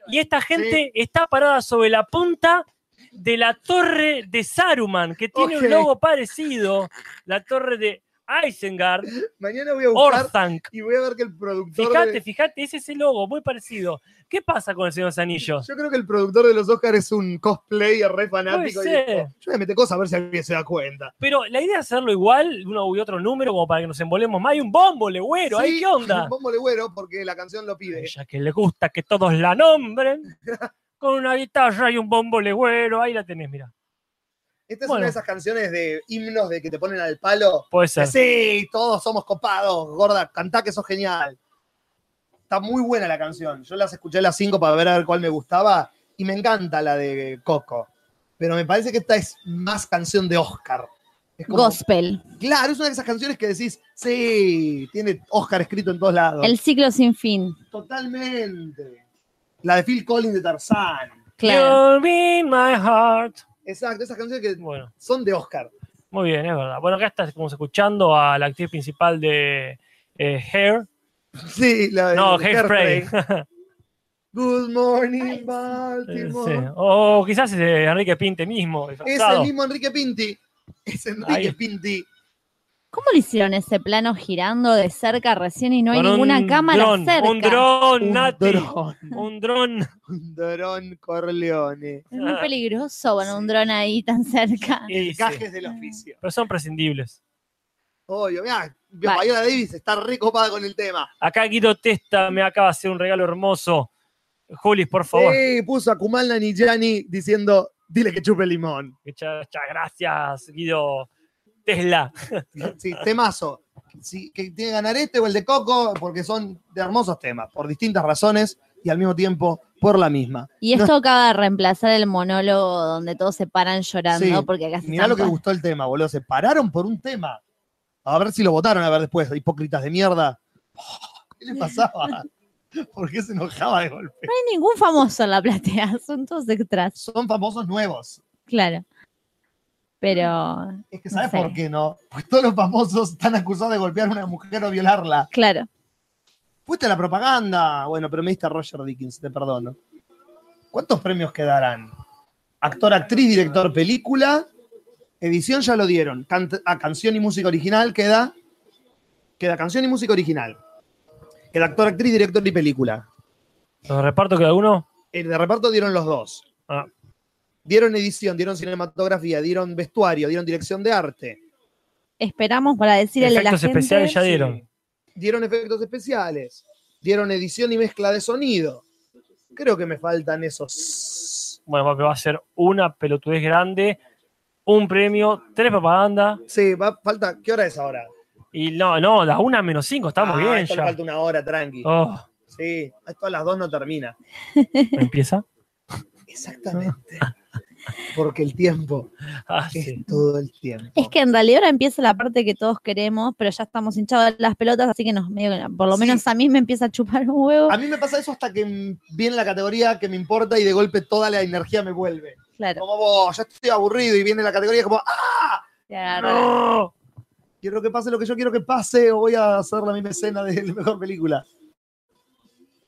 Y esta gente está parada sobre la punta de la torre de Saruman, que tiene Ok. un logo parecido. La torre de Isengard, Mañana voy a buscar Orthanc. y voy a ver que el productor. Fíjate, de- fíjate, ese es el logo, muy parecido. ¿Qué pasa con el Señor de los Anillos? yo creo que el productor de los Oscars es un cosplayer re fanático. Puede Y ser. dijo, yo me metí cosas a ver si alguien se da cuenta. Pero la idea es hacerlo igual, uno y otro número, como para que nos embolemos más. Hay un bombo, le güero, ¿ahí Sí, qué onda? Póngale güero porque la canción lo pide. Ella que le gusta que todos la nombren, con una guitarra y un bombo le güero, ahí la tenés, mira. Esta es Bueno. una de esas canciones de himnos de que te ponen al palo. Puede ser. Sí, todos somos copados, gorda, cantá que sos genial. Está muy buena la canción. Yo las escuché las cinco para ver a ver cuál me gustaba y me encanta la de Coco. Pero me parece que esta es más canción de Oscar. Es como- Gospel. Claro, es una de esas canciones que decís, sí, tiene Oscar escrito en todos lados. El ciclo sin fin. Totalmente. La de Phil Collins de Tarzán. Claro. You'll be in my heart. Exacto, esas canciones que Bueno, son de Oscar. muy bien, es verdad. Bueno, acá estás como escuchando a la actriz principal de eh, Hair. Sí, la de No, Hairspray. Hairspray. Good morning, Sí. Baltimore. O quizás es de Enrique Pinte mismo. Es disfrazado. el mismo Enrique Pinti. Es Enrique Ahí. Pinti. ¿Cómo le hicieron ese plano girando de cerca recién y no hay Con un ninguna cámara dron, cerca? Ah. Un dron, Nati. dron. Un dron. Un dron Corleone. Es muy peligroso, bueno, un dron ahí tan cerca. Y sí, Gajes del oficio. Pero son prescindibles. Obvio, mirá, Vale. Viola Davis está recopada con el tema. Acá Guido Testa me acaba de hacer un regalo hermoso. Julis, por favor. Sí, puso a Kumal Nanijani diciendo, dile que chupe limón. Muchas, muchas gracias, Guido. Tesla. Sí, temazo. Sí, que tiene que ganar este o el de Coco, porque son de hermosos temas, por distintas razones y al mismo tiempo por la misma. Y esto acaba de reemplazar el monólogo donde todos se paran llorando Sí, porque acá se Mirá lo que zampan. gustó el tema, boludo. Se pararon por un tema. A ver si lo votaron a ver después, hipócritas de mierda. ¿Qué le pasaba? ¿Por qué se enojaba de golpe? No hay ningún famoso en la platea, son todos extras, Son famosos nuevos. claro. Pero, Es que ¿sabes Sí. por qué no? Porque todos los famosos están acusados de golpear a una mujer o violarla. claro. Fuiste a la propaganda. Bueno, pero me diste a Roger Dickens, te perdono. ¿Cuántos premios quedarán? Actor, actriz, director, película. Edición ya lo dieron. Cant- ah, canción y música original queda. Queda canción y música original. Queda actor, actriz, director y película. ¿Los reparto cada uno? El de reparto dieron los dos. Ah. Dieron edición, dieron cinematografía, dieron vestuario, dieron dirección de arte, Esperamos para decir el de la Efectos gente. especiales ya dieron. dieron efectos especiales, dieron edición y mezcla de sonido. Creo que me faltan esos Bueno, papi, va a ser una pelotudez grande, un premio, tres propagandas. Sí, va, falta. ¿Qué hora es ahora? Y no, no, las una menos cinco, estamos Ah, bien esto le ya. falta una hora, tranqui. Oh, Sí, esto a las dos no termina. ¿Empieza? Exactamente. Porque el tiempo Ah, es sí. todo el tiempo. Es que en realidad ahora empieza la parte que todos queremos, pero ya estamos hinchados las pelotas, así que nos medio que- por lo Sí. Ah, menos a mí me empieza a chupar un huevo. A mí me pasa eso hasta que mm, viene la categoría que me importa y de golpe toda la energía me vuelve. Claro. Como vos, ya estoy aburrido y viene la categoría como, ah, te agarra. No. quiero que pase lo que yo quiero que pase o voy a hacer la misma escena de la mejor película.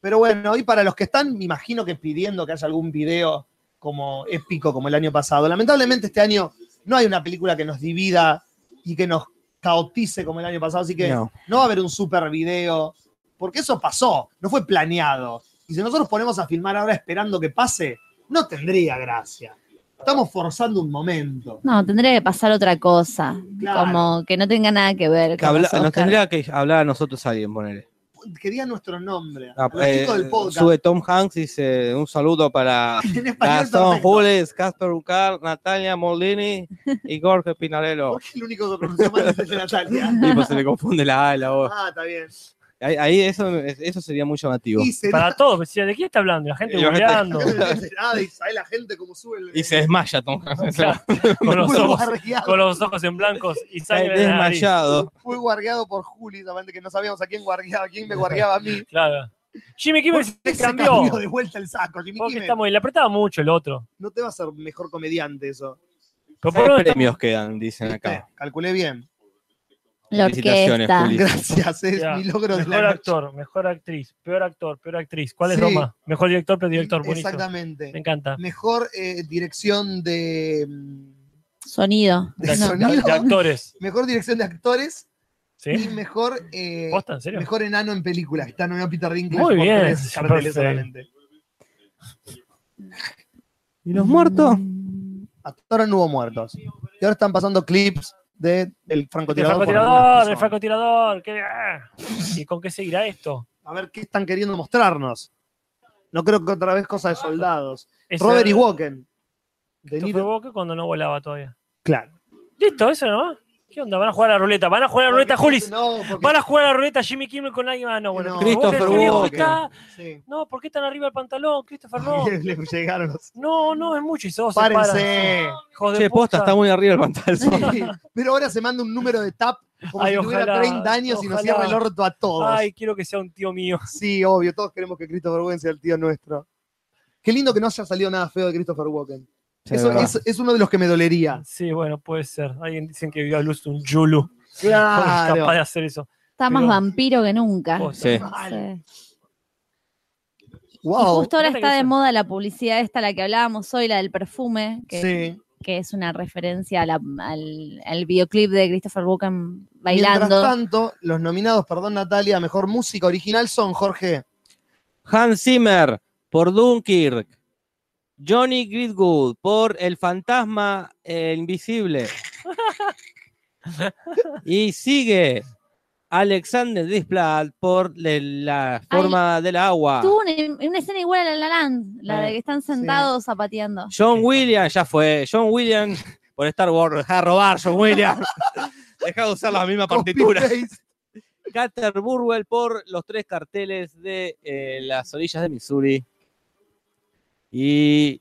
Pero bueno, y para los que están, me imagino que pidiendo que haya algún video como épico como el año pasado. Lamentablemente este año no hay una película que nos divida y que nos cautice como el año pasado, así que no, No. va a haber un super video, porque eso pasó, no fue planeado. Y si nosotros ponemos a filmar ahora esperando que pase, no tendría gracia. Estamos forzando un momento. No, tendría que pasar otra cosa. Claro. Como que no tenga nada que ver. Que con habla- los nos Oscars. tendría que hablar a nosotros alguien, ponele. que diga nuestro nombre. Ah, los eh, chicos del podcast. sube Ah, Tom Hanks y dice un saludo para en español Gastón perfecto. Jules, Casper Ucar, Natalia Molini y Jorge Pinarello. Porque el único que pronunció mal es el de Natalia. Tipo, se le confunde la A y la O. Ah, está bien. Ahí, ahí eso, eso sería muy llamativo. Y se Para todos, decía, ¿de quién está hablando? La gente Yo- googleando. Ah, y ahí la gente como sube el. Y se desmaya Tom Hanks. Claro, con, los fue ojos, guardeado, con los ojos en blancos y Está sangre en la nariz. desmayado. fue guardeado por Juli, también que no sabíamos a quién guardeaba, a quién me guardeaba a mí. Claro. Jimmy Kimmel se Se cambió. cambió de vuelta el saco, Jimmy Porque Kimmel. estamos, le apretaba mucho el otro. No te va a ser mejor comediante eso. Pero por lo ¿Qué menos premios quedan? Dicen acá. Eh, calculé bien. La Felicitaciones, orquesta. Juli. Gracias, es Ya, mi logro de la Mejor noche. actor, mejor actriz, peor actor, peor actriz. ¿Cuál es Sí. Roma? Mejor director, peor director, bonito. Me Exactamente. encanta. Mejor eh, dirección de. mm, Sonido. de De, No. de- sonido. de actores. Mejor dirección de actores y ¿Sí? mejor, eh, ¿Posta, en serio? mejor enano en película. Está nominado Peter Dinklage Muy por bien, tres carteles perfecto. solamente. ¿Y los muertos? Hasta ahora no hubo muertos. Y ahora están pasando clips de, del El francotirador. por alguna francotirador, razón. el francotirador. ¿qué? ah. ¿Y con qué seguirá esto? A ver qué están queriendo mostrarnos. No creo que otra vez cosa de soldados. Es Robert el- y Walken. De Esto Niro- fue Boca cuando no volaba todavía. Claro. Listo, eso nomás. ¿Qué onda? Van a jugar a la ruleta. Van a jugar a la ruleta, Julis. No, porque- Van a jugar a la ruleta Jimmy Kimmel con alguien más. No, bueno. No. pero vos Christopher tenés- Walken. está- sí. No, ¿por qué tan arriba el pantalón, Christopher? No, Le- le llegaron los. no, no es mucho. Y se dos se paran. Párense. Hijos de Che, posta, está muy arriba el pantalón. Sí, Pero ahora se manda un número de tap como Ay, si tuviera ojalá, 30 años y nos ojalá. cierra el orto a todos. Ay, quiero que sea un tío mío. Sí, obvio, todos queremos que Christopher Walken sea el tío nuestro. Qué lindo que no haya salido nada feo de Christopher Walken. Sí, Eso verdad. es, es uno de los que me dolería. Sí, bueno, puede ser. Alguien dicen que dio a luz un Yulu. Es capaz Claro. de hacer eso. Está más Pero- vampiro que nunca. Oh, Posta. Sí. Sí. Y Wow. justo ahora Fíjate está que de eso- moda la publicidad esta, la que hablábamos hoy, la del perfume, que, Sí. que es una referencia a la- al, al videoclip de Christopher Walken Mientras bailando. tanto, los nominados, perdón Natalia, a mejor música original son Jorge. Hans Zimmer por Dunkirk. Johnny Gridgood por El Fantasma eh, Invisible. y sigue Alexander Desplat por le- la forma del Ah. agua. Tuvo una, una escena Eh, igual a La La Land, la de que están sentados zapateando. John Williams, ya fue. John Williams por Star Wars. Deja de robar, John Williams. Deja de usar la misma partitura. Cater Burwell por los tres carteles de eh, las orillas de Missouri. Y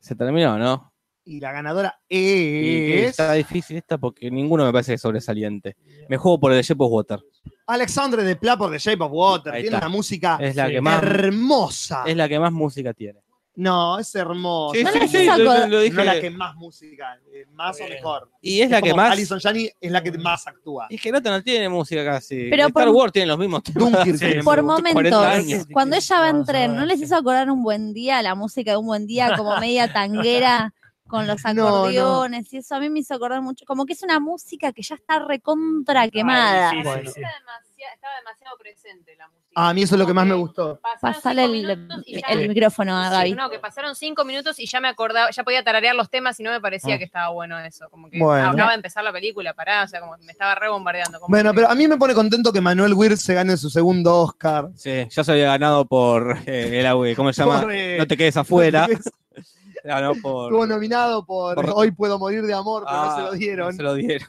se terminó, ¿no? Y la ganadora Y que es. está difícil esta porque ninguno me parece que es sobresaliente. Me juego por el de Shape of Water. Alexandre de Pla por The Shape of Water. Ahí Tiene está. una música Es la Sí. que más hermosa. es la que más música tiene. Ah. No, es hermosa. No sí, la sí, quiso lo- acordar. No la que más música, eh, más o mejor. Y es la que como más. Alison Janney es la que más actúa. Y Gerata no tiene música casi. Pero Star por- Wars tiene los mismos temas. Dunkirk. Sí, Por 40 momentos, años. cuando ella va en Vamos a tren, ver, ¿no les sí. hizo acordar un buen día, la música de un buen día, como media tanguera, con los No, no. acordeones y eso? A mí me hizo acordar mucho, como que es una música que ya está recontra quemada. sí, sí, Bueno. sí. Está demasiado- estaba demasiado presente la música. Ah, A mí eso es lo que más me gustó. Pasaron Ah. Pasale cinco el, minutos y ya- el micrófono a Gaby. No, que pasaron cinco minutos y ya me acordaba, ya podía tararear los temas y no me parecía que estaba bueno eso. Como que Ah. Bueno. acaba de empezar la película, pará, o sea, como que me estaba rebombardeando. como Bueno, que- pero a mí me pone contento que Manuel Weir se gane su segundo Oscar. Sí, ya se había ganado por eh, el agua, ¿cómo se llama? Por, eh, No te quedes afuera. porque Ganó por. Estuvo nominado por, Por- Hoy puedo morir de amor, pero no se Ah, lo no dieron. se lo dieron.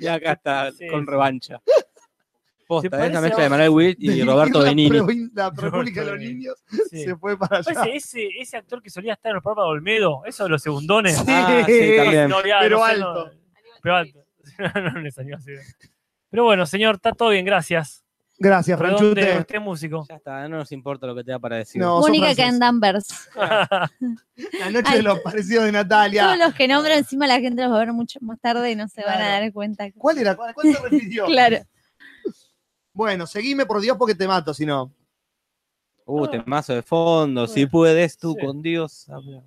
Y acá está Sí, con sí. revancha. Se Posta, es parece la a- mezcla de Manuel Witt y Dirigir Roberto la Benini. provin- La República de los Roberto Benigni. Niños Sí. se fue para allá. Parece ese, ese actor que solía estar en los programas de Olmedo, eso de los segundones. Sí. Ah, sí, también. No, ya, Pero no sé, alto. no, pero alto. No le salió así. Pero bueno, señor, está todo bien, gracias. Gracias, Redonde, Franchute. usted es músico. Ya está, no nos importa lo que tenga para decir. No, sos Mónica francés. en Danvers. La noche Ay. de los parecidos de Natalia. Todos los que nombro encima la gente los va a ver mucho más tarde y no se van a Claro. dar cuenta. que- ¿Cuál era? ¿Cuál, cuál se refirió? Claro. Bueno, seguime por Dios porque te mato, si no. Uh, temazo de fondo. Si puedes tú Sí. con Dios. habla.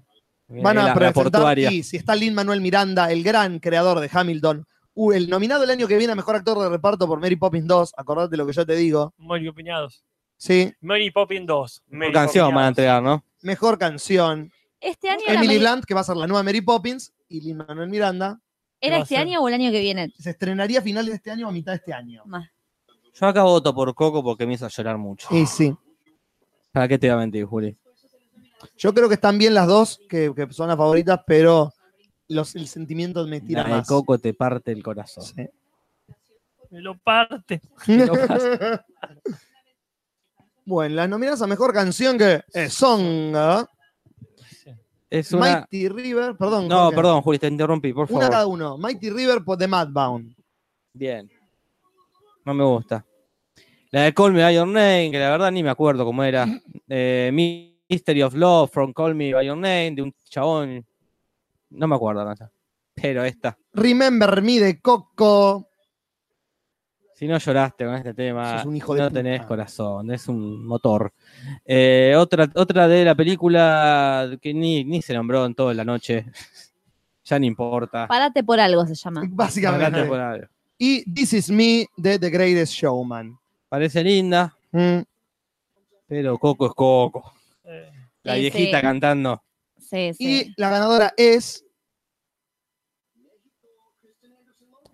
Mira, Van a Eh, la- la, presentar portuaria. y si está Lin Manuel Miranda, el gran creador de Hamilton, u- el nominado el año que viene a mejor actor de reparto por Mary Poppins 2, acordate lo que yo te digo, Mario Piñados. ¿sí? Mary Poppins 2. Mary Por canción Poppins van a 2. entregar, ¿no? Mejor canción, Este año era, Emily medio- Blunt, que va a ser la nueva Mary Poppins, y Lin Manuel Miranda, ¿era va a este ser? año o el año que viene. que se estrenaría a finales de este año o a mitad de este año. Más. Yo acá voto por Coco porque me hizo llorar mucho. Y sí, ¿Para qué te iba a mentir, Juli? yo creo que están bien las dos, que, que son las favoritas, pero los, el sentimiento me tira La de más. Coco te parte el corazón. Sí. Me lo parte. bueno, las nominadas a mejor canción que eh, Song, ¿eh? Es una. Mighty River, perdón. No, Jorge. perdón, Juli, te interrumpí, por Una favor. cada uno. Mighty River por The Madbound. Bien. No me gusta. La de Call Me By Your Name, que la verdad ni me acuerdo cómo era. Eh, Mystery of Love from Call Me By Your Name, de un chabón. No me acuerdo, nada. Pero esta. Remember Me de Coco. Si no lloraste con este tema, Sos un hijo de no puta. tenés corazón, es un motor. Eh, otra, otra de la película que ni, ni se nombró en toda la noche. ya no importa. Párate por algo se llama. Pagate Básicamente. por algo. Y This Is Me de The Greatest Showman. Parece linda, Mm. pero Coco es Coco. Eh, La Sí, viejita sí. cantando. Sí, sí. Y la ganadora es.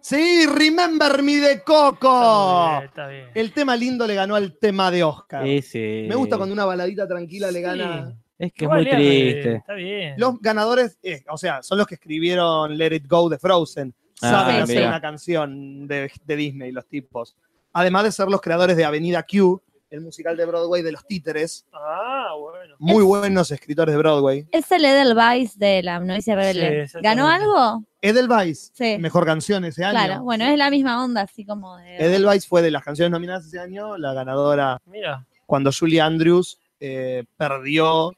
Sí, Remember Me de está Coco. bien, está bien. El tema lindo le ganó al tema de Oscar. Ese- Me gusta cuando una baladita tranquila le Sí. gana. Es que es Igual muy era, triste. Está bien. Los ganadores, eh, o sea, son los que escribieron Let It Go de Frozen. Ah, Saben hacer mira. una canción de, de Disney, los tipos. Además de ser los creadores de Avenida Q, el musical de Broadway de los títeres. Ah, bueno. Muy Es- buenos escritores de Broadway. Es el Edelweiss de la novicia rebelde. exactamente. ¿Ganó algo? Edelweiss, Sí. mejor canción ese año. Claro, bueno, es la misma onda, así como de. Edelweiss fue de las canciones nominadas ese año, la ganadora Mira, cuando Julie Andrews eh, perdió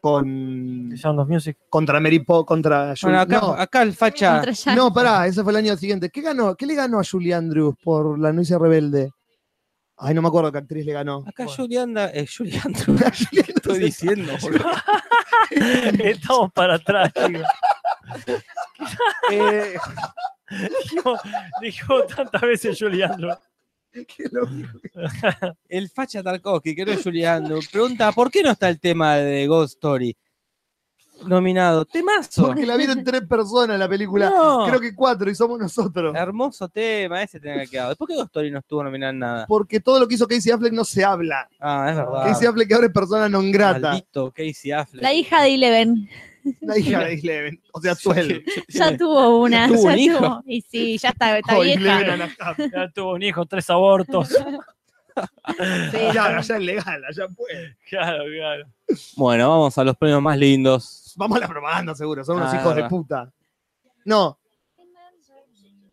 con, The Sound of Music. contra Mary Po, contra Julie Bueno, acá, no. acá el facha. Contra Jack. No, pará, ese fue el año siguiente. ¿Qué ganó? ¿Qué le ganó a Julie Andrews por La Noche Rebelde? Ay, no me acuerdo qué actriz le ganó. Acá Bueno. Julie anda. Eh, Julie Andrews, ¿Qué estoy diciendo, boludo? Estamos para atrás, chicos. Eh, Dijo, dijo tantas veces Juliandro. qué loco. El facha Tarkovsky, que no es Julie Andrews, pregunta: ¿por qué no está el tema de Ghost Story? Nominado. Temazo. Porque la vieron tres personas la película. No. Creo que cuatro y somos nosotros. Hermoso tema, ese tenía que haber quedado. ¿Por qué Ghost Story no estuvo nominada en nada? Porque todo lo que hizo Casey Affleck no se habla. Ah, es verdad. Casey Affleck ahora es persona non grata. Maldito Casey Affleck. La hija de Eleven. La hija de Eleven. O sea, suelo. Ya tuvo una. ¿Tuvo ya un hijo? tuvo. Y sí, ya está, está vieja. Ya tuvo un hijo, tres abortos. Sí, Ya, ya es legal, allá puede. Claro, claro. Bueno, vamos a los premios más lindos. Vamos a la propaganda, seguro. Son unos Ah, hijos de verdad. puta. No.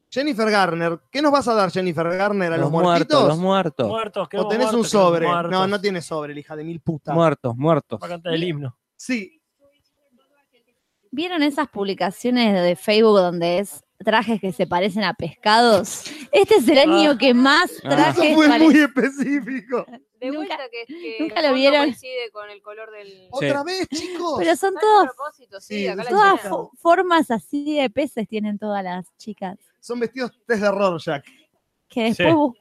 Jennifer Garner. ¿Qué nos vas a dar, Jennifer Garner? ¿A los, muertitos? muertos, los muertos. Muertos, ¿O queremos tenés un muertos, sobre? queremos muertos. No, no tiene sobre, el hija de mil puta. Muertos, muertos. Va a cantar el himno. Sí. ¿Vieron esas publicaciones de Facebook donde es trajes que se parecen a pescados? Este es el año que más Ah. Eso trajes fue parecen. muy específico. De Nunca- vuelta que, que nunca el lo fondo vieron. coincide con el color del. Sí. Otra vez, chicos. Pero son Ah, es a todas, propósito, Sí, sí, acá la todas hicieron. fo- formas así de peces tienen todas las chicas. Son vestidos test de Rorschach. Que después Sí. bus-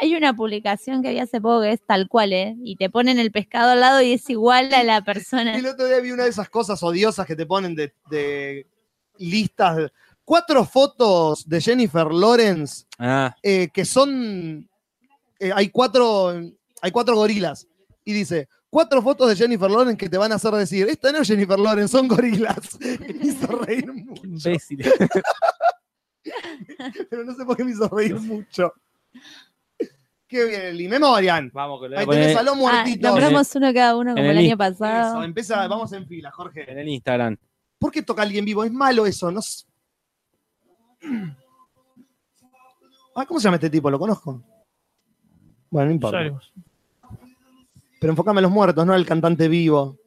hay una publicación que vi hace poco que es tal cual, ¿eh? Y te ponen el pescado al lado y es igual a la Y persona. el otro día vi una de esas cosas odiosas que te ponen de, de listas. de- Cuatro fotos de Jennifer Lawrence Ah, eh, que son. eh, hay, cuatro, hay cuatro gorilas. Y dice: Cuatro fotos de Jennifer Lawrence que te van a hacer decir: Esta no es Jennifer Lawrence, son gorilas. me hizo reír mucho. imbécil. este Pero no sé por qué me hizo reír mucho. Qué bien, Eli. Memorian. Vamos con lo Ahí voy a tenés poner a los Ah, muertitos. nombramos uno cada uno como En el el año list. Eso, pasado. empieza, vamos en fila, Jorge. en el Instagram. ¿Por qué toca alguien vivo? Es malo eso, no s- Ah, ¿cómo se llama este tipo? ¿Lo conozco? Bueno, no importa. Sabemos. Pero enfócame a los muertos, no al cantante vivo.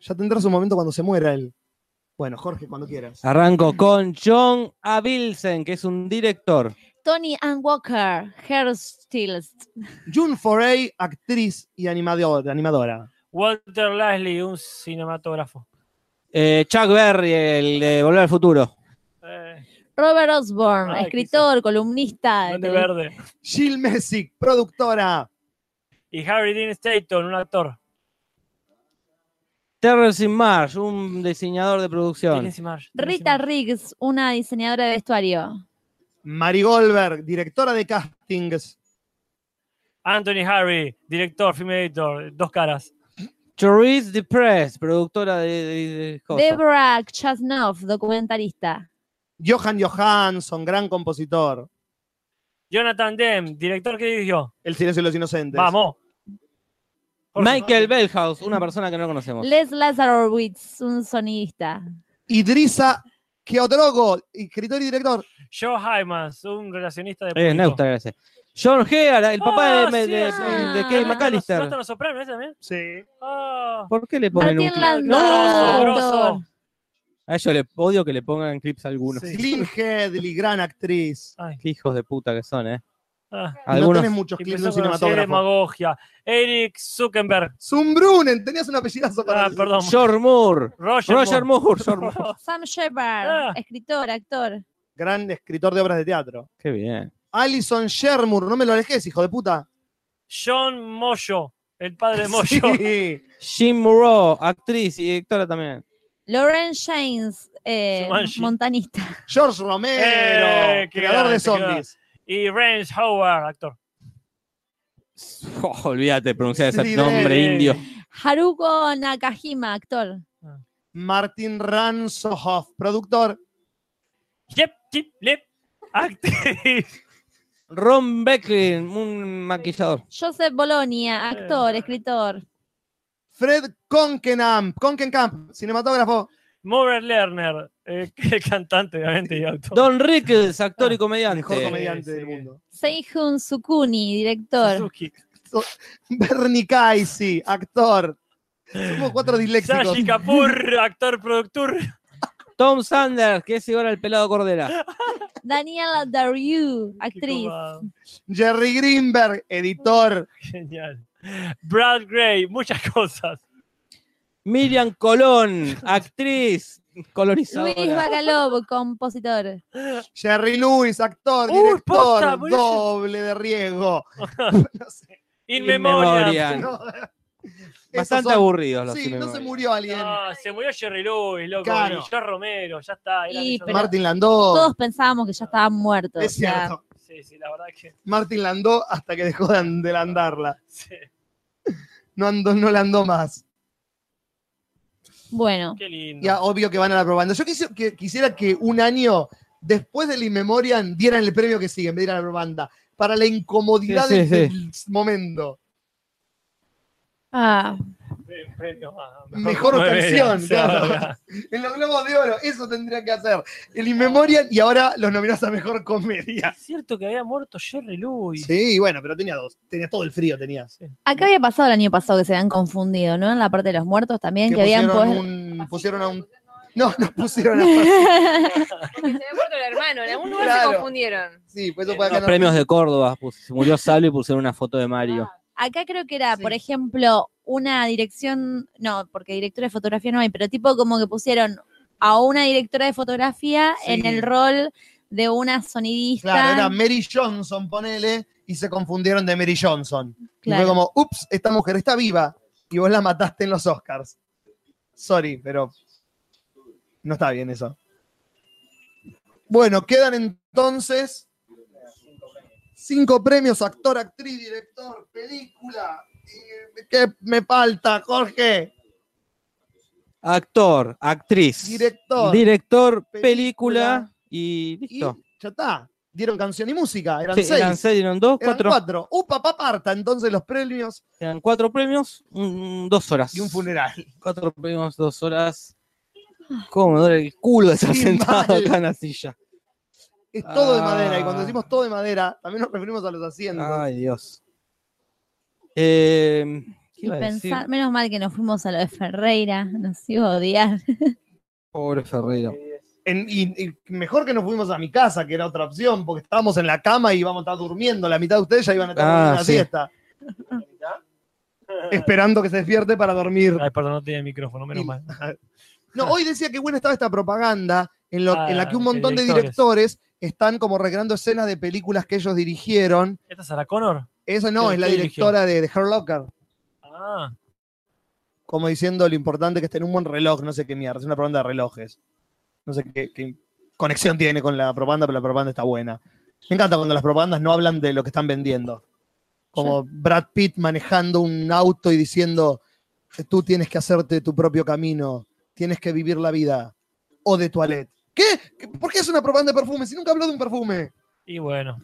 Ya tendrás un momento cuando se muera él. Bueno, Jorge, cuando quieras. Arranco con John A. Bilsen, que es un director. Tony Ann Walker, Hairstyles. June Foray, actriz y animadora. animadora. Walter Lashley, un cinematógrafo. Eh, Chuck Berry, el de Volver al Futuro. Eh, Robert Osborne, Ay, escritor, columnista. Duende tele- Verde. Jill Messick, productora. Y Harry Dean Stanton, un actor. Terrence Marsh, un diseñador de producción. Tennessee Marsh, Tennessee Rita Marsh. Riggs, una diseñadora de vestuario. Mari Goldberg, directora de castings. Anthony Harry, director, film editor, dos caras. Therese Depress, productora de, de- de cosas. Deborah Chasnoff, documentalista. Johan Johansson, gran compositor. Jonathan Demme, director que dirigió. El silencio de los inocentes. Vamos. Jorge, Michael Bellhouse, una persona que no conocemos. Les Lazarowitz, un sonidista. Idrisa Keodrogo, escritor y director. Joe Hymans, un relacionista de Eh, público. Neusta, gracias. John Hegar, el papá Oh, Ah, de, sí, de, de, sí. de Kevin ¿No están los- ¿No McAllister. están los sopranos ese también? Sí. Ah. ¿Por qué le ponen un Martín clip? Landau, No. autor. A ellos les odio que le pongan clips a algunos. Lynn Headley, gran actriz. Ay, Qué hijos de puta que son, ¿eh? ah. No Algunos. tenés muchos clips de Empezó un con la serie cinematógrafo. demagogia. Eric Zuckerberg. Zumbrunen, tenías un apellidazo para Ah, decir. perdón. George Moore. Roger, Roger Moore. Moore. George Moore. Sam Ah. Shepard, escritor, actor. Gran escritor de obras de teatro. Qué bien. Alison Shermur, no me lo alejes, hijo de puta. John Moyo, el padre de Moyo. Sí. Jim Moreau, actriz y directora también. Lauren Shanes, eh, Shumanji. montanista. George Romero, Eh, qué creador de grande, qué grande. zombies. Y Rance Howard, actor. Oh, olvídate de pronunciar ese Sí, nombre dale. indio. Haruko Nakajima, actor. Martin Ransohoff, productor. Yep, yep, yep. Actriz. Ron Becklin, un maquillador. Joseph Bolonia, actor, escritor. Fred Conkenkamp, Conkenkamp, cinematógrafo. Mover Lerner, eh, que cantante, obviamente, y autor. Don Rickles, actor y comediante. Mejor comediante sí. del mundo. Seijun Sukuni, director. Suzuki. Bernie Kaisi, actor. Somos cuatro disléxicos. Sashi Kapoor, actor, productor. Tom Sanders, que es igual al pelado Cordera. Daniela Dariu, actriz. Jerry Greenberg, editor. Genial. Brad Gray, muchas cosas. Miriam Colón, actriz. Colonizadora. Luis Bacalov, compositor. Jerry Lewis, actor, Uy, director, posta, boludo. doble de riesgo. no sé. In, In Memoria. Memoriam. no. Esos Bastante son- aburridos los Sí, Sin no se Memoria. murió alguien. Ah, se murió Jerry Lewis, loco. Claro. Y yo Romero, ya está. era Y, que yo- pero- Martin Landau. Todos pensábamos que ya estaban muertos. Oh. es o sea, cierto. Sí, sí, la verdad que. Martin Landó hasta que dejó de, an- de andarla. sí. No, andó, no la andó más. Bueno, Qué lindo. Ya, obvio que van a la propaganda. Yo quisi- que- quisiera que un año después del Inmemorian dieran el premio que sigue, me dieran la propaganda. Para la incomodidad Sí, sí, del momento. ah, Mejor Nueve canción, días, claro. ahora. En los Globos de Oro, eso tendría que hacer. El Inmemorian y ahora los nominás a Mejor Comedia. Es cierto que había muerto Jerry Lewis. Sí, y bueno, pero tenía dos. Tenías todo el frío, tenías. acá había pasado el año pasado que se habían confundido, ¿no? En la parte de los muertos también, que, habían pusieron, puesto. un- pusieron a un... No, no pusieron a... Porque se había muerto el hermano, en algún lugar Claro. se confundieron. Sí, pues eso puede Los ganar. premios de Córdoba, pus- se murió Salvo y pusieron una foto de Mario. Acá creo que era, Sí. por ejemplo, una dirección, no, porque directora de fotografía no hay, pero tipo como que pusieron a una directora de fotografía Sí. en el rol de una sonidista. Claro, era Mary Johnson, ponele, y se confundieron de Mary Johnson. Y Claro. fue como, ups, esta mujer está viva y vos la mataste en los Oscars. Sorry, pero no está bien eso. Bueno, quedan entonces cinco premios, actor, actriz, director, película. Y, ¿Qué me falta, Jorge? Actor, actriz, Director. director, película, película y Y listo. ya está. Dieron canción y música, eran Sí, seis. eran seis, eran dos, Eran cuatro. cuatro. Upa, paparta, entonces los premios Eran cuatro premios, un- dos horas. y un funeral. Cuatro premios, dos horas. ¿Cómo me duele el culo de estar Sí, sentado mal. acá en la silla? Es todo de Ah. madera, y cuando decimos todo de madera, también nos referimos a los asientos. Ay, Dios. Eh, ¿Qué Y iba a decir? pensar, menos mal que nos fuimos a lo de Ferreira, nos iba a odiar. Pobre Ferrero. En- y, y mejor que nos fuimos a mi casa, que era otra opción, porque estábamos en la cama y íbamos a estar durmiendo. La mitad de ustedes ya iban a estar Ah, durmiendo en la sí. siesta. Esperando que se despierte para dormir. Ay, perdón, no tenía el micrófono, menos mal. No, hoy decía que buena estaba esta propaganda en, lo- en la que un Ah, montón de directores están como recreando escenas de películas que ellos dirigieron. ¿Esta es Sarah Connor? Esa no, Pero es la ¿qué dirigió? directora de, de Her Locker. Ah, como diciendo lo importante que es tener un buen reloj, no sé qué mierda, es una propaganda de relojes. No sé qué, qué conexión tiene con la propaganda, pero la propaganda está buena. Me encanta cuando las propagandas no hablan de lo que están vendiendo. Como Brad Pitt manejando un auto y diciendo, tú tienes que hacerte tu propio camino, tienes que vivir la vida. O de toilette. ¿Qué? ¿Por qué es una propaganda de perfume si nunca habló de un perfume? y bueno.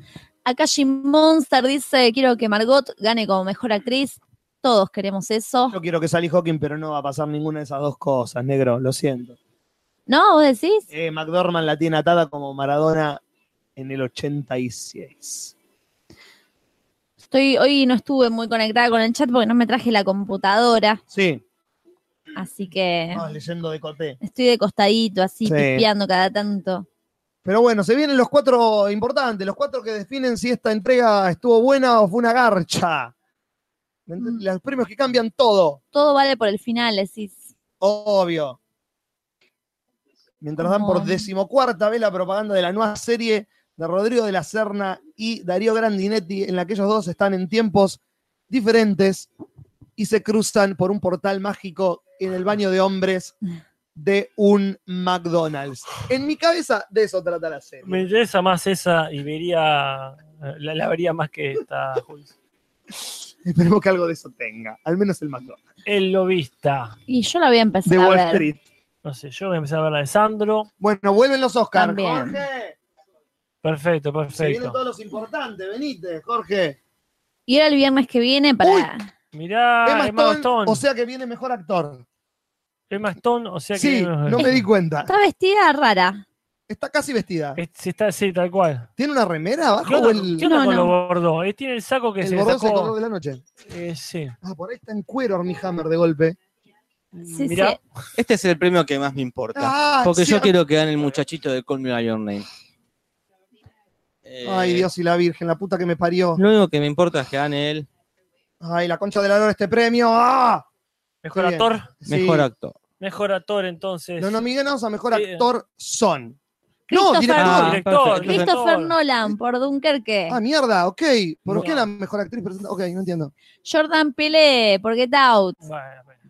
Acá Jim Monster dice, quiero que Margot gane como mejor actriz. Todos queremos eso. Yo quiero que salga Hawking, pero no va a pasar ninguna de esas dos cosas, negro, lo siento. ¿No? ¿Vos decís? Eh, McDormand la tiene atada como Maradona en el 86. Estoy, hoy no estuve muy conectada con el chat porque no me traje la computadora, Sí, así que ah, leyendo de Coté. estoy de costadito, así, Sí. pispeando cada tanto. Pero bueno, se vienen los cuatro importantes, los cuatro que definen si esta entrega estuvo buena o fue una garcha. ¿Me ent- Mm. Los premios que cambian todo, Todo vale por el final, decís. obvio. Mientras dan por Como- decimocuarta vez la propaganda de la nueva serie de Rodrigo de la Serna y Darío Grandinetti, en la que ellos dos están en tiempos diferentes y se cruzan por un portal mágico en el baño de hombres de un McDonald's. En mi cabeza de eso trata la serie. Me interesa más esa y vería. eh, La, la vería más que esta. Jules. Esperemos que algo de eso tenga, al menos el McDonald's El lobista. Y yo la voy a empezar de a Wall ver. Street. No sé, yo voy a empezar a ver la de Sandro. Bueno, vuelven los Oscars. También. Jorge, Perfecto, se vienen perfecto. todos los importantes, venite, Jorge. Y era el viernes que viene para... Uy. Mirá, Emma, Stone. o sea que viene mejor actor. Emma Stone, o sea que. Sí, no me di cuenta. Está vestida rara. Está casi vestida. Es- se está, sí, tal cual. ¿Tiene una remera ¿Qué abajo onda, o el, qué onda No, con no. lo gordo? Eh, Tiene el saco que el se bordoso sacó. color de la noche? Eh, sí. Ah, por ahí está en cuero Armie Hammer de golpe. Sí, Mirá, sí. Este es el premio que más me importa. Ah, porque yo cierto. quiero que gane el muchachito de Call Me By Your Name. Eh, Ay, Dios y la Virgen, la puta que me parió. Lo único que me importa es que gane él Ay, la concha de la lora este premio. ¡Ah! mejor Qué bien. actor. Sí. mejor actor. Mejor actor, entonces. Los nominados a mejor Sí. actor son. No, Christopher- Ah, director. director, perfecto. director. Christopher Nolan por Dunkerque. Ah, mierda, ok. ¿Por No. qué la mejor actriz presenta? Ok, no entiendo. Jordan Pelé por Get Out. Bueno, bueno.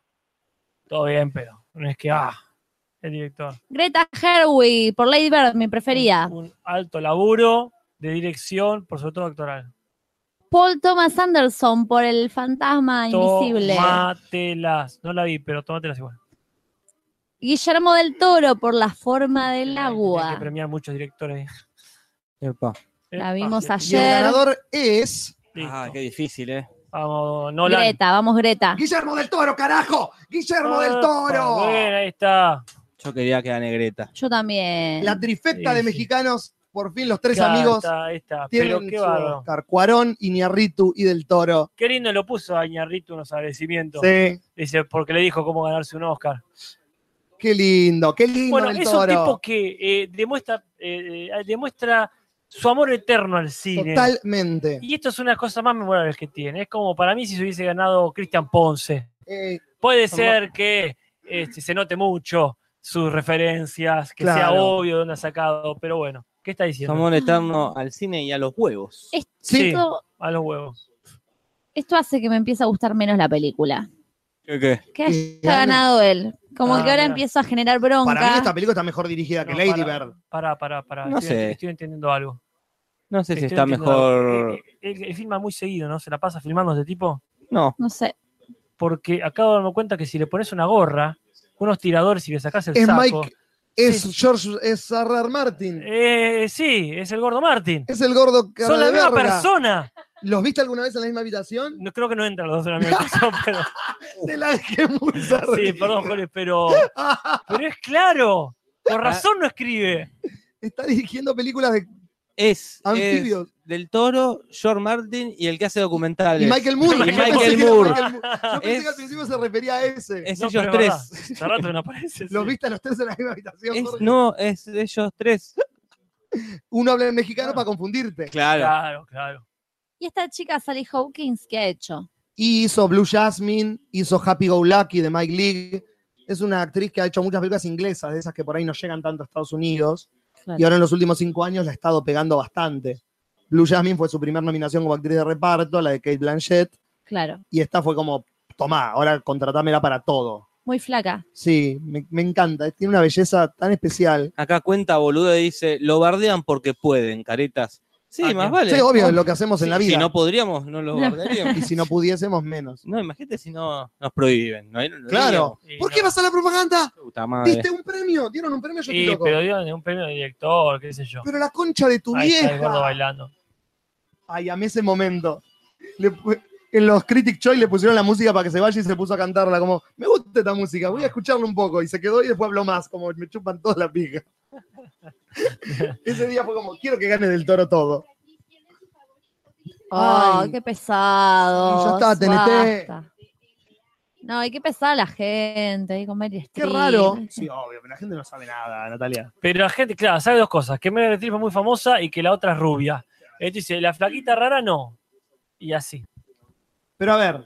Todo bien, pero no es que. Ah, el director. Greta Gerwig por Lady Bird, mi preferida. Un, un alto laburo de dirección, por sobre todo actoral. Paul Thomas Anderson por El Fantasma Invisible. Tómatelas. No la vi, pero tómatelas igual. Guillermo del Toro por la forma del Hay que agua. premiar muchos directores. Epa. La vimos Ah, Y el ayer. ganador es. listo. Ah, qué difícil, ¿eh? Vamos, Nolan. Greta, vamos Greta. ¡Guillermo del Toro, carajo! ¡Guillermo del Opa, Toro! Bueno, ahí está. Yo quería que gane Greta. Yo también. La trifecta Sí, de sí. mexicanos, por fin los tres Ya amigos está, ahí está. Pero tienen qué su bárbaro. Oscar. Cuarón, Iñarritu y del Toro. Qué lindo lo puso a Iñarritu unos agradecimientos. Sí. Dice, porque le dijo cómo ganarse un Oscar. Qué lindo, qué lindo Bueno, del es un Toro. tipo que eh, demuestra, eh, eh, demuestra su amor eterno al cine. Totalmente. Y esto es una cosa más memorable que tiene. Es como para mí si se hubiese ganado Cristian Ponce. Eh, Puede ser que este, se note mucho sus referencias, que sea Claro. obvio de dónde ha sacado, pero bueno, ¿qué está diciendo? Somos eterno al cine y a los huevos. Esto, Sí. A los huevos. esto hace que me empiece a gustar menos la película. ¿Qué, Que haya y gana- ganado él. Como Ah, que ahora mirá. empiezo a generar bronca. eh, Para mí esta película está mejor dirigida que No, Lady para- Bird. Pará, pará, pará. No estoy, sé. estoy entendiendo algo. No sé si Estoy está entendiendo algo. mejor. Eh, eh, Él, él filma muy seguido, ¿no? Se la pasa filmando este tipo. No. No sé. Porque acabo de darme cuenta que si le pones una gorra, unos tiradores y le sacás el Es saco. Mike, es George, es R.R. Martin. Eh, sí, es el gordo Martin. Es el gordo cara Son la de misma verga. persona. ¿Los viste alguna vez en la misma habitación? No, creo que no entran los dos en la misma persona, pero. Te la dejé muy cerca. Sí, perdón, Jorge, pero. Pero es claro. Ah. Por razón no escribe. Está dirigiendo películas de Es, es anfibios. del Toro, George Martin y el que hace documentales. Y Michael Moore. Y Yo pensé Michael que era Moore. Michael Moore. Yo pensé Es- que al principio se refería a ese. Es No, ellos pero es tres. verdad. Hace rato que no aparece. ¿Los sí. viste a los tres en la misma habitación? Es- Jorge? no, es ellos tres. Uno habla en mexicano Ah. para confundirte. Claro. Claro, claro. ¿Y esta chica Sally Hawkins qué ha hecho? Y hizo Blue Jasmine, hizo Happy Go Lucky de Mike League. Es una actriz que ha hecho muchas películas inglesas, de esas que por ahí no llegan tanto a Estados Unidos. Claro. Y ahora en los últimos cinco años la ha estado pegando bastante. Blue Jasmine fue su primera nominación como actriz de reparto, la de Kate Blanchett. Claro. Y esta fue como, tomá, ahora contratámela para todo. Muy flaca. Sí, me, me encanta. Tiene una belleza tan especial. Acá cuenta boludo y dice, lo bardean porque pueden, caretas. Sí, Ah, más bien. vale. Sí, obvio, Oh, es lo que hacemos en sí, la vida. Si no podríamos, no lo bardearíamos. Y si no pudiésemos, menos. No, imagínate si no nos prohíben. No, No lo Claro. Y ¿Por no. qué vas a la propaganda? haríamos. Puta madre. Diste un premio, dieron un premio, yo estoy Sí, loco. pero Pero, dio un premio de director, qué sé yo. la concha de tu Ahí está el gordo vieja. bailando. Ay, a mí ese momento. Le pu- en los Critic Choice le pusieron la música para que se vaya y se puso a cantarla como, me gusta esta música, voy a escucharla un poco. Y se quedó y después habló más, como me chupan toda la pija. ese día fue como, quiero que gane del toro todo. Oh, Ay. qué pesado. Y ya está, TNT. No, y qué pesada la gente ahí con Meryl Qué Streep. raro. Sí, obvio, pero la gente no sabe nada, Natalia. Pero la gente, claro, sabe dos cosas: que Meryl Streep es muy famosa y que la otra es rubia. Entonces dice, la flaquita rara no. Y así. Pero a ver,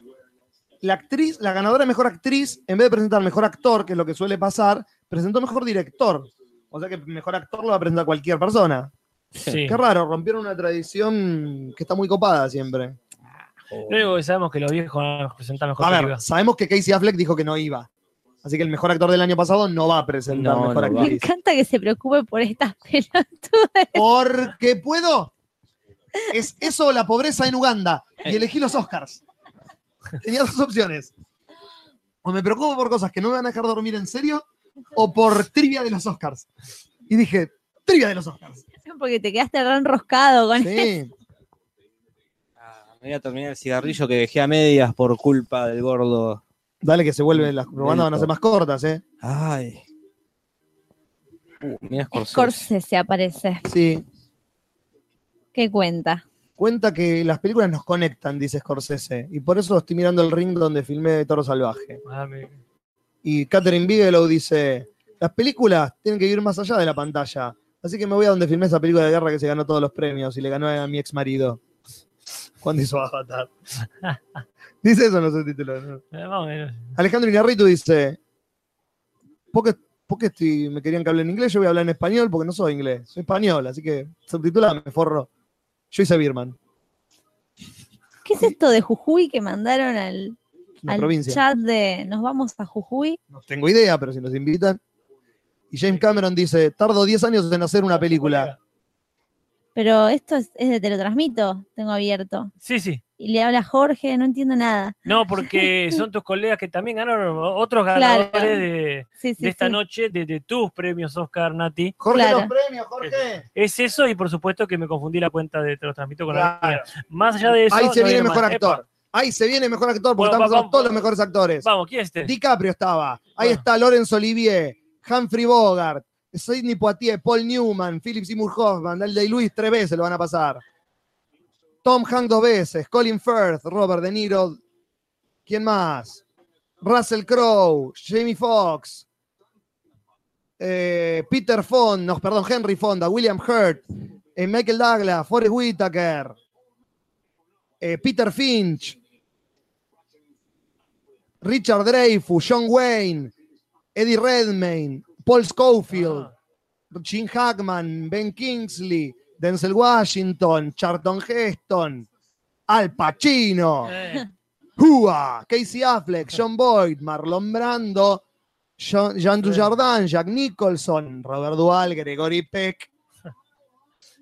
la actriz, la ganadora de mejor actriz, en vez de presentar mejor actor, que es lo que suele pasar, presentó mejor director. O sea que mejor actor lo va a presentar cualquier persona. Sí. Qué raro, rompieron una tradición que está muy copada siempre. Lo único que sabemos es que los viejos van a presentar mejor A ver, películas. sabemos que Casey Affleck dijo que no iba. Así que el mejor actor del año pasado no va a presentar No, mejor no va. Me actriz. encanta que se preocupe por estas pelotas. Porque puedo. Es eso o la pobreza en Uganda. Eh. Y elegí los Oscars. Tenía dos opciones. O me preocupo por cosas que no me van a dejar dormir en serio, o por trivia de los Oscars. Y dije, trivia de los Oscars. Porque te quedaste re enroscado con Sí. Ah, me voy a terminar el cigarrillo que dejé a medias por culpa del gordo. Dale que se vuelven las probandas van a ser más cortas, ¿eh? Ay. Uh, mirá Scorsese. Scorsese aparece. Sí. ¿Qué cuenta? Cuenta que las películas nos conectan, dice Scorsese. Y por eso estoy mirando el ring donde filmé Toro Salvaje. Ah, me- Y Catherine Bigelow dice: Las películas tienen que ir más allá de la pantalla. Así que me voy a donde filmé esa película de guerra que se ganó todos los premios y le ganó a mi ex marido. Cuando hizo Avatar. dice eso en los subtítulos. ¿no? eh, más o menos. Alejandro Inarritu dice: ¿Por qué, por qué estoy- me querían que hable en inglés? Yo voy a hablar en español porque no soy inglés. Soy español, así que subtitulame, forro. Yo hice Birman, ¿Qué es esto de Jujuy que mandaron al, una al provincia. chat de nos vamos a Jujuy? No tengo idea, pero si nos invitan. Y James Cameron dice: Tardo 10 años en hacer una película. Pero esto es, es de Te lo transmito, tengo abierto. Sí, sí. y le habla Jorge, no entiendo nada. No, porque son tus colegas que también ganaron otros ganadores de, Sí, sí, de esta sí. noche, de, de tus premios Oscar, Nati. Jorge, Claro. los premios, Jorge. Es eso, y por supuesto que me confundí la cuenta de Te lo transmito con la Claro. mía. Más allá de eso. Ahí se no viene digo más. mejor actor. Epa, Ahí se viene mejor actor, porque Bueno, estamos va- va- hablando de todos los mejores actores. vamos, ¿quién es este? DiCaprio estaba. Ahí Bueno. está Laurence Olivier, Humphrey Bogart, Sidney Poitier, Paul Newman, Philip Seymour Hoffman, Daniel Day-Lewis tres veces lo van a pasar. Tom Hanks dos veces, Colin Firth, Robert De Niro. ¿Quién más? Russell Crowe, Jamie Foxx, eh, Peter Fonda, no, perdón, Henry Fonda, William Hurt, eh, Michael Douglas, Forrest Whitaker, eh, Peter Finch, Richard Dreyfus, John Wayne, Eddie Redmayne, Paul Schofield, Jim Hackman, Ben Kingsley, Denzel Washington, Charlton Heston, Al Pacino, Eh, Hua, Casey Affleck, John Boyd, Marlon Brando, Jean, Jean Dujardin, Jack Nicholson, Robert Duvall, Gregory Peck,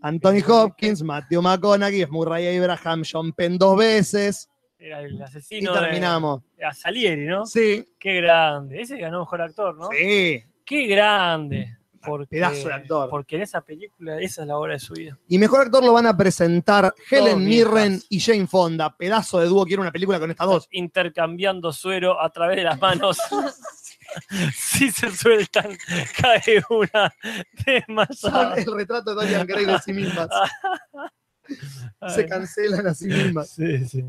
Anthony Hopkins, Matthew McConaughey, Murray Abraham, John Penn dos veces Era el asesino. y terminamos. De, a Salieri, ¿no? Sí, Qué grande. Ese ganó mejor actor, ¿no? sí. Qué grande. Porque, Pedazo de actor. Porque en esa película, esa es la obra de su vida. Y mejor actor lo van a presentar Helen viejas. Mirren y Jane Fonda. Pedazo de dúo, quiero una película con estas dos. Intercambiando suero a través de las manos. si se sueltan, cae una Son desmayada. el retrato de Dorian Gray de sí mismas. Se cancelan a sí mismas. Sí, sí.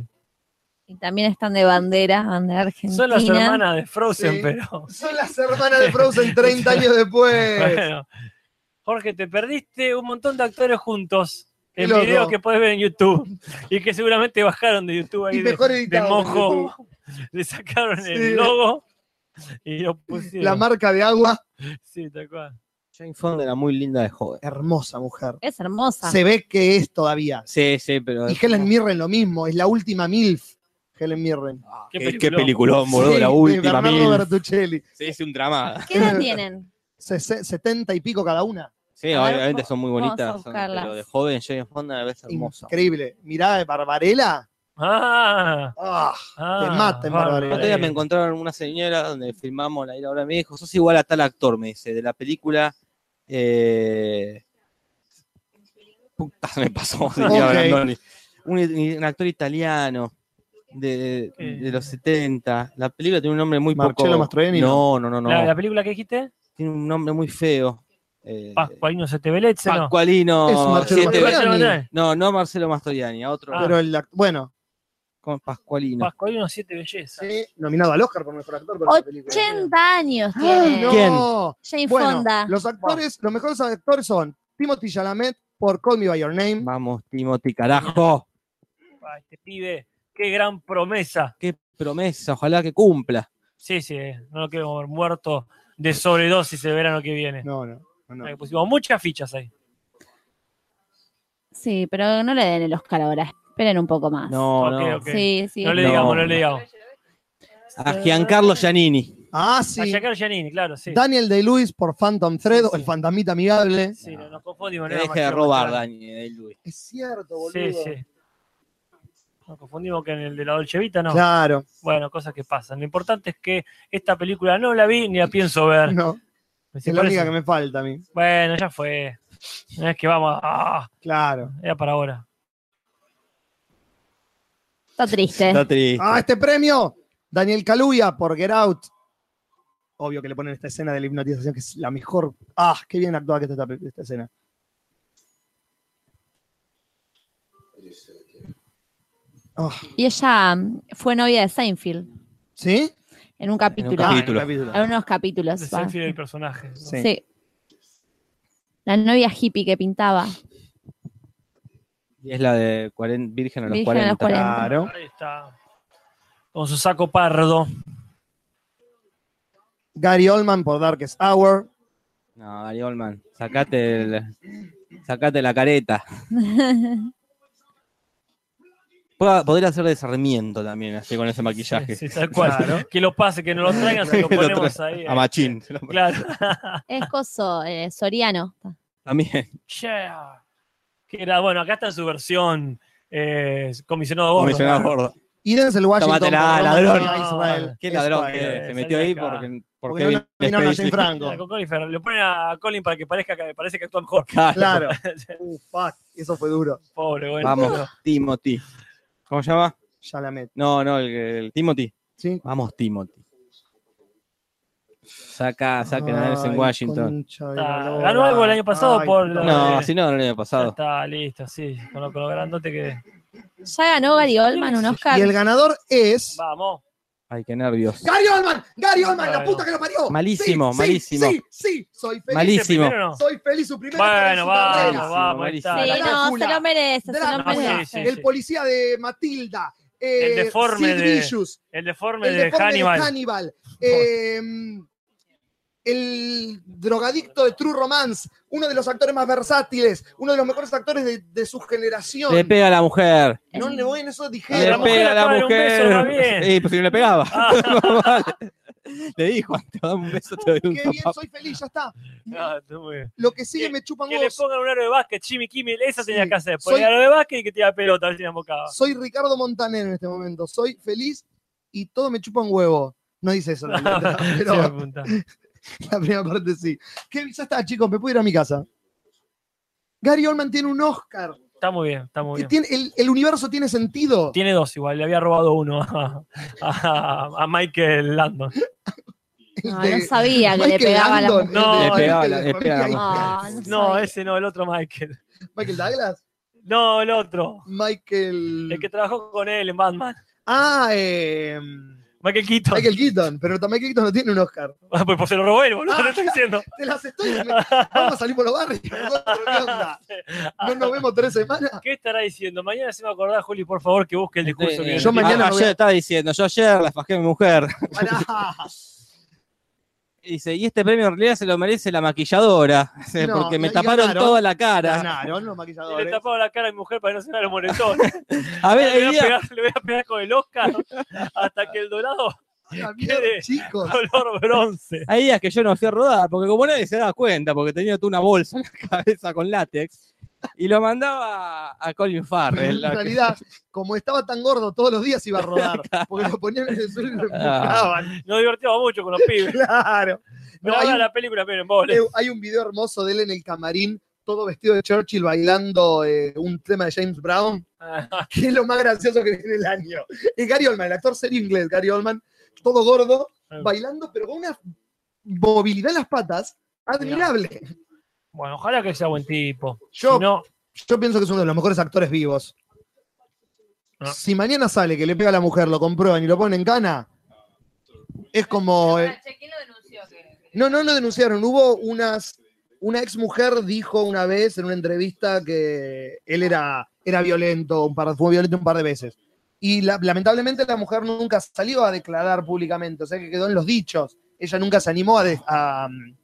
Y también están de bandera, bandera argentina. Son las hermanas de Frozen, Sí. pero. Son las hermanas de Frozen 30 años después. Bueno. Jorge, te perdiste un montón de actores juntos. Qué En loco. videos que puedes ver en YouTube. Y que seguramente bajaron de YouTube ahí Y de, mejor de editado en mojo. Le sacaron Sí. el logo y lo pusieron. La marca de agua. Sí, tal cual. Jane Fonda era muy linda de joven. Hermosa mujer. Es Ah. hermosa. Se ve que es todavía. Sí, sí, pero. Y Helen Mirren lo mismo, es la última MILF. Helen Mirren. Ah, Qué qué, peliculón. qué peliculón, boludo, Sí, la de última. Bernardo mil. Bertuccelli. Sí, es un drama. ¿Qué edad tienen? Se- se- 70 y pico cada una. Sí, A ver, obviamente son muy vamos a bonitas. son- buscarlas. pero de joven, Jane Fonda la ves hermosa. Increíble. Mirá, Barbarella. Ah, Ah. ah, Te mata en El Barbarella. otro día me encontraron una señora donde filmamos la ira ahora me dijo, sos igual a tal actor, me dice, de la película. Eh... Puta, se me pasó. Ok. hablando ni- un, un actor italiano de, Eh. de los 70. La película tiene un nombre muy Marcello poco. Mastroianni, No, no, no, no. La, la película que dijiste, Tiene un nombre muy feo. Eh, Pascualino se te belece, ¿no? Pascualino. Es Marcello siete- Mastroianni. No, no Marcelo Mastroianni, a otro. Ah. Pero el act- bueno, Con Pascualino. Pascualino siete bellezas. sí, nominado al Oscar por mejor actor por esa película. 80 años Ay, tiene no. ¿Quién? Jane Bueno, Fonda. los actores, los mejores actores son Timothy Chalamet por Call Me by Your Name, Vamos, Timothy, carajo. Ah, este pibe, qué gran promesa. qué promesa, ojalá que cumpla. Sí, sí, no lo queremos ver muerto de sobredosis el verano que viene. no, no, no, no. Ahí pusimos muchas fichas ahí. Sí, pero no le den el Oscar ahora. Esperen un poco más. No, Ok, no. ok. Sí, sí. No le No. digamos, no le digamos. A Giancarlo Giannini. Ah, A sí. Giancarlo Giannini, claro, sí. Daniel Day-Lewis por Phantom Thread Sí, o El sí. Fantasmita Amigable. Sí, no, nos confundimos. Que no era deje de Marcelo robar, Mastroianni. Dani, de Luis. Es cierto, boludo. Sí, sí. Nos confundimos que en el de la Dolce Vita, no. Claro, Bueno, cosas que pasan. Lo importante es que esta película no la vi ni la pienso ver. no, Sí, es la por única eso- que me falta a mí. Bueno, ya fue. No es que vamos a... ah, Claro. era para ahora. Está triste. Está triste. Ah, este premio, Daniel Kaluuya por Get Out. Obvio que le ponen esta escena de la hipnotización, que es la mejor. Ah, qué bien actuada que está esta, esta escena. Ah, Y ella mm, fue novia de Seinfeld ¿Sí? en un capítulo. Ah, en Ah, el capítulo. capítulo. En unos capítulos. De va. selfie del personaje. ¿no? Sí. Sí. La novia hippie que pintaba. Y es la de 40 Virgen a los Virgen 40. a los 40. Claro. Ahí está. Con su saco pardo. Gary Oldman por Darkest Hour. No, Gary Oldman, sacate, el, sacate la careta. Pueda- Podría ser de Sarmiento también, así con ese maquillaje. Sí, sí, tal cual. Claro. Que lo pase, que no lo traigan, se lo Que lo ponemos ahí. eh. A Machín. Claro. Es coso, eh, Soriano. También. Che. Que era, bueno, acá está su versión eh, comisionado gordo. Comisionado gordo. Y dense el Washington. Tómatela, por la ladrón. Roma a Israel. Qué Es ladrón que Israel. se eh, metió sale ahí acá. porque, porque Porque no Bill nominaron a Jane Space- Franco. Con Conifer. Lo ponen a Colin para que parezca que, parece que actúa mejor. Claro. Uh, fuck, eso fue duro. Pobre, bueno. Vamos, Timothy. ¿Cómo se llama? Ya la meto. No, no, el, el Timothy. Sí. Vamos, Timothy. Saca, saca a Nelson Ay, Washington. concha de Ah, la lora. ganó algo el año pasado Ay, por- puta No, madre. si no, no el año Ya pasado. está, listo, sí. Con lo, con lo grandote que. Ya ganó Gary Oldman un Oscar. Y el ganador es. Vamos. Ay, qué nervios. ¡Gary Oldman! ¡Gary Oldman! ¡La Bueno. puta que lo parió! Sí, Malísimo, sí, malísimo. Sí, sí, soy feliz. Malísimo. ¿Ese primero o no? Soy feliz su primera Bueno, carrera en su vamos, carrera. vamos. ahí está. Sí, la no, Drácula. se lo merece, se lo Drácula. Ah, sí, sí, merece. El policía de Matilda. El eh, deforme Sid de- Vicious, El deforme el de deforme Hannibal. de Hannibal. eh, el drogadicto de True Romance, uno de los actores más versátiles, uno de los mejores actores de, de su generación. Le pega a la mujer. no le voy en eso dije. Le la mujer pega a la acaba de dar un beso, va bien. mujer. Sí, pues si no le pegaba. No, vale. Le dijo, te dame un beso, te doy un Qué bien, sopapo. soy feliz, ya está. Ah, está muy bien. Lo que sigue Que- me chupan Que le vos. pongan un aro de básquet, Jimmy Kimmel, esa Sí, tenía que hacer. soy- Poner aro de básquet y que tira pelota, a ver si la embocaba. Soy Ricardo Montaner en este momento. Soy feliz y todo me chupa un huevo. No dice eso, la letra, pero Se apunta. la primera parte sí. Que ya está, chicos, me puedo ir a mi casa. Gary Oldman tiene un Oscar. Está muy bien, está muy Que bien. tiene- el, el universo tiene sentido. Tiene dos igual, le había robado uno a, a- a Michael Landon. El No, de no sabía que le Michael pegaba a la Ah, Landon, el mujer. No, de- le pegaba el la- de le pegaba familia la mujer. Islas. No, ese no, el otro Michael. Michael Douglas. No, el otro. Michael. El que trabajó con él en Batman. Ah, eh, Michael Keaton. Michael Keaton. Pero ta- Michael Keaton no tiene un Oscar. Ah, pues, pues se lo robó él, boludo, Ah. te estoy diciendo. Te las estoy. me- Vamos a salir por los barrios. gordo, ¿qué onda? No nos vemos tres semanas. ¿Qué estará diciendo? Mañana se me va a acordar, Juli, por favor, que busque el discurso. que- yo mañana Ah, me voy ayer a- estaba diciendo, yo ayer la fajé a mi mujer. Pará. Y dice, y este premio en realidad se lo merece la maquilladora. Dice, No, porque me y taparon ganaron. toda la cara. Ganaron los Y le maquilladores. tapaba la cara a mi mujer para que no se vea los moretones. A ver, le, el voy a día- pegar, le voy a pegar con el Oscar hasta que el dorado Mira, Quiere- Chicos. color bronce. Hay días que yo no fui a rodar, porque como nadie se daba cuenta, porque tenía tú una bolsa en la cabeza con látex, y lo mandaba a Colin Farrell. En la que- realidad, como estaba tan gordo, todos los días iba a rodar. Porque lo ponían en el suelo y lo Ah. empujaban. Nos divertíamos mucho con los pibes. Claro. No, No, hay ahora un- la película, pero en bola. Eh, hay un video hermoso de él en el camarín, todo vestido de Churchill, bailando eh, un tema de James Brown, Ah. que es lo más gracioso que tiene el año. Es Gary Oldman, el actor serio inglés, Gary Oldman, todo gordo, Ah. bailando, pero con una movilidad en las patas admirable. Bueno, ojalá que sea buen tipo. Yo, Si no, yo pienso que es uno de los mejores actores vivos. Ah. Si mañana sale que le pega a la mujer, lo comprueban y lo ponen en cana, es como... eh, ¿Quién lo denunció? No, no lo denunciaron. Hubo unas. Una ex mujer dijo una vez en una entrevista que él era, era violento, un par, fue violento un par de veces. Y la- lamentablemente la mujer nunca salió a declarar públicamente, o sea que quedó en los dichos. Ella nunca se animó a, de- a, mm,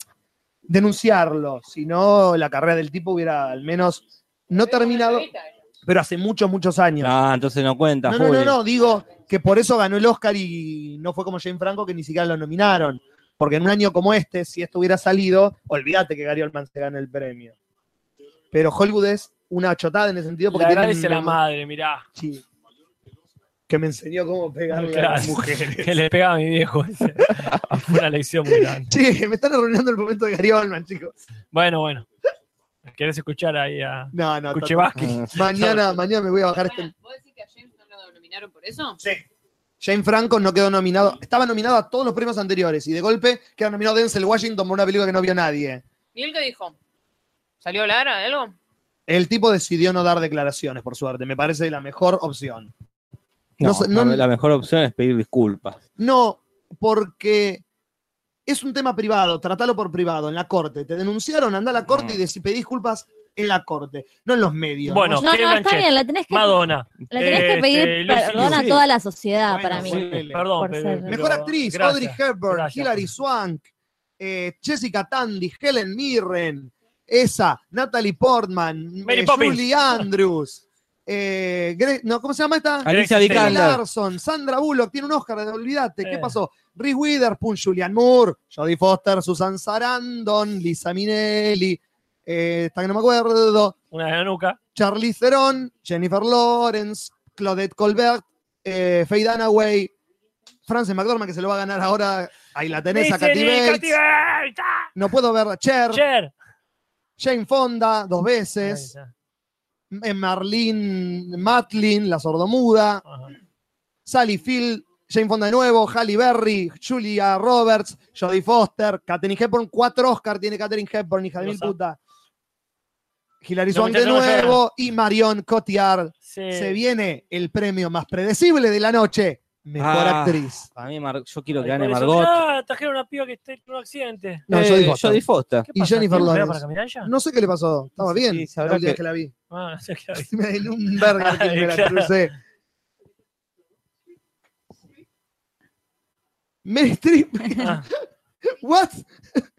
denunciarlo, si no la carrera del tipo hubiera al menos no terminado, pero hace muchos, muchos años. Ah, entonces no cuenta, No, no, no, Juli. no, digo que por eso ganó el Oscar y no fue como Jane Franco que ni siquiera lo nominaron. Porque en un año como este, si esto hubiera salido, olvídate que Gary Oldman se gana el premio. Pero Hollywood es una chotada en ese sentido porque la tiene agradece una- la madre, mirá. Sí. que me enseñó cómo pegarle a Claro. las mujeres. Que le pegaba a mi viejo. Fue una lección muy grande. Che, me están arruinando el momento de Gary Oldman, chicos. Bueno, bueno. ¿Querés escuchar ahí a No, no. está- Kuchevaski? Ah, Mañana, mañana me voy a bajar este. ¿Vos decís que a James no lo nominaron por eso? Sí. Jane Franco no quedó nominado. Estaba nominado a todos los premios anteriores y de golpe queda nominado Denzel Washington por una película que no vio nadie. ¿Y él qué dijo? ¿Salió a hablar algo? El tipo decidió no dar declaraciones, por suerte. Me parece la mejor opción. No, No sé, no- la mejor opción es pedir disculpas. No, porque es un tema privado, tratalo por privado, en la corte. Te denunciaron, anda a la corte y dec- pedí disculpas en la corte, no en los medios. Mm. Bueno, No, no, Kate está Blanchett, bien, la tenés que, Madonna. la tenés que Este, pedir Lucy perdón a Liu. toda la sociedad Bueno, Ah, para mí. sí. Perdón. Por pero- ser- pero- Mejor actriz, Gracias. Audrey Hepburn, Gracias. Hilary Swank, eh, Jessica Tandy, Helen Mirren, esa, Natalie Portman, Mary eh, Poppins. Julie Andrews, eh, Gre- no, ¿cómo se llama Ah, esta? Alicia Alexis Brie Vikander. Larson, Sandra Bullock tiene un Oscar, olvídate, ¿qué Eh. pasó? Reese Witherspoon, Julian Moore, Jodie Foster, Susan Sarandon, Lisa Minelli, eh, esta que no me acuerdo, Una de la nuca. Charlize Theron, Jennifer Lawrence, Claudette Colbert, eh, Faye Dunaway, Frances McDormand, que se lo va a ganar ahora. Ahí la tenés a Dice Katy Nick, Bates. Katy Bates, ah, No puedo ver a Cher, Cher. Jane Fonda, dos Ahí veces. está. eh, Marlene Matlin, la sordomuda. Ajá. Sally Field, Jane Fonda de nuevo, Halle Berry, Julia Roberts, Jodie Foster, Katherine Hepburn, cuatro Oscar tiene Katherine Hepburn, hija de mil Grosa. puta. Hilary Los Swank de muchachos no nuevo y Marion Cotillard. Sí. Se viene el premio más predecible de la noche, mejor Ah. actriz. A mí Mar- yo quiero que Ay, gane por eso- Margot. Ah, trajeron una piba que está en un accidente. No, Eh, Jodie Foster. Jodie Foster. ¿Qué Y pasa? Jennifer ¿Tiene una piba Lawrence. para caminar ella? No sé qué le pasó, estaba Sí, bien sí, la sabrá última vez que- que la vi. Ah, no sé qué hay. Me dio un verga que me la Claro. crucé. Meryl Streep. Ah. What?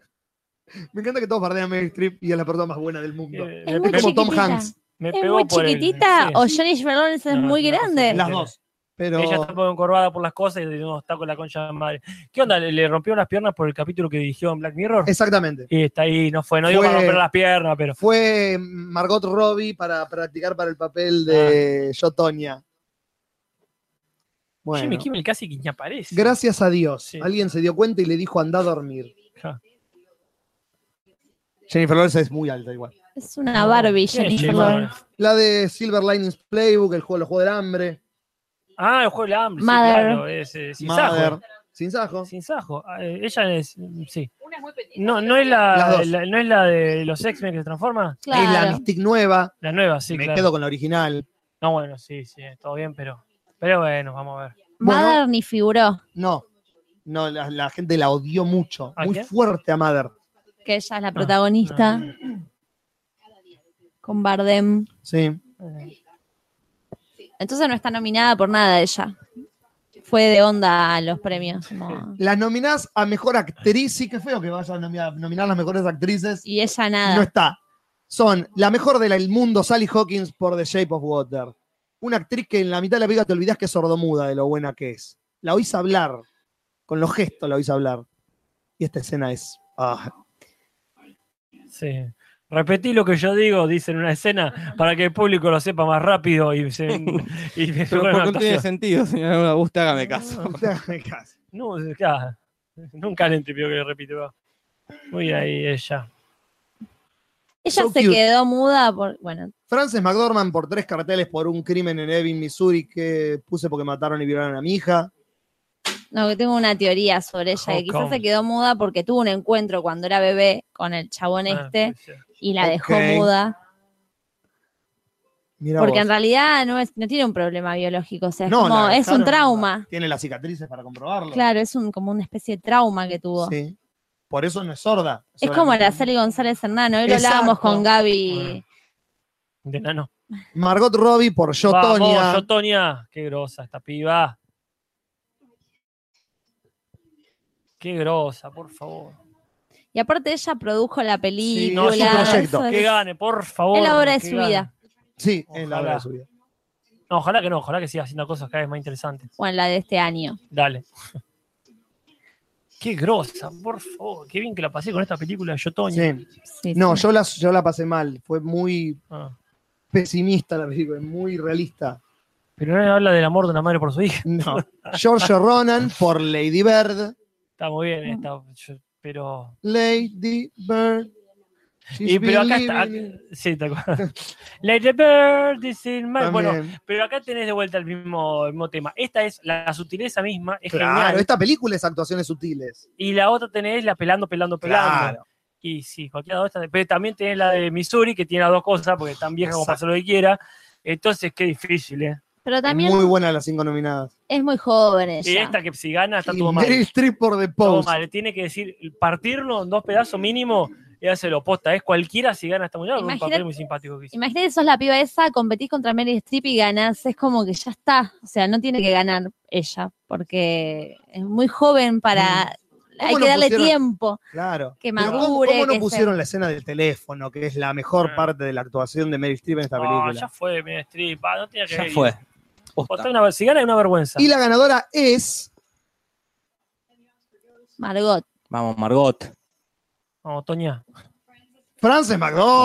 Me encanta que todos bardean a Meryl Streep y es la persona más buena del mundo. Eh, Es me muy Es pegó- como Tom chiquitita. Hanks. me ¿Es pegó muy por el- chiquitita sí. o Jennifer Lawrence es No, muy no, no, grande? sí. Las dos. Pero Ella está un poco encorvada por las cosas y no está con la concha de madre. ¿Qué onda? ¿Le, le rompieron las piernas por el capítulo que dirigió en Black Mirror? exactamente. Y está ahí, no fue. No digo Fue- para romper las piernas, pero. Fue Margot Robbie para practicar para el papel Ah. de Yo Tonya. Bueno, Jimmy Kimmel casi que ni aparece. gracias a Dios. Sí. Alguien se dio cuenta y le dijo anda a dormir. Ja. Jennifer Lawrence es muy alta igual. Es una Barbie, ¿Quién es Jennifer Jimmy Lawrence. Kimmel? La de Silver Linings Playbook, el juego, los juegos del hambre, Ah, el juego del hambre. sí, Mother. claro, es, eh, sin Mother, sajo. Sin Sajo. Sin sajo. Ah, eh, Ella es. Sí. Una es muy petita. No, no es Las la, dos. la- no es la de los X-Men que se transforma. Es la Claro. Mystic nueva. La nueva, sí, Me claro. quedo con la original. No, bueno, sí, sí, todo bien, pero. Pero bueno, vamos a ver. Bueno. Mother ni figuró, No. No, la, la gente la odió mucho. ¿A muy quién? fuerte a Mother. que ella es Ah, la protagonista. Con Bardem. Sí. Eh, Entonces no está nominada por nada ella. Fue de onda a los premios. como- Las nominadas a mejor actriz, sí que feo que vayan a nomina- nominar las mejores actrices. Y ella No nada. está. Son la mejor del mundo, Sally Hawkins, por The Shape of Water. Una actriz que en la mitad de la película te olvidás que es sordomuda de lo buena que es. La oís hablar. Con los gestos la oís hablar. Y esta escena es. ah, sí. Repetí lo que yo digo, dice en una escena, para que el público lo sepa más rápido y se. y me mejore Pero la porque no tiene actuación. sentido, señora Laura Augusta, hágame caso. déjame casi. No, claro. Nunca le pidió que le repite. va. Muy ahí ella. Ella So se cute. quedó muda por. Bueno, Frances McDormand por tres carteles por un crimen en Evin, Missouri, que puse porque mataron y violaron a mi hija. no, que tengo una teoría sobre ella, Oh, que quizás Hawkeye. se quedó muda porque tuvo un encuentro cuando era bebé con el chabón Ah, este sí. y la dejó ok. muda. Mira Porque en realidad no, es, no tiene un problema biológico, o sea, es, como- es un trauma. Tiene las cicatrices para comprobarlo. Claro, es un, como una especie de trauma que tuvo. Sí. Por eso no es sorda. Es como solamente- Araceli González Hernano, hoy lo Exacto. hablábamos con Gaby. Bueno. De nano. Margot Robbie por Yo, Vamos, Tonya. Yotonia. Qué grosa esta piba. Qué grosa, por favor. Y aparte ella produjo la película. no, es un proyecto. eso es- Que gane, por favor. Es la obra de que su gane. vida. Sí, es la Ojalá. hora de su vida. No, ojalá que no, ojalá que siga haciendo cosas cada vez más interesantes. Bueno, la de este año. Dale. Qué grosa, por favor. Qué bien que la pasé con esta película de Yotonia. Sí. Sí, No, sí. yo la, yo la pasé mal. Fue muy Ah. pesimista la película, muy realista. Pero no habla del amor de una madre por su hija. No. Giorgio Ronan por Lady Bird. Está muy bien esta. yo- Pero Lady Bird. She's Y pero acá está. believing acá- sí, tal cual. Lady Bird is in my- in- Bueno, También. pero acá tenés de vuelta el mismo, el mismo tema. Esta es la sutileza misma, es Claro, este- genial. esta película es actuaciones sutiles. Y la otra tenés la pelando, pelando, pelando. Claro. Y sí, cualquiera de estas. Pero también tenés la de Missouri, que tiene las dos cosas, porque es tan vieja como para hacer lo que quiera. Entonces, qué difícil, ¿eh? Pero también Muy buena las cinco nominadas. es muy joven Y ella. esta que si gana está Y todo mal. Meryl Streep por The Todo Post. mal. Tiene que decir, partirlo en dos pedazos mínimo y hacerlo posta. Es cualquiera si gana esta mujer. Un Imagínate- papel muy simpático que hizo. Imagínate, sos la piba esa, competís contra Meryl Streep y ganás. Es como que ya está. O sea, no tiene que ganar ella, porque es muy joven para. Hay Mm. ¿Cómo que no darle pusieron- tiempo. Claro. Que Pero ¿cómo, madure, cómo no que se- pusieron la escena del teléfono, que es la mejor Ah. parte de la actuación de Meryl Streep en esta Ah, película? ya fue, mira, strip. Ah, no tenía que Ya ir. fue. Posta. Posta, una- si gana es una vergüenza. Y la ganadora es Margot. Vamos, Margot. Vamos, Toña. Frances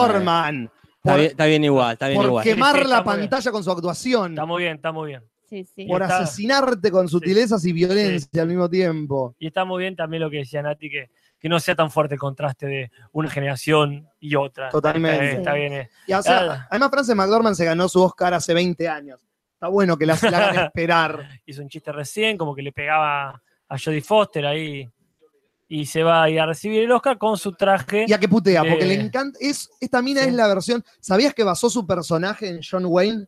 McDormand. Está, bien, está bien igual, está bien por igual. quemar Sí, sí, la está muy bien. pantalla con su actuación. Está muy bien, está muy bien. Sí, sí. por está- asesinarte con sutilezas y violencia al mismo tiempo. Y está muy bien también lo que decía Nati, que, que no sea tan fuerte el contraste de una generación y otra. Está bien, Totalmente. está bien, eh. Y, o sea, Claro. además, Frances McDormand se ganó su Oscar hace 20 años. Está bueno que la, la hagan esperar. Hizo un chiste recién, como que le pegaba a Jodie Foster ahí. Y se va a ir a recibir el Oscar con su traje. Y a que putea, porque Eh. le encanta. Es, esta mina Sí. es la versión. ¿Sabías que basó su personaje en John Wayne?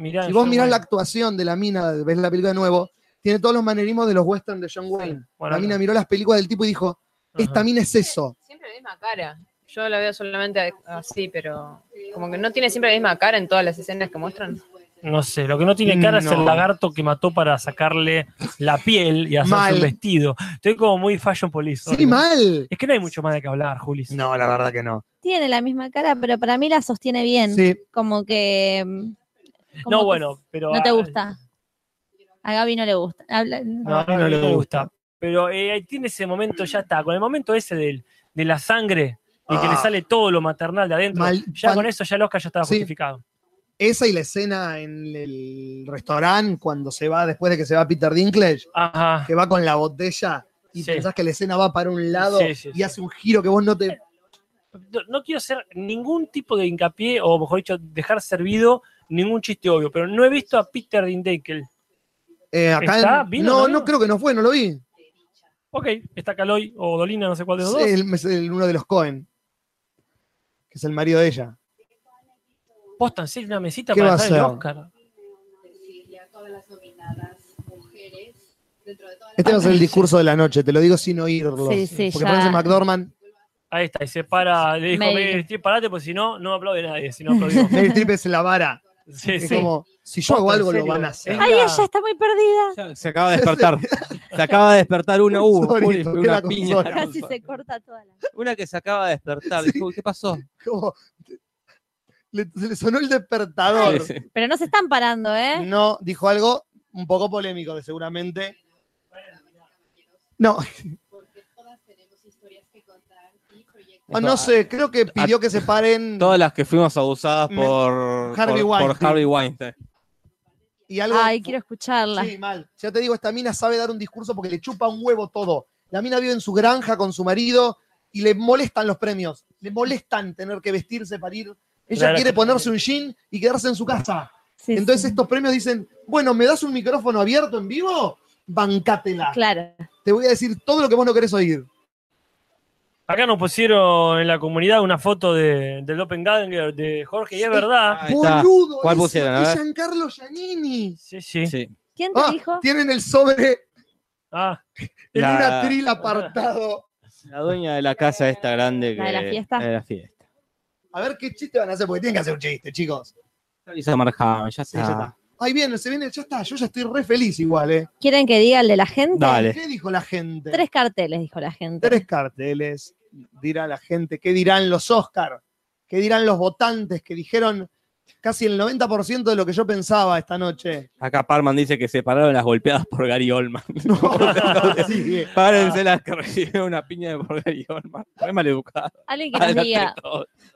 Mirá, Si vos yo- mirás la actuación de la mina, ves la película de nuevo, tiene todos los manerismos de los westerns de John Wayne. bueno, la mina miró las películas del tipo y dijo: Esta Ajá. mina es eso. Siempre la misma cara. Yo la veo solamente así, pero como que no tiene siempre la misma cara en todas las escenas que muestran. No sé, lo que no tiene cara es No. el lagarto que mató para sacarle la piel y hacerse Mal. un vestido. Estoy como muy fashion police. hoy, Sí, ¿no? mal. Es que no hay mucho más de qué hablar, Julis. No, la verdad que no. Tiene la misma cara, pero para mí la sostiene bien. Sí. Como que. mm, como No, que bueno, pero. No te ah, gusta. A Gaby no le gusta. Habla- No, no, le gusta. Pero eh, ahí tiene ese momento, ya está. Con el momento ese del, de la sangre y que Ah. le sale todo lo maternal de adentro, Mal- ya pan- con eso ya el Oscar ya estaba Sí. justificado. Esa y la escena en el restaurante cuando se va, después de que se va Peter Dinklage, Ajá. que va con la botella y Sí. pensás que la escena va para un lado Sí, sí, y sí. hace un giro que vos no te. No, no quiero hacer ningún tipo de hincapié, o mejor dicho, dejar servido ningún chiste obvio, pero no he visto a Peter Dindakel. Eh, acá ¿Está? en- ¿Vino, no, no? no creo que no fue, no lo vi. Ok, está Caloy o Dolina, no sé cuál de los Es dos. el, es el- uno de los Cohen, que es el marido de ella. Posta, en serio, una mesita ¿Qué para va a estar en el ser? Oscar. Este va a ser el discurso de la noche, te lo digo sin oírlo. Sí, sí, porque ya. Frances McDormand, Ahí está, y se para, le dijo, Meryl. "Meryl Streep, parate, porque si no, no me aplaude nadie, si no aplaudimos. Meryl Streep es la vara. Sí, Es sí. como, si yo hago Posta, en algo, lo serio. van a hacer. Es Ay, la- ella está muy perdida. Ya Se acaba de despertar. Se acaba de despertar uno. Uh, Sorry, Juli, toqué una la piña. consola. Casi se corta toda la. Una que se acaba de despertar. Dijo, ¿qué pasó? Como- le, se le sonó el despertador. Sí, sí. Pero no se están parando, ¿eh? No, dijo algo un poco polémico, de seguramente. No. Ah, No sé, creo que pidió que se paren Todas las que fuimos abusadas Me- por Harvey por- por Weinstein. Harvey Weinstein. y algo. Ay, quiero Ah. escucharla. Sí, mal. Ya te digo, esta mina sabe dar un discurso porque le chupa un huevo todo. La mina vive en su granja con su marido y le molestan los premios. Le molestan tener que vestirse para ir. Ella Claro. quiere ponerse un jean y quedarse en su casa. Sí, Entonces sí. estos premios dicen, bueno, ¿me das un micrófono abierto en vivo? Bancátela. Claro. Te voy a decir todo lo que vos no querés oír. Acá nos pusieron en la comunidad una foto de, del Open Ganger de Jorge, y es verdad. Ahí está. ¡Boludo! ¿Cuál es- pusieron? A es ver. Giancarlo Giannini. Sí, sí. Sí. ¿Quién te Ah, dijo? tienen el sobre Ah, en La- un atril apartado. La dueña de la casa esta grande que La de la fiesta. la de la fiesta. A ver qué chiste van a hacer, porque tienen que hacer un chiste, chicos. Lisa Marham, ya Sí, ya está. está. Ahí viene, se viene, ya está. Yo ya estoy re feliz igual, ¿eh? ¿Quieren que diga el de la gente? Dale. ¿Qué dijo la gente? Tres carteles, dijo la gente. Tres carteles, dirá la gente. ¿Qué dirán los Oscar? ¿Qué dirán los votantes que dijeron casi el 90% de lo que yo pensaba esta noche? Acá Parman dice que se pararon las golpeadas por Gary Oldman. Sí. Ah. Párense las que recibieron una piña de por Gary Oldman. Fue maleducado. Alguien que nos diga.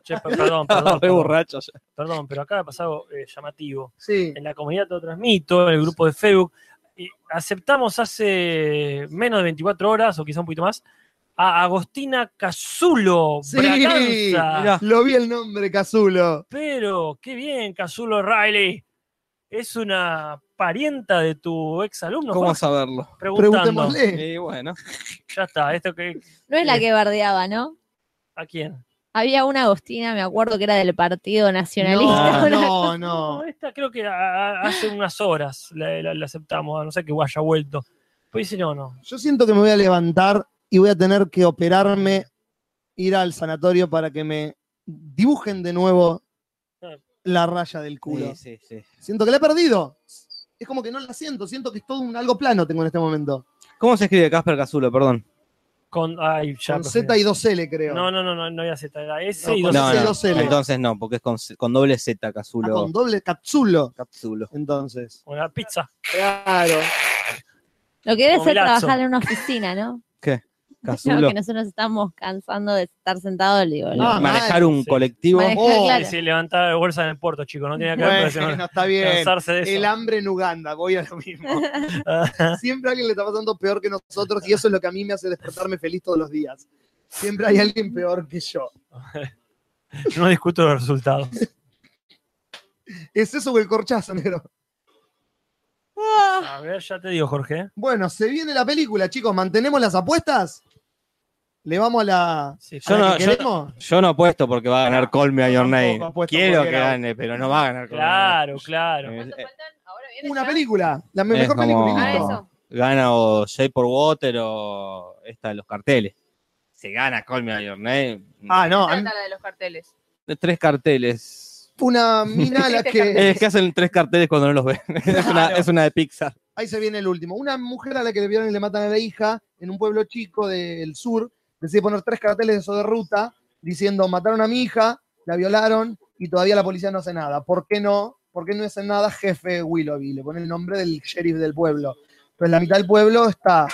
che, per- perdón, perdón, Estaba Ah, re perdón, borracho ya. perdón, pero acá ha pasado eh, llamativo. Sí. En la comunidad te lo transmito, en el grupo de Facebook. y aceptamos hace menos de 24 horas, o quizá un poquito más, a Agostina Cazulo Sí, Braganza. mirá. Lo vi el nombre, Cazulo. Pero, qué bien, Cazulo Riley. Es una parienta de tu ex alumno. ¿Cómo saberlo? Preguntando. Preguntémosle. Y bueno, Ya está, esto que. No es la que bardeaba, ¿no? ¿A quién? Había una Agostina, me acuerdo que era del Partido Nacionalista. No, una no, no. No, esta creo que a- a- hace unas horas la, la- la aceptamos, a no sé que haya vuelto. Pues dice, no, no. Yo siento que me voy a levantar y voy a tener que operarme, ir al sanatorio para que me dibujen de nuevo la raya del culo. sí, sí. Siento que la he perdido. Es como que no la siento, siento que es todo un algo plano tengo en este momento. ¿Cómo se escribe Casper Cazulo? Perdón. Con, ay, ya, Con profe. Z y 2L, creo. No, no, no, no, no había Z, era S No, E, y con dos No, C, S. no, dos L. Entonces no, porque es con, con doble Z Ah, Cazulo. con doble capsulo, Cazulo. entonces. Una pizza. Claro. Lo que debe Como ser Milazzo. trabajar en una oficina, ¿no? ¿Qué? Creo Cazulo. que nosotros estamos cansando de estar sentados, digo. Ah, manejar un sí. colectivo. Manejar, oh, claro. Sí, levantar bolsa en el puerto, chicos. No tenía que haber pero se- Bueno, está bien. cansarse de El eso. hambre en Uganda, voy a lo mismo. Ah, Siempre alguien le está pasando peor que nosotros y eso es lo que a mí me hace despertarme feliz todos los días. Siempre hay alguien peor que yo. no discuto los resultados. Es eso o el corchazo, negro. A ver, ya te digo, Jorge. ¿eh? Bueno, se viene la película, chicos. ¿Mantenemos las apuestas? ¿Le vamos a la, Sí, a la Yo no- que yo- queremos? Yo no apuesto porque va a ganar Call Me a Your tampoco Name. apuesto Quiero porque que gana. gane, pero no va a ganar Call Me Your Claro, claro. Name. ¿Cuánto Eh, faltan? ¿Ahora viene Una ya? película, la Es mejor como- película. Ah, listo. eso. Gana o Shape por Water o esta de los carteles. Se gana Call Me a Your Name. Ah, no, a mí- Trata la de los carteles. Tres carteles. una mina a la Es que. que hacen tres carteles cuando no los ven. Es una, Claro. es una de Pixar. Ahí se viene el último. Una mujer a la que le violan y le matan a la hija en un pueblo chico del sur. Decide poner tres carteles de eso de ruta diciendo: mataron a mi hija, la violaron y todavía la policía no hace nada. ¿Por qué no? ¿Por qué no hace nada, jefe Willoughby? Le pone el nombre del sheriff del pueblo. Entonces, la mitad del pueblo está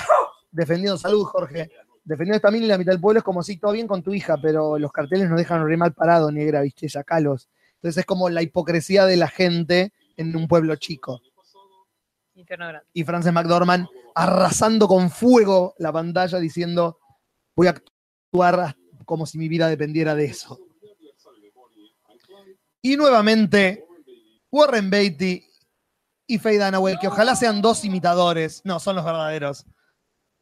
defendiendo salud, Jorge. Defendiendo esta mina y la mitad del pueblo es como si todo bien con tu hija, pero los carteles nos dejan re mal parado, negra, viste, sacalos. Entonces es como la hipocresía de la gente en un pueblo chico Infierno grande. y Frances McDormand arrasando con fuego la pantalla diciendo voy a actuar como si mi vida dependiera de eso. Y nuevamente Warren Beatty y Faye Dunaway, que ojalá sean dos imitadores. No, son los verdaderos.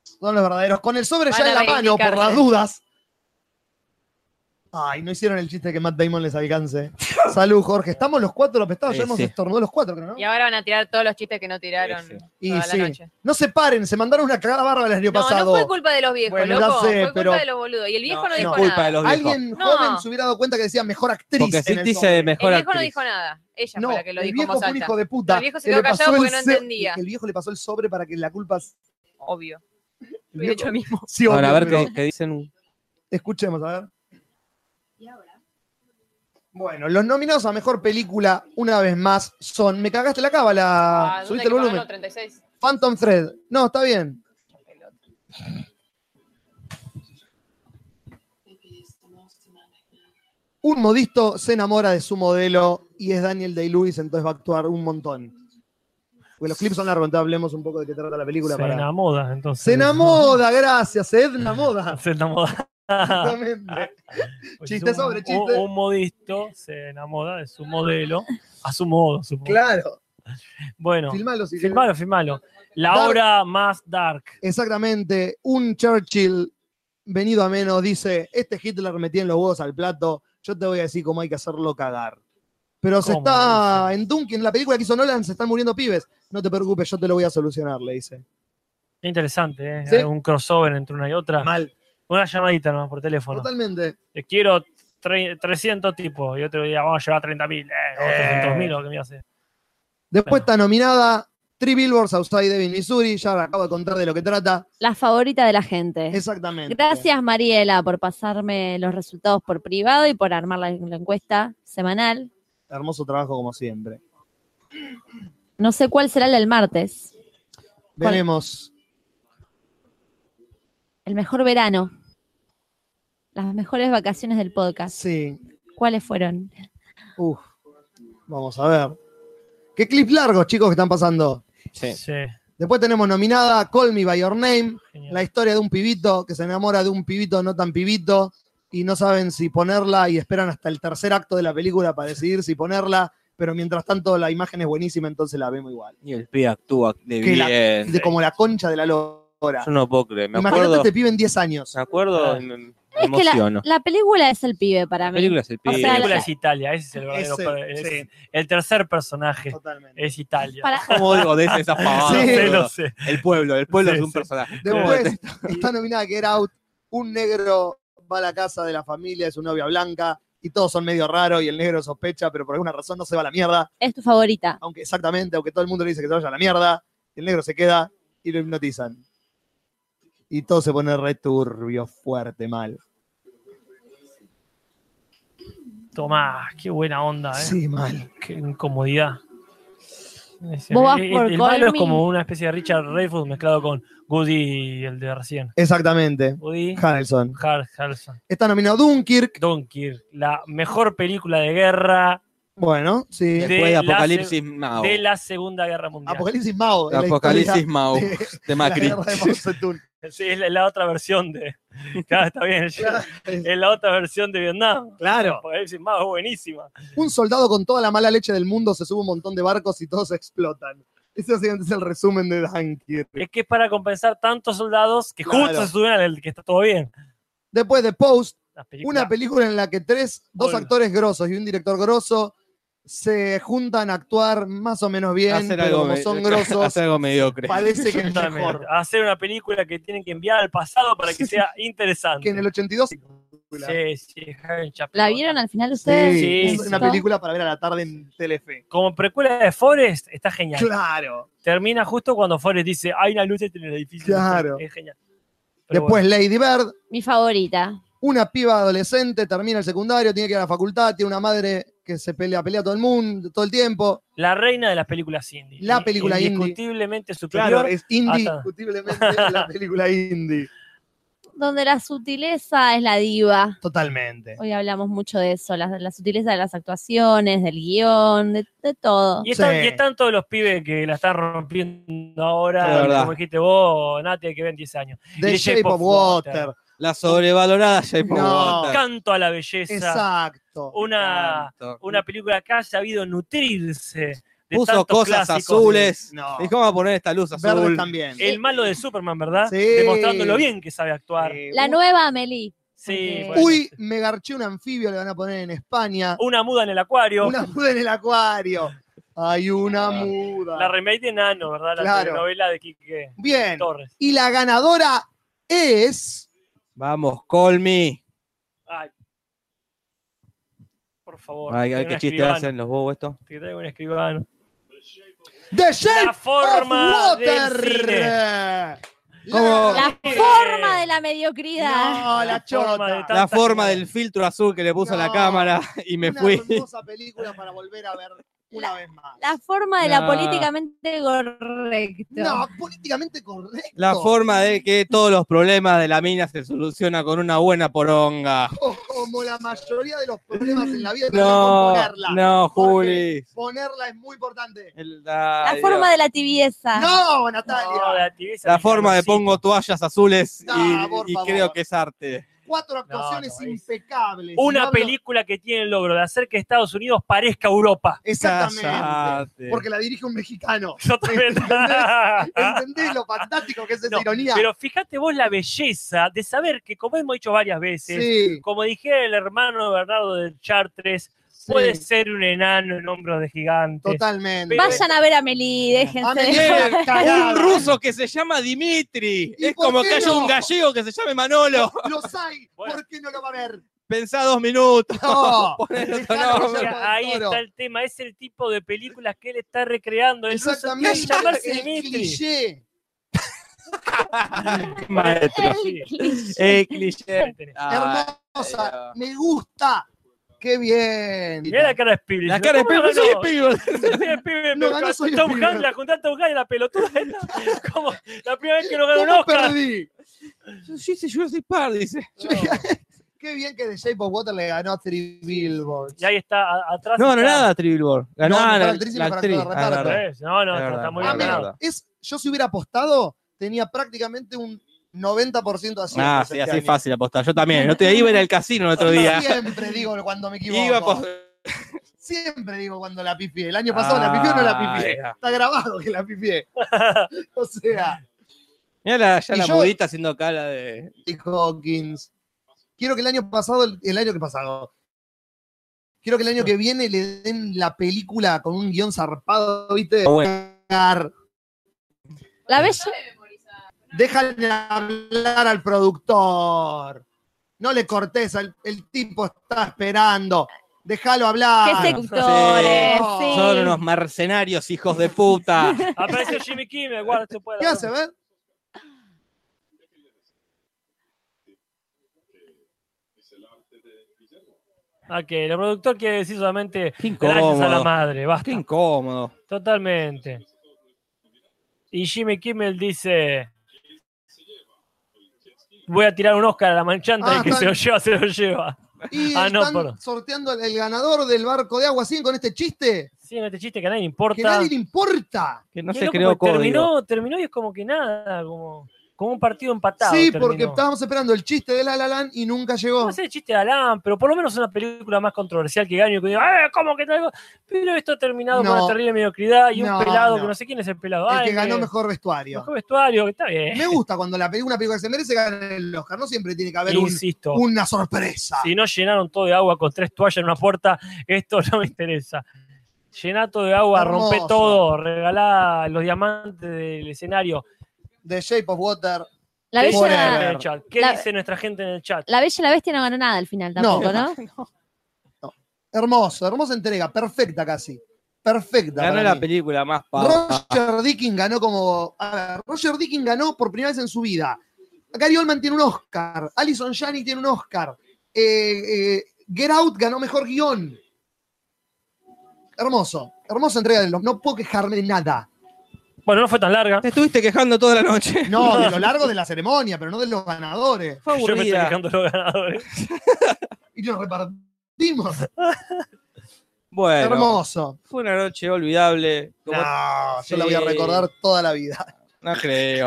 Son los verdaderos. Con el sobre ya Van a en la mano, por las reivindicarse. dudas. Ay, no hicieron el chiste que Matt Damon les alcance. Salud, Jorge. Estamos los cuatro apestados. Sí, ya hemos Eh, sí. estornudado los cuatro, creo, ¿no? Y ahora van a tirar todos los chistes que no tiraron Sí, sí. Y toda sí. la noche. No se paren, se mandaron una cagada bárbara el año No, pasado. no fue culpa de los viejos, Bueno, ya loco. sé, fue culpa pero- de los boludos. Y el viejo no, es dijo culpa nada. de los viejos. Alguien No. joven se hubiera dado cuenta que decía mejor actriz. Porque en sí el sobre. dice mejor El viejo no actriz. dijo nada. Ella no, fue la que lo el dijo en viejo voz fue un alta. hijo de puta. El viejo se que quedó le pasó callado porque el no ce- entendía. El viejo le pasó el sobre para que la culpa. Obvio. el Hubiera viejo- hecho lo mismo. Sí, Ahora, a obvio, ver pero- qué, qué dicen. Escuchemos, a ver. Bueno, los nominados a mejor película, una vez más, son. Me cagaste la cábala. Ah, ¿dónde Subiste el hay que volumen. ponerlo? 36. Phantom Thread. No, está bien. Un modisto se enamora de su modelo y es Daniel Day-Lewis, entonces va a actuar un montón. Porque los clips son largos, entonces hablemos un poco de qué trata la película. Se para- enamoda, entonces. Se enamoda, gracias, se enamoda. Se enamoda. Exactamente. Pues Chiste es un- sobre chiste. Un, un modisto se enamoda de su modelo, a su modo, supongo. Claro, Bueno, filmalo si querés. filmalo, filmalo. La Dark. obra más dark. Exactamente, un Churchill venido a menos dice, este Hitler me tiene los huevos al plato, yo te voy a decir cómo hay que hacerlo cagar. Pero se ¿Cómo? está en Dunkin, en la película que hizo Nolan, se están muriendo pibes. No te preocupes, yo te lo voy a solucionar, le dice. Qué Interesante, ¿eh? Sí. Un crossover entre una y otra. Mal, Una llamadita nomás por teléfono. totalmente. Te quiero tre- 300 tipos. Y otro día vamos a llevar 30.000. Eh, o 300.000 o qué me hace. Después está nominada Three Billboards Outside Ebbing, Missouri, ya acabo de contar de lo que trata. La favorita de la gente. Exactamente. Gracias, Mariela, por pasarme los resultados por privado y por armar la, la encuesta semanal. Hermoso trabajo como siempre. No sé cuál será el del martes. ¿Cuál? Veremos. El mejor verano. Las mejores vacaciones del podcast. Sí, ¿Cuáles fueron? Uf, vamos a ver. Qué clips largos, chicos, que están pasando. Sí. Después tenemos nominada Call Me By Your Name, genial. la historia de un pibito que se enamora de un pibito no tan pibito y no saben si ponerla y esperan hasta el tercer acto de la película para decidir si ponerla, pero mientras tanto la imagen es buenísima, entonces la vemos igual. Y el pibe actúa de Que la- bien. De como la concha de la lora. Yo no puedo creer. Me Imagínate acuerdo. este pibe en 10 años. Me acuerdo. Ah. y Me, me Es que emociono. la, la película es el pibe para La mí. película es el o pibe. sea, La película la- es Italia, ese es el verdadero. Ese, per- es- sí. El tercer personaje Totalmente. es Italia. Ah, Para- ¿Cómo digo de ese zafado? Sí. No sé, boludo? no sé. El pueblo, el pueblo Sí, es un sí. personaje. Después está nominada Get Out, un negro va a la casa de la familia de su novia blanca y todos son medio raros y el negro sospecha, pero por alguna razón no se va a la mierda, Es tu favorita. aunque exactamente, aunque todo el mundo le dice que se vaya a la mierda, el negro se queda y lo hipnotizan. Y todo se pone re turbio, fuerte, mal. Tomás, qué buena onda, Ah. ¿eh? Sí, mal. Qué incomodidad. Ese- Vos vas el, por el malo es Colmin. como una especie de Richard Redford mezclado con Goody, el de recién. Exactamente. Woody Harrelson. Har Harrelson. Está nominado Dunkirk. Dunkirk, la mejor película de guerra Bueno, sí. De Después de la Apocalipsis Mao. de la Segunda Guerra Mundial. Apocalipsis Mao. es la Apocalipsis historia Mao de- de de la Macri. guerra de Mao Zedong. Sí, es la, la otra versión de. Claro, está bien. es la otra versión de Vietnam. Claro. Apocalipsis Mao es buenísima. Un soldado con toda la mala leche del mundo se sube a un montón de barcos y todos explotan. Ese básicamente es el resumen de Dunkirk. Es que es para compensar tantos soldados que Claro. justo se suben al que está todo bien. Después de Post, Las películas- Una película en la que tres, dos Bueno. actores grosos y un director grosso se juntan a actuar más o menos bien, Hacer pero algo como me- son grosos, hacer algo mediocre. parece que es Exactamente. mejor Hacer una película que tienen que enviar al pasado para que sea interesante. que en el 82. Sí, sí, Harry Chaplin. ¿La vieron al final ustedes? Sí, sí, es una sí. película para ver a la tarde en Telefe. Como precuela de Forrest, está genial. Claro. Termina justo cuando Forrest dice, hay una luz en el edificio. Claro. Es genial. Pero Después Lady Bird, Mi favorita. una piba adolescente termina el secundario, tiene que ir a la facultad, tiene una madre que se pelea, pelea todo el mundo, todo el tiempo. La reina de las películas indie. La película indie. Indiscutiblemente superior. Claro, eh, es indie, Hasta- discutiblemente la película indie. Donde la sutileza es la diva. Totalmente. Hoy hablamos mucho de eso, la, la sutileza de las actuaciones, del guión, de, de todo. Y están, Sí. y están todos los pibes que la están rompiendo Sí, ahora, la verdad. como dijiste vos, Nati, que ven 10 años. The The Shape of Water. La sobrevalorada Shape of No. Water. Canto a la belleza. Exacto. Una, Tanto. una película que ha sabido nutrirse de Puso tantos cosas clásicos. azules. No. Dijo, vamos a poner esta luz azul. Eh, Verdes también. El malo de Superman, ¿verdad? Sí. Demostrando lo bien que sabe actuar. Eh, La u- nueva Amelie. Sí, Ok. bueno. Uy, me garché un anfibio, le van a poner en España. Una muda en el acuario. Una muda en el acuario. Hay Ah. una muda. La remake de Nano, ¿verdad? La Claro. novela de Quique Bien. Torres. Y la ganadora es. Vamos, call me. Ay. Por favor. Ay, ay, que qué un chiste escribano, hacen los bobos esto. Que traiga un escribano. The Shape La forma of Water. del cine. Como- La Eh. forma de la mediocridad. No, la La forma de chota. tal- La Tantas forma cosas. del filtro azul que le puso No. la cámara y me una fui. hermosa película para volver a ver una vez más. La forma de la No. políticamente correcta. No, políticamente correcto. La forma de que todos los problemas de la mina se soluciona con una buena poronga. O como la mayoría de los problemas en la vida, No, tenemos que ponerla. no, Porque Juli. ponerla es muy importante. El- eh, La ay, forma Dios. de la Ah. tibieza. No, Natalia. No, la tibieza La del forma de calorcito. pongo toallas azules y, No, por y favor. creo que es arte. Cuatro actuaciones No, no, es- impecables. Una Y hablo- película que tiene el logro de hacer que Estados Unidos parezca Europa. Exactamente. Cállate. Porque la dirige un mexicano. Yo también- ¿Entendés lo fantástico que es Ah. esa No, ironía? Pero fíjate vos la belleza de saber que, como hemos dicho varias veces, sí. como dijera el hermano de Bernardo del Chartres, puede sí, ser un enano en hombros de gigante. Totalmente. Pero- Vayan a ver a Amelie, déjense. Amelie, cagada. Un ruso que se llama Dimitri. ¿Y Es por como qué que haya no? un gallego que se llame Manolo. Los hay. Bueno. ¿Por qué no lo va a ver? Pensá dos minutos. No. Poner otro Dejalo que O nombre. sea, Guillermo del ahí Toro. está el tema, es el tipo de películas que él está recreando. El ruso Exactamente. tiene que llamarse el Dimitri. cliché. Maestro. Sí. Eh, cliché. Ah, Hermosa. Ay, Me gusta. Qué bien. Mirá la cara de Spielberg. La cara de ¿Cómo pibe, ganó? soy pibe. Yo soy el pibe, No pero ganó, con soy el Tom pibe. Hanks, la juntaste a Tom Hanks, la pelotuda esta. Como la primera vez que no ganó un ¿Cómo Oscar. perdí? Yo sí, sí, yo soy par, dice. Qué bien que The Shape of Water le ganó a Three Billboards. Y ahí está, a- atrás. No, no, está- nada, Tribilbor. Ganó No, mejor la, actriz y la mejor actriz. actor de Ah, reparto. verdad. ¿Ves? No, no, Es está, verdad, está muy es Ah, bien mira, ganado. verdad. es, yo si hubiera apostado, tenía prácticamente un 90% así. Ah, sí, así es fácil apostar. Yo también. No te iba en el casino el Ah, otro día. Siempre digo cuando me equivoco. Iba a apostar. Siempre digo cuando la pifié. El año pasado la pifié o no la Ah, pifié. ya. Está grabado que la pifié. o sea, Mirá la, ya Y la yo- mudita haciendo cara de. Anthony Hawkins. Quiero que el año pasado, el, el año que pasado. Quiero que el año que viene le den la película con un guión zarpado, ¿viste? Ar- La bella. Déjale hablar al productor. No le cortes, el, el tipo está esperando. Déjalo Qué hablar. seductores. Sí. sí. Son unos mercenarios, hijos de puta. Apareció Jimmy Kimmel, guarda, se puede. ¿Qué hace, ver? Ok, el Ah, productor quiere decir solamente Qué gracias a la incómodo. madre, Qué basta. incómodo. Totalmente. Y Jimmy Kimmel dice: voy a tirar un Oscar a la manchanta Ah, y que está se lo lleva, se lo lleva. Y Ah, no, están perdón. sorteando el, el ganador del barco de agua. ¿Siguen con este chiste? Sí, en este chiste que a nadie le Que importa. nadie le importa. Que no Qué se loco, creó porque código. terminó, terminó y es como que nada, como, como un partido empatado. sí, terminó. porque estábamos esperando el chiste de La La Land y nunca llegó. No sé el chiste de Alan, pero por lo menos es una película más controversial que Gaño, que diga, "Eh, ¿cómo que tal? Pero esto ha terminado No. con una terrible mediocridad y No, un pelado no. que no sé quién es el pelado. El Ay, que ganó me- mejor vestuario. mejor vestuario, que está bien. Me gusta cuando la película, una película que se merece gana el Oscar. No siempre tiene que haber un- Insisto, una sorpresa. si no llenaron todo de agua con tres toallas en una puerta, esto no me interesa. Llená todo de agua, Hermoso. rompe todo, regalá los diamantes del escenario. The Shape of Water. La Bella- ¿Qué dice bella, nuestra Forever. gente en el chat? ¿Qué La- dice nuestra gente en el chat? la bella y la bestia no ganó nada al final tampoco, ¿no? Hermoso, hermosa entrega. Perfecta casi. Perfecta. Ganó para la mí. película más pava. Roger Dickin ganó como. A ver, Roger Dickin ganó por primera vez en su vida. Gary Oldman tiene un Oscar. Alison Janney tiene un Oscar. Eh, eh, Get Out ganó mejor guión. Hermoso. Hermosa entrega de los. No puedo quejarme de nada. Bueno, no fue tan larga. Te estuviste quejando toda la noche. No, de lo largo de la ceremonia, pero no de los ganadores. Fue Yo me estoy aburrida. quejando de los ganadores. Y nos repartimos. Bueno, Hermoso. fue una noche olvidable. Como- No, yo la voy a Sí. recordar toda la vida. No creo,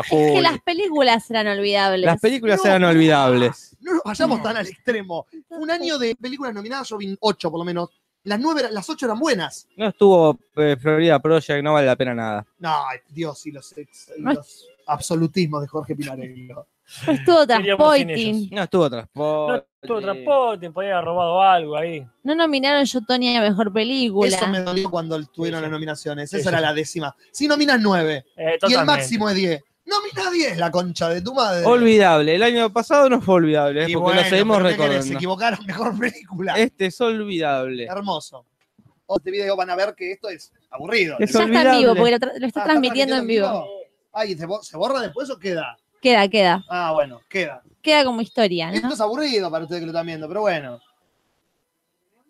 Es Juli. que las películas eran olvidables. Las películas No. eran olvidables. No nos vayamos tan al extremo. Un año de películas nominadas, yo vi ocho por lo menos. Las nueve, eran- las ocho eran buenas. No estuvo eh, Florida Project, no vale la pena nada. No, Dios, y los, ex- y No. los absolutismos de Jorge Pinarello. No estuvo Iríamos sin ellos. Transporting. No estuvo No transporte. tuvo transporte, podía haber robado algo ahí. No nominaron yo Tony a mejor película. Eso me dolió cuando tuvieron Sí, sí. las nominaciones. Sí, Esa sí. era la décima. Si nominas nueve y Eh, el totalmente. máximo es diez. Nomina diez, la concha de tu madre. Olvidable. El año pasado no fue olvidable, eh, Y porque bueno, lo seguimos pero ¿qué querés? Se recordando. equivocaron, mejor película. Eh. Este es olvidable. Hermoso. O este video van a ver que esto es aburrido. Es ya está en vivo, olvidable. porque lo, tra- lo está Ah, transmitiendo en vivo. Ay, ¿se, bo- se borra después o queda? Queda, queda. Ah, bueno, queda. Queda como historia, Esto ¿no? es aburrido para ustedes que lo están viendo, pero bueno.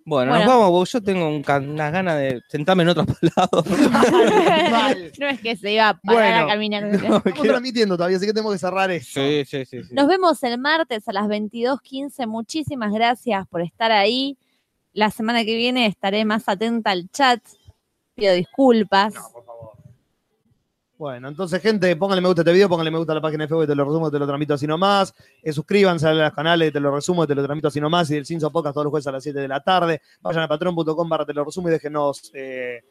Bueno, nos Bueno. vamos, porque yo tengo un can- unas ganas de sentarme en otro lado. Mal. no es que se iba a parar Bueno. a caminar. Estamos transmitiendo todavía, así que tenemos que cerrar esto. sí, sí, sí. sí. Nos vemos el martes a las 22.15. Muchísimas gracias por estar ahí. La semana que viene estaré más atenta al chat. Pido disculpas. Bueno, entonces, gente, pónganle me gusta a este video, pónganle me gusta a la página de Facebook, de te lo resumo, te lo transmito así nomás. Eh, suscríbanse a los canales, de te lo resumo, te lo transmito así nomás. Y del Cinzo Podcast todos los jueves a las 7 de la tarde. Vayan a patreon.com barra te lo resumo y déjenos eh,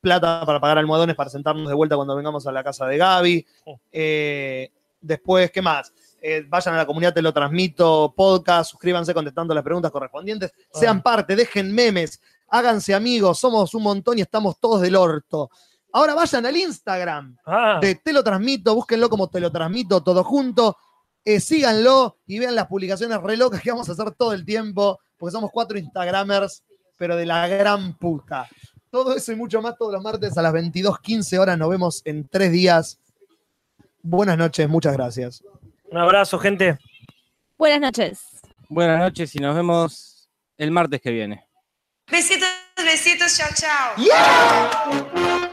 plata para pagar almohadones para sentarnos de vuelta cuando vengamos a la casa de Gaby. Eh, después, ¿qué más? Eh, vayan a la comunidad, te lo transmito, podcast, suscríbanse contestando las preguntas correspondientes. Sean parte, dejen memes, háganse amigos, somos un montón y estamos todos del orto. Ahora vayan al Instagram Ah, de Te lo transmito, búsquenlo como Te lo transmito, todo junto. Eh, síganlo y vean las publicaciones re locas que vamos a hacer todo el tiempo, porque somos cuatro Instagramers, pero de la gran puta. Todo eso y mucho más todos los martes a las 22.15 horas. Nos vemos en tres días. Buenas noches, muchas gracias. un abrazo, gente. Buenas noches. Buenas noches y nos vemos el martes que viene. Besitos, besitos, chao, chao.